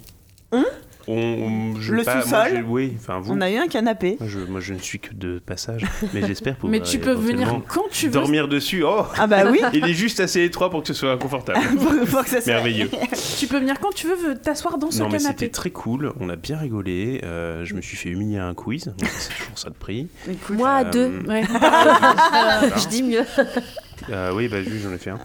Speaker 1: Hein
Speaker 9: On, on- je
Speaker 1: Le
Speaker 9: pas- moi,
Speaker 1: sous-sol
Speaker 9: je- Oui, enfin vous.
Speaker 1: On a eu un canapé.
Speaker 9: Moi je, moi, je ne suis que de passage, mais j'espère pouvoir.
Speaker 1: Mais tu peux venir
Speaker 9: éventuellement
Speaker 1: quand tu veux.
Speaker 9: Dormir dessus, oh
Speaker 1: Ah bah oui.
Speaker 9: Il est juste assez étroit pour que ce soit inconfortable. Merveilleux.
Speaker 2: tu peux venir quand tu veux veux t'asseoir dans ce
Speaker 9: non, mais
Speaker 2: canapé
Speaker 9: c'était très cool, on a bien rigolé. euh, je me suis fait humilier à un quiz, donc c'est toujours ça de prix.
Speaker 13: Moi à
Speaker 9: Euh,
Speaker 13: deux.
Speaker 9: Ouais.
Speaker 13: je dis mieux.
Speaker 9: Euh, oui, bah, vu, j'en ai fait un.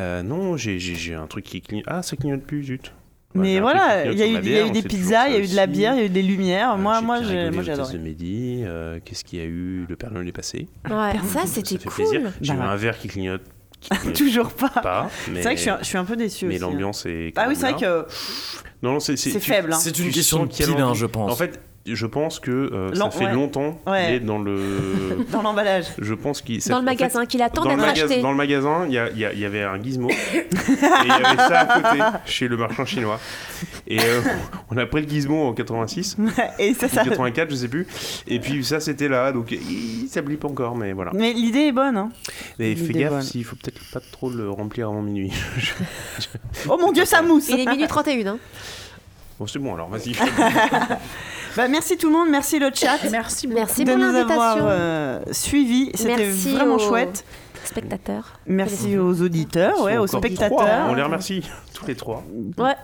Speaker 9: Euh, non, j'ai- j'ai j'ai un truc qui clignote. Ah, ça clignote plus, zut.
Speaker 1: Mais
Speaker 9: j'ai un
Speaker 1: voilà,
Speaker 9: truc qui
Speaker 1: il y
Speaker 9: clignote sur
Speaker 1: a eu, il
Speaker 9: la
Speaker 1: y a
Speaker 9: bière,
Speaker 1: eu
Speaker 9: on
Speaker 1: des
Speaker 9: fait toujours Ah,
Speaker 1: pizzas,
Speaker 9: ça
Speaker 1: il y a eu de la
Speaker 9: aussi.
Speaker 1: bière, il y a eu des lumières. Moi, moi,
Speaker 9: J'ai
Speaker 1: j'ai,
Speaker 9: rigolé
Speaker 1: moi,
Speaker 9: au
Speaker 1: j'ai
Speaker 9: test
Speaker 1: adoré.
Speaker 9: de midi, euh, qu'est-ce qu'il y a eu Le Père Noël est passé.
Speaker 1: Ouais. Ça,
Speaker 9: fait
Speaker 1: c'était cool.
Speaker 9: plaisir. J'ai eu
Speaker 1: Bah,
Speaker 9: un verre qui clignote. qui clignote
Speaker 1: Toujours pas.
Speaker 9: pas
Speaker 1: C'est
Speaker 9: mais-
Speaker 1: vrai que je suis un- je suis un peu déçu
Speaker 9: Mais
Speaker 1: aussi, hein.
Speaker 9: l'ambiance est.
Speaker 1: Ah oui, c'est vrai que-
Speaker 9: Non, non, c'est
Speaker 1: c'est
Speaker 9: tu-
Speaker 1: faible, hein.
Speaker 15: C'est une
Speaker 9: tu
Speaker 15: question
Speaker 9: sens
Speaker 15: de
Speaker 9: qu'il y a
Speaker 15: pile, hein,
Speaker 9: l'envie.
Speaker 15: je pense.
Speaker 9: En fait, je pense que euh,
Speaker 1: L'en-
Speaker 9: ça fait
Speaker 1: ouais.
Speaker 9: longtemps qu'il
Speaker 1: Ouais.
Speaker 9: est dans le.
Speaker 1: Dans l'emballage.
Speaker 9: Je pense qu'il. ça-
Speaker 13: Dans
Speaker 9: en
Speaker 13: le
Speaker 9: fait,
Speaker 13: magasin, qu'il attend
Speaker 9: dans le
Speaker 13: d'être
Speaker 9: magas-
Speaker 13: acheté.
Speaker 9: Dans le magasin, il y, a- il y a- il y avait un gizmo. et il y avait ça à côté, chez le marchand chinois. Et euh, on a pris le gizmo en 86.
Speaker 1: Et ça,
Speaker 9: ou
Speaker 1: ça-
Speaker 9: 84, je sais plus. Et puis ça, c'était là. Donc il- ça blippe encore, mais voilà.
Speaker 1: Mais l'idée est bonne. Hein.
Speaker 9: Mais fais
Speaker 1: L'idée est bonne.
Speaker 9: gaffe, s'il faut peut-être pas trop le remplir avant minuit.
Speaker 1: Oh mon dieu, ça mousse.
Speaker 13: Il est minuit 31. Hein.
Speaker 9: bon, c'est bon alors, vas-y.
Speaker 1: Bah, merci tout le monde, merci le chat.
Speaker 2: Merci
Speaker 1: beaucoup
Speaker 13: Merci
Speaker 1: de
Speaker 13: pour
Speaker 1: nous avoir
Speaker 13: l'invitation.
Speaker 1: euh, suivis. C'était
Speaker 13: Merci
Speaker 1: vraiment
Speaker 13: aux
Speaker 1: chouette.
Speaker 13: Spectateurs.
Speaker 1: Merci aux auditeurs, ouais, aux
Speaker 9: Encore
Speaker 1: spectateurs.
Speaker 9: trois, On les remercie.
Speaker 7: Tous les trois.
Speaker 13: Ouais.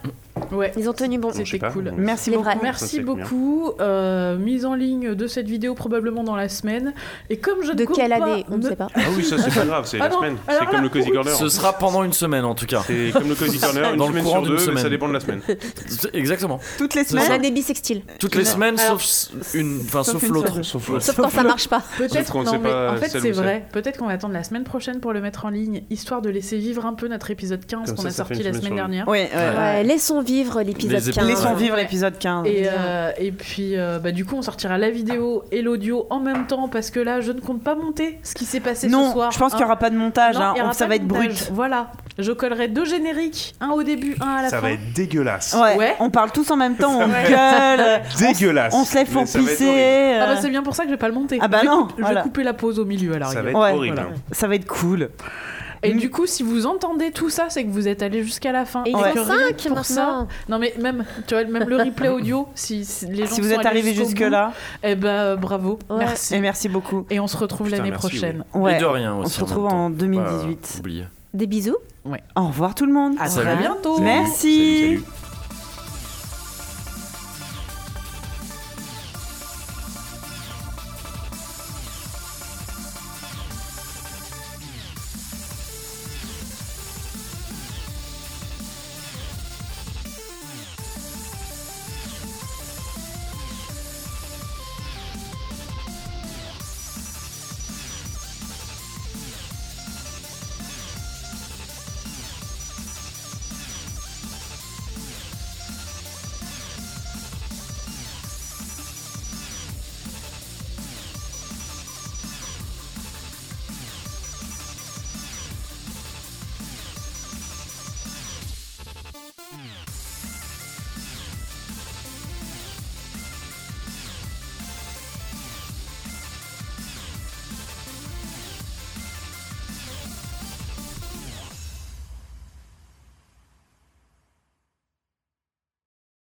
Speaker 2: Ouais.
Speaker 13: Ils ont tenu bon.
Speaker 7: C'était Je sais pas, cool. mais
Speaker 2: Merci
Speaker 7: c'est
Speaker 2: beaucoup.
Speaker 7: vrai.
Speaker 2: Merci
Speaker 7: Ça, c'est
Speaker 2: beaucoup. Euh, mise en ligne de cette vidéo probablement dans la semaine. Et comme je
Speaker 13: De
Speaker 2: compte
Speaker 13: quelle
Speaker 2: pas
Speaker 13: année On ne
Speaker 2: me-
Speaker 13: sait pas.
Speaker 9: Ah oui, ça c'est pas grave, c'est
Speaker 2: Ah
Speaker 9: la
Speaker 2: non,
Speaker 9: semaine.
Speaker 2: alors
Speaker 9: C'est comme
Speaker 2: là,
Speaker 9: le Cozy Corner.
Speaker 15: Ce sera pendant une semaine en tout cas.
Speaker 9: C'est comme le Cozy Corner, une
Speaker 15: Dans
Speaker 9: semaine
Speaker 15: le courant
Speaker 9: sur deux,
Speaker 15: d'une
Speaker 9: mais
Speaker 15: semaine.
Speaker 9: ça dépend de la semaine.
Speaker 15: Exactement.
Speaker 1: Toutes les
Speaker 15: Ce sera-
Speaker 13: On a des bisextiles.
Speaker 15: Toutes les
Speaker 13: Non.
Speaker 15: semaines,
Speaker 13: Alors,
Speaker 15: sauf une, enfin
Speaker 13: sauf
Speaker 15: sauf
Speaker 13: une
Speaker 15: l'autre.
Speaker 13: seule. Sauf quand ça marche pas.
Speaker 9: Sauf
Speaker 2: Peut-être
Speaker 9: qu'on ne
Speaker 2: non,
Speaker 9: sait
Speaker 2: mais
Speaker 9: pas
Speaker 2: en fait
Speaker 9: celle
Speaker 2: c'est
Speaker 9: ou celle.
Speaker 2: vrai. Peut-être qu'on va attendre la semaine prochaine pour le mettre en ligne, histoire de laisser vivre un peu notre épisode 15
Speaker 1: Comme
Speaker 2: qu'on
Speaker 1: ça,
Speaker 2: a
Speaker 1: ça fait
Speaker 2: sorti
Speaker 1: une
Speaker 2: la
Speaker 1: semaine
Speaker 2: semaine
Speaker 1: sur le-
Speaker 2: dernière.
Speaker 1: Ouais, ouais.
Speaker 13: Ouais, laissons vivre l'épisode
Speaker 1: Les
Speaker 13: 15.
Speaker 1: épisodes. Laissons vivre l'épisode 15.
Speaker 2: Et, euh, et puis, euh, bah, du coup, on sortira la vidéo et l'audio en même temps parce que là, je ne compte pas monter ce qui s'est passé
Speaker 1: Non,
Speaker 2: ce soir.
Speaker 1: je pense qu'il y
Speaker 2: hein.
Speaker 1: aura pas de montage, hein.
Speaker 2: il y aura
Speaker 1: Ça
Speaker 2: pas
Speaker 1: va
Speaker 2: de
Speaker 1: être
Speaker 2: montage.
Speaker 1: brut.
Speaker 2: Voilà, je collerai deux génériques, un au début, un à la
Speaker 9: Ça
Speaker 2: fin.
Speaker 9: va être dégueulasse.
Speaker 1: Ouais, on parle tous en même temps, on
Speaker 2: Ouais.
Speaker 1: gueule.
Speaker 9: Dégueulasse.
Speaker 1: on se lève
Speaker 9: Mais
Speaker 1: pour
Speaker 9: ça va être
Speaker 1: pisser,
Speaker 9: horrible.
Speaker 2: Ah bah c'est bien pour ça que je vais pas le monter.
Speaker 1: euh, Ah bah
Speaker 2: Je vais-
Speaker 1: non,
Speaker 2: je vais
Speaker 1: voilà.
Speaker 2: couper la pause au milieu à la
Speaker 1: Ça va
Speaker 2: rigueur.
Speaker 1: être Ouais. horrible, hein. Ça va être cool. Mm.
Speaker 2: Et du coup, si vous entendez tout ça, c'est que vous êtes allé jusqu'à la fin.
Speaker 13: Et ils
Speaker 2: Ouais.
Speaker 13: sont
Speaker 2: Que rien
Speaker 13: cinq
Speaker 2: que pour ça.
Speaker 13: maintenant.
Speaker 2: Non mais même, tu vois, même le replay audio, si, si les gens
Speaker 1: Si vous
Speaker 2: sont
Speaker 1: êtes
Speaker 2: allés
Speaker 1: arrivés
Speaker 2: jusqu'au
Speaker 1: jusque
Speaker 2: bout,
Speaker 1: là.
Speaker 2: eh ben euh, bravo,
Speaker 1: Ouais.
Speaker 2: merci.
Speaker 1: Et merci beaucoup.
Speaker 2: Et on se retrouve l'année prochaine.
Speaker 1: Ouais.
Speaker 15: Et de rien aussi.
Speaker 1: On se retrouve en 2018.
Speaker 15: Oublié.
Speaker 13: Des bisous.
Speaker 2: Ouais.
Speaker 1: Au revoir tout le monde.
Speaker 2: À très Salut. bientôt.
Speaker 1: Merci.
Speaker 2: Salut, salut.